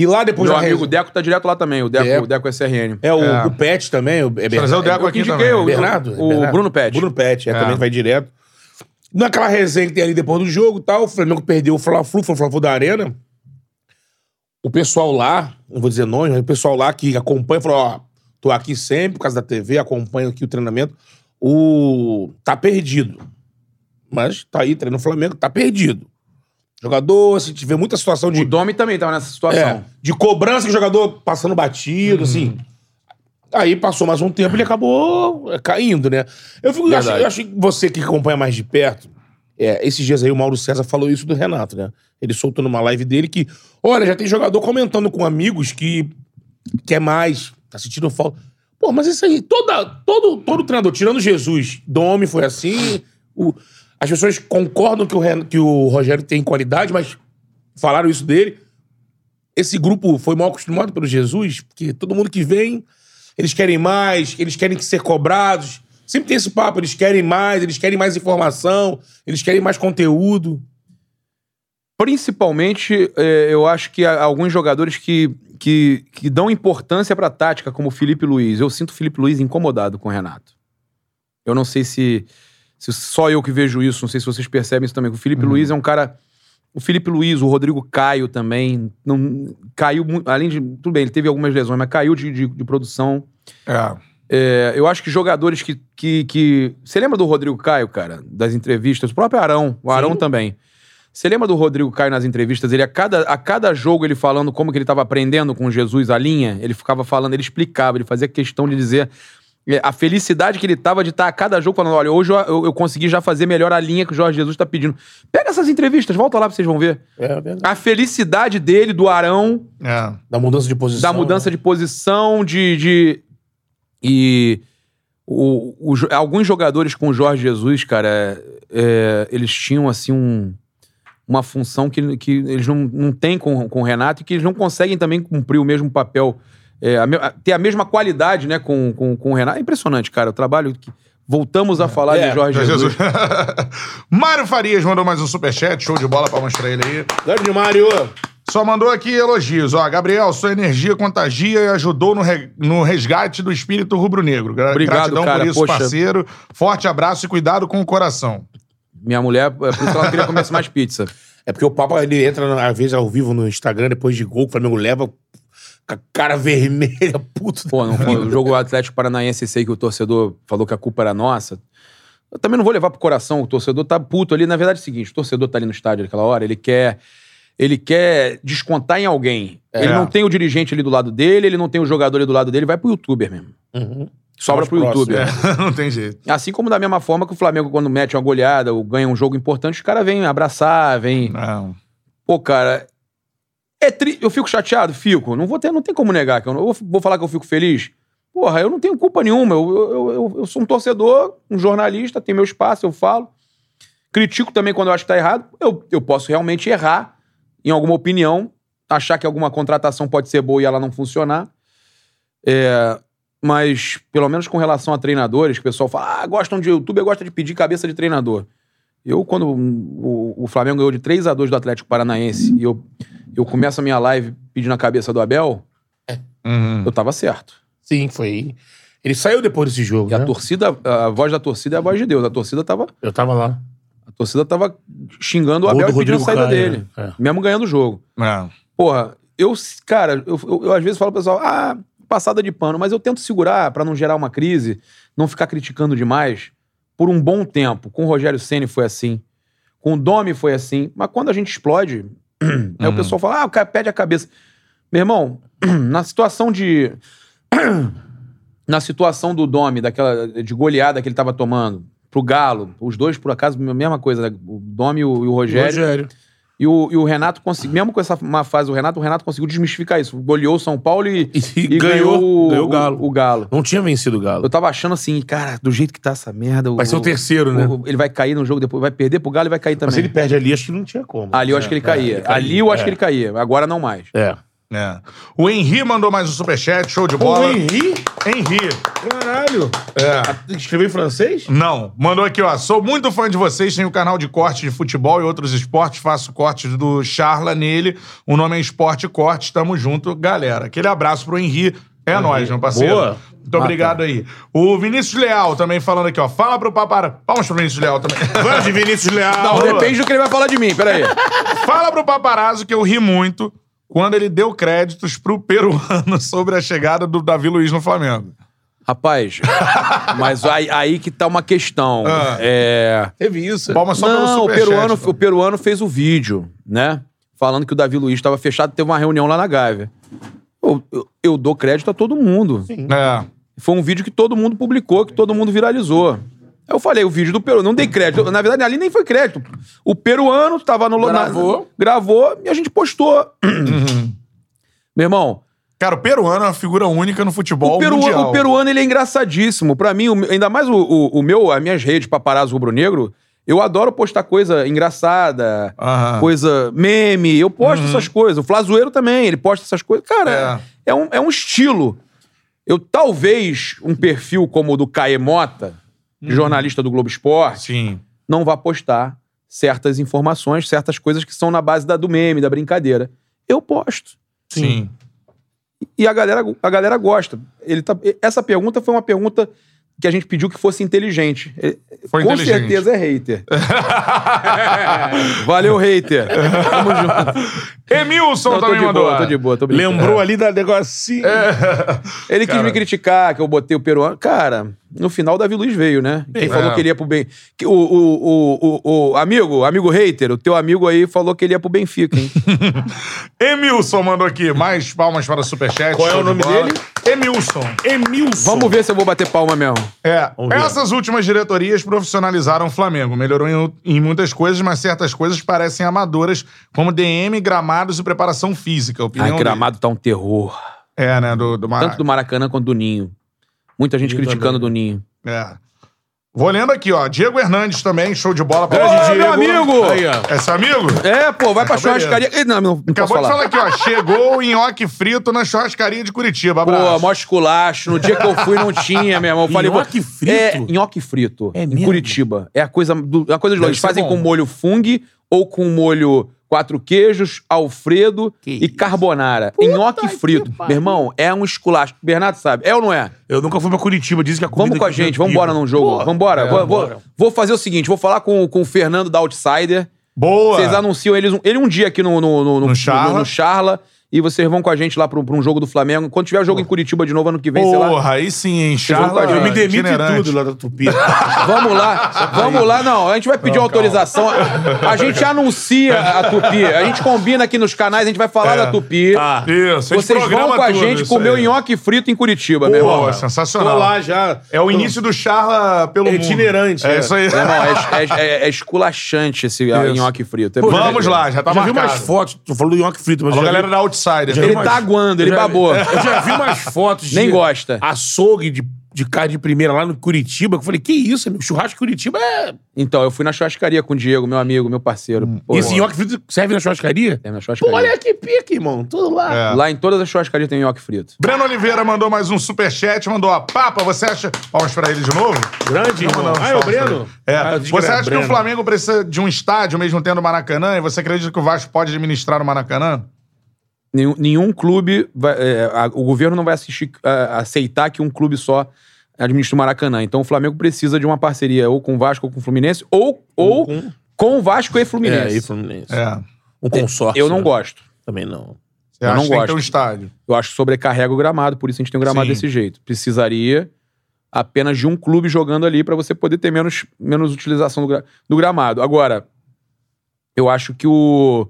[SPEAKER 4] E lá depois...
[SPEAKER 2] Meu
[SPEAKER 4] da
[SPEAKER 2] amigo
[SPEAKER 4] resenha-
[SPEAKER 2] Deco tá direto lá também, o Deco,
[SPEAKER 4] Deco.
[SPEAKER 2] o Deco SRN.
[SPEAKER 4] É, o,
[SPEAKER 1] É.
[SPEAKER 4] o Pet também. O, é
[SPEAKER 1] Trazer o
[SPEAKER 4] Bernardo-
[SPEAKER 1] Deco aqui
[SPEAKER 2] indiquei
[SPEAKER 1] também.
[SPEAKER 2] o-
[SPEAKER 4] Bernardo?
[SPEAKER 2] o Bruno Pet.
[SPEAKER 4] Bruno Pet, é,
[SPEAKER 1] É.
[SPEAKER 4] também vai direto. Naquela resenha que tem ali depois do jogo e tal, o Flamengo perdeu o Fla-Flu, foi o Fla-Flu da Arena. O pessoal lá, não vou dizer nome, mas o pessoal lá que acompanha, falou, ó, tô aqui sempre por causa da TV, acompanho aqui o treinamento. O... Tá perdido. Mas tá aí, treinando o Flamengo, tá perdido. Jogador, se tiver muita situação de...
[SPEAKER 2] O Domi também tava nessa situação.
[SPEAKER 4] É, de cobrança que o jogador passando batido, assim. Aí passou mais um tempo e ele acabou é, caindo, né? Eu, fico, eu, acho,
[SPEAKER 2] Verdade.
[SPEAKER 4] eu acho que você que acompanha mais de perto, é, esses dias aí o Mauro César falou isso do Renato, né? Ele soltou numa live dele que, olha, já tem jogador comentando com amigos que quer mais, tá sentindo falta. Pô, mas isso aí, toda, todo, todo treinador, tirando Jesus, Domi foi assim. o- as pessoas concordam que o, Ren- que o Rogério tem qualidade, mas falaram isso dele esse grupo foi mal acostumado pelo Jesus, porque todo mundo que vem, eles querem mais, eles querem que ser cobrados. Sempre tem esse papo, eles querem mais, eles querem mais informação, eles querem mais conteúdo.
[SPEAKER 2] Principalmente, é, eu acho que há alguns jogadores que, que, que dão importância pra tática, como o Felipe Luiz. Eu sinto o Felipe Luiz incomodado com o Renato. Eu não sei se, se só eu que vejo isso, não sei se vocês percebem isso também. O Felipe Luiz é um cara. O Felipe Luiz, o Rodrigo Caio também. Não, caiu muito. Além de. Tudo bem, ele teve algumas lesões, mas caiu de- de, de produção. É, eu acho que jogadores que, que, que- Você lembra do Rodrigo Caio, cara? Das entrevistas? O próprio Arão. O Arão também. Você lembra do Rodrigo Caio nas entrevistas? Ele, a cada, a cada jogo, ele falando como que ele estava aprendendo com Jesus a linha, ele ficava falando, ele explicava, ele fazia questão de dizer é, a felicidade que ele tava de estar a cada jogo falando: olha, hoje eu, eu- eu consegui já fazer melhor a linha que o Jorge Jesus tá pedindo. Pega essas entrevistas, volta lá pra vocês vão ver.
[SPEAKER 4] É verdade.
[SPEAKER 2] A felicidade dele, do Arão,
[SPEAKER 1] É.
[SPEAKER 4] Da mudança de posição. né?
[SPEAKER 2] da mudança de posição, de. de- e o- o jo- alguns jogadores com o Jorge Jesus, cara, é, eles tinham assim um- uma função que, que eles não, não têm com, com o Renato e que eles não conseguem também cumprir o mesmo papel, é, a me- a- ter a mesma qualidade né, com, com, com o Renato. É impressionante, cara, o trabalho que. Voltamos a falar
[SPEAKER 4] É,
[SPEAKER 2] de Jorge Jesus.
[SPEAKER 1] Jesus. Mário Farias mandou mais um superchat, show de bola pra mostrar ele aí.
[SPEAKER 4] Grande Mário!
[SPEAKER 1] Só mandou aqui elogios. Ó, Gabriel, sua energia contagia e ajudou no, re- no resgate do espírito rubro-negro. Gra-
[SPEAKER 2] Obrigado,
[SPEAKER 1] Gratidão
[SPEAKER 2] cara,
[SPEAKER 1] por isso,
[SPEAKER 2] poxa.
[SPEAKER 1] parceiro. Forte abraço e cuidado com o coração.
[SPEAKER 2] Minha mulher, é por isso que ela queria comer mais pizza.
[SPEAKER 4] É porque o Papa, ele entra, às vezes, ao vivo no Instagram, depois de gol, que o Flamengo leva com a cara vermelha, puto.
[SPEAKER 2] Pô, não foi. O jogo Atlético Paranaense, esse aí que o torcedor falou que a culpa era nossa. Eu também não vou levar pro coração, o torcedor tá puto ali. Na verdade é o seguinte, o torcedor tá ali no estádio naquela hora, ele quer ele quer descontar em alguém. Ele não tem o dirigente ali do lado dele, ele não tem o jogador ali do lado dele, vai pro youtuber mesmo.
[SPEAKER 4] Uhum.
[SPEAKER 2] Sobra
[SPEAKER 4] Mais
[SPEAKER 2] pro
[SPEAKER 4] próximo,
[SPEAKER 2] youtuber.
[SPEAKER 1] Não tem jeito.
[SPEAKER 2] Assim como da mesma forma que o Flamengo quando mete uma goleada ou ganha um jogo importante, os caras vêm abraçar, vêm...
[SPEAKER 1] Não.
[SPEAKER 2] Pô, cara, é tri... eu fico chateado? Fico. Não vou ter, não tem como negar que eu não... eu vou falar que eu fico feliz. Porra, eu não tenho culpa nenhuma. Eu, eu, eu, eu sou um torcedor, um jornalista, tenho meu espaço, eu falo. Critico também quando eu acho que tá errado. Eu, eu posso realmente errar em alguma opinião, achar que alguma contratação pode ser boa e ela não funcionar. É, Mas, pelo menos com relação a treinadores, que o pessoal fala, ah, gostam de youtuber, gosta de pedir cabeça de treinador. Eu, quando o, o Flamengo ganhou de 3 a 2 do Atlético Paranaense e eu, eu começo a minha live pedindo a cabeça do Abel,
[SPEAKER 1] Uhum.
[SPEAKER 2] eu tava certo.
[SPEAKER 4] Sim, foi. Ele saiu depois desse jogo,
[SPEAKER 2] E a
[SPEAKER 4] né?
[SPEAKER 2] torcida, a voz da torcida é a voz de Deus. A torcida tava,
[SPEAKER 4] Eu tava lá.
[SPEAKER 2] a torcida tava xingando o
[SPEAKER 4] Gol
[SPEAKER 2] Abel
[SPEAKER 4] do
[SPEAKER 2] e pedindo a
[SPEAKER 4] Rodrigo
[SPEAKER 2] saída
[SPEAKER 4] Caio,
[SPEAKER 2] dele.
[SPEAKER 4] né?
[SPEAKER 2] Mesmo ganhando o jogo.
[SPEAKER 1] É.
[SPEAKER 2] Porra, eu, cara, eu, eu- eu às vezes falo pro pessoal, ah, passada de pano, mas eu tento segurar pra não gerar uma crise, não ficar criticando demais por um bom tempo. Com o Rogério Ceni foi assim, com o Domi foi assim, mas quando a gente explode, aí o pessoal fala, ah, o cara perde a cabeça. Meu irmão, na situação de na situação do Domi, daquela de goleada que ele tava tomando pro Galo, os dois por acaso, a mesma coisa, né? o Domi e o- e o Rogério.
[SPEAKER 4] Rogério.
[SPEAKER 2] E o, e o Renato conseguiu, mesmo com essa má fase do Renato, o Renato conseguiu desmistificar isso. Goleou o São Paulo e,
[SPEAKER 4] E,
[SPEAKER 2] e
[SPEAKER 4] ganhou, ganhou o Galo.
[SPEAKER 2] o Galo.
[SPEAKER 4] Não tinha vencido o Galo.
[SPEAKER 2] Eu tava achando assim, cara, do jeito que tá essa merda.
[SPEAKER 4] Vai ser o terceiro, né?
[SPEAKER 2] o- Ele vai cair no jogo depois, vai perder pro Galo e vai cair também.
[SPEAKER 4] Mas se ele É, perde ali, acho que não tinha como.
[SPEAKER 2] Ali eu acho que ele caía. Ali eu acho que ele caía. Agora não mais.
[SPEAKER 4] É.
[SPEAKER 1] É. O Henri mandou mais um superchat, show de
[SPEAKER 4] O
[SPEAKER 1] bola.
[SPEAKER 4] Henri?
[SPEAKER 1] Henri.
[SPEAKER 4] Caralho. É. Escreveu em francês?
[SPEAKER 1] Não, mandou aqui, ó. Sou muito fã de vocês, tenho canal de corte de futebol e outros esportes, faço cortes do Charla nele. O nome é Esporte Corte, tamo junto, galera. Aquele abraço pro Henri. É nóis, meu parceiro.
[SPEAKER 4] Boa.
[SPEAKER 1] Muito obrigado aí. O Vinícius Leal também falando aqui, ó. Fala pro Papará. Palmas pro Vinícius Leal também.
[SPEAKER 4] Vamos de Vinícius Leal.
[SPEAKER 2] Não, depende do que ele vai falar de mim, peraí.
[SPEAKER 1] Fala pro paparazzo que eu ri muito quando ele deu créditos pro peruano sobre a chegada do Davi Luiz no Flamengo.
[SPEAKER 2] Rapaz, mas aí, aí que tá uma questão.
[SPEAKER 1] Ah.
[SPEAKER 2] É.
[SPEAKER 3] Teve isso.
[SPEAKER 1] Palma só pelo
[SPEAKER 2] não, o peruano,
[SPEAKER 1] superchat. então.
[SPEAKER 2] o peruano fez o vídeo, né? Falando que o Davi Luiz estava fechado, teve uma reunião lá na Gávea. Eu, eu- eu dou crédito a todo mundo.
[SPEAKER 1] É.
[SPEAKER 2] Foi um vídeo que todo mundo publicou, que todo mundo viralizou. Eu falei, o vídeo do peruano, não dei crédito. Eu, Na verdade, ali nem foi crédito. O peruano estava no...
[SPEAKER 3] Gravou.
[SPEAKER 2] na- gravou e a gente postou. Meu irmão,
[SPEAKER 1] Cara, o peruano é uma figura única no futebol
[SPEAKER 2] o, peru-
[SPEAKER 1] mundial.
[SPEAKER 2] o peruano ele é engraçadíssimo. Pra mim, o- ainda mais o, o- o meu, as minhas redes paparazzo rubro-negro, eu adoro postar coisa engraçada,
[SPEAKER 1] Aham.
[SPEAKER 2] coisa meme. Eu posto essas coisas. O Flazoeiro também, ele posta essas coisas. Cara, é, um, é um estilo. Eu talvez um perfil como o do Caemota, jornalista do Globo Esporte,
[SPEAKER 1] Sim.
[SPEAKER 2] não vá postar certas informações, certas coisas que são na base da, do meme, da brincadeira. Eu posto
[SPEAKER 1] Sim.
[SPEAKER 2] e a galera, a galera gosta. Ele tá, essa pergunta foi uma pergunta que a gente pediu que fosse inteligente. Ele-
[SPEAKER 1] Foi
[SPEAKER 2] Com
[SPEAKER 1] inteligente.
[SPEAKER 2] certeza é hater. Valeu, hater. Tamo junto.
[SPEAKER 1] Emilson
[SPEAKER 2] Não, tô,
[SPEAKER 1] também
[SPEAKER 2] de
[SPEAKER 1] mandou.
[SPEAKER 2] boa, tô de boa, tô brincando. É.
[SPEAKER 4] Lembrou ali da negocinho.
[SPEAKER 1] É.
[SPEAKER 2] Ele quis me criticar, que eu botei o peruano. Cara, no final o Davi Luiz veio, né? Ele falou que ele ia pro Ben. que o, o, o, o, o amigo, amigo hater, o teu amigo aí falou que ele ia pro Benfica, hein?
[SPEAKER 1] Emilson mandou aqui. Mais palmas para o Superchat. Qual
[SPEAKER 4] é o nome dele?
[SPEAKER 1] Emilson.
[SPEAKER 4] Emilson.
[SPEAKER 2] Vamos ver se eu vou bater palma mesmo.
[SPEAKER 1] É,
[SPEAKER 4] Vamos ver.
[SPEAKER 1] essas últimas diretorias profissionalizaram o Flamengo. Melhorou em, em muitas coisas, mas certas coisas parecem amadoras, como DM, gramados e preparação física. Opinião
[SPEAKER 2] Ai, gramado tá um terror.
[SPEAKER 1] dele. É, né? Do, do Maraca.
[SPEAKER 2] Tanto do Maracanã quanto do Ninho. Muita gente criticando do Ninho.
[SPEAKER 1] É. Vou lendo aqui, ó. Diego Hernandes também, show de bola. Pra
[SPEAKER 2] Ô,
[SPEAKER 1] Ô,
[SPEAKER 2] meu amigo!
[SPEAKER 4] Aí, ó.
[SPEAKER 1] É seu amigo?
[SPEAKER 2] É, pô, vai pra
[SPEAKER 1] beleza.
[SPEAKER 2] churrascaria. Ih, Não, não, não posso
[SPEAKER 1] Acabou
[SPEAKER 2] falar.
[SPEAKER 1] de falar aqui, ó. Chegou o nhoque frito na churrascaria de Curitiba. Abraço.
[SPEAKER 2] Pô, mó esculacho. No dia que eu fui, não tinha, meu irmão. Eu falei,
[SPEAKER 4] Nhoque
[SPEAKER 2] pô,
[SPEAKER 4] frito?
[SPEAKER 2] É, nhoque frito.
[SPEAKER 4] É
[SPEAKER 2] em
[SPEAKER 4] mesmo?
[SPEAKER 2] Curitiba. É a coisa, do, é a coisa de
[SPEAKER 4] Deve
[SPEAKER 2] longe. Eles
[SPEAKER 4] ser
[SPEAKER 2] fazem
[SPEAKER 4] bom.
[SPEAKER 2] com molho fung ou com molho quatro queijos, alfredo e carbonara. Em nhoque frito. Meu irmão, é um esculacho. Bernardo sabe. É ou não é?
[SPEAKER 4] Eu nunca fui pra Curitiba, dizem que a comida...
[SPEAKER 2] Vamos com a
[SPEAKER 4] aqui
[SPEAKER 2] gente,
[SPEAKER 4] é
[SPEAKER 2] vamos embora
[SPEAKER 4] pica.
[SPEAKER 2] num jogo.
[SPEAKER 4] Pô,
[SPEAKER 2] Vamos embora.
[SPEAKER 4] é,
[SPEAKER 2] vou,
[SPEAKER 4] vambora.
[SPEAKER 2] vou, vou fazer o seguinte, vou falar com, com o Fernando da Outsider.
[SPEAKER 1] Boa.
[SPEAKER 2] Vocês anunciam eles um- ele um dia aqui no, no, no, no-
[SPEAKER 1] Charla.
[SPEAKER 2] no- no Charla, E vocês vão com a gente lá pra um, pra um jogo do Flamengo. Quando tiver jogo em Curitiba de novo ano que vem, sei lá.
[SPEAKER 1] Porra, aí sim, hein?
[SPEAKER 2] vão com a
[SPEAKER 1] Charla,
[SPEAKER 2] gente.
[SPEAKER 4] Eu me demito
[SPEAKER 1] itinerante.
[SPEAKER 4] de tudo né? lá da Tupi.
[SPEAKER 2] Vamos lá, vamos lá. Não, a gente vai pedir uma autorização. A gente anuncia a Tupi. A gente combina aqui nos canais, a gente vai falar da Tupi.
[SPEAKER 4] Tá.
[SPEAKER 1] Isso, eles
[SPEAKER 2] Ah, Vocês vão
[SPEAKER 1] programam
[SPEAKER 2] com a
[SPEAKER 1] tudo,
[SPEAKER 2] gente
[SPEAKER 1] isso
[SPEAKER 2] comer o
[SPEAKER 1] aí.
[SPEAKER 2] nhoque frito em Curitiba, meu irmão.
[SPEAKER 1] Pô,
[SPEAKER 4] Tô
[SPEAKER 1] sensacional.
[SPEAKER 4] lá já.
[SPEAKER 1] É o início do charla pelo
[SPEAKER 4] É
[SPEAKER 1] mundo.
[SPEAKER 4] itinerante,
[SPEAKER 1] É
[SPEAKER 4] é.
[SPEAKER 1] isso aí.
[SPEAKER 2] Meu irmão, é, é- é- é esculachante esse nhoque frito. É
[SPEAKER 1] Vamos lá, já tá
[SPEAKER 4] já vi
[SPEAKER 1] marcado.
[SPEAKER 4] umas fotos, tu falou do nhoque frito, mas
[SPEAKER 1] Alô,
[SPEAKER 4] já vi-
[SPEAKER 1] galera da Outsider.
[SPEAKER 4] Já
[SPEAKER 2] Ele
[SPEAKER 4] vi
[SPEAKER 2] tá
[SPEAKER 4] umas-
[SPEAKER 2] aguando, ele
[SPEAKER 4] já vi-
[SPEAKER 2] babou.
[SPEAKER 4] Eu já vi umas fotos de...
[SPEAKER 2] Nem gosta.
[SPEAKER 4] Açougue de, de carne de primeira lá no Curitiba. que Eu falei, que isso, amigo? Churrasco em Curitiba é...
[SPEAKER 2] Então, eu fui na churrascaria com o Diego, meu amigo, meu parceiro.
[SPEAKER 1] Hum.
[SPEAKER 2] Pô,
[SPEAKER 4] Esse nhoque frito serve na churrascaria?
[SPEAKER 2] é na churrascaria.
[SPEAKER 4] que pica, irmão. Tudo lá.
[SPEAKER 1] É.
[SPEAKER 2] Lá em todas as churrascarias tem nhoque frito.
[SPEAKER 1] Breno Oliveira mandou mais um superchat, mandou a papa. Você acha. Palmas pra ele de novo?
[SPEAKER 4] Grande, irmão.
[SPEAKER 1] Não, não,
[SPEAKER 4] ah, é
[SPEAKER 1] palmas um
[SPEAKER 4] o
[SPEAKER 1] pra ele.
[SPEAKER 4] Breno?
[SPEAKER 1] É.
[SPEAKER 4] Ah, eu disse
[SPEAKER 1] você
[SPEAKER 4] era
[SPEAKER 1] acha que
[SPEAKER 4] Breno.
[SPEAKER 1] o Flamengo precisa de um estádio, mesmo tendo o Maracanã? E você acredita que o Vasco pode administrar o Maracanã?
[SPEAKER 2] Nenhum, nenhum clube. vai- é, a- o governo não vai assistir, a- aceitar que um clube só administre o Maracanã. Então o Flamengo precisa de uma parceria ou com o Vasco ou com o Fluminense, ou, ou com... o Vasco e Fluminense.
[SPEAKER 4] É, e Fluminense.
[SPEAKER 1] um É.
[SPEAKER 4] Um consórcio.
[SPEAKER 2] Eu não
[SPEAKER 4] né?
[SPEAKER 2] gosto.
[SPEAKER 4] Também não.
[SPEAKER 1] Você
[SPEAKER 2] Eu
[SPEAKER 1] acha que
[SPEAKER 2] não
[SPEAKER 1] tem que ter
[SPEAKER 2] gosto.
[SPEAKER 1] um estádio?
[SPEAKER 2] Eu acho que sobrecarrega o gramado, por isso a gente tem um gramado
[SPEAKER 1] Sim.
[SPEAKER 2] desse jeito. Precisaria apenas de um clube jogando ali para você poder ter menos, menos utilização do, gra- do gramado. Agora, eu acho que o,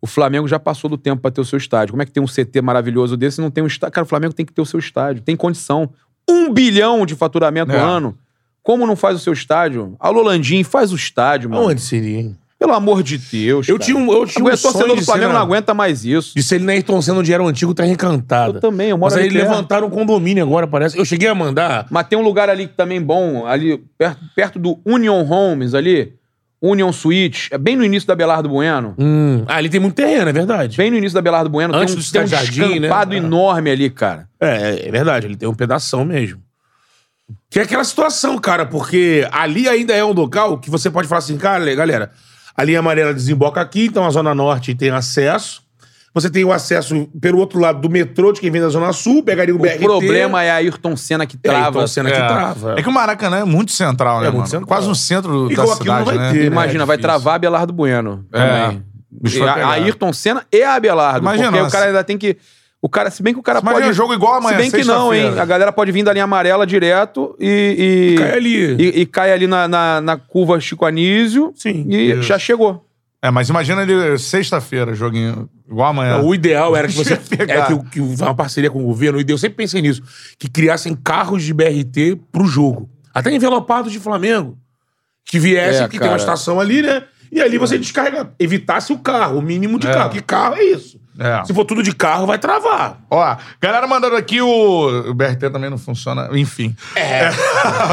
[SPEAKER 2] o Flamengo já passou do tempo para ter o seu estádio. Como é que tem um CT maravilhoso desse e não tem um estádio? Cara, o Flamengo tem que ter o seu estádio. Tem condição. Um bilhão de faturamento
[SPEAKER 1] É.
[SPEAKER 2] ao ano. Como não faz o seu estádio? Alô, Landim, faz o estádio, mano.
[SPEAKER 4] Onde seria, hein?
[SPEAKER 2] Pelo amor de Deus,
[SPEAKER 4] Eu
[SPEAKER 2] cara.
[SPEAKER 4] tinha um, eu tinha um
[SPEAKER 2] O torcedor
[SPEAKER 4] sonho
[SPEAKER 2] do
[SPEAKER 4] de
[SPEAKER 2] Flamengo
[SPEAKER 4] ser
[SPEAKER 2] não
[SPEAKER 4] na-
[SPEAKER 2] aguenta mais isso.
[SPEAKER 4] De ser ele na Ayrton Senna, onde era o antigo, tá reencantada.
[SPEAKER 2] Eu também, eu moro
[SPEAKER 4] Mas aí
[SPEAKER 2] ali perto.
[SPEAKER 4] levantaram um condomínio agora, parece. Eu cheguei a mandar...
[SPEAKER 2] Mas tem um lugar ali que também bom, ali perto, perto do Union Homes, ali, Union Suites, é bem no início da Belardo Bueno.
[SPEAKER 4] Hum, ah, ali tem muito terreno, é verdade.
[SPEAKER 2] Bem no início da Belardo Bueno,
[SPEAKER 4] Antes
[SPEAKER 2] tem um, tem
[SPEAKER 4] do
[SPEAKER 2] um
[SPEAKER 4] Cidade Jardim, né?
[SPEAKER 2] descampado enorme ali, cara.
[SPEAKER 4] É, é verdade, ele tem um pedação mesmo. Que é aquela situação, cara, porque ali ainda é um local que você pode falar assim, cara, galera, a linha amarela desemboca aqui, então a Zona Norte tem acesso, Você tem o acesso pelo outro lado do metrô, de quem vem da Zona Sul, pegaria o,
[SPEAKER 2] O problema é a Ayrton Senna que trava.
[SPEAKER 4] Ayrton Senna que
[SPEAKER 1] É.
[SPEAKER 4] trava.
[SPEAKER 1] É que o Maracanã é muito central, né,
[SPEAKER 4] muito
[SPEAKER 1] mano?
[SPEAKER 4] central.
[SPEAKER 1] Quase um centro
[SPEAKER 4] E
[SPEAKER 1] da
[SPEAKER 4] com aquilo
[SPEAKER 1] cidade,
[SPEAKER 4] não vai
[SPEAKER 1] né?
[SPEAKER 4] ter, né?
[SPEAKER 2] Imagina,
[SPEAKER 4] É
[SPEAKER 2] vai
[SPEAKER 4] difícil.
[SPEAKER 2] travar Abelardo Bueno.
[SPEAKER 1] É.
[SPEAKER 2] também.
[SPEAKER 1] Bicho
[SPEAKER 2] E
[SPEAKER 1] vai
[SPEAKER 2] a
[SPEAKER 1] pegar.
[SPEAKER 2] Ayrton Senna e Abelardo.
[SPEAKER 1] Imagina,
[SPEAKER 2] porque o cara
[SPEAKER 1] se-
[SPEAKER 2] ainda tem que. O cara, se bem que o cara
[SPEAKER 1] Imagina
[SPEAKER 2] pode.
[SPEAKER 1] jogo igual amanhã,
[SPEAKER 2] Se bem que não, hein?
[SPEAKER 1] sexta-feira.
[SPEAKER 2] A galera pode vir da linha amarela direto e. e
[SPEAKER 4] Cai ali.
[SPEAKER 2] E, e cai ali na, na, na curva Chico Anísio.
[SPEAKER 4] Sim.
[SPEAKER 2] E já chegou.
[SPEAKER 1] É, mas imagina ele sexta-feira, joguinho igual
[SPEAKER 2] É.
[SPEAKER 1] amanhã.
[SPEAKER 4] O ideal era que você.
[SPEAKER 1] pegar.
[SPEAKER 4] Era que, o- que o- uma parceria com o governo, o ideal, eu sempre pensei nisso, que criassem carros de BRT pro jogo. Até envelopados de Flamengo. Que viessem,
[SPEAKER 2] É,
[SPEAKER 4] que tem
[SPEAKER 2] cara.
[SPEAKER 4] uma estação ali, né? E ali você descarrega, evitasse o carro, o mínimo de
[SPEAKER 1] É.
[SPEAKER 4] carro. Que carro é isso?
[SPEAKER 1] É.
[SPEAKER 4] Se for tudo de carro, vai travar.
[SPEAKER 1] Ó, galera mandando aqui o. O BRT também não funciona, enfim. É.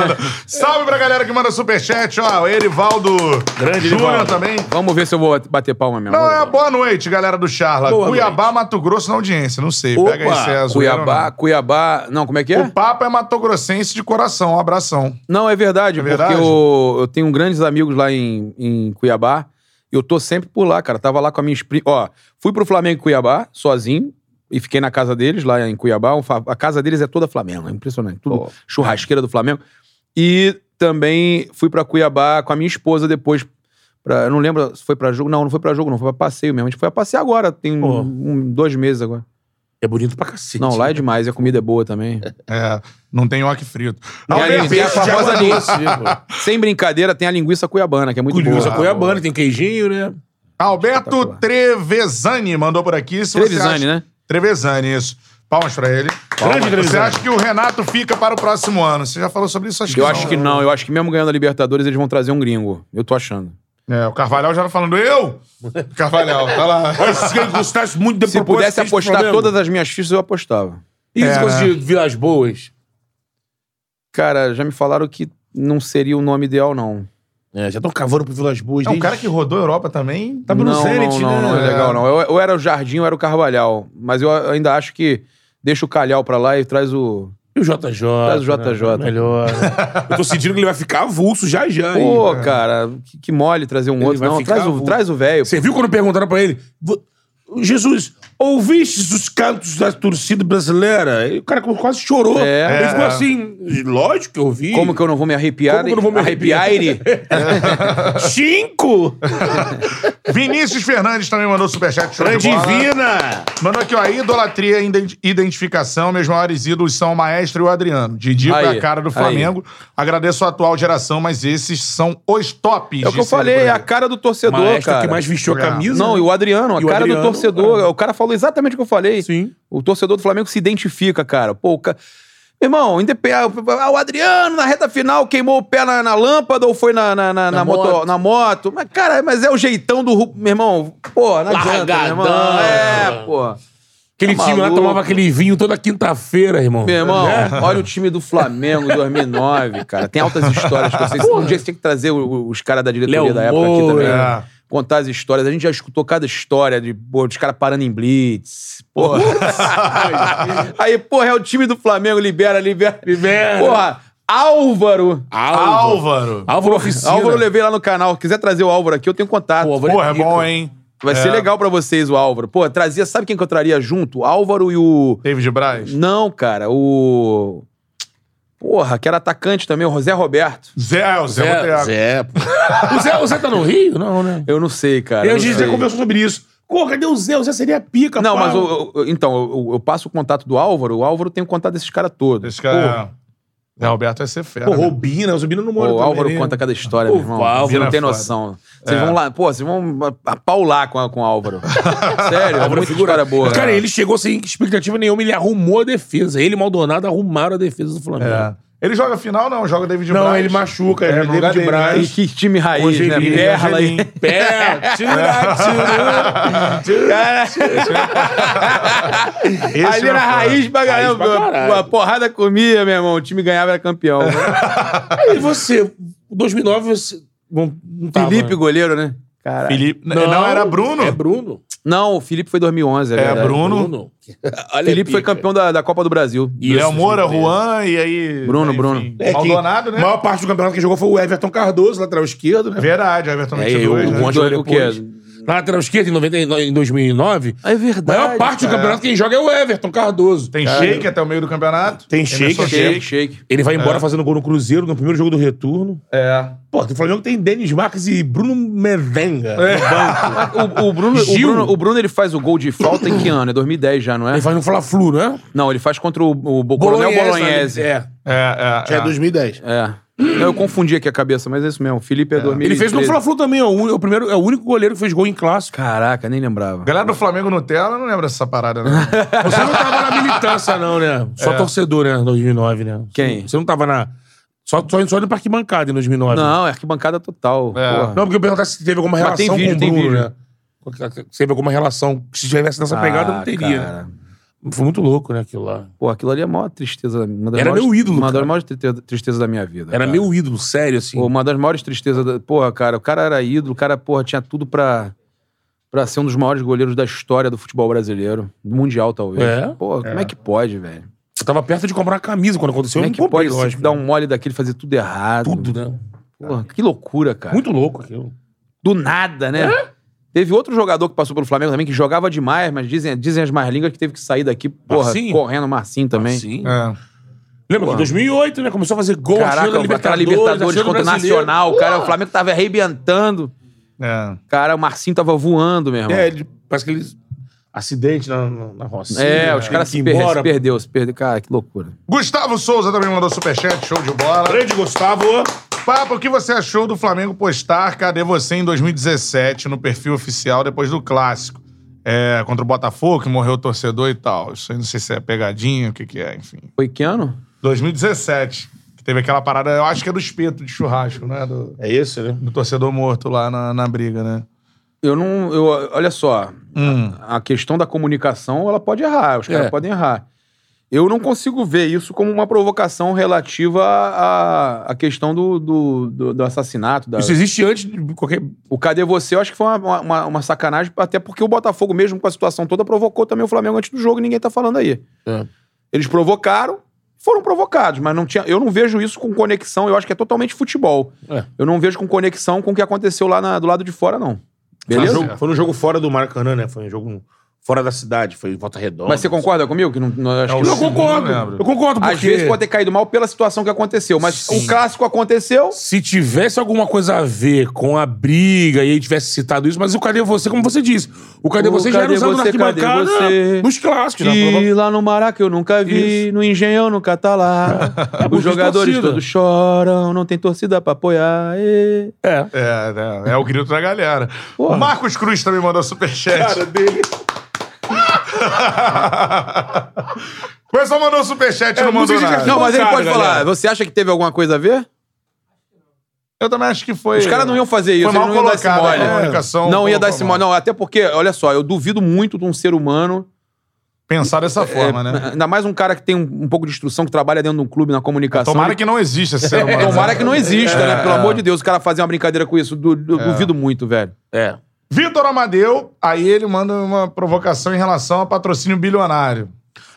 [SPEAKER 1] Salve pra galera que manda superchat, ó. O Erivaldo
[SPEAKER 4] Grande
[SPEAKER 1] Júnior
[SPEAKER 4] Erivaldo.
[SPEAKER 1] também.
[SPEAKER 2] Vamos ver se eu vou bater palma mesmo.
[SPEAKER 1] Não,
[SPEAKER 2] Vamos
[SPEAKER 1] é
[SPEAKER 2] ver.
[SPEAKER 1] boa noite, galera do Charla.
[SPEAKER 4] Boa
[SPEAKER 1] Cuiabá, Mato Grosso na audiência, não sei. Pega aí
[SPEAKER 4] Opa,
[SPEAKER 1] se é zoeira ou
[SPEAKER 2] Cuiabá, Cuiabá. Não, como é que é?
[SPEAKER 1] não. O Papa é matogrossense de coração, um abração.
[SPEAKER 2] Não, é verdade,
[SPEAKER 1] É verdade?
[SPEAKER 2] porque eu, eu tenho grandes amigos lá em, em Cuiabá. e Eu tô sempre por lá, cara. Tava lá com a minha sprint. Ó, fui pro Flamengo e Cuiabá, sozinho, e fiquei na casa deles, lá em Cuiabá. Um fa- A casa deles é toda Flamengo, é impressionante. Tudo churrasqueira do Flamengo. E também fui pra Cuiabá com a minha esposa depois. Pra, eu não lembro se foi pra jogo. Não, não foi pra jogo, não. Foi pra passeio mesmo. A gente foi a passeio agora, tem um-
[SPEAKER 4] Pô.
[SPEAKER 2] um- dois meses agora.
[SPEAKER 4] É bonito pra cacete.
[SPEAKER 2] Não, lá é demais, a comida é boa também.
[SPEAKER 1] É, não tem nhoque frito.
[SPEAKER 2] Tem a,
[SPEAKER 1] Alberto,
[SPEAKER 2] tem a famosa
[SPEAKER 1] Diagonal.
[SPEAKER 2] linguiça. Sem brincadeira, tem a linguiça cuiabana, que é muito
[SPEAKER 4] Curioso,
[SPEAKER 2] boa.
[SPEAKER 4] Cuiabana, tem queijinho, né?
[SPEAKER 1] Alberto
[SPEAKER 2] Espetacular.
[SPEAKER 1] Trevezani mandou por aqui. Se você
[SPEAKER 2] Trevisani,
[SPEAKER 1] acha-
[SPEAKER 2] né?
[SPEAKER 1] Trevezani, isso. Palmas pra ele.
[SPEAKER 4] Grande
[SPEAKER 1] Você
[SPEAKER 4] Trevisani.
[SPEAKER 1] acha que o Renato fica para o próximo ano? Você já falou sobre isso? Acho que
[SPEAKER 2] Eu acho que não. Eu acho que mesmo ganhando a Libertadores, eles vão trazer um gringo. Eu tô achando.
[SPEAKER 1] É, o Carvalhal já tá falando, eu? Carvalhal, tá lá.
[SPEAKER 4] Olha, se ele gostasse muito de
[SPEAKER 2] Se
[SPEAKER 4] propósito,
[SPEAKER 2] pudesse
[SPEAKER 4] fez pro
[SPEAKER 2] apostar
[SPEAKER 4] Flamengo.
[SPEAKER 2] todas as minhas fichas, eu apostava.
[SPEAKER 4] E essa
[SPEAKER 1] É,
[SPEAKER 4] coisa
[SPEAKER 1] né?
[SPEAKER 4] de Vilas Boas?
[SPEAKER 2] Cara, já me falaram que não seria o nome ideal, não.
[SPEAKER 4] É, já estão cavando pro Vilas Boas.
[SPEAKER 1] É um cara que rodou a Europa também. Tá
[SPEAKER 4] Tá pelo
[SPEAKER 2] não,
[SPEAKER 4] Zenit,
[SPEAKER 2] não, não,
[SPEAKER 4] né?
[SPEAKER 2] não é
[SPEAKER 1] É.
[SPEAKER 2] legal, não. Eu, eu era o Jardim, eu era o Carvalhal. Mas eu ainda acho que deixa o Calhau pra lá e traz o...
[SPEAKER 4] E o JJ.
[SPEAKER 2] Traz o JJ.
[SPEAKER 4] né? Melhor. Eu tô sentindo que ele vai ficar avulso já já. hein?
[SPEAKER 2] Pô, cara, que, que mole trazer um
[SPEAKER 4] Ele
[SPEAKER 2] outro.
[SPEAKER 4] vai
[SPEAKER 2] Não,
[SPEAKER 4] ficar
[SPEAKER 2] traz o,
[SPEAKER 4] avulso.
[SPEAKER 2] traz o velho.
[SPEAKER 4] Você viu quando perguntaram pra ele? "Vo- Jesus, ouvistes os cantos da torcida brasileira? E o cara quase chorou.
[SPEAKER 2] É.
[SPEAKER 4] ele ficou assim, lógico que eu vi.
[SPEAKER 2] Como que eu não vou me É arrepiar?
[SPEAKER 4] Como que eu não vou me arrepiar?
[SPEAKER 2] Arrepiar-ire?
[SPEAKER 4] Cinco!
[SPEAKER 1] Vinícius Fernandes também mandou superchat. show de
[SPEAKER 4] Grande
[SPEAKER 1] bola.
[SPEAKER 4] Divina!
[SPEAKER 1] Mandou aqui, ó. Idolatria e ident- identificação. Meus maiores ídolos são o Maestro e o Adriano. Didi foi
[SPEAKER 2] Aí,
[SPEAKER 1] a cara do
[SPEAKER 2] aí.
[SPEAKER 1] Flamengo. Agradeço a atual geração, mas esses são os tops.
[SPEAKER 2] É o que eu falei, é a cara do torcedor,
[SPEAKER 4] Maestro
[SPEAKER 2] cara.
[SPEAKER 4] que mais vestiu a
[SPEAKER 1] Cara.
[SPEAKER 4] camisa.
[SPEAKER 2] Não, e o Adriano, a
[SPEAKER 4] E o
[SPEAKER 2] cara do
[SPEAKER 4] Adriano,
[SPEAKER 2] torcedor.
[SPEAKER 4] cara.
[SPEAKER 2] O cara falou exatamente o que eu falei.
[SPEAKER 4] Sim.
[SPEAKER 2] O torcedor do Flamengo se identifica, cara. Pô, o ca... Meu irmão, independ... ah, o Adriano na reta final queimou o pé na, na lâmpada ou foi na, na, na, na moto. na moto. Mas, cara, mas é o jeitão do. Ru- Meu irmão, pô, não adianta, meu irmão.
[SPEAKER 4] Largadão.
[SPEAKER 2] É, pô.
[SPEAKER 4] Aquele
[SPEAKER 2] Tá
[SPEAKER 4] time lá
[SPEAKER 2] maluco.
[SPEAKER 4] tomava aquele vinho toda quinta-feira, irmão. É.
[SPEAKER 2] Meu irmão, olha o time do Flamengo em 2009, cara. Tem altas histórias que vocês. Um dia você tem que trazer o- o- os caras da diretoria
[SPEAKER 4] Léo
[SPEAKER 2] da época aqui também.
[SPEAKER 4] Moura. É.
[SPEAKER 2] né? Contar as histórias. A gente já escutou cada história de, pô, dos caras parando em blitz. Porra. Aí, porra, é o time do Flamengo, libera, libera.
[SPEAKER 4] Libera.
[SPEAKER 2] Porra, Álvaro.
[SPEAKER 4] Álvaro.
[SPEAKER 1] Álvaro.
[SPEAKER 4] Álvaro Oficina.
[SPEAKER 2] Álvaro eu levei lá no canal. Quiser trazer o Álvaro aqui, eu tenho contato.
[SPEAKER 4] Pô, é. Álvaro
[SPEAKER 1] Porra, é
[SPEAKER 4] rico.
[SPEAKER 1] bom, hein?
[SPEAKER 2] Vai ser legal pra vocês o Álvaro. Pô, trazia, sabe quem que eu traria junto? O Álvaro e o.
[SPEAKER 1] David Braz.
[SPEAKER 2] Não, cara, o. Porra, que era atacante também, o José Roberto.
[SPEAKER 1] Zé, é o Zé,
[SPEAKER 4] Zé,
[SPEAKER 1] Boteaco.
[SPEAKER 4] Zé, pô. o Zé. O Zé tá no Rio? Não, né?
[SPEAKER 2] Eu não sei, cara.
[SPEAKER 4] E a
[SPEAKER 2] eu
[SPEAKER 4] gente
[SPEAKER 2] não sei.
[SPEAKER 4] já conversou sobre isso. Pô, cadê o Zé? O Zé seria pica,
[SPEAKER 2] Não,
[SPEAKER 4] pá.
[SPEAKER 2] mas eu, eu- então, eu, eu passo o contato do Álvaro, o Álvaro tem o contato desses caras todos.
[SPEAKER 1] Esse cara. é- Zé Roberto vai ser fera.
[SPEAKER 4] Pô,
[SPEAKER 1] né?
[SPEAKER 4] Robina, o Robina não
[SPEAKER 2] Pô,
[SPEAKER 4] mora
[SPEAKER 2] o Álvaro
[SPEAKER 4] também, né?
[SPEAKER 2] conta cada história,
[SPEAKER 4] Pô,
[SPEAKER 2] meu irmão.
[SPEAKER 4] o Álvaro
[SPEAKER 2] Você não tem
[SPEAKER 1] é foda.
[SPEAKER 2] noção. Vocês vão lá, pô, vocês vão a- a- apaular com, a- com o Álvaro. Sério, é muita história boa.
[SPEAKER 4] Cara, ele chegou sem expectativa nenhuma, ele arrumou a defesa. Ele e Maldonado arrumaram a defesa do Flamengo.
[SPEAKER 1] É. Ele joga final, não? Joga David
[SPEAKER 4] Não,
[SPEAKER 1] Braz.
[SPEAKER 4] ele machuca, ele
[SPEAKER 1] no
[SPEAKER 4] é David
[SPEAKER 1] lugar dele,
[SPEAKER 4] Braz.
[SPEAKER 2] E que time raiz, né?
[SPEAKER 1] Angelim,
[SPEAKER 2] Perla aí.
[SPEAKER 1] Angelim.
[SPEAKER 4] Pé,
[SPEAKER 1] É.
[SPEAKER 4] tira, tira, tira.
[SPEAKER 1] Esse
[SPEAKER 2] É, Ali
[SPEAKER 1] é
[SPEAKER 2] era
[SPEAKER 1] fera.
[SPEAKER 2] raiz pra ganhar.
[SPEAKER 4] pra caralho.
[SPEAKER 2] A porrada comia, meu irmão. O time ganhava, era campeão.
[SPEAKER 4] Aí você, em 2009, você... Bom, não tava,
[SPEAKER 2] Felipe,
[SPEAKER 4] né?
[SPEAKER 2] goleiro, né? Caralho.
[SPEAKER 1] Felipe... Não, era Bruno.
[SPEAKER 4] É Bruno.
[SPEAKER 2] Não, o Felipe foi 2011, é,
[SPEAKER 1] É,
[SPEAKER 2] verdade.
[SPEAKER 1] Bruno.
[SPEAKER 4] Olha,
[SPEAKER 2] Felipe foi
[SPEAKER 4] pica.
[SPEAKER 2] campeão da, da Copa do Brasil.
[SPEAKER 4] Isso,
[SPEAKER 1] Léo é Moura,
[SPEAKER 4] Felipe.
[SPEAKER 1] Juan e aí...
[SPEAKER 2] Bruno,
[SPEAKER 1] enfim,
[SPEAKER 2] Bruno.
[SPEAKER 4] É que
[SPEAKER 1] Maldonado, né?
[SPEAKER 4] A maior parte do campeonato que jogou foi o Everton Cardoso, lateral esquerdo, né?
[SPEAKER 1] Verdade, Everton
[SPEAKER 4] É,
[SPEAKER 1] meteu
[SPEAKER 4] eu-
[SPEAKER 1] dois,
[SPEAKER 4] o
[SPEAKER 1] né?
[SPEAKER 4] Juan- Onde foi
[SPEAKER 2] o quê?
[SPEAKER 4] depois? na lateral esquerda em, 90, e- em 2009.
[SPEAKER 2] É
[SPEAKER 4] A
[SPEAKER 2] verdade.
[SPEAKER 4] maior parte do campeonato quem joga é o Everton Cardoso.
[SPEAKER 1] Tem
[SPEAKER 4] Cara,
[SPEAKER 1] shake até o meio do campeonato.
[SPEAKER 4] Tem shake,
[SPEAKER 1] É. Emerson
[SPEAKER 2] Shake,
[SPEAKER 4] shake.
[SPEAKER 2] shake.
[SPEAKER 4] Ele vai embora fazendo gol no Cruzeiro no primeiro jogo do retorno.
[SPEAKER 1] É.
[SPEAKER 4] Pô, o Flamengo tem Denis Marques e Bruno Mevenga no banco.
[SPEAKER 2] O, o Bruno, o,
[SPEAKER 4] Gil.
[SPEAKER 2] Bruno, o Bruno, ele faz o gol de falta em que ano? É 2010 já, não é?
[SPEAKER 4] Ele vai no Fla-Flu, né?
[SPEAKER 2] Não, ele faz contra o, o Bo- Coronel Bolognese.
[SPEAKER 4] É.
[SPEAKER 1] É, é,
[SPEAKER 9] Já é
[SPEAKER 1] é.
[SPEAKER 9] 2010.
[SPEAKER 2] É. Não, Eu confundi aqui a cabeça, mas é isso mesmo. Felipe é, 2013.
[SPEAKER 4] Ele fez no Fla-Flu também. É o, ú- é o primeiro, é o único goleiro que fez gol em clássico.
[SPEAKER 2] Caraca, nem lembrava.
[SPEAKER 1] Galera do Flamengo Nutella não lembra dessa parada, não.
[SPEAKER 4] Você não tava na militância, não, né? Só torcedor, né? Em 2009, né?
[SPEAKER 2] Quem?
[SPEAKER 4] Você não tava na... Só, só, só no Parque Bancada em 2009.
[SPEAKER 2] Não, é arquibancada total.
[SPEAKER 1] É.
[SPEAKER 2] porra.
[SPEAKER 4] Não, porque eu perguntar se teve alguma
[SPEAKER 2] Mas tem
[SPEAKER 4] relação
[SPEAKER 2] vídeo,
[SPEAKER 4] com o
[SPEAKER 2] tem
[SPEAKER 4] Bruno,
[SPEAKER 2] vídeo.
[SPEAKER 4] né? Se teve alguma relação. Se tivesse nessa pegada, não
[SPEAKER 2] Ah,
[SPEAKER 4] teria. né?
[SPEAKER 2] cara.
[SPEAKER 4] Foi muito louco, né, aquilo lá.
[SPEAKER 2] Pô, aquilo ali é a maior tristeza da minha
[SPEAKER 4] Era meu ídolo,
[SPEAKER 2] Uma das
[SPEAKER 4] cara.
[SPEAKER 2] maiores tri- tristezas da minha vida.
[SPEAKER 4] Era
[SPEAKER 2] cara.
[SPEAKER 4] meu ídolo, sério, assim.
[SPEAKER 2] Pô, uma das maiores tristezas da. Porra, cara, o cara era ídolo, o cara, porra, tinha tudo pra. Pra ser um dos maiores goleiros da história do futebol brasileiro. Do Mundial, talvez.
[SPEAKER 4] É?
[SPEAKER 2] Pô, como é que pode, velho?
[SPEAKER 4] Eu tava perto de comprar a camisa quando aconteceu.
[SPEAKER 2] Como é
[SPEAKER 4] eu
[SPEAKER 2] que
[SPEAKER 4] não comprei,
[SPEAKER 2] pode se
[SPEAKER 4] lógico.
[SPEAKER 2] dar um mole daquele, fazer tudo errado?
[SPEAKER 4] Tudo, né?
[SPEAKER 2] Porra, que loucura, cara.
[SPEAKER 4] Muito louco aquilo.
[SPEAKER 2] do nada, né? Teve outro jogador que passou pelo Flamengo também, que jogava demais, mas dizem, dizem as mais línguas que teve que sair daqui, porra,
[SPEAKER 4] Marcinho?
[SPEAKER 2] correndo, Marcinho também.
[SPEAKER 4] Sim.
[SPEAKER 1] É.
[SPEAKER 4] Lembra que em 2008, né? Começou a fazer gol,
[SPEAKER 2] Caraca,
[SPEAKER 4] achando
[SPEAKER 2] aquela Libertadores contra o Nacional, cara,
[SPEAKER 4] Uh!
[SPEAKER 2] o Flamengo tava arrebentando.
[SPEAKER 1] É.
[SPEAKER 2] Cara, o Marcinho tava voando, meu irmão.
[SPEAKER 4] É,
[SPEAKER 2] É,
[SPEAKER 4] ele, parece que ele... Acidente na, na, na roça.
[SPEAKER 2] É, os caras se, per se perdeu, se perdeu. Cara, que loucura.
[SPEAKER 1] Gustavo Souza também mandou superchat, show de bola.
[SPEAKER 4] Grande Gustavo.
[SPEAKER 1] Papo, o que você achou do Flamengo postar Cadê Você em 2017 no perfil oficial depois do Clássico? É, contra o Botafogo, que morreu o torcedor e tal. Isso aí não sei se é pegadinha, o que que é, enfim.
[SPEAKER 2] Foi que ano?
[SPEAKER 1] 2017, que teve aquela parada, eu acho que é do espeto de churrasco, né? Do,
[SPEAKER 4] É isso, né?
[SPEAKER 1] do torcedor morto lá na, na briga, né? Hum.
[SPEAKER 2] Eu não. Eu, olha só, a questão da comunicação, ela pode errar, os caras
[SPEAKER 4] É.
[SPEAKER 2] podem errar. Eu não consigo ver isso como uma provocação relativa à, à questão do, do, do- do assassinato. Da...
[SPEAKER 4] Isso existe antes de qualquer...
[SPEAKER 2] O Cadê Você, eu acho que foi uma, uma, uma sacanagem, até porque o Botafogo, mesmo com a situação toda, provocou também o Flamengo antes do jogo, ninguém tá falando aí.
[SPEAKER 4] É.
[SPEAKER 2] Eles provocaram, foram provocados, mas não tinha, eu não vejo isso com conexão, eu acho que é totalmente futebol.
[SPEAKER 4] É.
[SPEAKER 2] Eu não vejo com conexão com o que aconteceu lá na- do lado de fora, não. Beleza?
[SPEAKER 4] Foi um jogo, foi um jogo fora do Maracanã, né? Foi um jogo fora da cidade, foi em Volta Redonda.
[SPEAKER 2] Mas você concorda comigo? Que não, não, acho que
[SPEAKER 4] Eu
[SPEAKER 2] não.
[SPEAKER 4] concordo.
[SPEAKER 1] Não lembro.
[SPEAKER 4] Eu concordo porque...
[SPEAKER 2] Às vezes pode ter caído mal pela situação que aconteceu, mas o clássico aconteceu.
[SPEAKER 4] Se tivesse alguma coisa a ver com a briga e ele tivesse citado isso, mas o Cadê Você, como você disse, o Cadê
[SPEAKER 2] O
[SPEAKER 4] Você já era
[SPEAKER 2] Cadê
[SPEAKER 4] usado na
[SPEAKER 2] Você, Cadê
[SPEAKER 4] arquibancada
[SPEAKER 2] Você?
[SPEAKER 4] nos clássicos. né?
[SPEAKER 2] E lá no Maraca eu nunca vi, no Engenhão nunca tá lá. Os
[SPEAKER 4] de
[SPEAKER 2] jogadores
[SPEAKER 4] torcida.
[SPEAKER 2] todos choram, não tem torcida pra apoiar. e-
[SPEAKER 4] É.
[SPEAKER 1] É, é, é o grito da galera.
[SPEAKER 2] Porra.
[SPEAKER 1] O Marcos Cruz também mandou superchat.
[SPEAKER 4] Cara dele.
[SPEAKER 1] O pessoal mandou superchat, não mandou
[SPEAKER 4] É, música de
[SPEAKER 1] nada.
[SPEAKER 2] Não, mas ele
[SPEAKER 4] Cara,
[SPEAKER 2] pode
[SPEAKER 4] galera.
[SPEAKER 2] falar. Você acha que teve alguma coisa a ver?
[SPEAKER 1] Eu também acho que foi...
[SPEAKER 2] Os caras não iam fazer isso,
[SPEAKER 1] Foi mal
[SPEAKER 2] eles não iam dar esse
[SPEAKER 1] colocado,
[SPEAKER 2] mole.
[SPEAKER 1] a comunicação
[SPEAKER 2] Não ia
[SPEAKER 1] colocou
[SPEAKER 2] dar esse
[SPEAKER 1] mal.
[SPEAKER 2] mole. Não, até porque, olha só, eu duvido muito de um ser humano
[SPEAKER 1] Pensar
[SPEAKER 4] É,
[SPEAKER 1] dessa forma, né?
[SPEAKER 2] Ainda mais um cara que tem um, um pouco de instrução, que trabalha dentro de um clube na
[SPEAKER 4] é,
[SPEAKER 2] comunicação.
[SPEAKER 1] Tomara
[SPEAKER 2] Ele-
[SPEAKER 1] que É, não exista esse ser humano.
[SPEAKER 2] Tomara que não exista, né? Pelo amor de Deus, o cara fazer uma brincadeira com isso. Du- du- Duvido muito, velho.
[SPEAKER 4] É.
[SPEAKER 1] Vitor Amadeu, aí ele manda uma provocação em relação a patrocínio bilionário.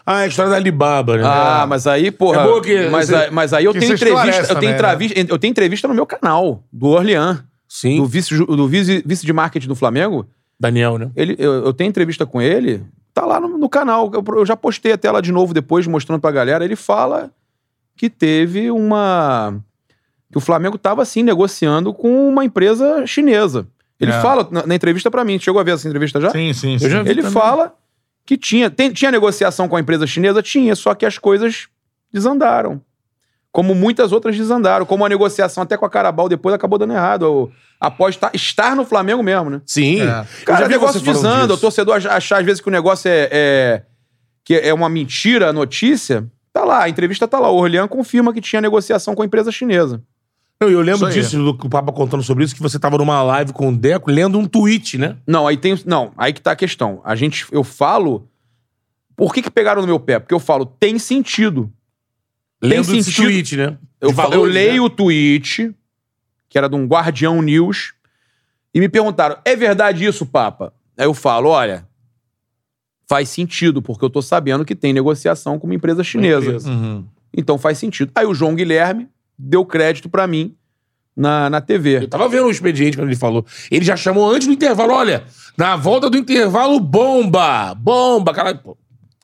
[SPEAKER 4] Ah, a história da Alibaba, né?
[SPEAKER 2] Ah, mas aí, porra.
[SPEAKER 4] É bom que
[SPEAKER 2] mas,
[SPEAKER 4] você-
[SPEAKER 2] aí, mas aí eu
[SPEAKER 1] que
[SPEAKER 2] tenho
[SPEAKER 1] você esclarece
[SPEAKER 2] entrevista. Eu tenho,
[SPEAKER 1] também,
[SPEAKER 2] entrevista eu tenho entrevista no meu canal, do Orlean,
[SPEAKER 4] Sim.
[SPEAKER 2] do, vice, ju- do vice, vice de marketing do Flamengo.
[SPEAKER 4] Daniel, né?
[SPEAKER 2] Ele, eu, eu tenho entrevista com ele, tá lá no, no canal. Eu, eu já postei a tela de novo depois, mostrando pra galera. Ele fala que teve uma. que o Flamengo tava assim, negociando com uma empresa chinesa. Ele
[SPEAKER 1] É.
[SPEAKER 2] fala na, na entrevista pra mim. Chegou a ver essa entrevista já?
[SPEAKER 1] Sim, sim,
[SPEAKER 4] Eu já vi
[SPEAKER 2] Ele
[SPEAKER 4] também.
[SPEAKER 2] fala que tinha, tem- tinha negociação com a empresa chinesa? Tinha, só que as coisas desandaram. Como muitas outras desandaram. Como a negociação até com a Carabal depois acabou dando errado. ou- após ta- estar no Flamengo mesmo, né?
[SPEAKER 4] Sim.
[SPEAKER 1] É.
[SPEAKER 4] Eu
[SPEAKER 2] Cara,
[SPEAKER 4] já
[SPEAKER 2] o
[SPEAKER 4] vi
[SPEAKER 2] negócio
[SPEAKER 4] você falando
[SPEAKER 2] desanda.
[SPEAKER 4] disso.
[SPEAKER 2] O torcedor ach- achar às vezes que o negócio é, é- que é uma mentira, a notícia. Tá lá, a entrevista tá lá. O Orlean confirma que tinha negociação com a empresa chinesa.
[SPEAKER 4] Não, eu lembro
[SPEAKER 1] Isso aí.
[SPEAKER 4] disso, do que o Papa contando sobre isso, que você tava numa live com o Deco lendo um tweet, né?
[SPEAKER 2] Não, aí tem. Não, aí que tá a questão. A gente. Eu falo. Por que, que pegaram no meu pé? Porque eu falo, tem sentido.
[SPEAKER 4] Lendo esse
[SPEAKER 2] sentido.
[SPEAKER 4] tweet, né?
[SPEAKER 2] Eu,
[SPEAKER 4] De
[SPEAKER 2] fa- eu
[SPEAKER 4] valores,
[SPEAKER 2] leio o tweet, que era de um Guardião News, e me perguntaram: é verdade isso, Papa? Aí eu falo: olha, faz sentido, porque eu tô sabendo que tem negociação com uma empresa chinesa.
[SPEAKER 4] Beleza.
[SPEAKER 1] Uhum.
[SPEAKER 2] Então faz sentido. Aí o João Guilherme deu crédito pra mim na, na TV.
[SPEAKER 4] Eu tava vendo o expediente quando ele falou. Ele já chamou antes do intervalo, olha, na volta do intervalo, bomba! Bomba! Cara... pô.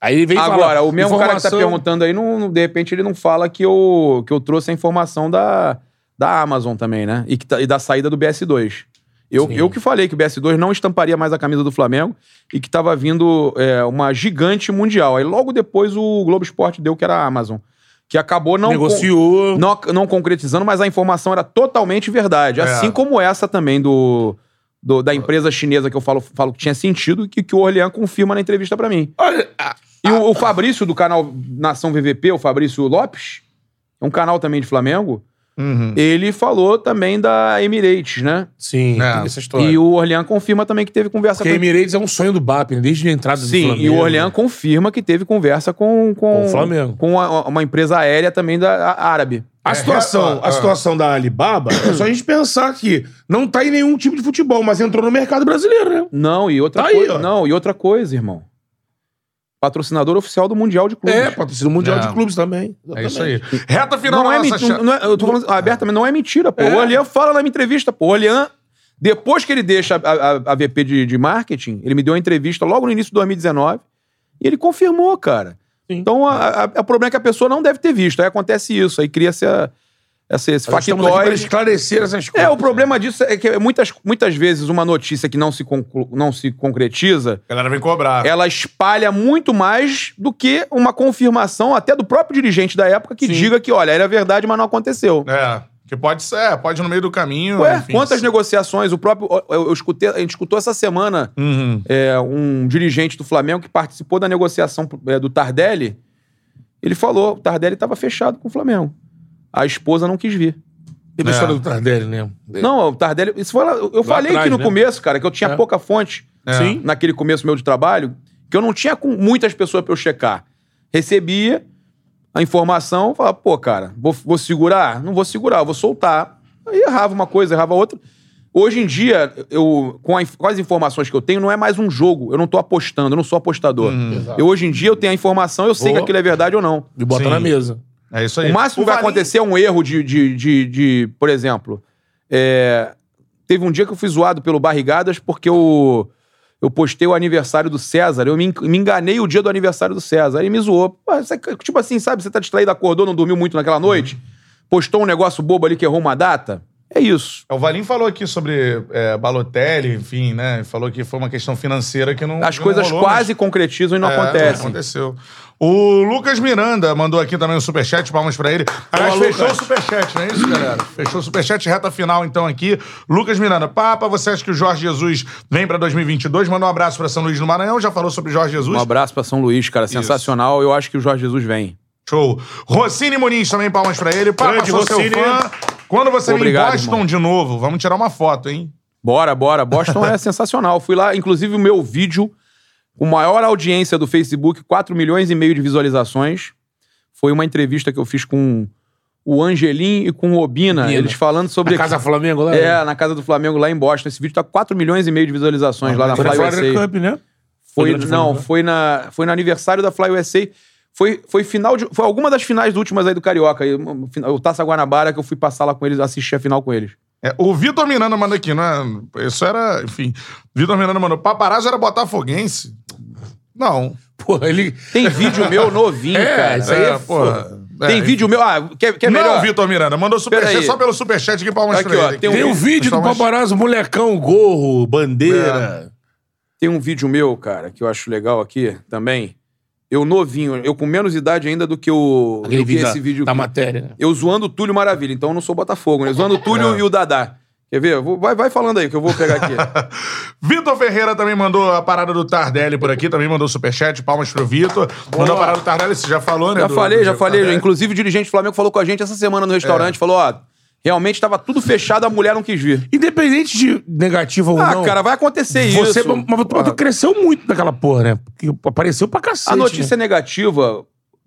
[SPEAKER 4] Aí ele veio falar,
[SPEAKER 2] Agora, o mesmo cara que tá
[SPEAKER 4] informação-
[SPEAKER 2] perguntando aí, não, não- de repente ele não fala que eu, que eu trouxe a informação da, da Amazon também, né? E, que tá- e da saída do BS2. Eu, eu que falei que o BS2 não estamparia mais a camisa do Flamengo e que tava vindo é, uma gigante mundial. Aí logo depois o Globo Esporte deu que era a Amazon. Que acabou não.
[SPEAKER 4] Negociou.
[SPEAKER 2] não, não concretizando, mas a informação era totalmente
[SPEAKER 4] É.
[SPEAKER 2] verdade. Assim como essa também do, do- da empresa chinesa que eu falo, falo que tinha sentido, que, que o Orlean confirma na entrevista pra mim.
[SPEAKER 4] Olha, ah,
[SPEAKER 2] E o, o Fabrício do canal Nação VVP, o Fabrício Lopes, é um canal também de Flamengo,
[SPEAKER 1] Uhum.
[SPEAKER 2] ele falou também da Emirates, né?
[SPEAKER 4] sim,
[SPEAKER 1] É.
[SPEAKER 4] tem essa história.
[SPEAKER 2] E o Orlean confirma também que teve conversa
[SPEAKER 4] Porque a
[SPEAKER 2] com
[SPEAKER 4] Emirates é um sonho do BAP, né? desde a entrada do
[SPEAKER 2] Sim,
[SPEAKER 4] Flamengo.
[SPEAKER 2] e o Orlean confirma que teve conversa com, com,
[SPEAKER 4] Com o Flamengo.
[SPEAKER 2] com a- uma empresa aérea também da a- árabe.
[SPEAKER 4] A situação,
[SPEAKER 1] é, é.
[SPEAKER 4] a situação da Alibaba, é só a gente pensar que não tá em nenhum time de futebol, mas entrou no mercado brasileiro, né?
[SPEAKER 2] Não, e outra
[SPEAKER 4] Tá aí,
[SPEAKER 2] coisa.
[SPEAKER 4] ó.
[SPEAKER 2] não, e outra coisa, irmão. Patrocinador oficial do Mundial de Clubes.
[SPEAKER 4] É, patrocínio mundial
[SPEAKER 1] É.
[SPEAKER 4] de clubes também.
[SPEAKER 1] É isso aí. Reta final
[SPEAKER 2] Não
[SPEAKER 1] da
[SPEAKER 2] é,
[SPEAKER 1] nossa
[SPEAKER 2] menti-
[SPEAKER 1] cha-
[SPEAKER 2] não é- eu tô falando abertamente, não é mentira, pô. O Orlean fala na minha entrevista, pô. O Orlean, depois que ele deixa a, a- a VP de, de marketing, ele me deu uma entrevista logo no início de 2019 e ele confirmou, cara. Então, a- a- a- o problema é que a pessoa não deve ter visto. Aí acontece isso, aí cria-se a- essa, esse
[SPEAKER 4] Estamos aqui pra
[SPEAKER 2] factóide.
[SPEAKER 4] esclarecer essas coisas.
[SPEAKER 2] É,
[SPEAKER 1] né?
[SPEAKER 2] o problema disso é que muitas, muitas vezes uma notícia que não se, conclu- não se concretiza,
[SPEAKER 1] A galera vem
[SPEAKER 4] Ah.
[SPEAKER 1] cobrar.
[SPEAKER 4] É.
[SPEAKER 2] ela espalha muito mais do que uma confirmação até do próprio dirigente da época que diga que, olha, era verdade, mas não aconteceu.
[SPEAKER 1] É. Que pode ser, é, pode ir no meio do caminho.
[SPEAKER 2] Ué,
[SPEAKER 1] enfim.
[SPEAKER 2] quantas negociações? O próprio. Eu, eu escutei, a gente escutou essa semana
[SPEAKER 1] Uhum.
[SPEAKER 2] é, um dirigente do Flamengo que participou da negociação é, do Tardelli. Ele falou: o Tardelli estava fechado com o Flamengo. A esposa não quis vir.
[SPEAKER 4] Teve a
[SPEAKER 1] É.
[SPEAKER 4] história do Tardelli, né?
[SPEAKER 2] Não, o Tardelli. Isso foi lá- eu eu
[SPEAKER 4] Lá
[SPEAKER 2] falei
[SPEAKER 4] atrás,
[SPEAKER 2] aqui no
[SPEAKER 4] né?
[SPEAKER 2] começo, cara, que eu tinha
[SPEAKER 4] É.
[SPEAKER 2] pouca fonte
[SPEAKER 1] É.
[SPEAKER 4] Sim.
[SPEAKER 2] naquele começo meu de trabalho, que eu não tinha com muitas pessoas pra eu checar. Recebia a informação, falava, pô, cara, vou, vou segurar? Não vou segurar, vou soltar. Aí errava uma coisa, errava outra. Hoje em dia, eu, com, a inf- com as informações que eu tenho, não é mais um jogo. Eu não tô apostando, eu não sou apostador. Eu, hoje em dia eu tenho a informação, eu sei
[SPEAKER 4] Uhum. Boa.
[SPEAKER 2] que aquilo é verdade ou não.
[SPEAKER 4] E bota
[SPEAKER 1] Sim.
[SPEAKER 4] na mesa.
[SPEAKER 1] É isso aí.
[SPEAKER 2] O máximo que vai
[SPEAKER 1] Valim-
[SPEAKER 2] acontecer é um erro de, de, de, de- por exemplo, é, teve um dia que eu fui zoado pelo Barrigadas porque eu, eu postei o aniversário do César, eu me, en- me enganei o dia do aniversário do César, aí ele me zoou. Pô, você- tipo assim, sabe, você tá distraído, acordou, não dormiu muito naquela noite, postou um negócio bobo ali que errou uma data, é isso.
[SPEAKER 1] O Valim falou aqui sobre é, Balotelli, enfim, né? Falou que foi uma questão financeira que não.
[SPEAKER 2] As
[SPEAKER 1] não
[SPEAKER 2] coisas
[SPEAKER 1] rolou, mas-
[SPEAKER 2] quase concretizam e não
[SPEAKER 1] É,
[SPEAKER 2] acontecem.
[SPEAKER 1] aconteceu. O Lucas Miranda mandou aqui também um superchat, palmas pra ele. Aliás,
[SPEAKER 4] Boa,
[SPEAKER 1] fechou o
[SPEAKER 4] Lucas.
[SPEAKER 1] superchat, não é isso, galera? Fechou o superchat, reta final então aqui. Lucas Miranda, Papa, você acha que o Jorge Jesus vem pra 2022? Manda um abraço pra São Luís do Maranhão, já falou sobre Jorge Jesus.
[SPEAKER 2] Um abraço pra São Luís, cara, sensacional, eu acho que o Jorge Jesus vem.
[SPEAKER 1] Show. Rocine Muniz também, palmas pra ele. Papa,
[SPEAKER 4] Grande
[SPEAKER 1] sou seu
[SPEAKER 4] Rossini.
[SPEAKER 1] fã. Quando você vem em
[SPEAKER 2] Obrigado,
[SPEAKER 1] Boston
[SPEAKER 2] irmão.
[SPEAKER 1] de novo, vamos tirar uma foto, hein?
[SPEAKER 2] Bora, bora. Boston é sensacional. Fui lá, inclusive o meu vídeo, com maior audiência do Facebook, 4 milhões e meio de visualizações. Foi uma entrevista que eu fiz com o Angelim e com o Obina,
[SPEAKER 4] Obina.
[SPEAKER 2] eles falando sobre.
[SPEAKER 4] Na Casa Flamengo lá? né?
[SPEAKER 2] É, na casa do Flamengo lá em Boston. Esse vídeo tá 4 milhões e meio de visualizações lá na
[SPEAKER 4] Ah, Foi
[SPEAKER 2] Fly
[SPEAKER 4] na Flyer
[SPEAKER 2] USA.
[SPEAKER 4] Cup, né?
[SPEAKER 2] Foi,
[SPEAKER 4] durante né? o
[SPEAKER 2] não,
[SPEAKER 4] Flamengo.
[SPEAKER 2] foi, na, foi no aniversário da Fly USA. Foi, foi final de. Foi alguma das finais últimas aí do Carioca. aí, uma- O Taça Guanabara, que eu fui passar lá com eles, assistir a final com eles.
[SPEAKER 1] É, o Vitor Miranda manda aqui, não é? Isso era, enfim. Vitor Miranda mandou. Paparazzo era botafoguense? Não.
[SPEAKER 4] Pô, ele...
[SPEAKER 2] Tem vídeo meu novinho,
[SPEAKER 4] É,
[SPEAKER 2] cara.
[SPEAKER 4] isso aí é
[SPEAKER 1] porra. É,
[SPEAKER 2] Tem vídeo meu. Ah, quer, quer
[SPEAKER 1] não, é
[SPEAKER 2] melhor?
[SPEAKER 1] Vitor Miranda, mandou superchat
[SPEAKER 2] Peraí.
[SPEAKER 1] só pelo superchat aqui pra uma
[SPEAKER 2] Aqui, ó,
[SPEAKER 1] estrela.
[SPEAKER 2] tem um-
[SPEAKER 4] Tem o vídeo do
[SPEAKER 1] Só mais-
[SPEAKER 4] paparazzo, molecão, gorro, bandeira.
[SPEAKER 2] Tem um vídeo meu, cara, que eu acho legal aqui também. Eu novinho, eu com menos idade ainda do que o
[SPEAKER 4] Aquele
[SPEAKER 2] do que
[SPEAKER 4] vídeo da,
[SPEAKER 2] esse vídeo.
[SPEAKER 4] da
[SPEAKER 2] aqui.
[SPEAKER 4] matéria, né?
[SPEAKER 2] eu zoando o Túlio Maravilha, então eu não sou Botafogo, né? Zoando o
[SPEAKER 1] É.
[SPEAKER 2] Túlio e o Dadá. Quer ver? Vou- vai, vai falando aí que eu vou pegar aqui.
[SPEAKER 1] é Vitor Ferreira também mandou a parada do Tardelli por aqui, também mandou superchat, palmas pro Vitor. Mandou a parada do Tardelli, você já falou, né?
[SPEAKER 2] Já
[SPEAKER 1] do-
[SPEAKER 2] falei,
[SPEAKER 1] do É.
[SPEAKER 2] já
[SPEAKER 1] Diego
[SPEAKER 2] falei.
[SPEAKER 1] Tardelli.
[SPEAKER 2] Inclusive o dirigente do Flamengo falou com a gente essa semana no restaurante, falou, ó, realmente estava tudo fechado, a mulher não quis vir.
[SPEAKER 4] Independente de negativa ou
[SPEAKER 2] Ah,
[SPEAKER 4] não.
[SPEAKER 2] cara, vai acontecer isso.
[SPEAKER 4] você, mas, mas tu cresceu muito naquela porra, né? Porque apareceu pra cacete. né?
[SPEAKER 2] A notícia
[SPEAKER 1] né?
[SPEAKER 2] é negativa,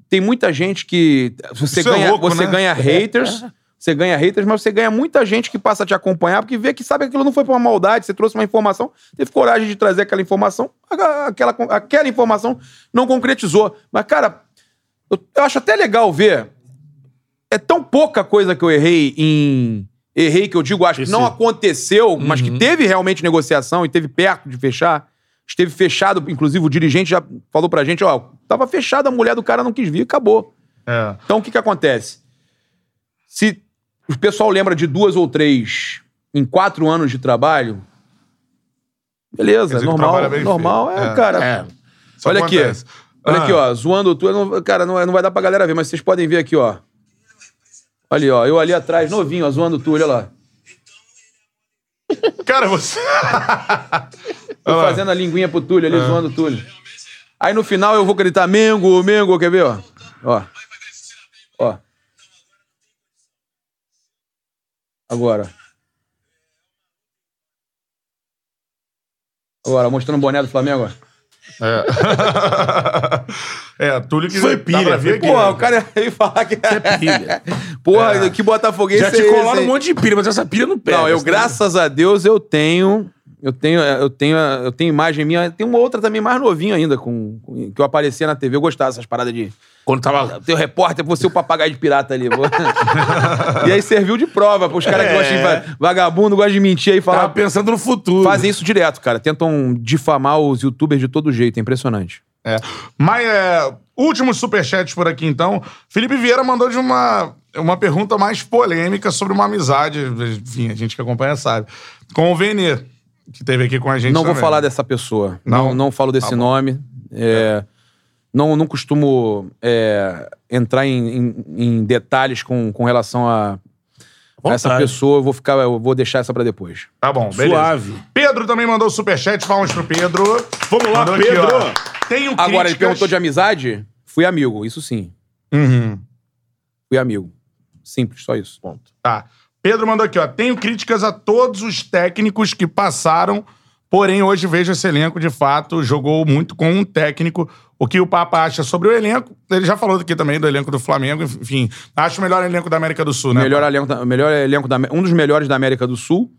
[SPEAKER 2] tem muita gente que. Você,
[SPEAKER 1] Isso é
[SPEAKER 2] ganha,
[SPEAKER 1] louco,
[SPEAKER 2] você
[SPEAKER 1] né?
[SPEAKER 2] ganha haters. Você ganha haters, mas você ganha muita gente que passa a te acompanhar, porque vê que sabe que aquilo não foi por uma maldade, você trouxe uma informação, teve coragem de trazer aquela informação, a- aquela, aquela informação não concretizou. Mas, cara, eu, eu acho até legal ver. É tão pouca coisa que eu errei em, errei, que eu digo, acho que não aconteceu, mas
[SPEAKER 1] Uhum.
[SPEAKER 2] que teve realmente negociação e teve perto de fechar. Esteve fechado, inclusive o dirigente já falou pra gente, ó, tava fechado, a mulher do cara não quis vir, acabou.
[SPEAKER 1] É,
[SPEAKER 2] Então o que que acontece? Se o pessoal lembra de duas ou três em quatro anos de trabalho, beleza,
[SPEAKER 1] dizer que
[SPEAKER 2] normal,
[SPEAKER 1] trabalha bem
[SPEAKER 2] normal,
[SPEAKER 1] feito.
[SPEAKER 2] é,
[SPEAKER 1] É.
[SPEAKER 2] cara.
[SPEAKER 1] Isso
[SPEAKER 2] olha aqui,
[SPEAKER 1] acontece.
[SPEAKER 2] olha
[SPEAKER 1] Ah.
[SPEAKER 2] aqui, ó, zoando tu, eu não- cara, não, não vai dar pra galera ver, mas vocês podem ver aqui, ó. Ali, ó, eu ali atrás, novinho, ó, zoando tu, olha lá.
[SPEAKER 1] Ah, Cara, você.
[SPEAKER 2] Eu fazendo a linguinha pro Túlio ali, zoando o Túlio. Aí no final eu vou gritar Mengo, Mengo, quer ver, ó? Ó. Ó. Agora. Agora, mostrando o boné do Flamengo, ó.
[SPEAKER 1] É, Túlio que é?
[SPEAKER 4] Foi
[SPEAKER 1] dá
[SPEAKER 4] pilha,
[SPEAKER 1] pra ver
[SPEAKER 4] foi
[SPEAKER 1] aqui. né?
[SPEAKER 2] Porra, o cara ia falar que é
[SPEAKER 4] Pilha.
[SPEAKER 2] Porra, que botafoguense
[SPEAKER 4] Já
[SPEAKER 2] é
[SPEAKER 4] te
[SPEAKER 2] esse,
[SPEAKER 4] colaram um
[SPEAKER 2] hein?
[SPEAKER 4] monte de pilha, mas essa pilha não pega.
[SPEAKER 2] Não, eu,
[SPEAKER 4] essa-
[SPEAKER 2] graças a Deus, eu tenho. Eu tenho, eh, eu tenho, eu tenho imagem minha. Tem uma outra também mais novinha ainda, com, com- que eu aparecia na TV. Eu gostava dessas paradas de.
[SPEAKER 4] Quando tava.
[SPEAKER 2] Teu repórter, você o papagaio de pirata ali. vou- e aí serviu de prova pros caras que gostam de va- vagabundo, gostam de mentir aí e falar.
[SPEAKER 4] Tava pensando no futuro.
[SPEAKER 2] Fazem isso direto, cara. Tentam difamar os youtubers de todo jeito. É impressionante.
[SPEAKER 1] É. Mas, é, últimos superchats por aqui, então. Felipe Vieira mandou de uma, uma pergunta mais polêmica sobre uma amizade. Enfim, a gente que acompanha sabe. Com o Vene, que teve aqui com a gente
[SPEAKER 2] não vou
[SPEAKER 1] também.
[SPEAKER 2] falar dessa pessoa.
[SPEAKER 1] Não?
[SPEAKER 2] Não, não, falo desse
[SPEAKER 1] Tá bom.
[SPEAKER 2] nome. É, Não, não costumo é, entrar em, em- em detalhes com, com relação a
[SPEAKER 4] Vontade.
[SPEAKER 2] essa pessoa. Eu vou ficar, eu vou deixar essa pra depois.
[SPEAKER 1] Tá bom, beleza.
[SPEAKER 4] Suave.
[SPEAKER 1] Pedro também mandou superchat. Palmas pro Pedro.
[SPEAKER 4] Vamos lá,
[SPEAKER 1] Mandou aqui,
[SPEAKER 4] Pedro.
[SPEAKER 1] ó. Tenho
[SPEAKER 2] Agora, ele
[SPEAKER 1] críticas-
[SPEAKER 2] perguntou de amizade? Fui amigo, isso sim.
[SPEAKER 1] Uhum.
[SPEAKER 2] Fui amigo. Simples, só isso. Ponto.
[SPEAKER 1] Tá. Pedro mandou aqui, ó. Tenho críticas a todos os técnicos que passaram, porém hoje vejo esse elenco, de fato, jogou muito com um técnico. O que o Papa acha sobre o elenco? Ele já falou aqui também do elenco do Flamengo, enfim. Acho o melhor elenco da América do Sul, né?
[SPEAKER 2] melhor elenco, da- melhor elenco da, um dos melhores da América do Sul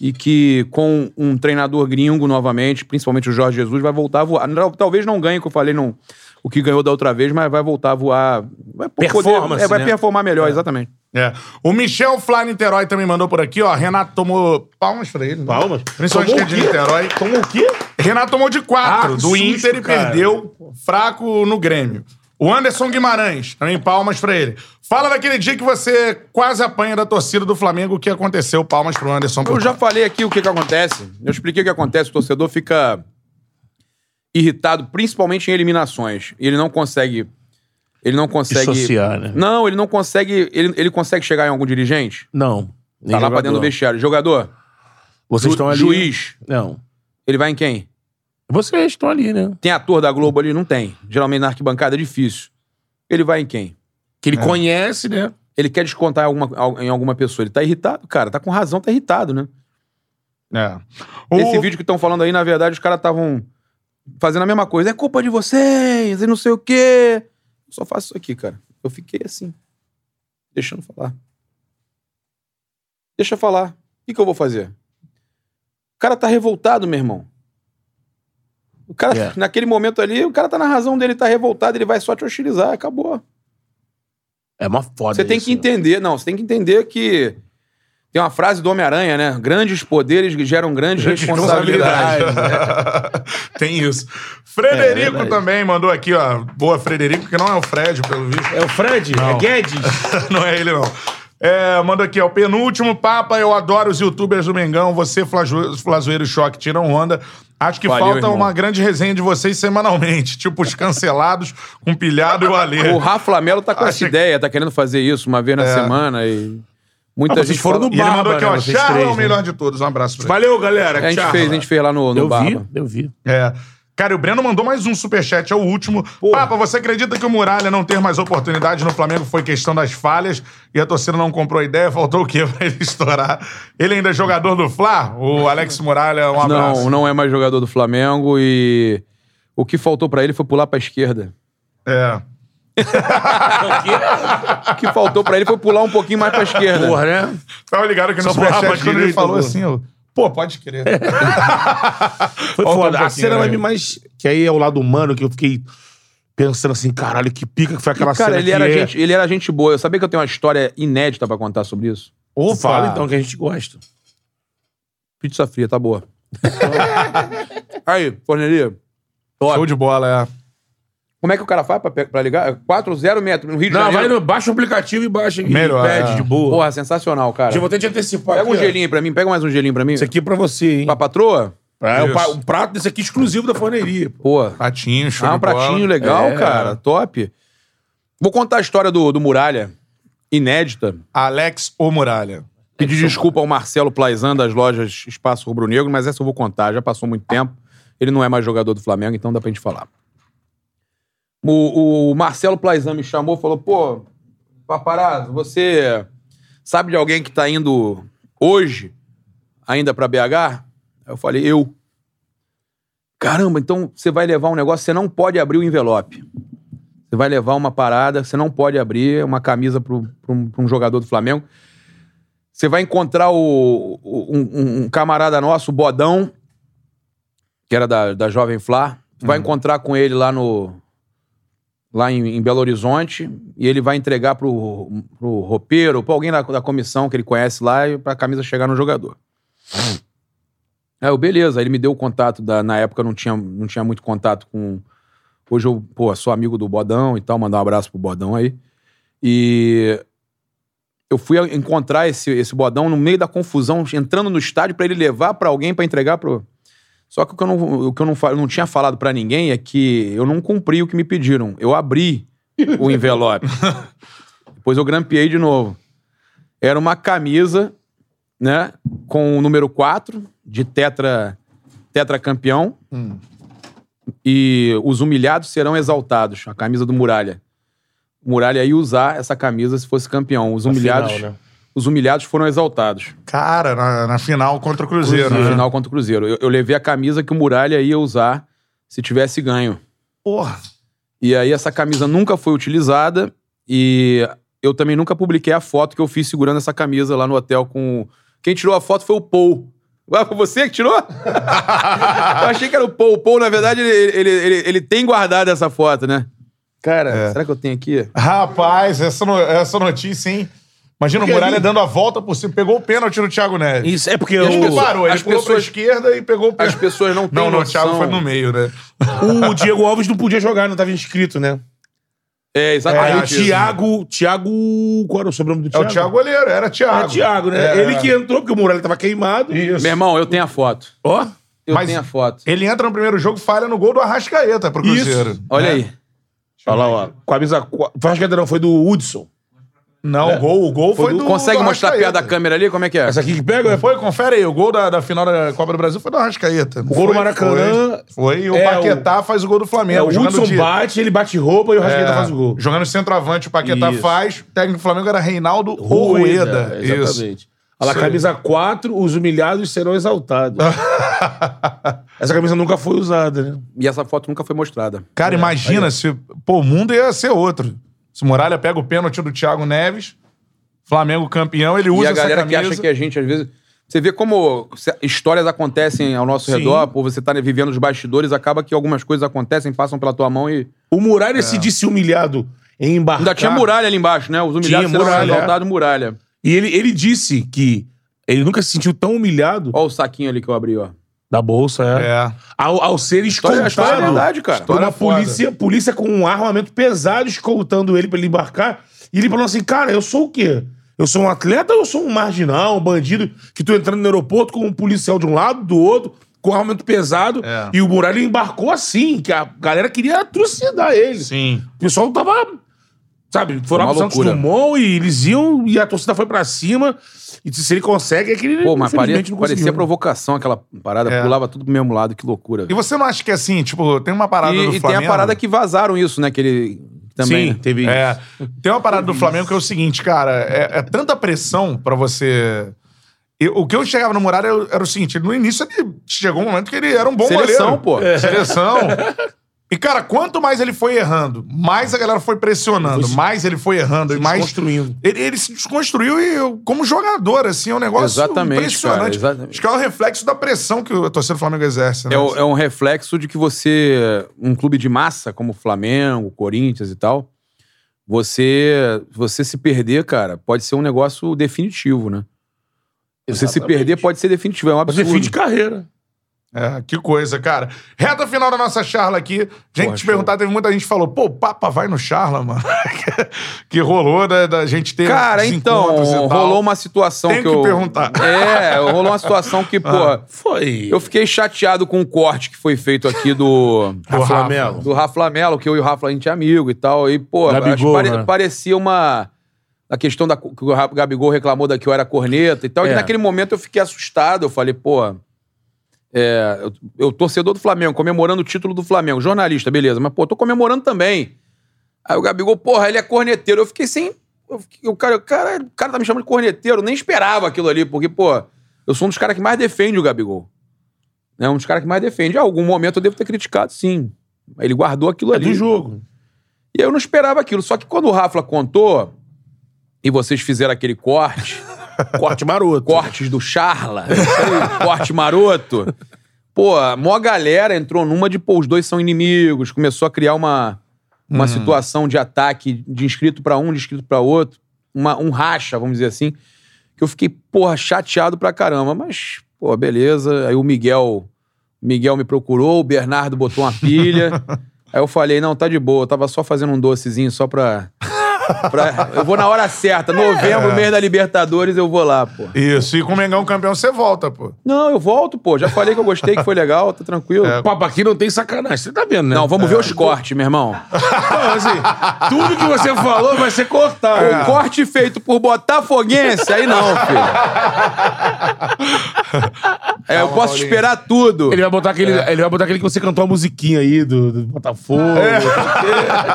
[SPEAKER 2] e que com um treinador gringo novamente, principalmente o Jorge Jesus, vai voltar a voar. Não, Talvez não ganhe, que eu falei, não, o que ganhou da outra vez, mas vai voltar a voar. Vai poder-
[SPEAKER 4] Performance,
[SPEAKER 2] é, vai
[SPEAKER 4] né?
[SPEAKER 2] performar melhor, exatamente.
[SPEAKER 1] É. O Michel Fly Niterói também mandou por aqui, ó. Renato tomou palmas pra ele. né?
[SPEAKER 4] Palmas.
[SPEAKER 1] Principalmente que é
[SPEAKER 4] Tomou o
[SPEAKER 1] de
[SPEAKER 4] quê?
[SPEAKER 1] Niterói.
[SPEAKER 4] Tomou o quê?
[SPEAKER 1] Renato tomou de quatro
[SPEAKER 4] Ah, que
[SPEAKER 1] do
[SPEAKER 4] susto,
[SPEAKER 1] Inter e
[SPEAKER 4] cara.
[SPEAKER 1] perdeu fraco no Grêmio. O Anderson Guimarães, também palmas pra ele. Fala daquele dia que você quase apanha da torcida do Flamengo, o que aconteceu? Palmas pro Anderson.
[SPEAKER 2] Eu já falei aqui o que, que acontece. Eu expliquei o que acontece. O torcedor fica irritado, principalmente em eliminações. Ele não consegue. Ele não consegue.
[SPEAKER 4] Dissociar, né?
[SPEAKER 2] Não, ele não consegue. Ele, ele consegue chegar em algum dirigente?
[SPEAKER 4] Não.
[SPEAKER 2] Tá
[SPEAKER 4] Nem
[SPEAKER 2] lá pra
[SPEAKER 4] jogador.
[SPEAKER 2] dentro do vestiário. Jogador,
[SPEAKER 4] Vocês estão ali.
[SPEAKER 2] juiz,
[SPEAKER 4] Não.
[SPEAKER 2] ele vai em quem?
[SPEAKER 4] Vocês estão ali, né?
[SPEAKER 2] Tem ator da Globo ali? Não tem. Geralmente na arquibancada é difícil. Ele vai em quem?
[SPEAKER 4] Que ele conhece, né?
[SPEAKER 2] Ele quer descontar em alguma, al- em alguma pessoa. Ele tá irritado, cara. Tá com razão, tá irritado, né?
[SPEAKER 1] É. O-
[SPEAKER 2] Esse vídeo que estão falando aí, na verdade, os caras estavam fazendo a mesma coisa. É culpa de vocês, e não sei o quê. Eu só faço isso aqui, cara. Eu fiquei assim, deixando falar. Deixa eu falar. O que, que eu vou fazer? O cara tá revoltado, meu irmão. O cara,
[SPEAKER 4] É.
[SPEAKER 2] naquele momento ali, o cara tá na razão dele, tá revoltado, ele vai só te hostilizar, acabou.
[SPEAKER 4] É uma foda.
[SPEAKER 2] Você tem
[SPEAKER 4] isso,
[SPEAKER 2] que entender, não, você tem que entender que tem uma frase do Homem-Aranha, né? Grandes poderes geram grandes responsabilidades.
[SPEAKER 1] Tem isso. Frederico
[SPEAKER 4] né? É, verdade.
[SPEAKER 1] também mandou aqui, ó. Boa, Frederico, que não é o Fred, pelo visto.
[SPEAKER 4] né? É o Fred? É Guedes?
[SPEAKER 1] não é ele, não. É, manda aqui, ó. O penúltimo Papa, eu adoro os youtubers do Mengão. Você, Flaju- Flazoeiro e Choque, tiram onda. Acho que
[SPEAKER 2] Valeu,
[SPEAKER 1] falta
[SPEAKER 2] irmão.
[SPEAKER 1] uma grande resenha de vocês semanalmente. Tipo, os cancelados, com pilhado e o Alê.
[SPEAKER 2] O Rafa Lamelo tá com
[SPEAKER 1] Acho
[SPEAKER 2] essa
[SPEAKER 1] que-
[SPEAKER 2] ideia, tá querendo fazer isso uma vez na semana e muita
[SPEAKER 4] É. Ah, vocês
[SPEAKER 2] gente
[SPEAKER 4] foram
[SPEAKER 2] fala-
[SPEAKER 1] E ele mandou
[SPEAKER 4] Barba,
[SPEAKER 1] aqui,
[SPEAKER 4] né,
[SPEAKER 1] ó.
[SPEAKER 4] vocês
[SPEAKER 1] Charla é
[SPEAKER 4] três,
[SPEAKER 1] o
[SPEAKER 4] né?
[SPEAKER 1] melhor de todos. Um abraço pra ele.
[SPEAKER 4] Valeu, galera.
[SPEAKER 2] É, a gente
[SPEAKER 4] Tchau.
[SPEAKER 2] fez, a gente fez lá no, no
[SPEAKER 4] Eu
[SPEAKER 2] Barba.
[SPEAKER 4] vi, Um eu vi.
[SPEAKER 1] É. Cara, e o Breno mandou mais um superchat, é o último. Papa, você acredita que o Muralha não ter mais oportunidade no Flamengo foi questão das falhas e a torcida não comprou a ideia? Faltou o quê pra ele estourar? Ele ainda é jogador do Fla? O Alex Muralha, um abraço.
[SPEAKER 2] Não, não é mais jogador do Flamengo e o que faltou pra ele foi pular pra esquerda.
[SPEAKER 1] É.
[SPEAKER 2] O que faltou pra ele foi pular um pouquinho mais pra esquerda.
[SPEAKER 4] Porra, né?
[SPEAKER 1] Tava ligado que no
[SPEAKER 4] Só pra
[SPEAKER 1] superchat
[SPEAKER 4] direita,
[SPEAKER 1] quando ele falou
[SPEAKER 4] pô.
[SPEAKER 1] assim, eu... Pô, pode crer.
[SPEAKER 4] Foi
[SPEAKER 1] Volta um
[SPEAKER 4] foda. a
[SPEAKER 1] pouquinho,
[SPEAKER 4] cena
[SPEAKER 1] né?
[SPEAKER 4] vai me mais. Que aí é o lado humano que eu fiquei pensando assim, caralho, que pica que foi aquela
[SPEAKER 2] cara,
[SPEAKER 4] cena.
[SPEAKER 2] ele
[SPEAKER 4] que
[SPEAKER 2] era,
[SPEAKER 4] é-
[SPEAKER 2] gente, ele era gente boa. Eu sabia que eu tenho uma história inédita pra contar sobre isso.
[SPEAKER 1] Opa!
[SPEAKER 4] Fala então que a gente gosta.
[SPEAKER 2] Pizza fria, tá boa. Aí, forneria.
[SPEAKER 4] então.
[SPEAKER 1] Show de bola, é.
[SPEAKER 2] Como é que o cara faz pra, pe- pra ligar? 40 metros no Rio de
[SPEAKER 4] Não, vai
[SPEAKER 2] Janeiro.
[SPEAKER 4] no, baixa o aplicativo e baixa e
[SPEAKER 1] Melhor,
[SPEAKER 4] pede
[SPEAKER 1] é.
[SPEAKER 4] de boa.
[SPEAKER 2] Porra, sensacional, cara.
[SPEAKER 4] Eu vou até te antecipar
[SPEAKER 2] Pega um
[SPEAKER 4] aqui, ó.
[SPEAKER 2] gelinho aí pra mim, pega mais um gelinho pra mim.
[SPEAKER 4] Isso aqui é pra você, hein?
[SPEAKER 2] Pra patroa?
[SPEAKER 4] Pra- o pa-
[SPEAKER 1] Isso.
[SPEAKER 4] um prato desse aqui exclusivo da forneria. pô.
[SPEAKER 2] Pô.
[SPEAKER 1] Pratinho, show
[SPEAKER 2] Ah,
[SPEAKER 1] de
[SPEAKER 2] um
[SPEAKER 1] bola. É.
[SPEAKER 2] pratinho legal, cara. Top. Vou contar a história do, do Muralha, inédita.
[SPEAKER 1] Alex ou Muralha?
[SPEAKER 2] Pedir desculpa ao Marcelo Plaizan das lojas Espaço Rubro Negro, mas essa eu vou contar, já passou muito tempo. Ele não é mais jogador do Flamengo, então dá pra gente falar. O, o Marcelo Plaizan me chamou e falou: pô, paparazzo, você sabe de alguém que tá indo hoje ainda pra BH? Aí eu falei: eu. Caramba, então você vai levar um negócio, você não pode abrir o envelope. Você vai levar uma parada, você não pode abrir uma camisa pro- pro um- pra um jogador do Flamengo. Você vai encontrar o, o- um, um camarada nosso, o Bodão, que era da, da Jovem Flá. Tu vai encontrar com ele lá no. Lá em, em Belo Horizonte, e ele vai entregar pro, pro roupeiro, pra alguém da, da comissão que ele conhece lá, e pra camisa chegar no jogador. Aí eu, beleza, aí ele me deu o contato da. Na época eu não tinha, não tinha muito contato com. Hoje eu, pô, sou amigo do Bodão e tal, mandar um abraço pro Bodão aí. E eu fui a- encontrar esse, esse bodão no meio da confusão, entrando no estádio pra ele levar pra alguém pra entregar pro. Só que o que eu não, o que eu não, fa- eu não tinha falado pra ninguém é que eu não cumpri o que me pediram. Eu abri o envelope. Depois eu grampeei de novo. Era uma camisa, né, com o número 4 de tetra tetracampeão. E os humilhados serão exaltados, a camisa do Muralha. O Muralha ia usar essa camisa se fosse campeão. Os humilhados,
[SPEAKER 4] Afinal, né?
[SPEAKER 2] os humilhados foram exaltados.
[SPEAKER 1] Cara, na, na final contra o Cruzeiro.
[SPEAKER 2] No
[SPEAKER 1] né?
[SPEAKER 2] final contra o Cruzeiro. Eu, eu levei a camisa que o Muralha ia usar se tivesse ganho.
[SPEAKER 1] Porra.
[SPEAKER 2] E aí essa camisa nunca foi utilizada e eu também nunca publiquei a foto que eu fiz segurando essa camisa lá no hotel com... Quem tirou a foto foi o Paul. Ah, foi você que tirou? eu achei que era o Paul. O Paul, na verdade, ele, ele, ele, ele tem guardado essa foto, né? Cara,
[SPEAKER 1] É.
[SPEAKER 2] será que eu tenho aqui?
[SPEAKER 1] Rapaz, essa, no- essa notícia, hein? Imagina o Muralha dando a volta por cima. Pegou o pênalti no Thiago Neves.
[SPEAKER 4] Isso é porque
[SPEAKER 1] Ele
[SPEAKER 4] o,
[SPEAKER 1] parou, ele
[SPEAKER 2] as
[SPEAKER 1] pulou pra
[SPEAKER 2] pessoas-
[SPEAKER 1] esquerda e pegou o
[SPEAKER 2] As
[SPEAKER 1] pênalti.
[SPEAKER 2] pessoas não têm
[SPEAKER 1] Não, não, o
[SPEAKER 2] noção.
[SPEAKER 1] Thiago foi no meio, né?
[SPEAKER 4] o Diego Alves não podia jogar, não tava inscrito, né?
[SPEAKER 2] É,
[SPEAKER 4] Aí o
[SPEAKER 2] exatamente. isso.
[SPEAKER 4] Thiago. Thiago. Qual era o sobrenome do
[SPEAKER 1] É
[SPEAKER 4] Thiago?
[SPEAKER 1] o Thiago goleiro, era Thiago.
[SPEAKER 4] É Thiago, né?
[SPEAKER 1] É.
[SPEAKER 4] Ele que entrou, porque o Muralha tava queimado.
[SPEAKER 1] Isso.
[SPEAKER 2] Meu irmão, eu tenho a foto.
[SPEAKER 4] Ó.
[SPEAKER 2] Eu
[SPEAKER 1] Mas-
[SPEAKER 2] tenho a foto.
[SPEAKER 1] Ele entra no primeiro jogo, falha no gol do Arrascaeta pro
[SPEAKER 4] Isso.
[SPEAKER 1] Cruzeiro.
[SPEAKER 2] Olha
[SPEAKER 1] né?
[SPEAKER 2] aí.
[SPEAKER 4] Olha lá, ó. Camisa. qu- Acho que não, foi do Hudson.
[SPEAKER 1] Não, o gol, o gol é. foi, do
[SPEAKER 2] Consegue
[SPEAKER 1] do
[SPEAKER 2] mostrar perto da
[SPEAKER 1] Arrascaeta.
[SPEAKER 2] câmera ali como é que é?
[SPEAKER 4] Essa aqui que pega é
[SPEAKER 1] Foi, confere aí. O gol da, da final da Copa do Brasil foi do Arrascaeta. O
[SPEAKER 4] gol do Maracanã-
[SPEAKER 1] Foi, foi. e o
[SPEAKER 4] É,
[SPEAKER 1] Paquetá faz o gol do
[SPEAKER 4] É, o
[SPEAKER 1] Flamengo. jogando
[SPEAKER 4] Hudson
[SPEAKER 1] de-
[SPEAKER 4] bate, ele bate roupa e
[SPEAKER 1] é,
[SPEAKER 4] o Rasqueta faz o gol.
[SPEAKER 1] Jogando centroavante, o Paquetá
[SPEAKER 4] Isso.
[SPEAKER 1] faz. O técnico do Flamengo era Reinaldo Rueda. Isso.
[SPEAKER 4] Exatamente. Olha lá,
[SPEAKER 1] Isso aí.
[SPEAKER 4] camisa 4, os humilhados serão exaltados. Essa camisa nunca foi usada, né?
[SPEAKER 2] E essa foto nunca foi mostrada.
[SPEAKER 1] Cara, imagina se. Pô, o mundo ia ser outro. Se o Muralha pega o pênalti do Thiago Neves, Flamengo campeão, ele usa
[SPEAKER 2] e a
[SPEAKER 1] essa
[SPEAKER 2] galera que
[SPEAKER 1] camisa.
[SPEAKER 2] acha que é a gente, às vezes. Você vê como se- histórias acontecem ao nosso redor, por você estar vivendo os bastidores, acaba que algumas coisas acontecem, passam pela tua mão e. É.
[SPEAKER 4] O Muralha se disse humilhado em embarcar.
[SPEAKER 2] Ainda tinha muralha ali embaixo, né? Os humilhados
[SPEAKER 4] Tinha
[SPEAKER 2] serão
[SPEAKER 1] é.
[SPEAKER 4] muralha,
[SPEAKER 2] exaltados, muralha.
[SPEAKER 4] E ele, ele disse que ele nunca se sentiu tão humilhado
[SPEAKER 2] Ó o saquinho ali que eu abri, ó.
[SPEAKER 4] da bolsa, é.
[SPEAKER 2] né?
[SPEAKER 1] É.
[SPEAKER 4] Ao, ao ser
[SPEAKER 2] História, a história é
[SPEAKER 4] escoltado
[SPEAKER 2] verdade, cara.
[SPEAKER 4] por uma
[SPEAKER 1] História foda.
[SPEAKER 4] polícia, polícia com um armamento pesado escoltando ele pra ele embarcar. E ele falou assim: cara, eu sou o quê? Eu sou um atleta ou eu sou um marginal, um bandido, que tô entrando no aeroporto com um policial de um lado, do outro, com armamento pesado.
[SPEAKER 1] É.
[SPEAKER 4] E o Muralha embarcou assim, que a galera queria atrocidar ele.
[SPEAKER 1] Sim.
[SPEAKER 4] O pessoal tava. Sabe, foram
[SPEAKER 2] Uma
[SPEAKER 4] lá pro Santos
[SPEAKER 2] loucura.
[SPEAKER 4] Dumont e eles iam, e a torcida foi pra cima. E disse, se ele consegue, é que ele
[SPEAKER 2] Pô, mas pare-
[SPEAKER 4] infelizmente, não conseguiu. né?
[SPEAKER 2] parecia provocação aquela parada,
[SPEAKER 1] É.
[SPEAKER 2] pulava tudo pro mesmo lado, que loucura.
[SPEAKER 1] E você não acha que assim, tipo, tem uma parada do
[SPEAKER 2] E, e tem
[SPEAKER 1] Flamengo.
[SPEAKER 2] a parada que vazaram isso, né? Que ele também.
[SPEAKER 4] Sim,
[SPEAKER 2] né?
[SPEAKER 4] teve
[SPEAKER 1] É, tem uma parada do Flamengo que é o seguinte, cara, é, é tanta pressão pra você. Eu- o que eu chegava no Muralha era, era o seguinte: no início ele chegou um momento que ele era um bom
[SPEAKER 2] Seleção,
[SPEAKER 1] goleiro.
[SPEAKER 2] pô.
[SPEAKER 1] Seleção. E, cara, quanto mais ele foi errando, mais a galera foi pressionando, mais ele foi errando, e mais.
[SPEAKER 4] construindo.
[SPEAKER 1] Ele, ele se desconstruiu e, eu- como jogador, assim, é um negócio
[SPEAKER 2] Exatamente,
[SPEAKER 1] impressionante.
[SPEAKER 2] cara, exatamente.
[SPEAKER 1] Acho que é um reflexo da pressão que o torcedor do Flamengo exerce, né?
[SPEAKER 2] É, o- é um reflexo de que você, um clube de massa como o Flamengo, Corinthians e tal, Você, você se perder, cara, pode ser um negócio definitivo, né? Você se perder pode ser definitivo, é um
[SPEAKER 4] Você
[SPEAKER 2] absurdo.
[SPEAKER 4] fim de carreira.
[SPEAKER 1] É, que coisa, cara. Reta final da nossa charla aqui. Gente,
[SPEAKER 2] Porra,
[SPEAKER 1] te perguntar, teve muita gente que falou, pô, o Papa vai no charla, mano. que rolou da, da gente ter.
[SPEAKER 2] Cara,
[SPEAKER 1] esses
[SPEAKER 2] então,
[SPEAKER 1] encontros e tal.
[SPEAKER 2] rolou uma situação
[SPEAKER 1] Tenho
[SPEAKER 2] que
[SPEAKER 1] que
[SPEAKER 2] eu...
[SPEAKER 1] perguntar.
[SPEAKER 2] É, rolou uma situação que,
[SPEAKER 4] Ah.
[SPEAKER 2] pô,
[SPEAKER 4] Foi.
[SPEAKER 2] eu fiquei chateado com o corte que foi feito aqui do...
[SPEAKER 4] Tá
[SPEAKER 1] Rafa.
[SPEAKER 4] Flamengo.
[SPEAKER 2] do Rafa Melo, que eu e o Rafa, a gente é amigo e tal. E, pô,
[SPEAKER 4] Gabigol,
[SPEAKER 2] acho que pare-
[SPEAKER 4] né?
[SPEAKER 2] parecia uma... A questão da, que o Rafa- Gabigol reclamou da que eu era corneta e tal. E
[SPEAKER 4] É.
[SPEAKER 2] naquele momento eu fiquei assustado. Eu falei, pô... É, eu, eu torcedor do Flamengo, comemorando o título do Flamengo. Jornalista, beleza. Mas, pô, tô comemorando também. Aí o Gabigol, porra, ele é corneteiro. Eu fiquei sem... Eu fiquei- o, cara, o, cara, o cara tá me chamando de corneteiro. Eu Nem esperava aquilo ali, porque, pô... Eu sou um dos caras que mais defende o Gabigol. É um dos caras que mais defende. Em algum momento eu devo ter criticado, sim. Ele guardou aquilo ali.
[SPEAKER 4] É Do jogo.
[SPEAKER 2] E eu não esperava aquilo. Só que quando o Rafa contou e vocês fizeram aquele corte,
[SPEAKER 4] Corte maroto.
[SPEAKER 2] cortes do Charla, aquele corte maroto, pô, a maior galera entrou numa de, pô, os dois são inimigos, começou a criar uma, uma situação de ataque de inscrito pra um, de inscrito pra outro, uma, um racha, vamos dizer assim, que eu fiquei, porra, chateado pra caramba, mas, pô, beleza. Aí o Miguel, Miguel me procurou, o Bernardo botou uma pilha. Aí eu falei, não, tá de boa, eu tava só fazendo um docezinho só pra. pra- eu vou na hora certa, novembro, mês da Libertadores, eu vou lá, pô.
[SPEAKER 1] Isso, e com o Mengão campeão você volta, pô.
[SPEAKER 2] Não, eu volto, pô. Já falei que eu gostei, que foi legal, tá tranquilo.
[SPEAKER 1] É.
[SPEAKER 4] Papo aqui não tem sacanagem. Você tá vendo, né?
[SPEAKER 2] Não, vamos ver os cortes, meu irmão.
[SPEAKER 4] Não, assim, tudo que você falou vai ser cortado.
[SPEAKER 2] O corte feito por botafoguense, aí não, filho. É, eu posso
[SPEAKER 1] Paulinho.
[SPEAKER 2] esperar tudo.
[SPEAKER 4] Ele vai botar aquele, ele vai botar aquele que você cantou a musiquinha aí do, do Botafogo. É.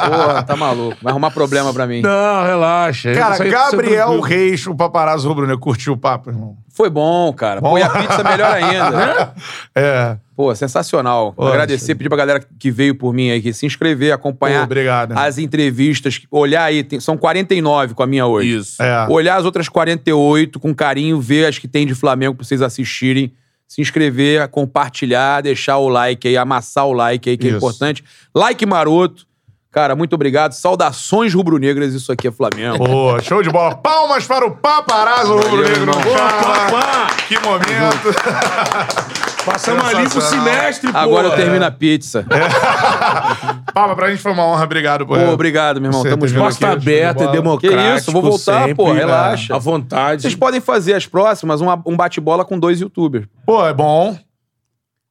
[SPEAKER 2] Porra, tá maluco. Vai arrumar problema pra mim.
[SPEAKER 4] Não, relaxa.
[SPEAKER 1] Cara,
[SPEAKER 4] Isso aí-
[SPEAKER 1] Gabriel Reis, o paparazzo rubro, né? Curtiu o papo, irmão.
[SPEAKER 2] Foi bom, cara. Pô, e a pizza melhor ainda.
[SPEAKER 1] É.
[SPEAKER 2] Pô, sensacional.
[SPEAKER 1] Ótimo.
[SPEAKER 2] Agradecer, pedir pra galera que veio por mim aí, que se inscrever, acompanhar
[SPEAKER 1] Pô, obrigado, irmão.
[SPEAKER 2] as entrevistas. Olhar aí, tem- são 49 com a minha hoje.
[SPEAKER 4] Isso.
[SPEAKER 1] É.
[SPEAKER 2] Olhar as outras 48 com carinho, ver as que tem de Flamengo pra vocês assistirem. Se inscrever, compartilhar, deixar o like aí, amassar o like aí, que
[SPEAKER 1] Isso.
[SPEAKER 2] é importante. Like maroto. Cara, muito obrigado. Saudações rubro-negras, isso aqui é Flamengo.
[SPEAKER 1] Pô, show de bola. Palmas para o paparazzo rubro negro.
[SPEAKER 2] irmão.
[SPEAKER 1] Que momento.
[SPEAKER 4] Passamos ali pro
[SPEAKER 1] Sensacional.
[SPEAKER 4] semestre, pô. É.
[SPEAKER 2] Agora eu termino a pizza.
[SPEAKER 1] É. Palma, pra gente foi uma honra. Obrigado por
[SPEAKER 2] Pô, obrigado, meu irmão.
[SPEAKER 1] Você
[SPEAKER 2] Tamo
[SPEAKER 1] teve
[SPEAKER 2] junto.
[SPEAKER 1] aqui.
[SPEAKER 4] Espaço tá aberto, é
[SPEAKER 1] Que
[SPEAKER 2] Que
[SPEAKER 4] democrático.
[SPEAKER 2] isso, vou voltar,
[SPEAKER 4] sempre,
[SPEAKER 2] pô,
[SPEAKER 4] né?
[SPEAKER 2] relaxa.
[SPEAKER 4] À vontade.
[SPEAKER 2] Vocês podem fazer as próximas, uma- um bate-bola com dois youtubers.
[SPEAKER 1] Pô, é bom.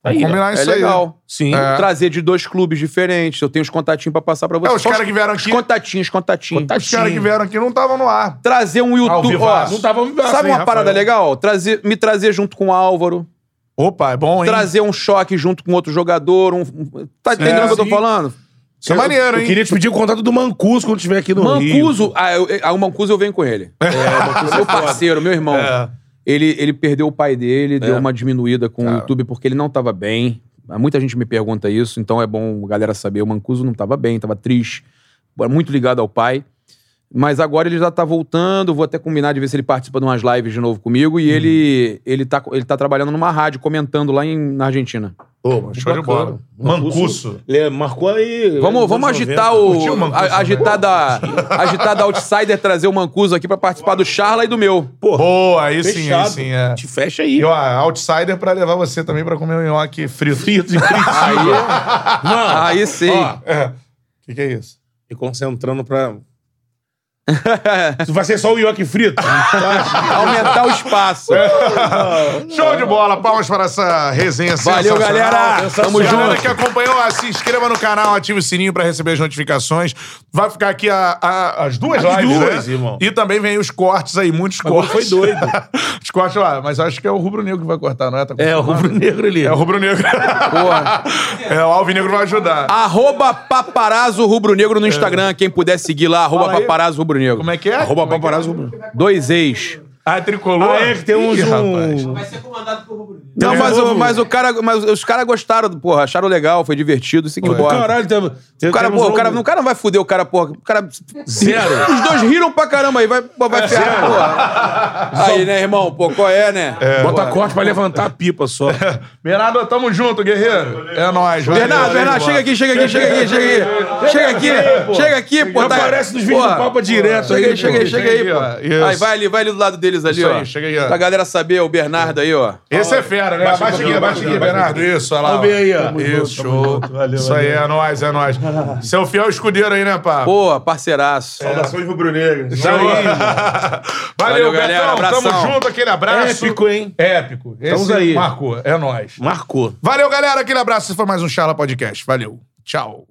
[SPEAKER 1] Vamos combinar
[SPEAKER 2] é
[SPEAKER 1] isso aí.
[SPEAKER 2] legal.
[SPEAKER 4] Sim.
[SPEAKER 2] Vou Trazer de dois clubes diferentes. Eu tenho os contatinhos pra passar pra
[SPEAKER 1] É,
[SPEAKER 2] vocês.
[SPEAKER 1] os
[SPEAKER 2] Só
[SPEAKER 1] caras que vieram
[SPEAKER 2] os
[SPEAKER 1] aqui.
[SPEAKER 2] contatinhos, contatinhos.
[SPEAKER 1] Os caras que vieram aqui não estavam no ar.
[SPEAKER 2] Trazer um youtuber.
[SPEAKER 1] vivaço.
[SPEAKER 4] Não tava ao vivaço,
[SPEAKER 2] Sabe
[SPEAKER 4] hein,
[SPEAKER 2] uma parada
[SPEAKER 4] Rafael?
[SPEAKER 2] legal? Trazer, me trazer junto com o Álvaro.
[SPEAKER 1] Opa, é bom, hein?
[SPEAKER 2] Trazer um choque junto com outro jogador. um- um- tá entendendo o que eu tô
[SPEAKER 4] sim.
[SPEAKER 2] falando?
[SPEAKER 1] Isso é maneiro,
[SPEAKER 4] eu
[SPEAKER 1] hein?
[SPEAKER 4] queria te pedir o contato do Mancuso quando estiver aqui no Rio.
[SPEAKER 2] Mancuso. Ah, eu, ah, o Mancuso eu venho com ele. É, o Mancuso é meu parceiro, meu irmão.
[SPEAKER 1] É.
[SPEAKER 2] Ele, ele perdeu o pai dele, deu uma diminuída com o YouTube porque ele não tava bem. Há Muita gente me pergunta isso, então é bom a galera saber. O Mancuso não tava bem, tava triste, muito ligado ao pai. Mas agora ele já tá voltando, vou até combinar de ver se ele participa de umas lives de novo comigo. E ele, ele, tá, ele tá trabalhando numa rádio, comentando lá em, na Argentina.
[SPEAKER 4] Ô, mas
[SPEAKER 1] Show de bola.
[SPEAKER 4] bacana.
[SPEAKER 1] Mancuso.
[SPEAKER 4] Ele marcou aí.
[SPEAKER 2] Vamos,
[SPEAKER 4] nos
[SPEAKER 2] vamos
[SPEAKER 4] anos
[SPEAKER 2] agitar
[SPEAKER 4] 90.
[SPEAKER 1] Curtiu o
[SPEAKER 2] o.
[SPEAKER 1] Mancuso, né?
[SPEAKER 2] a- agitar, da, agitar da Outsider, trazer o Mancuso aqui pra participar do Charla e do meu.
[SPEAKER 1] Boa, aí sim, aí
[SPEAKER 4] Fechado.
[SPEAKER 1] sim, é.
[SPEAKER 4] Te fecha aí.
[SPEAKER 1] E ó, outsider pra levar você também pra comer um nhoque frito.
[SPEAKER 4] Frito de frito.
[SPEAKER 2] Aí, aí sim.
[SPEAKER 4] Ó,
[SPEAKER 1] É. Que que é isso?
[SPEAKER 4] me concentrando pra... Isso Vai ser só o nhoque frito?
[SPEAKER 2] Aumentar o espaço.
[SPEAKER 1] É Show de bola, palmas para essa resenha
[SPEAKER 2] Valeu,
[SPEAKER 1] sensacional.
[SPEAKER 2] galera. Tamo
[SPEAKER 1] Galera
[SPEAKER 2] junto.
[SPEAKER 1] que acompanhou, ah, se inscreva no canal, ative o sininho pra receber as notificações. Vai ficar aqui a- a- as duas
[SPEAKER 4] As
[SPEAKER 1] lives,
[SPEAKER 4] duas,
[SPEAKER 1] né?
[SPEAKER 4] irmão.
[SPEAKER 1] E também vem os cortes aí, muitos cortes.
[SPEAKER 4] foi doido.
[SPEAKER 1] os cortes lá, mas acho que é o Rubro Negro que vai cortar, não é? Tá
[SPEAKER 4] É, o
[SPEAKER 1] confirmado?
[SPEAKER 4] rubro-negro ali.
[SPEAKER 1] É o Rubro Negro.
[SPEAKER 2] Porra.
[SPEAKER 1] é, o Alvinegro vai ajudar.
[SPEAKER 2] Arroba paparazzo rubro-negro no Instagram. Quem puder seguir lá, arroba
[SPEAKER 1] É. Fala aí.
[SPEAKER 2] paparazzo rubro-negro.
[SPEAKER 1] Como é que é?
[SPEAKER 4] Arroba paparazzo.
[SPEAKER 2] Dois ex.
[SPEAKER 1] Ah, tricolor?
[SPEAKER 4] Ah, é, que tem uns-
[SPEAKER 1] Ih,
[SPEAKER 4] um-
[SPEAKER 1] rapaz.
[SPEAKER 9] Vai ser comandado por Rubro Negro.
[SPEAKER 2] Não,
[SPEAKER 4] É,
[SPEAKER 2] mas,
[SPEAKER 4] novo.
[SPEAKER 2] o, mas o cara, mas os caras gostaram, do- porra, acharam legal, foi divertido, isso que importa.
[SPEAKER 4] Caralho, tem, tem,
[SPEAKER 2] O cara,
[SPEAKER 4] temos
[SPEAKER 2] porra,
[SPEAKER 4] um-
[SPEAKER 2] o cara, o cara não vai fuder o cara, porra. O cara. Zero. Os dois riram pra caramba aí, vai, pô, vai ferrar, porra. Aí, né, irmão? Pô, qual é, né?
[SPEAKER 4] Bota corte pra levantar a pipa só.
[SPEAKER 1] Bernardo, tamo junto, guerreiro. É nóis, valeu,
[SPEAKER 2] Bernardo,
[SPEAKER 1] valeu,
[SPEAKER 2] Bernardo, chega aqui, chega aqui, chega aqui, chega aqui. Chega aqui, chega aqui, pô. tá-
[SPEAKER 4] Aparece nos vídeos
[SPEAKER 2] porra.
[SPEAKER 4] do Papa direto
[SPEAKER 2] Chega aí,
[SPEAKER 4] aí.
[SPEAKER 2] chega aí, chega aí,
[SPEAKER 1] ó.
[SPEAKER 2] pô.
[SPEAKER 1] Isso.
[SPEAKER 2] Aí, vai ali, vai ali do lado deles ali,
[SPEAKER 1] Isso
[SPEAKER 2] ó.
[SPEAKER 1] aí, chega aí, ó.
[SPEAKER 2] Pra galera saber, o Bernardo aí, ó.
[SPEAKER 1] Esse é fera, né? Baixa aqui, baixa aqui, Bernardo. Isso, olha lá. ó.
[SPEAKER 4] Vamos ver aí, ó.
[SPEAKER 1] Isso, show. Isso aí, é nóis, é nóis. Seu fiel escudeiro aí, né, pá?
[SPEAKER 2] Porra, parceiraço.
[SPEAKER 3] Saudações rubro-negras.
[SPEAKER 1] Isso aí. Valeu,
[SPEAKER 2] Valeu, galera,
[SPEAKER 1] Betão. Tamo
[SPEAKER 2] abração.
[SPEAKER 1] junto, aquele abraço.
[SPEAKER 4] Épico, hein?
[SPEAKER 1] Épico.
[SPEAKER 4] Estamos
[SPEAKER 1] Esse
[SPEAKER 4] aí.
[SPEAKER 1] Marcou, é nóis.
[SPEAKER 4] Marcou.
[SPEAKER 1] Valeu, galera. Aquele abraço. Esse foi mais um Charla Podcast. Valeu. Tchau.